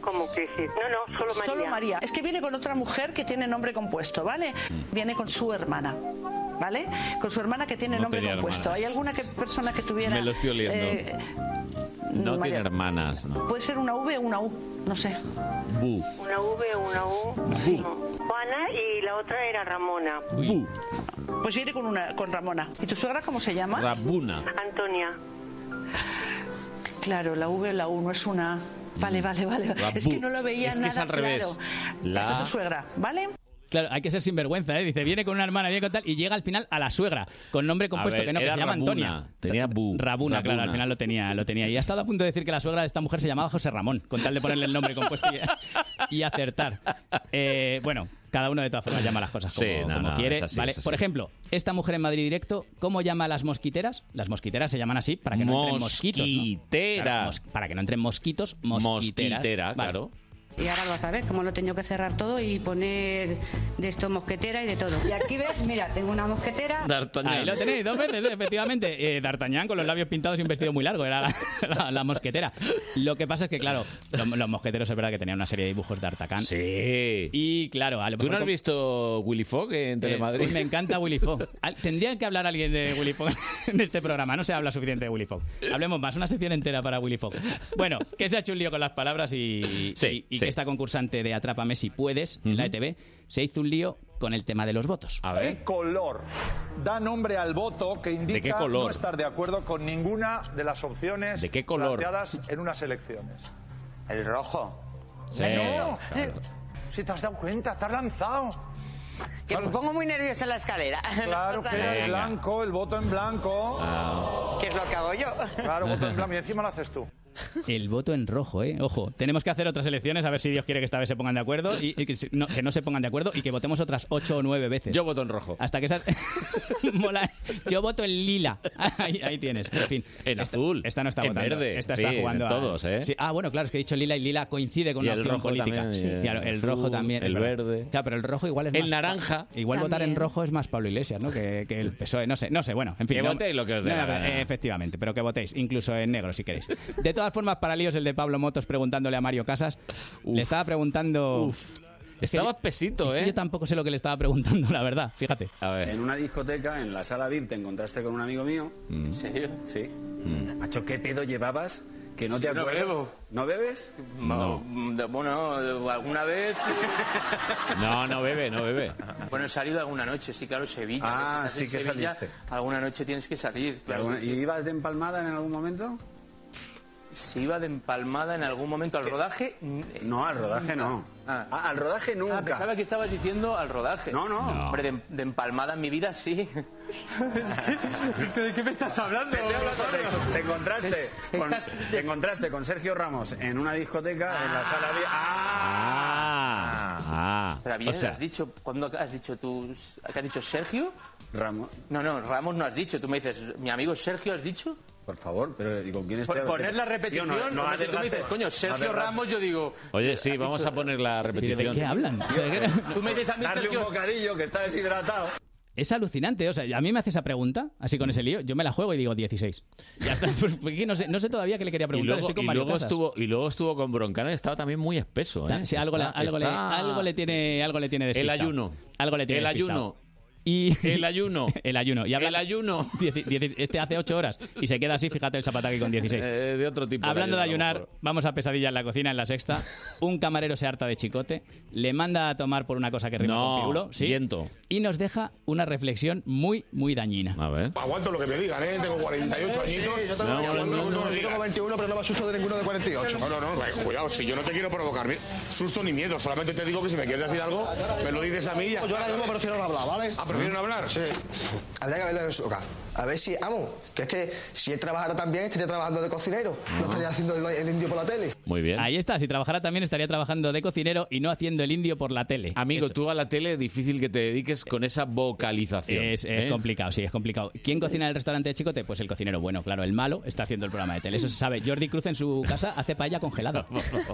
Speaker 47: ¿Cómo que sí? No, no, solo María. Solo María. Es que viene con otra mujer que tiene nombre compuesto, ¿vale?
Speaker 2: Mm.
Speaker 47: Viene con su hermana. ¿Vale? Con su hermana que tiene
Speaker 2: No
Speaker 47: nombre
Speaker 2: tenía
Speaker 47: compuesto.
Speaker 2: hermanas.
Speaker 47: ¿Hay alguna que- persona que tuviera.
Speaker 2: Me lo estoy oliendo.
Speaker 47: eh,
Speaker 2: no
Speaker 47: María.
Speaker 2: tiene hermanas, ¿no?
Speaker 47: puede ser una V o una U, no sé.
Speaker 2: Bu.
Speaker 47: Una V o una U.
Speaker 2: Sí.
Speaker 47: Juana y la otra era Ramona.
Speaker 2: Bu.
Speaker 47: Pues yo iré con, una, con Ramona. ¿Y tu suegra cómo se llama?
Speaker 2: Rabuna.
Speaker 47: Antonia. Claro, la V o la U no es una. A. Vale, vale, vale.
Speaker 24: La
Speaker 47: Es que
Speaker 24: bu-
Speaker 47: no lo veía
Speaker 24: Mm. es que
Speaker 47: nada
Speaker 24: es al revés.
Speaker 47: claro.
Speaker 24: La-
Speaker 47: Esta es tu suegra, ¿vale?
Speaker 24: Claro, hay que ser sinvergüenza, ¿eh? Dice, viene con una hermana, viene con tal, y llega al final a la suegra, con nombre compuesto
Speaker 2: ver,
Speaker 24: que no, que
Speaker 2: era
Speaker 24: se llama
Speaker 2: Rabuna.
Speaker 24: Antonia.
Speaker 2: Tenía bu.
Speaker 24: Rabuna, claro,
Speaker 2: Rabuna.
Speaker 24: al final lo tenía, lo tenía. Y ha estado a punto de decir que la suegra de esta mujer se llamaba José Ramón, con tal de ponerle el nombre compuesto y, y acertar. Eh, bueno, cada uno de todas formas llama las cosas como,
Speaker 2: Sí, no,
Speaker 24: como
Speaker 2: no,
Speaker 24: quiere.
Speaker 2: es así,
Speaker 24: ¿vale?
Speaker 2: es así.
Speaker 24: Por ejemplo, esta mujer en Madrid Directo, ¿cómo llama a las mosquiteras? Las mosquiteras se llaman así para que no entren mosquitos. ¿no?
Speaker 2: Mosquitera.
Speaker 24: Claro, mos- para que no entren mosquitos, mosquiteras.
Speaker 2: Mosquitera,
Speaker 24: Vale.
Speaker 2: claro.
Speaker 20: Y ahora lo vas a ver, cómo lo he tenido que cerrar todo y poner de esto mosquetera y de todo. Y aquí ves, mira, tengo una mosquetera.
Speaker 24: Ahí lo tenéis, dos veces, eh, efectivamente. Eh, D'Artagnan con los labios pintados y un vestido muy largo, era la, la- la mosquetera. Lo que pasa es que, claro, los, los mosqueteros es verdad que tenían una serie de dibujos de Artacán. Sí. Y claro, a lo
Speaker 2: ¿Tú no
Speaker 24: mejor
Speaker 2: has
Speaker 24: como-
Speaker 2: visto Willy Fogg en
Speaker 24: Eh,
Speaker 2: Telemadrid?
Speaker 24: uy, me encanta Willy
Speaker 2: *laughs*
Speaker 24: Fogg. Al- Tendría que hablar alguien de Willy Fogg *laughs* en este programa. No se habla suficiente de Willy Fogg. Hablemos más, una sección entera para Willy Fogg. Bueno, que se ha hecho un lío con las palabras y,
Speaker 2: Sí,
Speaker 24: y- y
Speaker 2: sí.
Speaker 24: que esta concursante de Atrápame si puedes, en la ETV, se hizo un lío con el tema de los votos. A
Speaker 45: ¿Qué color da nombre al voto que indica
Speaker 24: qué color?
Speaker 45: no estar de acuerdo con ninguna de las opciones
Speaker 2: ¿De qué color?
Speaker 45: planteadas en unas elecciones?
Speaker 2: El rojo. Sí, claro.
Speaker 45: no, eh, si te has dado cuenta, te has lanzado.
Speaker 48: Que me pongo muy nerviosa en la escalera. No *laughs*
Speaker 45: Claro
Speaker 48: pasa
Speaker 45: que
Speaker 48: nada.
Speaker 45: el blanco, el voto en blanco.
Speaker 48: Que es lo que hago yo.
Speaker 45: Claro, voto en blanco. Y encima lo haces tú.
Speaker 24: El voto en rojo, ¿eh? Ojo, tenemos que hacer otras elecciones a ver si Dios quiere que esta vez se pongan de acuerdo y, y que, si- no, que no se pongan de acuerdo y que votemos otras ocho o nueve veces. Yo
Speaker 2: voto en rojo.
Speaker 24: Hasta que esas... *laughs* Mola. Yo voto en lila. *laughs* Ahí, ahí tienes. En fin. En azul. Esta no está
Speaker 2: en
Speaker 24: votando.
Speaker 2: verde,
Speaker 24: Esta
Speaker 2: sí,
Speaker 24: está jugando
Speaker 2: en
Speaker 24: a-
Speaker 2: todos, ¿eh?
Speaker 24: Sí, Ah, bueno, claro, es que he dicho lila y lila coincide con
Speaker 2: Y
Speaker 24: la
Speaker 2: el
Speaker 24: opción
Speaker 2: rojo
Speaker 24: política.
Speaker 2: también,
Speaker 24: Sí,
Speaker 2: el
Speaker 24: claro, el
Speaker 2: azul,
Speaker 24: rojo también. es
Speaker 2: el
Speaker 24: verdad.
Speaker 2: verde.
Speaker 24: Claro, pero el rojo igual es
Speaker 2: El
Speaker 24: más-
Speaker 2: naranja.
Speaker 24: Igual votar en
Speaker 2: También.
Speaker 24: rojo es más Pablo Iglesias, ¿no? Que, que el PSOE, E, no sé, no sé, bueno, en fin.
Speaker 2: Que
Speaker 24: no-
Speaker 2: votéis lo que os dé
Speaker 24: no,
Speaker 2: la
Speaker 24: eh,
Speaker 2: gana.
Speaker 24: Efectivamente, pero que votéis, incluso en negro si queréis. De todas formas, para líos el de Pablo Motos preguntándole a Mario Casas. Le estaba preguntando... Estaba pesito, ¿eh? Yo tampoco sé lo que le estaba preguntando, la verdad, fíjate. A
Speaker 5: En una discoteca, en la sala VIP, te encontraste con un amigo mío.
Speaker 2: ¿En
Speaker 5: serio? Sí. Macho, ¿qué pedo llevabas que no te
Speaker 10: Yo no
Speaker 5: acuerdas?
Speaker 10: bebo.
Speaker 5: ¿No bebes?
Speaker 10: No. Bueno, alguna vez.
Speaker 2: No, no bebe, no bebe.
Speaker 10: Bueno, he salido alguna noche, sí, claro, Sevilla.
Speaker 5: Ah,
Speaker 10: que si estás
Speaker 5: sí
Speaker 10: en
Speaker 5: que
Speaker 10: Sevilla,
Speaker 5: saliste.
Speaker 10: Alguna noche tienes que salir,
Speaker 5: ¿Y,
Speaker 10: *laughs* claro. que sí.
Speaker 5: ibas de empalmada en algún momento?
Speaker 10: Si iba de empalmada en algún momento al rodaje.
Speaker 5: No, al rodaje no. Ah, al rodaje nunca.
Speaker 10: Ah, pensaba que estabas diciendo al rodaje.
Speaker 5: No, no. No.
Speaker 10: Hombre, de, de empalmada en mi vida sí. es, que, *laughs* es que, ¿de qué me estás hablando?
Speaker 5: Este, Te, te encontraste
Speaker 10: Es-
Speaker 5: con,
Speaker 10: estás-
Speaker 5: te encontraste con Sergio Ramos en una discoteca en la sala Ah. VIP.
Speaker 2: Ah. Ah.
Speaker 10: Pero bien,
Speaker 2: o sea,
Speaker 10: has dicho, ¿cuándo has dicho tú? ¿Qué has dicho Sergio?
Speaker 5: Ramos.
Speaker 10: No, no, Ramos no has dicho. Tú me dices, mi amigo Sergio has dicho.
Speaker 5: Por favor, pero digo, ¿quién está?
Speaker 10: Por poner la
Speaker 5: Tío,
Speaker 10: repetición,
Speaker 5: Pues no, no
Speaker 10: como si tú me
Speaker 5: adelgate.
Speaker 10: dices, coño, Sergio
Speaker 5: Adelgate.
Speaker 10: Ramos, yo digo,
Speaker 2: Oye, sí, vamos a poner la repetición.
Speaker 24: ¿De qué hablan? O sea, que-
Speaker 10: tú me dices a mí,
Speaker 5: Darle un
Speaker 10: Sergio,
Speaker 5: bocadillo que está deshidratado.
Speaker 24: Es alucinante, o sea, a mí me hace esa pregunta, así con ese lío, yo me la juego y digo 16. Ya está, *laughs* porque no sé, no sé todavía qué le quería
Speaker 2: Y
Speaker 24: preguntar,
Speaker 2: luego,
Speaker 24: estoy con
Speaker 2: y
Speaker 24: Mario
Speaker 2: luego
Speaker 24: Casas.
Speaker 2: estuvo, y luego estuvo con Broncano y estaba también muy espeso. ¿eh?
Speaker 24: Sí, algo, le-
Speaker 2: Está-
Speaker 24: algo,
Speaker 2: está-
Speaker 24: le, algo le tiene, algo le tiene
Speaker 2: El
Speaker 24: despistado.
Speaker 2: ayuno.
Speaker 24: Algo le tiene
Speaker 2: El
Speaker 24: despistado.
Speaker 2: ayuno.
Speaker 24: Y...
Speaker 2: El ayuno.
Speaker 24: *laughs* El ayuno. Y
Speaker 2: El
Speaker 24: *laughs*
Speaker 2: ayuno.
Speaker 24: este hace 8 horas y se queda así, fíjate el zapataki con 16.
Speaker 2: Eh, de otro tipo. el
Speaker 24: Hablando de
Speaker 2: ayuno, a lo
Speaker 24: ayunar, vamos a pesadilla en la cocina en la sexta. Un camarero se harta de chicote, le manda a tomar por una cosa que rima
Speaker 2: No,
Speaker 24: con pirulo, ¿sí?
Speaker 2: viento.
Speaker 24: y nos deja una reflexión muy, muy dañina.
Speaker 2: A ver.
Speaker 43: Aguanto lo que me digan, ¿eh? Tengo 48 Sí, añitos. yo también, Aguanto aguanto lo que lo tú me que me digas. digan.
Speaker 45: 21, pero no me asusto de ninguno de 48.
Speaker 43: No, no, no, eh, cuidado, si yo no te quiero provocar mi- susto ni miedo, solamente te digo que si me quieres decir algo, me lo dices a mí y ya
Speaker 45: Yo
Speaker 43: está.
Speaker 45: ahora mismo prefiero no hablar, ¿vale?
Speaker 43: Ah, ¿prefieren hablar?
Speaker 45: Sí. Habría que haberlo en su hogar. A ver si, amo, que es que si él trabajara también, estaría trabajando de cocinero. No estaría haciendo el, el indio por la tele.
Speaker 2: Muy bien.
Speaker 24: Ahí está, si trabajara también estaría trabajando de cocinero y no haciendo el indio por la tele.
Speaker 2: Amigo,
Speaker 24: Eso.
Speaker 2: tú a la tele difícil que te dediques con esa vocalización.
Speaker 24: Es, es
Speaker 2: ¿eh?
Speaker 24: complicado, sí, es complicado. ¿Quién cocina en el restaurante de Chicote? Pues el cocinero bueno, claro, el malo está haciendo el programa de tele. Eso se sabe. Jordi Cruz en su casa hace paella congelada.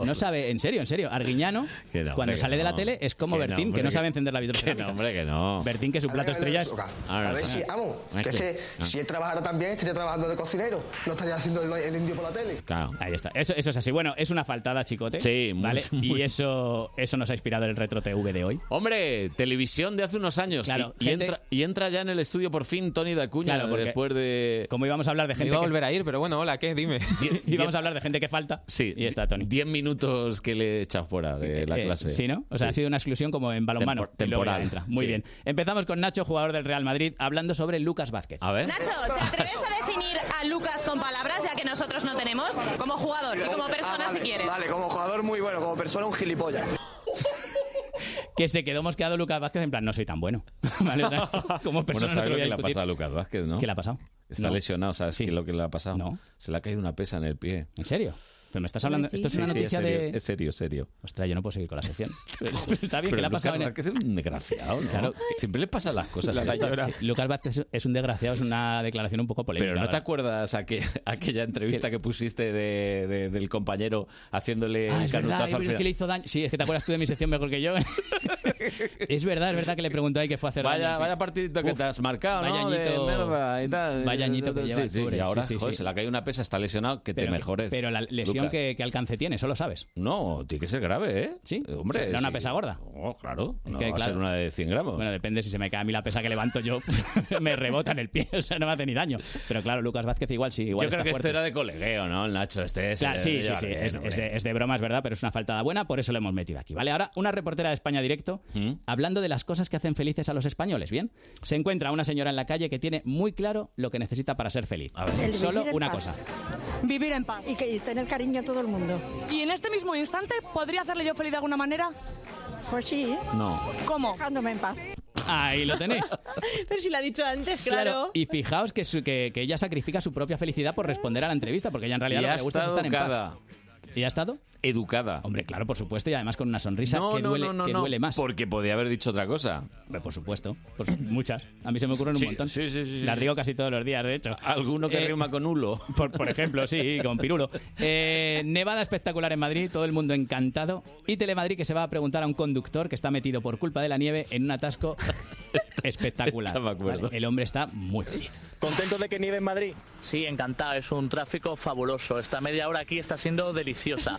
Speaker 24: No sabe, en serio, en serio. Arguiñano,
Speaker 2: Que no, hombre,
Speaker 24: cuando
Speaker 2: que
Speaker 24: sale de la
Speaker 2: no.
Speaker 24: tele, es como
Speaker 2: Que no,
Speaker 24: Bertín, que
Speaker 2: hombre,
Speaker 24: no
Speaker 2: que-
Speaker 24: sabe encender la
Speaker 2: Que
Speaker 24: vitrocerámica.
Speaker 2: no, hombre, que no.
Speaker 24: Bertín, que su plato estrella es...
Speaker 45: A ver si, amo, que es que si él trabajara también, estaría trabajando de cocinero. No estaría haciendo el, el indio por la tele.
Speaker 24: Ahí está. Eso, eso es así. Bueno, es una faltada, chicote.
Speaker 2: Sí, muy-
Speaker 24: ¿vale?
Speaker 2: *laughs* muy.
Speaker 24: Y eso, eso nos ha inspirado el Retro TV de hoy.
Speaker 2: Hombre, televisión de hace unos años.
Speaker 24: Claro,
Speaker 2: y, y
Speaker 24: gente-
Speaker 2: entra, y entra ya en el estudio por fin Tony Dacuña
Speaker 24: Claro, porque-
Speaker 2: después de...
Speaker 24: Como íbamos a hablar de
Speaker 2: gente
Speaker 24: que-
Speaker 15: Iba a volver a ir, pero bueno, hola,
Speaker 24: *laughs*
Speaker 15: ¿qué? Dime.
Speaker 24: Y vamos a hablar de gente que falta.
Speaker 2: Sí, y está Tony. 10 minutos que le echas fuera de la
Speaker 24: Eh,
Speaker 2: clase.
Speaker 24: sí, ¿no? O sea, ha sido una exclusión como en balonmano.
Speaker 2: Tempor-
Speaker 24: y luego ya
Speaker 2: temporal,
Speaker 24: entra. Muy
Speaker 2: sí.
Speaker 24: bien. Empezamos con Nacho, jugador del Real Madrid, hablando sobre Lucas Vázquez.
Speaker 2: A ver.
Speaker 8: Nacho, ¿te atreves a definir a Lucas con palabras, ya que nosotros no tenemos? Como jugador y como persona,
Speaker 45: Ah,
Speaker 8: si
Speaker 45: vale,
Speaker 8: quieres.
Speaker 45: Vale, como jugador muy bueno, como persona un gilipollas.
Speaker 24: Que se quedó mosqueado Lucas Vázquez en plan, no soy tan bueno. *laughs* ¿Vale? O
Speaker 2: *laughs*
Speaker 24: sea, como persona no
Speaker 2: bueno,
Speaker 24: te
Speaker 2: ¿sabes
Speaker 24: lo
Speaker 2: lo
Speaker 24: voy a
Speaker 2: que le ha
Speaker 24: discutir.
Speaker 2: pasado a Lucas Vázquez, no?
Speaker 24: ¿Qué le ha pasado?
Speaker 2: Está
Speaker 24: No.
Speaker 2: lesionado, ¿sabes qué es lo que le ha pasado? Se le ha caído una pesa en el pie.
Speaker 24: ¿En serio? Pero me estás hablando. Esto es una
Speaker 2: Sí, sí,
Speaker 24: noticia
Speaker 2: serio,
Speaker 24: de.
Speaker 2: Es serio, es serio.
Speaker 24: Ostras, yo no puedo seguir con la sección.
Speaker 2: *laughs*
Speaker 24: *laughs* Está bien, que le ha
Speaker 2: Lucas
Speaker 24: pasado en el-
Speaker 2: Vázquez es un desgraciado, ¿no?
Speaker 24: Claro.
Speaker 2: Siempre le pasan las cosas.
Speaker 24: La
Speaker 2: estas.
Speaker 24: señora. Lucas Vázquez es un desgraciado, es una declaración un poco polémica.
Speaker 2: Pero ¿no te
Speaker 24: ¿verdad?
Speaker 2: acuerdas aqu-
Speaker 24: *laughs*
Speaker 2: aquella entrevista que pusiste de- de- del compañero haciéndole
Speaker 24: Ah, es
Speaker 2: canutazo
Speaker 24: verdad,
Speaker 2: al
Speaker 24: es
Speaker 2: final?
Speaker 24: que le hizo daño. Sí, es que te acuerdas tú de mi sección mejor que yo. *laughs* es verdad, es verdad que le preguntó ahí que fue a hacer
Speaker 2: Vaya-
Speaker 24: daño.
Speaker 2: vaya partidito que te has marcado,
Speaker 24: vaya
Speaker 2: ¿no? De
Speaker 24: añito-
Speaker 2: mierda y tal.
Speaker 24: Vaya añito que
Speaker 2: Sí,
Speaker 24: lleva el
Speaker 2: sí,
Speaker 24: pobre.
Speaker 2: y ahora,
Speaker 24: Sí, sí,
Speaker 2: joder,
Speaker 24: sí.
Speaker 2: se le ha caído una pesa, está lesionado, que te
Speaker 24: que-
Speaker 2: mejores.
Speaker 24: pero la lesión
Speaker 2: Lucas.
Speaker 24: que, que alcance tiene, eso lo sabes.
Speaker 2: No, tiene que ser grave, ¿eh? Sí, hombre.
Speaker 24: Era una
Speaker 2: sí.
Speaker 24: pesa gorda.
Speaker 2: Oh, claro.
Speaker 24: Es
Speaker 2: no
Speaker 24: que,
Speaker 2: va a ser
Speaker 24: claro.
Speaker 2: una de 100 gramos.
Speaker 24: Bueno, depende si se me cae a mí la pesa que levanto yo, *laughs* pues, me rebota en el pie, o sea, no me hace ni daño. Pero claro, Lucas Vázquez igual sí, igual
Speaker 2: Yo creo
Speaker 24: está
Speaker 2: que
Speaker 24: fuerte.
Speaker 2: esto era de colegueo, ¿no? El Nacho, este es.
Speaker 24: Claro, sí, sí,
Speaker 2: lleva
Speaker 24: sí,
Speaker 2: bien,
Speaker 24: es,
Speaker 2: hombre.
Speaker 24: es de, es de broma, es verdad, pero es una faltada buena, por eso lo hemos metido aquí, ¿vale? Ahora, una reportera de España Directo,
Speaker 2: ¿Mm?
Speaker 24: hablando de las cosas que hacen felices a los españoles, ¿bien? Se encuentra una señora en la calle que tiene muy claro lo que necesita para ser feliz.
Speaker 10: El
Speaker 24: Solo
Speaker 10: vivir en
Speaker 24: una
Speaker 10: paz.
Speaker 24: cosa.
Speaker 10: Vivir en paz. Y que tener cariño a todo el mundo.
Speaker 22: ¿Y en este mismo instante podría hacerle yo feliz de alguna manera?
Speaker 10: Pues sí, ¿eh?
Speaker 24: No.
Speaker 10: ¿Cómo? Dejándome en paz.
Speaker 24: Ahí lo tenéis.
Speaker 10: Pero si lo ha dicho antes,
Speaker 24: Y fijaos que, su- que, que ella sacrifica su propia felicidad por responder a la entrevista, porque ella en realidad
Speaker 2: Y
Speaker 24: lo
Speaker 2: ha
Speaker 24: que le gusta es
Speaker 2: estado
Speaker 24: estar en
Speaker 2: educada.
Speaker 24: paz. ¿Y ha estado?
Speaker 2: Educada.
Speaker 24: Hombre, claro, por supuesto, y además con una sonrisa que duele, que duele más.
Speaker 2: Porque podía haber dicho otra cosa.
Speaker 24: por supuesto. Por su- muchas. A mí se me ocurren un
Speaker 2: Sí,
Speaker 24: montón.
Speaker 2: sí, sí, sí,
Speaker 24: Las
Speaker 2: sí.
Speaker 24: río casi todos los días, de hecho. Eh,
Speaker 2: Alguno que rima con hulo.
Speaker 24: Por, por ejemplo, sí, con pirulo. Eh, nevada espectacular en Madrid, todo el mundo encantado. Y Telemadrid que se va a preguntar a un conductor que está metido por culpa de la nieve en un
Speaker 2: *laughs*
Speaker 24: atasco espectacular.
Speaker 2: Estaba de acuerdo.
Speaker 24: el hombre está muy feliz. *laughs*
Speaker 13: ¿Contento de que nieve en Madrid? Sí, encantado. Es un tráfico fabuloso. Esta media hora aquí está siendo deliciosa.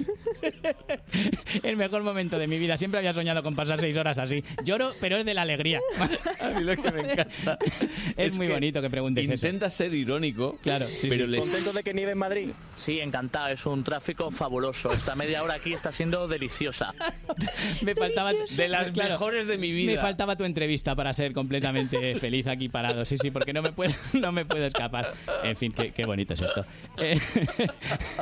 Speaker 24: El mejor momento de mi vida. Siempre había soñado con pasar seis horas así. Lloro, pero es de la alegría. *laughs* A mí lo que me encanta. *laughs* Es, muy
Speaker 13: que
Speaker 24: bonito que preguntes eso.
Speaker 2: Intenta ser irónico.
Speaker 24: Claro, sí,
Speaker 2: pero
Speaker 24: sí.
Speaker 2: les-
Speaker 13: ¿Contento de que nieve en Madrid? Sí, encantado. Es un tráfico fabuloso. Esta media hora aquí está siendo *laughs* deliciosa.
Speaker 24: Me faltaba
Speaker 13: De las mejores de mi vida.
Speaker 24: Me faltaba tu entrevista para
Speaker 13: *laughs*
Speaker 24: ser completamente feliz aquí parado. Sí, sí, porque no me puedo, *laughs* no me puedo escapar. En fin, qué, qué bonito es esto. Eh, *laughs*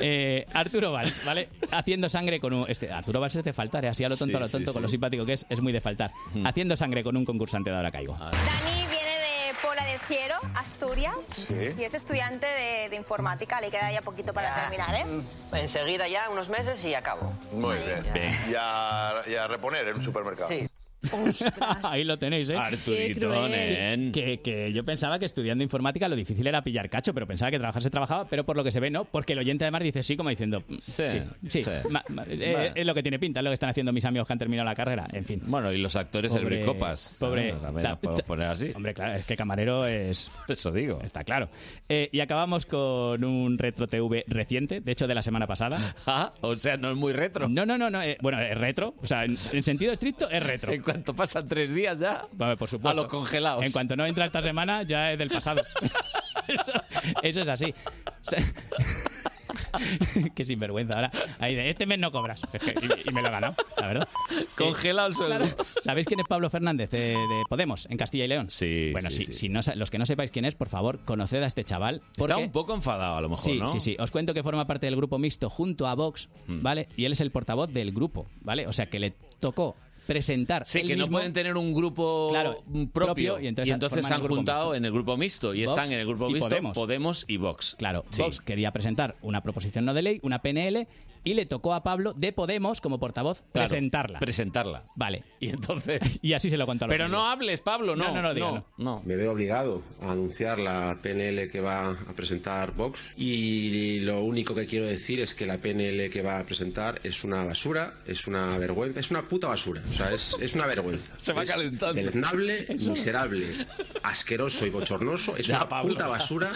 Speaker 24: eh, Arturo Valls, ¿vale? Haciendo sangre con un. Este, Arturo Valls es de faltar, ¿eh? así a lo tonto,
Speaker 2: Sí,
Speaker 24: a lo
Speaker 2: sí,
Speaker 24: tonto,
Speaker 2: sí.
Speaker 24: con lo simpático que es, es muy de faltar. Haciendo sangre con un concursante de ahora caigo.
Speaker 13: Ah,
Speaker 30: Dani viene de Pola de Siero, Asturias,
Speaker 24: Sí.
Speaker 30: y es estudiante Eh, de, de informática. Le queda ya poquito para terminar, ¿eh?
Speaker 8: Enseguida ya, unos meses y acabo.
Speaker 49: Muy bien. Y, a, y a reponer en un supermercado.
Speaker 30: Sí.
Speaker 24: *laughs* Ahí lo tenéis, ¿eh?
Speaker 49: Arturito, Qué cruel. nen.
Speaker 24: Que, que yo pensaba que estudiando informática lo difícil era pillar cacho, pero pensaba que trabajar se trabajaba, pero por lo que se ve no, porque el oyente además dice sí como diciendo mm, sí, sí,
Speaker 2: sí.
Speaker 24: ma- ma- eh,
Speaker 2: Bueno.
Speaker 24: es lo que tiene pinta, es lo que están haciendo mis amigos que han terminado la carrera, en fin.
Speaker 2: Bueno, y los actores
Speaker 24: Pobre-
Speaker 2: el copas.
Speaker 24: pobre-
Speaker 2: También
Speaker 24: ta-
Speaker 2: la podemos
Speaker 24: ta-
Speaker 2: poner así.
Speaker 24: Hombre, claro, es que camarero
Speaker 2: *laughs*
Speaker 24: es...
Speaker 2: Eso digo.
Speaker 24: Está claro. Eh, y acabamos con un retro TV reciente, de hecho de la semana pasada.
Speaker 2: *laughs* Ah, o sea, no es muy retro.
Speaker 24: No, no, no, no. eh, bueno, es retro. O sea, en, en sentido estricto es retro.
Speaker 2: *laughs* En cuanto pasan tres días ya.
Speaker 24: Vale, por supuesto.
Speaker 2: A los congelados.
Speaker 24: En cuanto no entra esta semana, ya es del
Speaker 2: *laughs*
Speaker 24: pasado. Eso, eso es así. *laughs* O sea, Qué sinvergüenza ahora. Ahí de, este mes no cobras. Y, y me lo he ganado, la verdad. Eh,
Speaker 2: Congelado el sueldo.
Speaker 24: ¿Sabéis quién es Pablo Fernández eh, de Podemos en Castilla y León? Sí. Bueno,
Speaker 2: sí,
Speaker 24: si,
Speaker 2: sí.
Speaker 24: si no sa- los que no sepáis quién es, por favor, conoced a este chaval.
Speaker 2: Está
Speaker 24: porque-
Speaker 2: un poco enfadado a lo mejor,
Speaker 24: sí,
Speaker 2: ¿no? Mm.
Speaker 24: Sí, sí, Os cuento que forma parte del grupo mixto junto a Vox, ¿vale? Y él es el portavoz del grupo, ¿vale? O sea, que le tocó presentar
Speaker 2: Sí,
Speaker 24: él
Speaker 2: que no
Speaker 24: mismo-
Speaker 2: pueden tener un grupo
Speaker 24: Claro,
Speaker 2: propio,
Speaker 24: propio, y
Speaker 2: y
Speaker 24: entonces
Speaker 2: entonces,
Speaker 24: forman
Speaker 2: se
Speaker 24: el
Speaker 2: han
Speaker 24: grupo
Speaker 2: juntado
Speaker 24: mixto.
Speaker 2: en el grupo mixto y
Speaker 24: Vox
Speaker 2: están en el grupo
Speaker 24: y
Speaker 2: mixto
Speaker 24: Podemos.
Speaker 2: y Vox.
Speaker 24: Claro,
Speaker 2: Sí.
Speaker 24: Vox quería presentar una proposición no de ley, una PNL, y le tocó a Pablo de Podemos como portavoz
Speaker 2: Claro,
Speaker 24: presentarla.
Speaker 2: Presentarla.
Speaker 24: Vale.
Speaker 2: Y entonces.
Speaker 24: *laughs* Y así se lo contó a los
Speaker 2: Pero no
Speaker 24: medios.
Speaker 2: hables, Pablo, no.
Speaker 24: No, no, no, diga,
Speaker 31: Me veo obligado a anunciar la PNL que va a presentar Vox y lo único que quiero decir es que la PNL que va a presentar es una basura, es una vergüenza, es una puta basura, o sea, es, es una vergüenza.
Speaker 2: Se va
Speaker 31: Es
Speaker 2: calentando.
Speaker 31: Deleznable,
Speaker 2: Eso.
Speaker 31: miserable, asqueroso y bochornoso, es
Speaker 2: *laughs* Ya,
Speaker 31: una
Speaker 2: Pablo.
Speaker 31: puta basura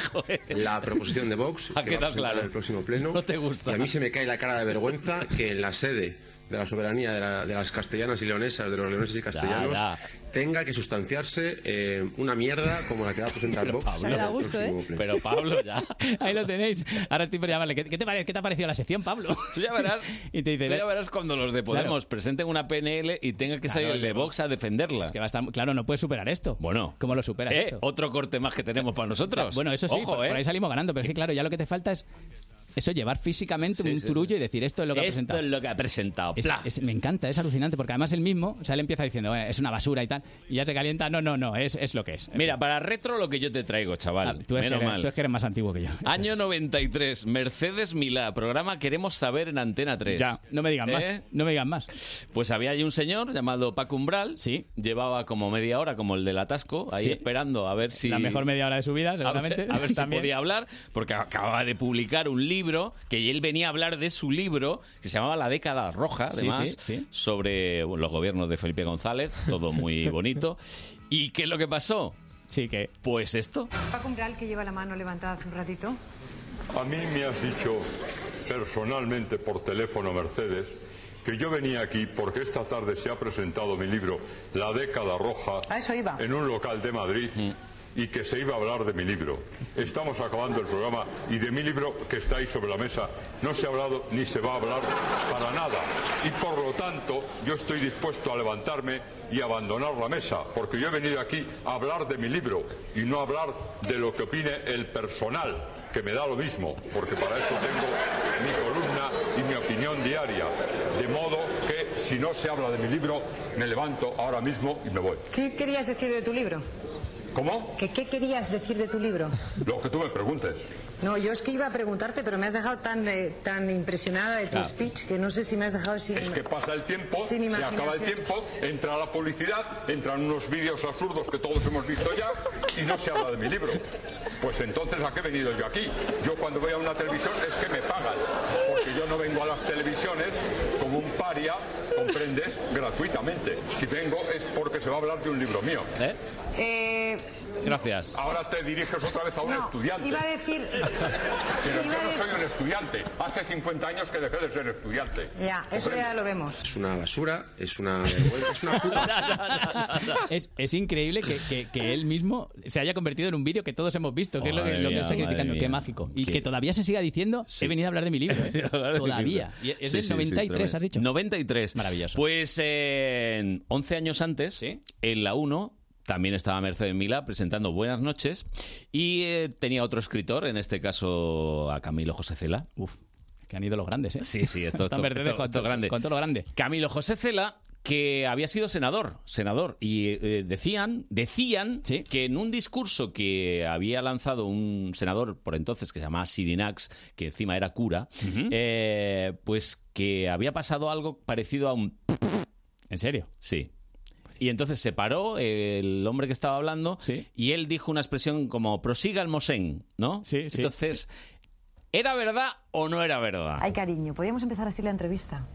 Speaker 31: la proposición de
Speaker 2: *laughs*
Speaker 31: Vox
Speaker 2: Ha
Speaker 31: que va a
Speaker 2: quedado
Speaker 31: presentar
Speaker 2: claro.
Speaker 31: en el próximo pleno. No te gusta. Y a mí se me cae la cara de vergüenza que en la sede de la soberanía de, la- de las castellanas y leonesas, de los leoneses y castellanos,
Speaker 2: ya.
Speaker 31: tenga que sustanciarse eh, una mierda como la que va a presentar Vox.
Speaker 24: Pablo. Se le da gusto, ¿eh?
Speaker 2: Pero Pablo ya.
Speaker 24: Ahí lo tenéis. Ahora estoy por llamarle. ¿Qué, qué te, pare- qué te ha parecido la sección, Pablo?
Speaker 2: Tú ya verás.
Speaker 24: *laughs* y te dice,
Speaker 2: Tú ya verás cuando los de Podemos
Speaker 24: Claro.
Speaker 2: presenten una PNL y tenga que salir
Speaker 24: Claro,
Speaker 2: el de
Speaker 24: yo-
Speaker 2: Vox a defenderla.
Speaker 24: Es que va a estar- claro, no puedes superar esto. Bueno. ¿Cómo lo superas
Speaker 2: Eh,
Speaker 24: esto? *laughs*
Speaker 2: Otro corte más que tenemos para nosotros.
Speaker 24: Bueno, eso sí,
Speaker 2: Ojo,
Speaker 24: por,
Speaker 2: eh.
Speaker 24: por ahí salimos ganando, pero es que claro, ya lo que te falta es Eso, llevar físicamente un turullo y decir esto es lo que ha
Speaker 2: Esto
Speaker 24: presentado.
Speaker 2: es lo que ha presentado.
Speaker 24: Es-
Speaker 2: Pla.
Speaker 24: es- me encanta, es alucinante, porque además él mismo, o sea, él empieza diciendo, "Bueno, es una basura y tal, y ya se calienta, no, no, no, es, es lo que es.
Speaker 2: Mira, para retro lo que yo te traigo, chaval.
Speaker 24: Ah, Tú es, que
Speaker 2: Menos
Speaker 24: eres,
Speaker 2: mal.
Speaker 24: tú es que eres más antiguo
Speaker 2: *laughs*
Speaker 24: que yo.
Speaker 2: Año 93, Mercedes Milá, programa Queremos Saber en Antena 3.
Speaker 24: Ya, no me digan más, no me digan más.
Speaker 2: Pues había ahí un señor llamado Paco Umbral, sí. llevaba como media hora, como el del atasco, ahí
Speaker 24: Sí.
Speaker 2: esperando a ver si...
Speaker 24: La mejor media hora de su vida,
Speaker 2: a ver,
Speaker 24: seguramente.
Speaker 2: a ver si
Speaker 24: también.
Speaker 2: podía hablar, porque acababa de publicar un libro, que él venía a hablar de su libro, que se llamaba La década roja,
Speaker 24: Sí,
Speaker 2: además,
Speaker 24: sí, sí.
Speaker 2: sobre bueno, los gobiernos de Felipe González,
Speaker 24: *laughs*
Speaker 2: todo muy bonito. ¿Y qué es lo que pasó?
Speaker 24: Sí, que...
Speaker 2: Pues esto.
Speaker 3: Paco Umbral, que lleva la mano levantada hace un ratito.
Speaker 23: A mí me has dicho personalmente por teléfono, Mercedes, que yo venía aquí porque esta tarde se ha presentado mi libro La década roja
Speaker 3: A eso iba.
Speaker 23: en un local de Madrid y que se iba a hablar de mi libro. Estamos acabando el programa y de mi libro que está ahí sobre la mesa no se ha hablado ni se va a hablar para nada. Y por lo tanto yo estoy dispuesto a levantarme y abandonar la mesa porque yo he venido aquí a hablar de mi libro y no a hablar de lo que opine el personal que me da lo mismo, porque para eso tengo mi columna y mi opinión diaria. De modo que si no se habla de mi libro, me levanto ahora mismo y me voy.
Speaker 3: ¿Qué querías decir de tu libro?
Speaker 23: ¿Cómo?
Speaker 3: ¿Que ¿Qué querías decir de tu libro?
Speaker 23: Lo que tú me preguntes.
Speaker 3: No, yo es que iba a preguntarte, pero me has dejado tan, eh, tan impresionada de tu
Speaker 23: Ah.
Speaker 3: speech que no sé si me has dejado sin...
Speaker 23: Es que pasa el tiempo,
Speaker 3: Sin
Speaker 23: se
Speaker 3: imaginación.
Speaker 23: acaba el tiempo, entra la publicidad, entran unos vídeos absurdos que todos hemos visto ya y no se habla de mi libro. Pues entonces, ¿a qué he venido yo aquí? Yo cuando voy a una televisión es que me pagan, porque yo no vengo a las televisiones como un paria, comprendes, gratuitamente. Si vengo es porque se va a hablar de un libro mío.
Speaker 3: Eh,
Speaker 2: Gracias.
Speaker 23: Ahora te diriges otra vez a un
Speaker 3: no,
Speaker 23: estudiante.
Speaker 3: iba a decir...
Speaker 23: Pero yo
Speaker 3: iba a
Speaker 23: no soy
Speaker 3: decir-
Speaker 23: un estudiante. Hace 50 años que dejé de ser estudiante.
Speaker 3: Ya, eso ya lo vemos.
Speaker 31: Es una basura, es una
Speaker 24: Es, es increíble que, que- que él mismo se haya convertido en un vídeo que todos hemos visto, que es lo que,
Speaker 2: Madre
Speaker 24: lo que
Speaker 2: mía,
Speaker 24: está
Speaker 2: madre
Speaker 24: criticando,
Speaker 2: mía.
Speaker 24: qué mágico. Y
Speaker 2: Qué-
Speaker 24: que todavía se siga diciendo, he venido a hablar de mi
Speaker 2: *laughs*
Speaker 24: libro. ¿eh? todavía. Y es
Speaker 2: Sí,
Speaker 24: del
Speaker 2: sí, sí,
Speaker 24: 93,
Speaker 2: tremendo.
Speaker 24: has dicho.
Speaker 2: 93. Maravilloso. Pues eh, 11 años antes, en la 1, también estaba Mercedes Milá presentando Buenas noches y eh, tenía otro escritor, en este caso a Camilo José Cela.
Speaker 24: Uf, que han ido los grandes, ¿eh?
Speaker 2: Sí, sí, esto,
Speaker 24: *laughs* Están
Speaker 2: esto-
Speaker 24: verdes
Speaker 2: esto-
Speaker 24: con
Speaker 2: esto
Speaker 24: todo-
Speaker 2: grande.
Speaker 24: con todo lo grande.
Speaker 2: Camilo José Cela que había sido senador, senador y eh, decían, decían que en un discurso que había lanzado un senador por entonces que se llamaba Sirinax, que encima era cura, eh, pues que había pasado algo parecido a un
Speaker 24: ¿En serio?
Speaker 2: Sí. Y entonces se paró el hombre que estaba hablando y él dijo una expresión como prosiga el Mosén, ¿no? Sí, sí. Entonces, ¿era verdad o no era verdad?
Speaker 43: Ay, cariño, podríamos empezar así la entrevista.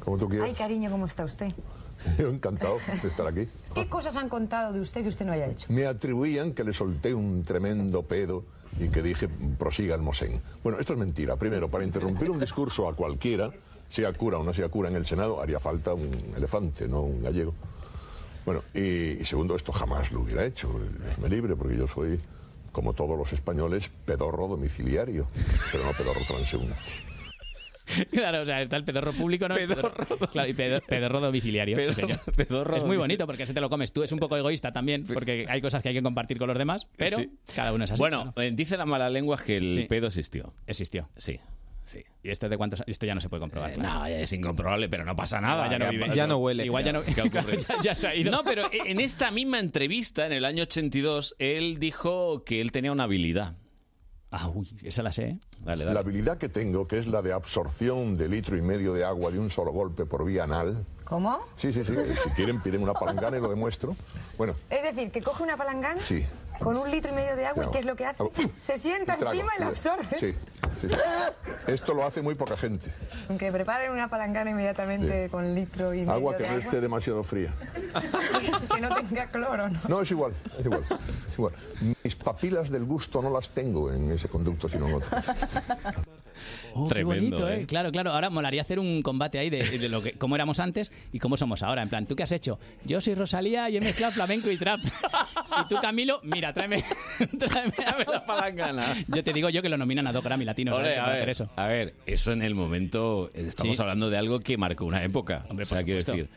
Speaker 49: Como tú
Speaker 43: Ay, cariño, ¿cómo está usted?
Speaker 49: *laughs* Yo encantado de estar aquí.
Speaker 43: ¿Qué cosas han contado de usted que usted no haya hecho?
Speaker 49: Me atribuían que le solté un tremendo pedo y que dije, prosiga el Mosén. Bueno, esto es mentira. Primero, para interrumpir un discurso a cualquiera, sea cura o no sea cura en el Senado, haría falta un elefante, no un gallego. Bueno, y, y segundo, esto jamás lo hubiera hecho. Dios me libre, porque yo soy, como todos los españoles, pedorro domiciliario, pero no pedorro transeúnte.
Speaker 24: *laughs* Claro, o sea, está el pedorro público, ¿no? El Pedorro. Claro, y pedo- pedorro domiciliario. sí, señor. es muy bonito porque se te lo comes tú. Es un poco egoísta también porque hay cosas que hay que compartir con los demás, pero
Speaker 2: Sí.
Speaker 24: cada uno es así.
Speaker 2: Bueno, eh, dice la mala lengua que el
Speaker 24: Sí.
Speaker 2: pedo existió.
Speaker 24: Existió.
Speaker 2: Sí. Sí. Eh,
Speaker 24: ¿Y este de cuántos? Esto ya no se puede comprobar. claro.
Speaker 2: no, ya es incomprobable, pero no pasa nada.
Speaker 24: Ahora ya no vive.
Speaker 2: pa-
Speaker 24: Ya no huele. Igual ya no-
Speaker 2: ¿Qué ha ocurrido?
Speaker 24: Claro, *laughs* ya- ya se ha ido.
Speaker 2: No, pero e-, en esta misma entrevista, en el año 82, él dijo que él tenía una habilidad.
Speaker 24: Ah, uy, esa la sé.
Speaker 2: Dale,
Speaker 49: La habilidad que tengo, que es la de absorción de litro y medio de agua de un solo golpe por vía anal.
Speaker 43: ¿Cómo?
Speaker 49: Sí, sí, sí. Si quieren, piden una palangana y lo demuestro. Bueno,
Speaker 43: Es decir, que coge una palangana
Speaker 49: sí.
Speaker 43: con un litro y medio de agua y ¿qué es lo que hace? Se sienta
Speaker 49: Y trago,
Speaker 43: encima y la
Speaker 49: sí.
Speaker 43: absorbe.
Speaker 49: Sí, sí, sí. Esto lo hace muy poca gente.
Speaker 43: Aunque preparen una palangana inmediatamente
Speaker 49: Sí.
Speaker 43: con litro y medio
Speaker 49: Agua que
Speaker 43: de
Speaker 49: no
Speaker 43: agua.
Speaker 49: esté demasiado fría.
Speaker 43: *laughs* que no tenga cloro, ¿no?
Speaker 49: No, es igual, es igual, es igual. Mis papilas del gusto no las tengo en ese conducto, sino en otro.
Speaker 24: Oh, qué
Speaker 49: Tremendo,
Speaker 24: bonito, ¿eh?
Speaker 49: ¿eh?
Speaker 24: Claro, claro. Ahora molaría hacer un combate ahí de, de lo que, cómo éramos antes y cómo somos ahora. En plan, ¿tú qué has hecho? Yo soy Rosalía y he mezclado flamenco y trap. Y tú, Camilo, mira, tráeme, *laughs* tráeme, la
Speaker 2: palangana.
Speaker 24: Yo te digo yo que lo nominan a dos Grammy latinos.
Speaker 2: Ole,
Speaker 24: ¿sabes?
Speaker 2: a,
Speaker 24: Por hacer
Speaker 2: ver,
Speaker 24: eso.
Speaker 2: a ver, eso en el momento, eh, estamos
Speaker 24: Sí.
Speaker 2: hablando de algo que marcó una época. o sea, quiero decir,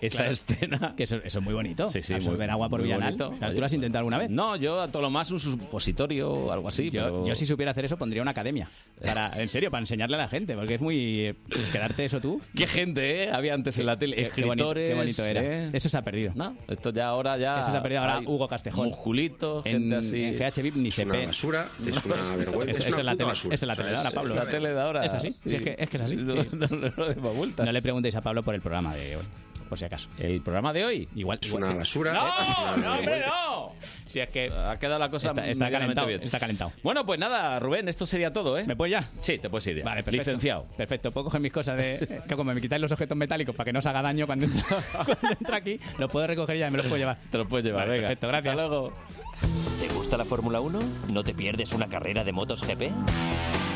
Speaker 2: esa escena.
Speaker 24: Que eso, eso es muy bonito.
Speaker 2: Sí, sí,
Speaker 24: absorber
Speaker 2: muy-
Speaker 24: agua por
Speaker 2: muy
Speaker 24: Villanal.
Speaker 2: bonito.
Speaker 24: Claro, ¿Tú lo has intentado alguna vez?
Speaker 2: No, yo a todo lo más un supositorio o algo así.
Speaker 24: Yo,
Speaker 2: pero-
Speaker 24: yo si supiera hacer eso pondría una academia. Para, en serio, para enseñarle a la gente, porque es muy... eh, quedarte eso tú.
Speaker 2: Qué gente, ¿eh? Había antes en la tele.
Speaker 24: Qué- qué boni-
Speaker 2: Escritores.
Speaker 24: qué bonito era.
Speaker 2: Eso se ha perdido. No, esto ya ahora ya.
Speaker 24: Eso se ha perdido. Ahora
Speaker 2: hay
Speaker 24: Hugo Castejón.
Speaker 2: Musculito,
Speaker 24: En-
Speaker 2: gente así.
Speaker 24: en GH VIP ni Es se una ve. *laughs* basura, es una vergüenza, es una puta basura. O sea, es- es
Speaker 2: La
Speaker 24: una
Speaker 2: tele de ahora.
Speaker 24: Es así. Sí, es que- es que es así,
Speaker 2: *laughs* No,
Speaker 24: sí.
Speaker 2: no, no, no demos vueltas.
Speaker 24: No le preguntéis a Pablo por el programa de hoy, por si acaso.
Speaker 2: ¿El programa de hoy?
Speaker 24: Igual.
Speaker 2: Es
Speaker 24: igual
Speaker 2: una
Speaker 24: que-
Speaker 2: basura,
Speaker 24: ¡No!
Speaker 2: ¿eh? Es una
Speaker 24: ¡No, hombre,
Speaker 2: vergüenza.
Speaker 24: no! Si es que...
Speaker 2: Ha quedado la cosa
Speaker 24: Está- está
Speaker 2: medianamente
Speaker 24: calentado,
Speaker 2: bien.
Speaker 24: está calentado.
Speaker 2: Bueno, pues nada, Rubén, esto sería todo, ¿eh? ¿Me
Speaker 24: puedes ya?
Speaker 2: Sí, te puedes ir ya.
Speaker 24: Vale, perfecto.
Speaker 2: Licenciado.
Speaker 24: Perfecto, puedo coger mis cosas de... Que como me quitáis los objetos metálicos para que no os haga daño cuando
Speaker 2: *laughs*
Speaker 24: entro, cuando entro aquí, *laughs* los puedo recoger ya y me los puedo llevar.
Speaker 2: Te lo puedes llevar,
Speaker 24: Vale,
Speaker 2: venga.
Speaker 24: Perfecto, gracias.
Speaker 2: Hasta luego.
Speaker 1: ¿Te gusta la Fórmula 1? ¿No te pierdes una carrera de motos GP?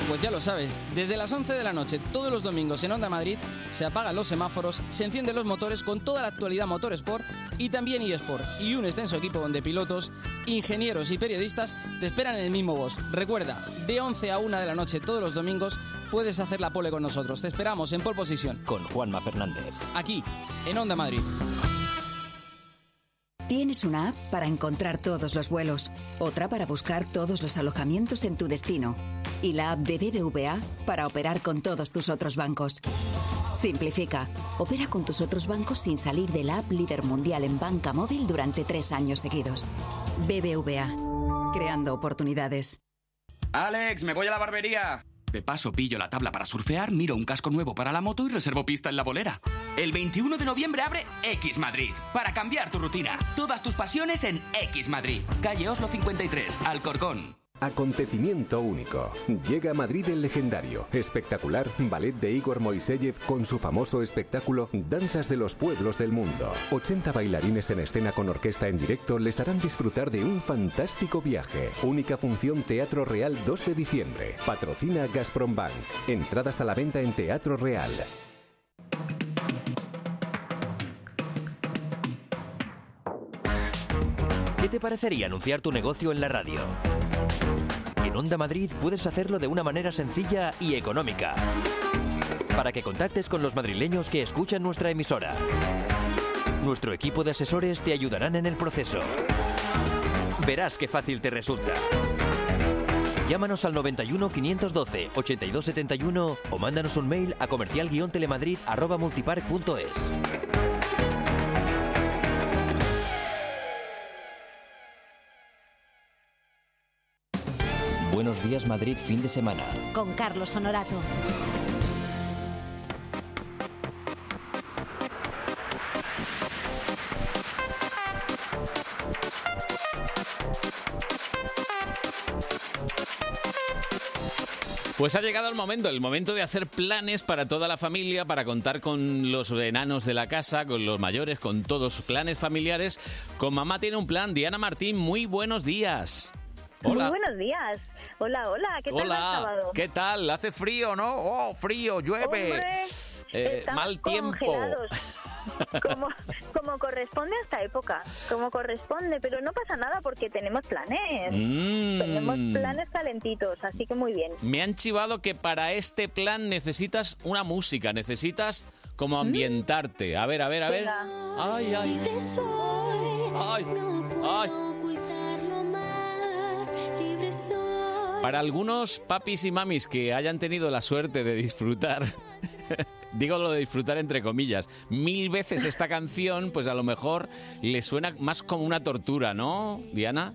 Speaker 32: Pues ya lo sabes, desde las 11 de la noche todos los domingos en Onda Madrid se apagan los semáforos, se encienden los motores con toda la actualidad Motorsport y también eSport y un extenso equipo donde pilotos, ingenieros y periodistas te esperan en el mismo box. Recuerda, de 11 a 1 de la noche todos los domingos puedes hacer la pole con nosotros. Te esperamos en pole position
Speaker 1: Con Juanma Fernández.
Speaker 32: aquí en Onda Madrid.
Speaker 50: Tienes una app para encontrar todos los vuelos, otra para buscar todos los alojamientos en tu destino y la app de BBVA para operar con todos tus otros bancos. Simplifica. Opera con tus otros bancos sin salir de la app líder mundial en banca móvil durante tres años seguidos. BBVA. Creando oportunidades.
Speaker 25: Alex, me voy a la barbería. De paso, pillo la tabla para surfear, miro un casco nuevo para la moto y reservo pista en la bolera. El 21 de noviembre abre X Madrid para cambiar tu rutina. Todas tus pasiones en X Madrid. Calle Oslo 53, Alcorcón.
Speaker 18: Acontecimiento único. Llega a Madrid el legendario, espectacular ballet de Igor Moiseyev con su famoso espectáculo Danzas de los Pueblos del Mundo. 80 bailarines en escena con orquesta en directo les harán disfrutar de un fantástico viaje. Única función Teatro Real 2 de diciembre. Patrocina Gazprom Bank. Entradas a la venta en Teatro Real.
Speaker 1: ¿Qué te parecería anunciar tu negocio en la radio? En Onda Madrid puedes hacerlo de una manera sencilla y económica. Para que contactes con los madrileños que escuchan nuestra emisora. Nuestro equipo de asesores te ayudarán en el proceso. Verás qué fácil te resulta. Llámanos al 91 512 8271 o mándanos un mail a comercial-telemadrid@multipark.es. Buenos días Madrid fin de semana.
Speaker 51: Con Carlos Honorato.
Speaker 2: Pues ha llegado el momento, el momento de hacer planes para toda la familia, para contar con los enanos de la casa, con los mayores, con todos planes familiares. Con mamá tiene un plan. Diana Martín, muy buenos días. Hola.
Speaker 46: Muy buenos días. Hola, hola. ¿Qué tal el
Speaker 2: Hola,
Speaker 46: sábado?
Speaker 2: ¿qué tal? Hace frío, ¿no? Oh, frío, llueve.
Speaker 46: Hombre,
Speaker 2: Eh,
Speaker 46: estamos
Speaker 2: mal tiempo.
Speaker 46: congelados. Como, como corresponde a esta época, como corresponde, pero no pasa nada porque tenemos planes.
Speaker 2: Mm.
Speaker 46: Tenemos planes calentitos, así que muy bien.
Speaker 2: Me han chivado que para este plan necesitas una música, necesitas como
Speaker 46: Mm.
Speaker 2: ambientarte. A ver, a ver, a ver.
Speaker 29: Ay,
Speaker 2: Ay, ay.
Speaker 29: ay. Libre soy.
Speaker 2: Para algunos papis y mamis que hayan tenido la suerte de disfrutar, *laughs* digo lo de disfrutar entre comillas, mil veces esta canción, pues a lo mejor les suena más como una tortura, ¿no, Diana?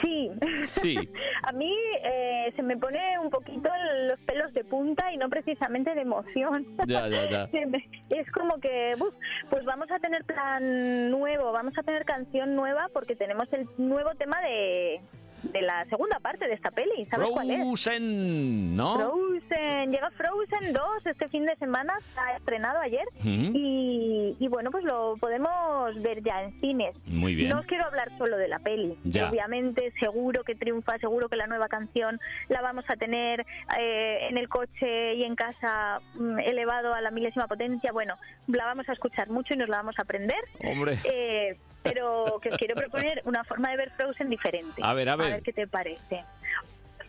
Speaker 46: Sí.
Speaker 2: Sí.
Speaker 46: *laughs* A mí eh, se me pone un poquito los pelos de punta y no precisamente de emoción.
Speaker 2: Ya, ya, ya.
Speaker 46: *laughs* Se me- Es como que, uf, pues vamos a tener plan nuevo, vamos a tener canción nueva porque tenemos el nuevo tema de, de la segunda parte de esta peli. ¿Sabes cuál es?
Speaker 2: Frozen, ¿no?
Speaker 46: Frozen, llega Frozen 2 este fin de semana, se ha estrenado ayer
Speaker 2: Ujú.
Speaker 46: y, y bueno, pues lo podemos ver ya en cines.
Speaker 2: Muy bien.
Speaker 46: No os quiero hablar solo de la peli,
Speaker 2: Ya.
Speaker 46: obviamente seguro que triunfa, seguro que la nueva canción la vamos a tener eh, en el coche y en casa mm, elevado a la milésima potencia, bueno, la vamos a escuchar mucho y nos la vamos a aprender.
Speaker 2: Hombre.
Speaker 46: Eh, pero que os quiero proponer una forma de ver Frozen diferente.
Speaker 2: A ver, a ver.
Speaker 46: A ver qué te parece.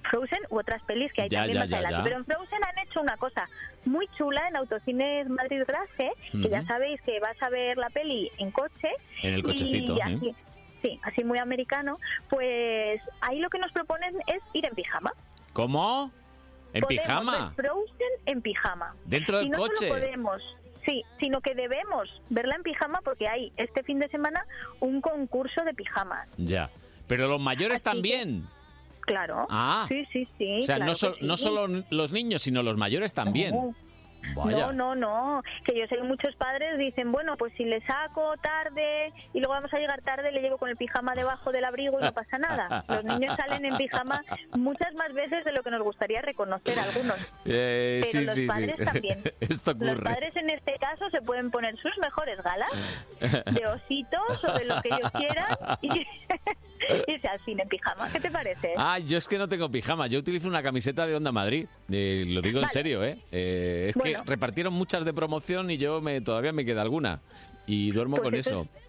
Speaker 46: Frozen u otras pelis que hay
Speaker 2: Ya,
Speaker 46: también
Speaker 2: ya,
Speaker 46: más
Speaker 2: ya,
Speaker 46: adelante.
Speaker 2: ya.
Speaker 46: Pero en Frozen han hecho una cosa muy chula en Autocines Madrid Grace, que ya
Speaker 2: Ujú.
Speaker 46: sabéis que vas a ver la peli en coche.
Speaker 2: En el
Speaker 46: y
Speaker 2: cochecito,
Speaker 46: así-
Speaker 2: ¿eh?
Speaker 46: Sí, así muy americano. Pues ahí lo que nos proponen es ir en pijama.
Speaker 2: ¿Cómo? ¿En
Speaker 46: Podemos
Speaker 2: pijama?
Speaker 46: ver Frozen en pijama.
Speaker 2: ¿Dentro del
Speaker 46: y no solo
Speaker 2: coche?
Speaker 46: podemos, sí, sino que debemos verla en pijama porque hay este fin de semana un concurso de pijamas.
Speaker 2: Ya. Pero los mayores también.
Speaker 46: Claro.
Speaker 2: Ah.
Speaker 46: Sí, sí, Ah, sí.
Speaker 2: o sea,
Speaker 46: claro
Speaker 2: no, so-
Speaker 46: que sí.
Speaker 2: no solo los niños, sino los mayores también.
Speaker 46: No.
Speaker 2: Vaya.
Speaker 46: No, no, no. Que yo sé que muchos padres dicen, bueno, pues si le saco tarde y luego vamos a llegar tarde, le llevo con el pijama debajo del abrigo y no pasa nada. Los niños salen en pijama muchas más veces de lo que nos gustaría reconocer a algunos.
Speaker 2: Eh,
Speaker 46: Pero los padres también.
Speaker 2: *laughs* Esto
Speaker 46: Los
Speaker 2: ocurre.
Speaker 46: padres en este caso se pueden poner sus mejores galas de ositos o de lo que ellos quieran
Speaker 2: *laughs*
Speaker 46: y *laughs* irse al cine en pijama. ¿Qué te parece?
Speaker 2: Ah, yo es que no tengo pijama. Yo utilizo una camiseta de Onda Madrid. Eh, lo digo en
Speaker 46: Vale.
Speaker 2: serio, ¿eh? Eh, es
Speaker 46: Bueno.
Speaker 2: que repartieron muchas de promoción y yo me, todavía me queda alguna. Y duermo
Speaker 46: Pues
Speaker 2: con
Speaker 46: eso
Speaker 2: eso.
Speaker 46: es-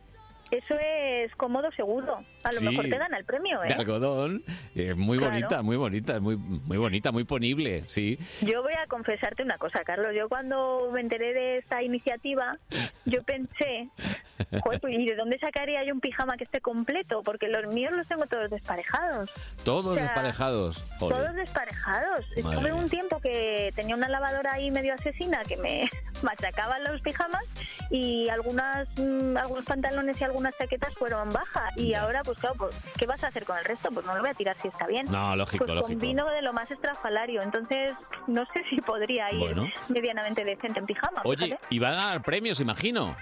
Speaker 46: Eso es cómodo seguro. A lo
Speaker 2: Sí.
Speaker 46: mejor te gana el premio, ¿eh?
Speaker 2: De algodón. Eh, muy
Speaker 46: Claro.
Speaker 2: bonita, muy bonita, muy, muy bonita, muy ponible, sí.
Speaker 46: Yo voy a confesarte una cosa, Carlos. Yo cuando me enteré de esta iniciativa, yo pensé, "Joder, pues, ¿y de dónde sacaría yo un pijama que esté completo? Porque los míos los tengo todos desparejados.
Speaker 2: *laughs* Todos
Speaker 46: O sea,
Speaker 2: desparejados. Jolín.
Speaker 46: Todos desparejados.
Speaker 2: Madre
Speaker 46: Estuve
Speaker 2: mía.
Speaker 46: un tiempo que tenía una lavadora ahí medio asesina que me *laughs* machacaba los pijamas y algunas mm, algunos pantalones y algunas chaquetas fueron baja. Y ahora, pues claro, pues, ¿qué vas a hacer con el resto? Pues no lo voy a tirar si está bien.
Speaker 2: No, lógico,
Speaker 46: pues
Speaker 2: lógico.
Speaker 46: combino de lo más estrafalario. Entonces, no sé si podría ir
Speaker 2: Bueno.
Speaker 46: medianamente decente en pijama.
Speaker 2: Oye,
Speaker 46: fíjate.
Speaker 2: y van a dar premios, imagino.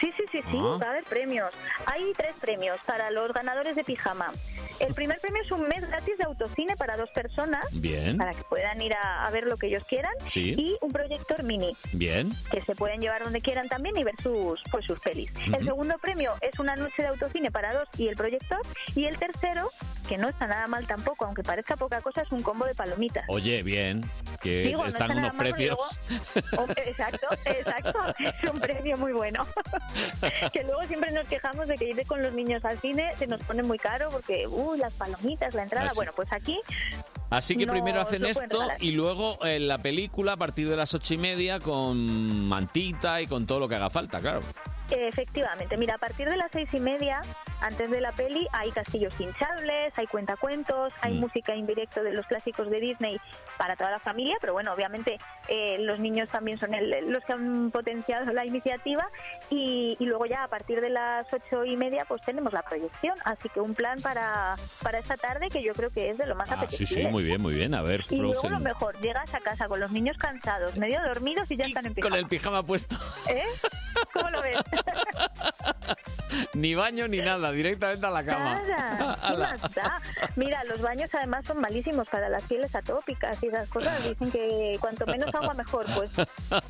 Speaker 46: Sí, sí, sí, sí,
Speaker 2: Ah.
Speaker 46: va a haber premios. Hay tres premios para los ganadores de pijama. El primer premio es un mes gratis de autocine para dos personas.
Speaker 2: Bien.
Speaker 46: Para que puedan ir a, a ver lo que ellos quieran.
Speaker 2: Sí.
Speaker 46: Y un proyector mini
Speaker 2: Bien.
Speaker 46: que se pueden llevar donde quieran también y ver sus pues sus pelis. El
Speaker 2: Ujú.
Speaker 46: segundo premio es una noche de autocine para dos y el proyector. Y el tercero, que no está nada mal tampoco, aunque parezca poca cosa, es un combo de palomitas.
Speaker 2: Oye, bien. Que
Speaker 46: Digo, no
Speaker 2: están
Speaker 46: está nada
Speaker 2: unos
Speaker 46: mal, porque
Speaker 2: precios.
Speaker 46: luego- *laughs* Hombre, exacto, exacto. Es un precio muy bueno. *laughs* que luego siempre nos quejamos de que ir con los niños al cine se nos pone muy caro porque, uh, las palomitas, la entrada.
Speaker 2: Así.
Speaker 46: Bueno, pues aquí
Speaker 2: Así que
Speaker 46: no
Speaker 2: primero
Speaker 46: os
Speaker 2: hacen
Speaker 46: lo pueden
Speaker 2: esto
Speaker 46: regalar.
Speaker 2: y luego eh, la película a partir de las ocho y media con mantita y con todo lo que haga falta, claro.
Speaker 46: Efectivamente, mira, a partir de las seis y media, antes de la peli, hay castillos hinchables, hay cuentacuentos, hay
Speaker 2: Mm.
Speaker 46: música en directo de los clásicos de Disney para toda la familia, pero bueno, obviamente eh, los niños también son el- los que han potenciado la iniciativa y, y luego ya a partir de las ocho y media pues tenemos la proyección, así que un plan para, para esta tarde que yo creo que es de lo más
Speaker 2: Ah, sí,
Speaker 46: apetecible.
Speaker 2: sí, muy bien, muy bien. A ver,
Speaker 46: Y luego lo
Speaker 2: Frozen.
Speaker 46: mejor, llegas a casa con los niños cansados, medio dormidos y ya están en
Speaker 2: Con
Speaker 46: pijama.
Speaker 2: el pijama puesto. *laughs*
Speaker 46: ¿Eh? ¿Cómo lo ves?
Speaker 2: Ni baño ni nada, directamente a la cama. *laughs*
Speaker 46: Nada, ¿qué
Speaker 2: Ala.
Speaker 46: más da? Mira, los baños además son malísimos para las pieles atópicas y esas cosas. Dicen que cuanto menos agua mejor, pues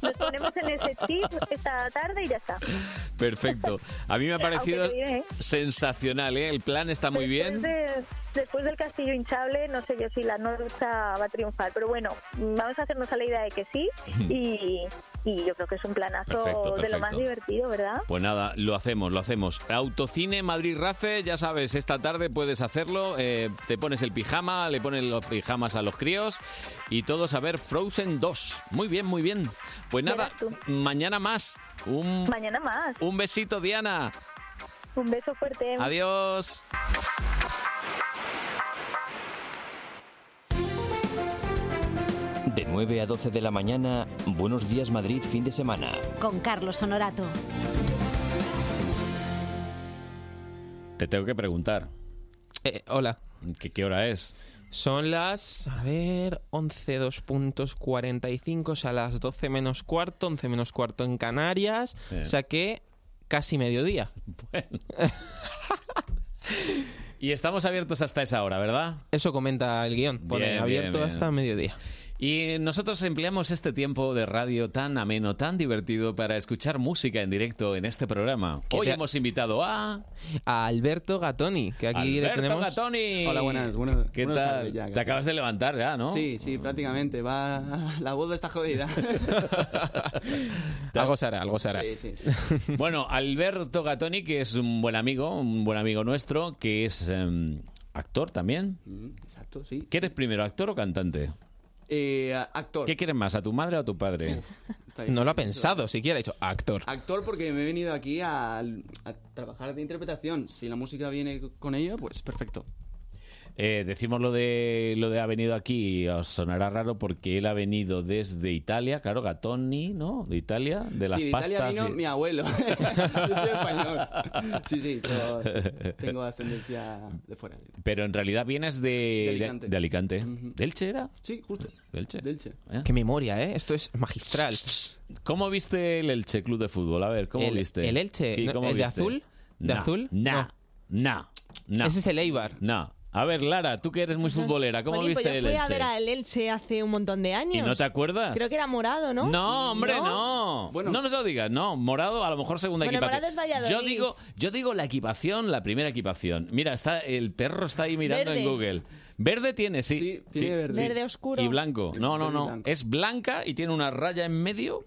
Speaker 46: nos ponemos en ese tip esta tarde y ya está.
Speaker 2: *laughs* Perfecto. A mí me ha parecido
Speaker 46: Aunque te diré, ¿eh?
Speaker 2: sensacional, ¿eh? El plan está muy
Speaker 46: Después,
Speaker 2: bien.
Speaker 46: de- después del castillo hinchable, no sé yo si la norza va a triunfar, pero bueno, vamos a hacernos a la idea de que sí y, y yo creo que es un planazo
Speaker 2: Perfecto,
Speaker 46: de lo más
Speaker 2: perfecto.
Speaker 46: divertido, ¿verdad?
Speaker 2: Pues nada, lo hacemos, lo hacemos. Autocine Madrid Race, ya sabes, esta tarde puedes hacerlo. eh, te pones el pijama, le pones los pijamas a los críos y todos a ver Frozen 2. Muy bien, muy bien. Pues nada,
Speaker 46: Verás tú.
Speaker 2: mañana más. Un,
Speaker 46: mañana más. Em.
Speaker 2: Un besito, Diana.
Speaker 46: Un beso fuerte.
Speaker 2: Adiós.
Speaker 1: De 9 a 12 de la mañana, Buenos Días Madrid, fin de semana.
Speaker 29: Con Carlos Honorato.
Speaker 2: Te tengo que preguntar.
Speaker 36: Eh, hola.
Speaker 2: ¿Qué, ¿Qué hora es?
Speaker 36: Son las, a ver, 11, 2 puntos 45, o sea, las 12 menos cuarto, 11 menos cuarto en Canarias,
Speaker 2: Sí.
Speaker 36: o sea que casi mediodía.
Speaker 2: Y estamos abiertos hasta esa hora, ¿verdad?
Speaker 36: Eso comenta el guión, pone
Speaker 2: Bien, bien,
Speaker 36: abierto
Speaker 2: bien.
Speaker 36: hasta mediodía.
Speaker 2: Y nosotros empleamos este tiempo de radio tan ameno, tan divertido para escuchar música en directo en este programa. Hoy
Speaker 36: te-
Speaker 2: hemos invitado a...
Speaker 36: A Alberto Gatoni, que aquí le
Speaker 2: Alberto
Speaker 36: tenemos...
Speaker 2: Gattoni.
Speaker 26: Hola, buenas, buenas.
Speaker 2: ¿Qué
Speaker 26: buenas
Speaker 2: tal?
Speaker 26: tardes ya,
Speaker 2: Te
Speaker 26: Carlos.
Speaker 2: acabas de levantar ya, ¿no? Mm.
Speaker 26: Sí, sí, prácticamente. Va... *laughs* La voz está
Speaker 2: *laughs*
Speaker 26: jodida.
Speaker 36: Algo se hará, algo se hará.
Speaker 26: Sí, sí, sí.
Speaker 36: *laughs*
Speaker 2: Bueno, Alberto Gatoni, que es un buen amigo, un buen amigo nuestro, que es... em, ¿Actor también?
Speaker 26: Mm, Exacto, sí.
Speaker 2: ¿Quieres primero actor o cantante?
Speaker 26: Eh, actor.
Speaker 2: ¿Qué quieres más, a tu madre o a tu padre?
Speaker 26: No
Speaker 2: lo ha pensado siquiera, ha dicho actor.
Speaker 26: Actor porque me he venido aquí a, a trabajar de interpretación. Si la música viene con ella, pues perfecto.
Speaker 2: Eh, decimos lo de lo de ha venido aquí y os sonará raro porque él ha venido desde Italia, claro, Gattoni, ¿no? De Italia, de las
Speaker 26: sí, de Italia
Speaker 2: pastas.
Speaker 26: vino
Speaker 2: y-
Speaker 26: mi abuelo. *laughs* Yo soy español. Sí, sí,
Speaker 2: *laughs*
Speaker 26: pero tengo ascendencia de fuera.
Speaker 2: Pero en realidad vienes de, de- de Alicante.
Speaker 26: Alicante.
Speaker 2: ¿De Elche era?
Speaker 26: Sí, justo.
Speaker 2: ¿De Elche? Ah.
Speaker 36: Qué memoria, ¿eh? Esto es magistral.
Speaker 2: ¿Cómo viste el Elche Club de Fútbol? A ver, ¿cómo
Speaker 36: El-
Speaker 2: viste?
Speaker 36: el Elche,
Speaker 2: Sí,
Speaker 36: ¿no?
Speaker 2: ¿cómo
Speaker 36: ¿El de
Speaker 2: viste?
Speaker 36: azul? ¿De
Speaker 2: Nah,
Speaker 36: azul?
Speaker 2: Nah, nah, nah.
Speaker 36: Ese es el Eibar.
Speaker 2: Nah. A ver, Lara, tú que eres muy futbolera, ¿cómo
Speaker 10: Jolín, pues
Speaker 2: viste
Speaker 10: yo
Speaker 2: el
Speaker 10: fui
Speaker 2: Elche?
Speaker 10: a ver al Elche hace un montón de años.
Speaker 2: ¿Y no te acuerdas?
Speaker 10: Creo que era morado, ¿no?
Speaker 2: hombre, no. No nos lo digas, no. Morado, a lo mejor segunda
Speaker 10: Bueno,
Speaker 2: equipación.
Speaker 10: Morado es Valladolid.
Speaker 2: Yo digo, yo digo la equipación, la primera equipación. Mira, está el perro está ahí mirando
Speaker 10: Verde.
Speaker 2: en Google. Verde tiene, sí. Sí,
Speaker 10: tiene verde. Verde oscuro.
Speaker 2: Y blanco. No, no, no. Es blanca y tiene una raya en medio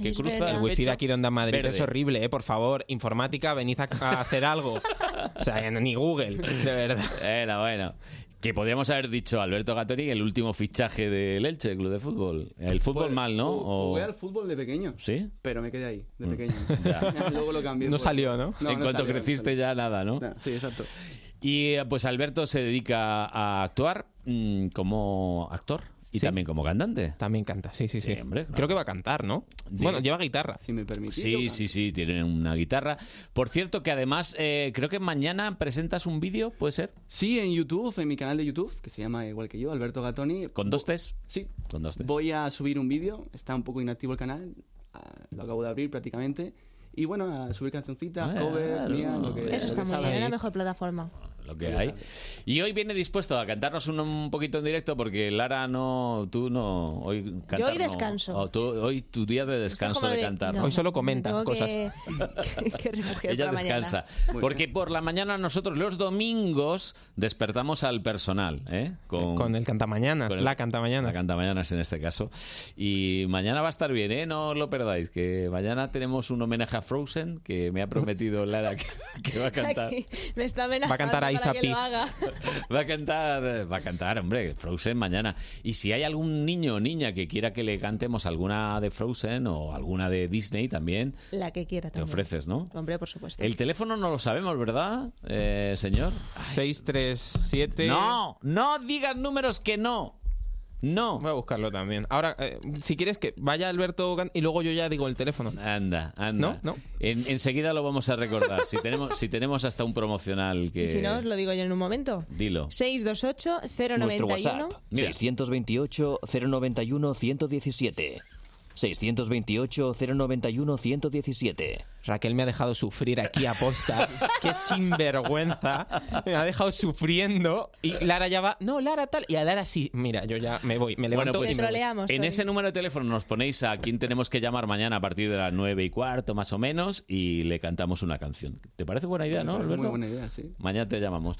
Speaker 2: que cruza
Speaker 36: el
Speaker 2: el
Speaker 36: wifi de
Speaker 2: pecho.
Speaker 36: aquí de Onda Madrid
Speaker 2: Verde.
Speaker 36: es horrible, ¿eh? Por favor, informática, venid a, a hacer algo.
Speaker 2: *laughs*
Speaker 36: O sea, ni Google, de verdad.
Speaker 2: Bueno, bueno. Que podríamos haber dicho Alberto Gatori el último fichaje del Elche, el club de fútbol. El fútbol
Speaker 26: Pues,
Speaker 2: mal, ¿no?
Speaker 26: ju-
Speaker 2: O-
Speaker 26: Jugué al fútbol de pequeño.
Speaker 2: ¿Sí. Mm.
Speaker 26: Pero me quedé ahí, de
Speaker 2: *laughs*
Speaker 26: pequeño. *laughs* Luego lo cambié.
Speaker 2: No
Speaker 26: por-
Speaker 2: salió, ¿no? en
Speaker 26: pues. no
Speaker 2: cuanto
Speaker 26: salió, no
Speaker 2: creciste ya nada, ¿no?
Speaker 26: Sí, exacto.
Speaker 2: Y eh, pues Alberto se dedica a actuar mm, como actor y también como cantante.
Speaker 36: También canta, sí, sí, sí. Creo que va a cantar, ¿no? Bueno, lleva guitarra.
Speaker 26: Si me permitís.
Speaker 2: Sí, sí, sí, tiene una guitarra. Por cierto, que además eh, creo que mañana presentas un vídeo, ¿puede ser?
Speaker 26: Sí, en YouTube, en mi canal de YouTube, que se llama igual que yo, Alberto Gattoni.
Speaker 2: ¿Con dos Ts?
Speaker 26: Sí.
Speaker 2: Con dos Ts.
Speaker 26: Voy a subir un vídeo, está un poco inactivo el canal, ah, lo acabo de abrir prácticamente. Y bueno, a subir
Speaker 2: Ah,
Speaker 26: cancioncitas, covers, mías, lo que
Speaker 10: Eso
Speaker 26: lo
Speaker 10: está
Speaker 26: que
Speaker 10: muy
Speaker 26: salga.
Speaker 10: bien, es la mejor plataforma.
Speaker 2: Lo que hay. Y hoy viene dispuesto a cantarnos un, un poquito en directo porque Lara no, tú no, hoy cantar
Speaker 10: Yo hoy
Speaker 2: no.
Speaker 10: descanso.
Speaker 2: O tú- hoy tu día de descanso
Speaker 10: como
Speaker 2: de
Speaker 10: de-
Speaker 2: cantar.
Speaker 10: no, Hoy solo comenta
Speaker 2: comentan
Speaker 10: tengo cosas. que- *laughs* Refugiar
Speaker 2: Ella
Speaker 10: por la mañana.
Speaker 2: descansa. Porque por la mañana nosotros los domingos despertamos al personal. ¿eh? Con,
Speaker 36: Con el cantamañanas,
Speaker 2: con el-
Speaker 36: la cantamañanas.
Speaker 2: La cantamañanas en este caso. Y mañana va a estar bien, ¿eh? No os lo perdáis. Que mañana tenemos un homenaje a Frozen que me ha prometido Lara que, que va a cantar.
Speaker 10: *laughs* Aquí, me está amenazando
Speaker 2: Va a cantar
Speaker 10: para
Speaker 2: Aisa
Speaker 10: que
Speaker 2: Pi.
Speaker 10: lo haga.
Speaker 2: Va a cantar, eh, va a cantar, hombre, Frozen mañana. Y si hay algún niño o niña que quiera que le cantemos alguna de Frozen o alguna de Disney también,
Speaker 10: La que quiera
Speaker 2: te
Speaker 10: también.
Speaker 2: ofreces, ¿no?
Speaker 10: Hombre, por supuesto.
Speaker 2: El teléfono no lo sabemos, ¿verdad, eh, señor?
Speaker 36: 637.
Speaker 2: No, no digas números que no. No.
Speaker 36: Voy a buscarlo también. Ahora, eh, si quieres que vaya Alberto Gan- y luego yo ya digo el teléfono.
Speaker 2: Anda,
Speaker 36: No,
Speaker 2: anda.
Speaker 36: no.
Speaker 2: En- enseguida lo vamos a recordar. Si tenemos, si tenemos hasta un promocional que.
Speaker 10: Y si no, os lo digo yo en un momento.
Speaker 2: Dilo.
Speaker 10: 628-091.
Speaker 1: Nuestro WhatsApp, 628-091-117. 628-091-117.
Speaker 36: Raquel me ha dejado sufrir aquí a posta. Qué sinvergüenza. Me ha dejado sufriendo. Y Lara ya va. No, Lara tal. Y a Lara sí. Mira, yo ya me voy. Me levanto
Speaker 2: pues
Speaker 36: y me voy.
Speaker 2: en ese número de teléfono nos ponéis a quién tenemos que llamar mañana a partir de las nueve y cuarto más o menos y le cantamos una canción. ¿Te parece buena idea, no?
Speaker 26: Me parece
Speaker 2: Alberto?
Speaker 26: Muy buena idea, sí.
Speaker 2: Mañana te llamamos.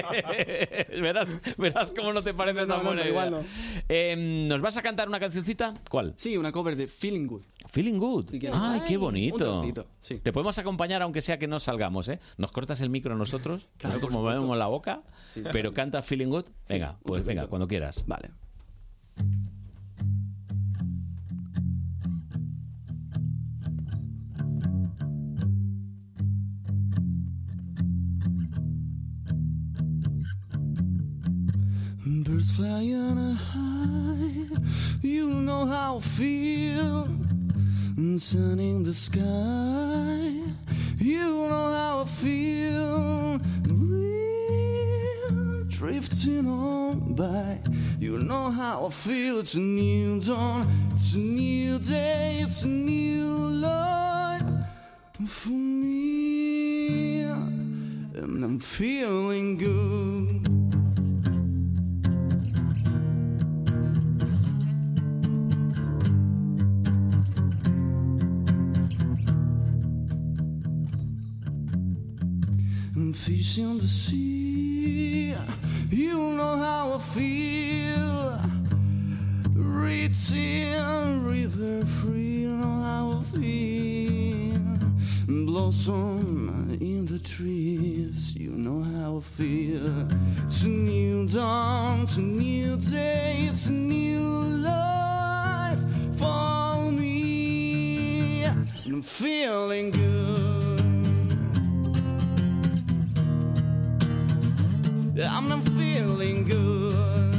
Speaker 2: *laughs* verás, verás cómo no te parece
Speaker 26: no,
Speaker 2: tan
Speaker 26: no,
Speaker 2: buena idea.
Speaker 26: igual no.
Speaker 2: Eh, ¿Nos vas a cantar una cancioncita? ¿Cuál?
Speaker 26: Sí, una cover de Feeling Good.
Speaker 2: Feeling Good.
Speaker 26: que-
Speaker 2: Ay, qué
Speaker 26: Un
Speaker 2: bonito.
Speaker 26: trocito, sí.
Speaker 2: Te podemos acompañar aunque sea que no salgamos, ¿eh? Nos cortas el
Speaker 26: *laughs*
Speaker 2: micro nosotros, ¿no? como vemos la boca,
Speaker 26: Sí, sí,
Speaker 2: pero canta Feeling Good. Venga,
Speaker 26: un
Speaker 2: pues venga,
Speaker 26: trocito.
Speaker 2: cuando quieras.
Speaker 26: Vale.
Speaker 29: Birds flying high, you know how I feel. Sun in the sky, you know how I feel. Real drifting on by, you know how I feel. It's a new dawn, it's a new day, it's a new life for me, and I'm feeling good. and fish in the sea. You know how I feel. Reaching river free, you know how I feel. Blossom in the tree. trees. You know how I feel. It's a new dawn, it's a new day, it's a new life for me. And I'm feeling good. I'm not feeling good.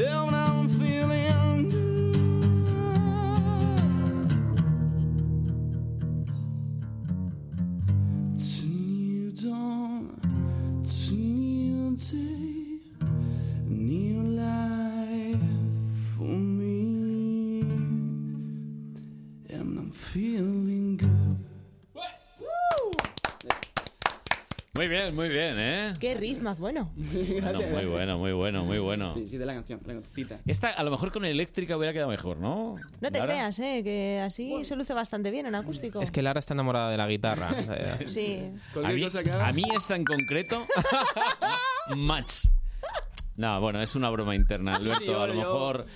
Speaker 29: Yeah, when I'm feeling good. It's a new dawn, it's a new day, a new life for me. And I'm feeling good.
Speaker 10: ¡Uh!
Speaker 2: Muy bien, muy bien,
Speaker 26: *laughs*
Speaker 2: ¿eh?
Speaker 10: Qué ritmo, bueno.
Speaker 2: *laughs* Bueno, muy bueno, muy bueno, muy bueno.
Speaker 26: Sí, sí, de la canción, la cancioncita.
Speaker 2: Esta a lo mejor con eléctrica hubiera quedado mejor, ¿no?
Speaker 10: No te
Speaker 2: Lara?
Speaker 10: creas, eh, que así se luce bastante bien en acústico.
Speaker 36: Es que Lara está enamorada de la guitarra.
Speaker 2: *laughs*
Speaker 10: Sí.
Speaker 2: A mí, a mí esta en concreto, match. No, bueno, es una broma interna, Alberto.
Speaker 10: yo-
Speaker 2: a lo
Speaker 10: yo-
Speaker 2: mejor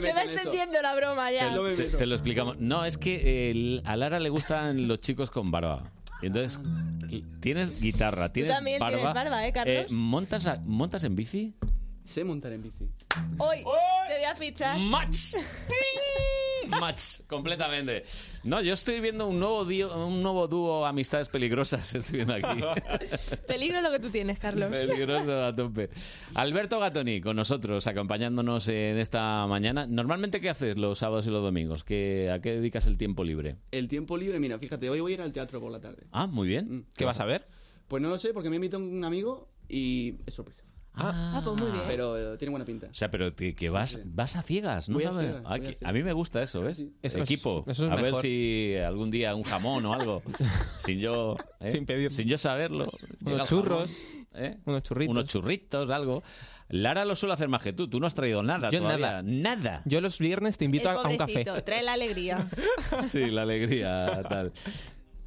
Speaker 10: Se va extendiendo la broma ya.
Speaker 2: te, te lo explicamos. No, es que eh, el- a Lara le gustan los chicos con barba. Y Entonces, y- tienes guitarra, tienes
Speaker 10: también
Speaker 2: barba.
Speaker 10: tienes barba, ¿eh, Carlos?
Speaker 2: ¿montas, a- ¿Montas en bici?
Speaker 26: Sé montar en bici.
Speaker 10: Hoy te voy a fichar.
Speaker 2: Match. Match, completamente. No, yo estoy viendo un nuevo, dio- un nuevo dúo Amistades Peligrosas, estoy viendo aquí.
Speaker 10: *laughs* Peligro lo que tú tienes, Carlos.
Speaker 2: Peligroso a tope. Alberto Gatoni, con nosotros, acompañándonos en esta mañana. Normalmente, ¿qué haces los sábados y los domingos? ¿Qué, ¿A qué dedicas el tiempo libre?
Speaker 26: El tiempo libre, mira, fíjate, hoy voy a ir al teatro por la tarde.
Speaker 2: Ah, muy bien. ¿Qué vas a ver?
Speaker 26: Pues no lo sé, porque me invitó un amigo y es sorpresa.
Speaker 2: Ah,
Speaker 10: pues muy bien.
Speaker 26: Pero eh, tiene buena pinta.
Speaker 2: O sea, pero que, que vas, vas a ciegas, ¿no
Speaker 26: Voy a
Speaker 2: sabes?
Speaker 26: ciegas,
Speaker 2: Ah,
Speaker 26: voy a
Speaker 2: que- a,
Speaker 26: ciegas.
Speaker 2: mí me gusta eso, ¿ves?
Speaker 26: Eso es-
Speaker 2: Equipo.
Speaker 26: eso es
Speaker 2: a ver
Speaker 26: mejor.
Speaker 2: si algún día un jamón o algo. sin yo. ¿eh?
Speaker 36: Sin
Speaker 2: Sin yo saberlo. Llega el
Speaker 36: Unos churros.
Speaker 2: jamón, ¿eh? Unos churritos. Unos churritos, algo. Lara lo suele hacer más que tú. Tú no has traído nada.
Speaker 36: Yo nada.
Speaker 2: todavía. Nada.
Speaker 36: Yo los viernes te invito
Speaker 10: El
Speaker 36: a, a un café.
Speaker 10: pobrecito, trae la alegría.
Speaker 2: Sí, la alegría, tal.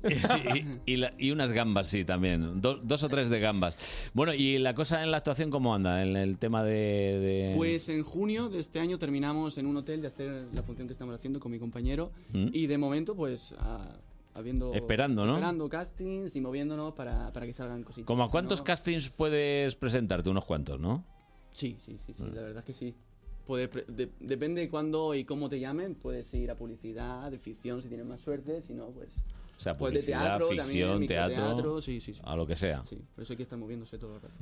Speaker 2: Y, y- y la- y unas gambas, sí, también. Do- dos o tres de gambas. Bueno, ¿y la cosa en la actuación cómo anda? En el tema de... de-
Speaker 26: Pues en junio de este año terminamos en un hotel de hacer la función que estamos haciendo con mi compañero
Speaker 2: ¿Mm?
Speaker 26: y de momento pues a- habiendo...
Speaker 2: Esperando, ¿no?
Speaker 26: Esperando castings y moviéndonos para, para que salgan cositas.
Speaker 2: ¿Como a
Speaker 26: Si
Speaker 2: cuántos
Speaker 26: no-
Speaker 2: castings puedes presentarte? Unos cuantos, ¿no?
Speaker 26: Sí, sí, sí, sí, la verdad es que sí. Puede pre- de- depende de cuándo y cómo te llamen, puedes ir a publicidad, de ficción si tienes más suerte, si no pues...
Speaker 2: O sea,
Speaker 26: Pues de
Speaker 2: publicidad,
Speaker 26: teatro también,
Speaker 2: ficción, teatro,
Speaker 26: microteatro, sí, sí, sí.
Speaker 2: a lo que sea.
Speaker 26: Por eso hay que estar moviéndose todo el rato.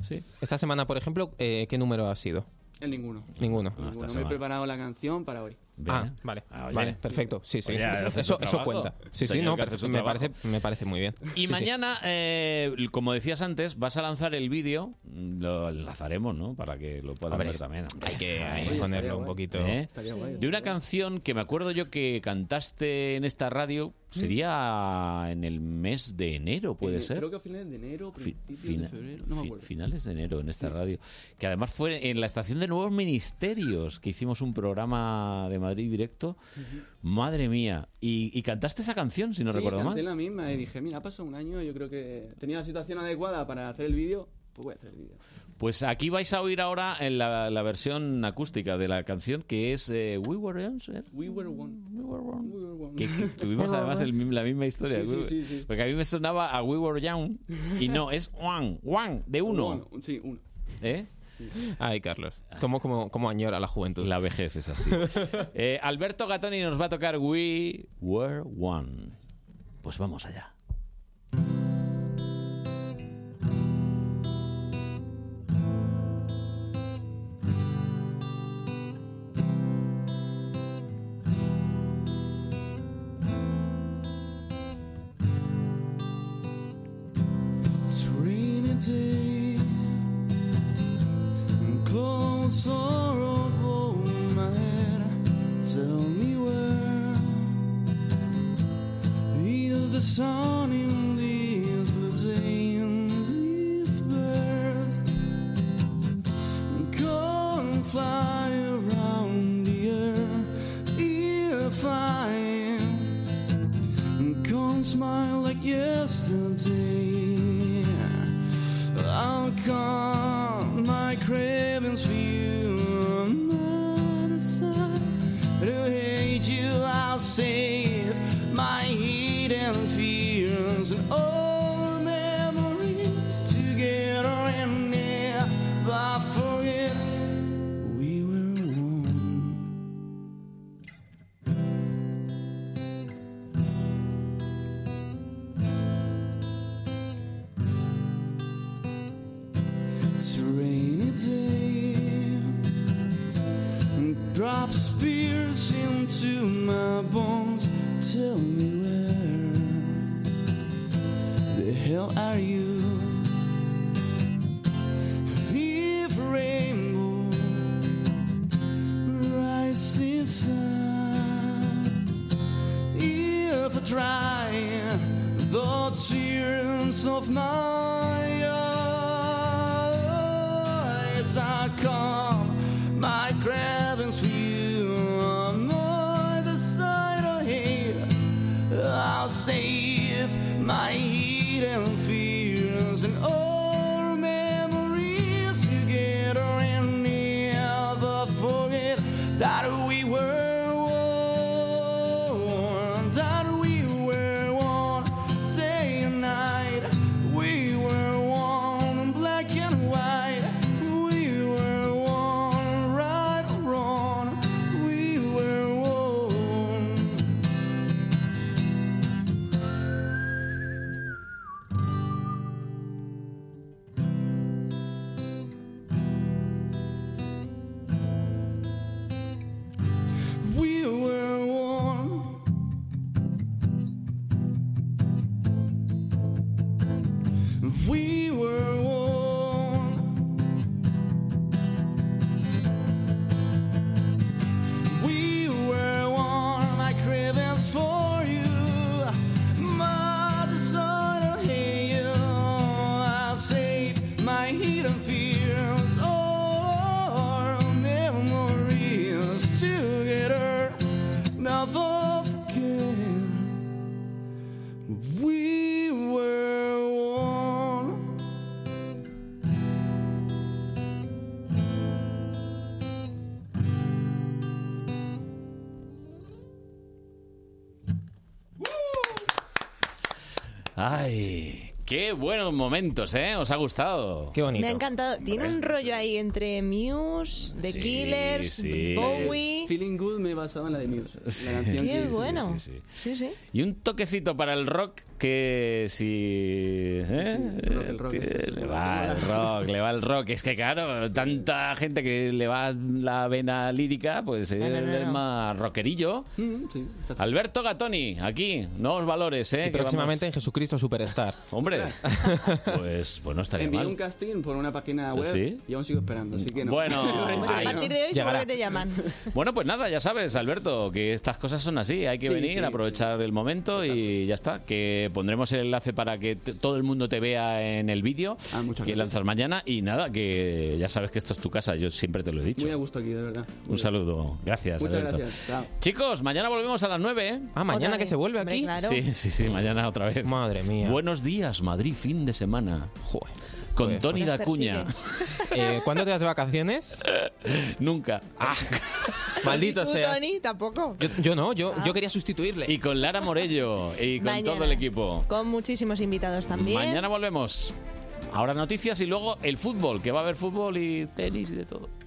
Speaker 36: Esta semana, por ejemplo, eh, ¿qué número ha sido?
Speaker 26: En ninguno.
Speaker 36: Ninguno.
Speaker 2: Ah,
Speaker 26: Ninguno. me he preparado la canción para hoy.
Speaker 36: Ah, vale.
Speaker 2: oye.
Speaker 36: vale, perfecto. Sí, sí.
Speaker 2: Oye, hace su
Speaker 36: eso, eso
Speaker 2: trabajo.
Speaker 36: cuenta. Sí, sí,
Speaker 2: Señor,
Speaker 36: no,
Speaker 2: que hace su
Speaker 36: me
Speaker 2: trabajo.
Speaker 36: parece, me parece muy bien.
Speaker 2: Y
Speaker 36: Sí, sí.
Speaker 2: mañana, eh, como decías antes, vas a lanzar el vídeo. Lo lanzaremos, ¿no? Para que lo puedan
Speaker 36: Hombre,
Speaker 2: ver también.
Speaker 36: hay que- hay que Oye, ponerlo estaría un guay. poquito. Estaría guay,
Speaker 2: ¿Eh? De una canción que me acuerdo yo que cantaste en esta radio, sería en el mes de enero, puede
Speaker 26: Eh,
Speaker 2: ser.
Speaker 26: Creo que a finales de enero,
Speaker 2: Fi-
Speaker 26: principios
Speaker 2: fina-
Speaker 26: de febrero, no me
Speaker 2: fi-
Speaker 26: acuerdo.
Speaker 2: finales de enero en esta radio. Que además fue en la estación de Nuevos Ministerios, que hicimos un programa de Madrid directo. Madre mía. Y, y cantaste esa canción, si no
Speaker 26: sí,
Speaker 2: recuerdo
Speaker 26: canté
Speaker 2: mal.
Speaker 26: la misma y dije, mira, ha pasado un año, yo creo que tenía la situación adecuada para hacer el vídeo, pues voy a hacer el vídeo.
Speaker 2: Pues aquí vais a oír ahora en la, la versión acústica de la canción, que es eh, We Were Answer.
Speaker 26: We were one.
Speaker 13: We
Speaker 26: were one. We were one.
Speaker 2: Que,
Speaker 26: *laughs*
Speaker 2: que tuvimos además el mi- la misma historia.
Speaker 26: Sí, sí, sí, sí.
Speaker 2: Porque a mí me sonaba a We Were Young y no, es One, One, de uno.
Speaker 26: sí, uno.
Speaker 2: ¿Eh?
Speaker 36: Ay, Carlos. ¿Cómo, cómo, cómo añora la juventud?
Speaker 2: La vejez es
Speaker 26: *laughs*
Speaker 2: así. Eh, Alberto Gatoni nos va a tocar We Were One. Pues vamos allá.
Speaker 29: It's a rainy day and cold sorrowful night. Tell me where is the sun in these blue days? If birds go and fly around the earth, if I and come smile like yesterday. I'll calm my cravings for you. I'm not a sign to hate you. I'll save my heat and fears and old memories together and never forget we were one. It's a rainy day and drops pierce into my bones. Tell me where the hell are you? If rainbow rising sun, if I try the tears of my eyes are calm, my cravings for you on either side of here. I'll save my hidden fears and all memories together and never forget that we were one, that we were one, day and night. We were one, black and white. We were one, right or wrong. We were one. We were one. We were one. We were one. My cravings for you, my desire to hear you. I saved my hidden fears, all our memories together. Never forget. We were one.
Speaker 2: Ay, qué buenos momentos, ¿eh? ¿Os ha gustado? Qué
Speaker 10: *laughs* Me ha encantado. Tiene un rollo ahí entre Muse, The Killers, Bowie.
Speaker 26: Eh, Feeling Good me he basado en la de Muse. La canción
Speaker 10: Qué
Speaker 26: sí, sí,
Speaker 10: bueno.
Speaker 2: sí,
Speaker 10: Sí, sí.
Speaker 2: Y un toquecito para el rock que si... ¿eh? Tiene- le va el rock, le va el rock. Es que claro, tanta gente que le va la vena lírica, pues
Speaker 26: no,
Speaker 2: él
Speaker 26: no,
Speaker 2: es
Speaker 26: no.
Speaker 2: más rockerillo.
Speaker 26: Mm, sí, exacto.
Speaker 2: Alberto Gatoni, aquí, nuevos valores, ¿eh?
Speaker 36: Y próximamente en Jesucristo Superstar.
Speaker 2: Hombre, pues, pues no estaría
Speaker 26: Envié un
Speaker 2: mal.
Speaker 26: casting por una página web
Speaker 2: ¿Sí?
Speaker 26: y aún sigo esperando, así que no. *laughs*
Speaker 2: Bueno,
Speaker 10: Pues a
Speaker 2: ahí
Speaker 10: partir de hoy seguro
Speaker 2: llegará.
Speaker 10: que te llaman.
Speaker 2: Bueno, pues nada, ya sabes, Alberto, que estas cosas son así. Hay que
Speaker 10: Sí,
Speaker 2: venir,
Speaker 10: sí,
Speaker 2: aprovechar el momento y ya está. Que pondremos el enlace para que t- todo el mundo te vea en el vídeo que lanzas mañana. Y nada, que ya sabes que esto es tu casa. Yo siempre te lo he dicho.
Speaker 26: Muy a gusto aquí, de verdad.
Speaker 2: Un saludo. Gracias,
Speaker 26: Muchas
Speaker 2: Alberto.
Speaker 26: gracias. Chao.
Speaker 2: Chicos, mañana volvemos a las 9. ¿eh?
Speaker 36: Ah, mañana que se vuelve
Speaker 26: Hombre,
Speaker 36: aquí.
Speaker 26: claro.
Speaker 2: Sí, sí, sí, mañana otra vez. Madre mía. Buenos días, Madrid, fin de semana. Joder. Con Tony
Speaker 36: Nos
Speaker 2: Dacuña.
Speaker 36: Eh, ¿Cuándo te das de vacaciones?
Speaker 2: *laughs* Nunca.
Speaker 36: Ah. maldito
Speaker 10: ¿Y tú,
Speaker 36: seas.
Speaker 10: Tony, tampoco.
Speaker 36: Yo, yo no, yo, yo quería sustituirle.
Speaker 2: Y con Lara Morello y con
Speaker 10: Ah. Mañana.
Speaker 2: todo el equipo.
Speaker 10: Con muchísimos invitados también.
Speaker 2: Mañana volvemos. Ahora noticias y luego el fútbol, que va a haber fútbol y tenis y de todo.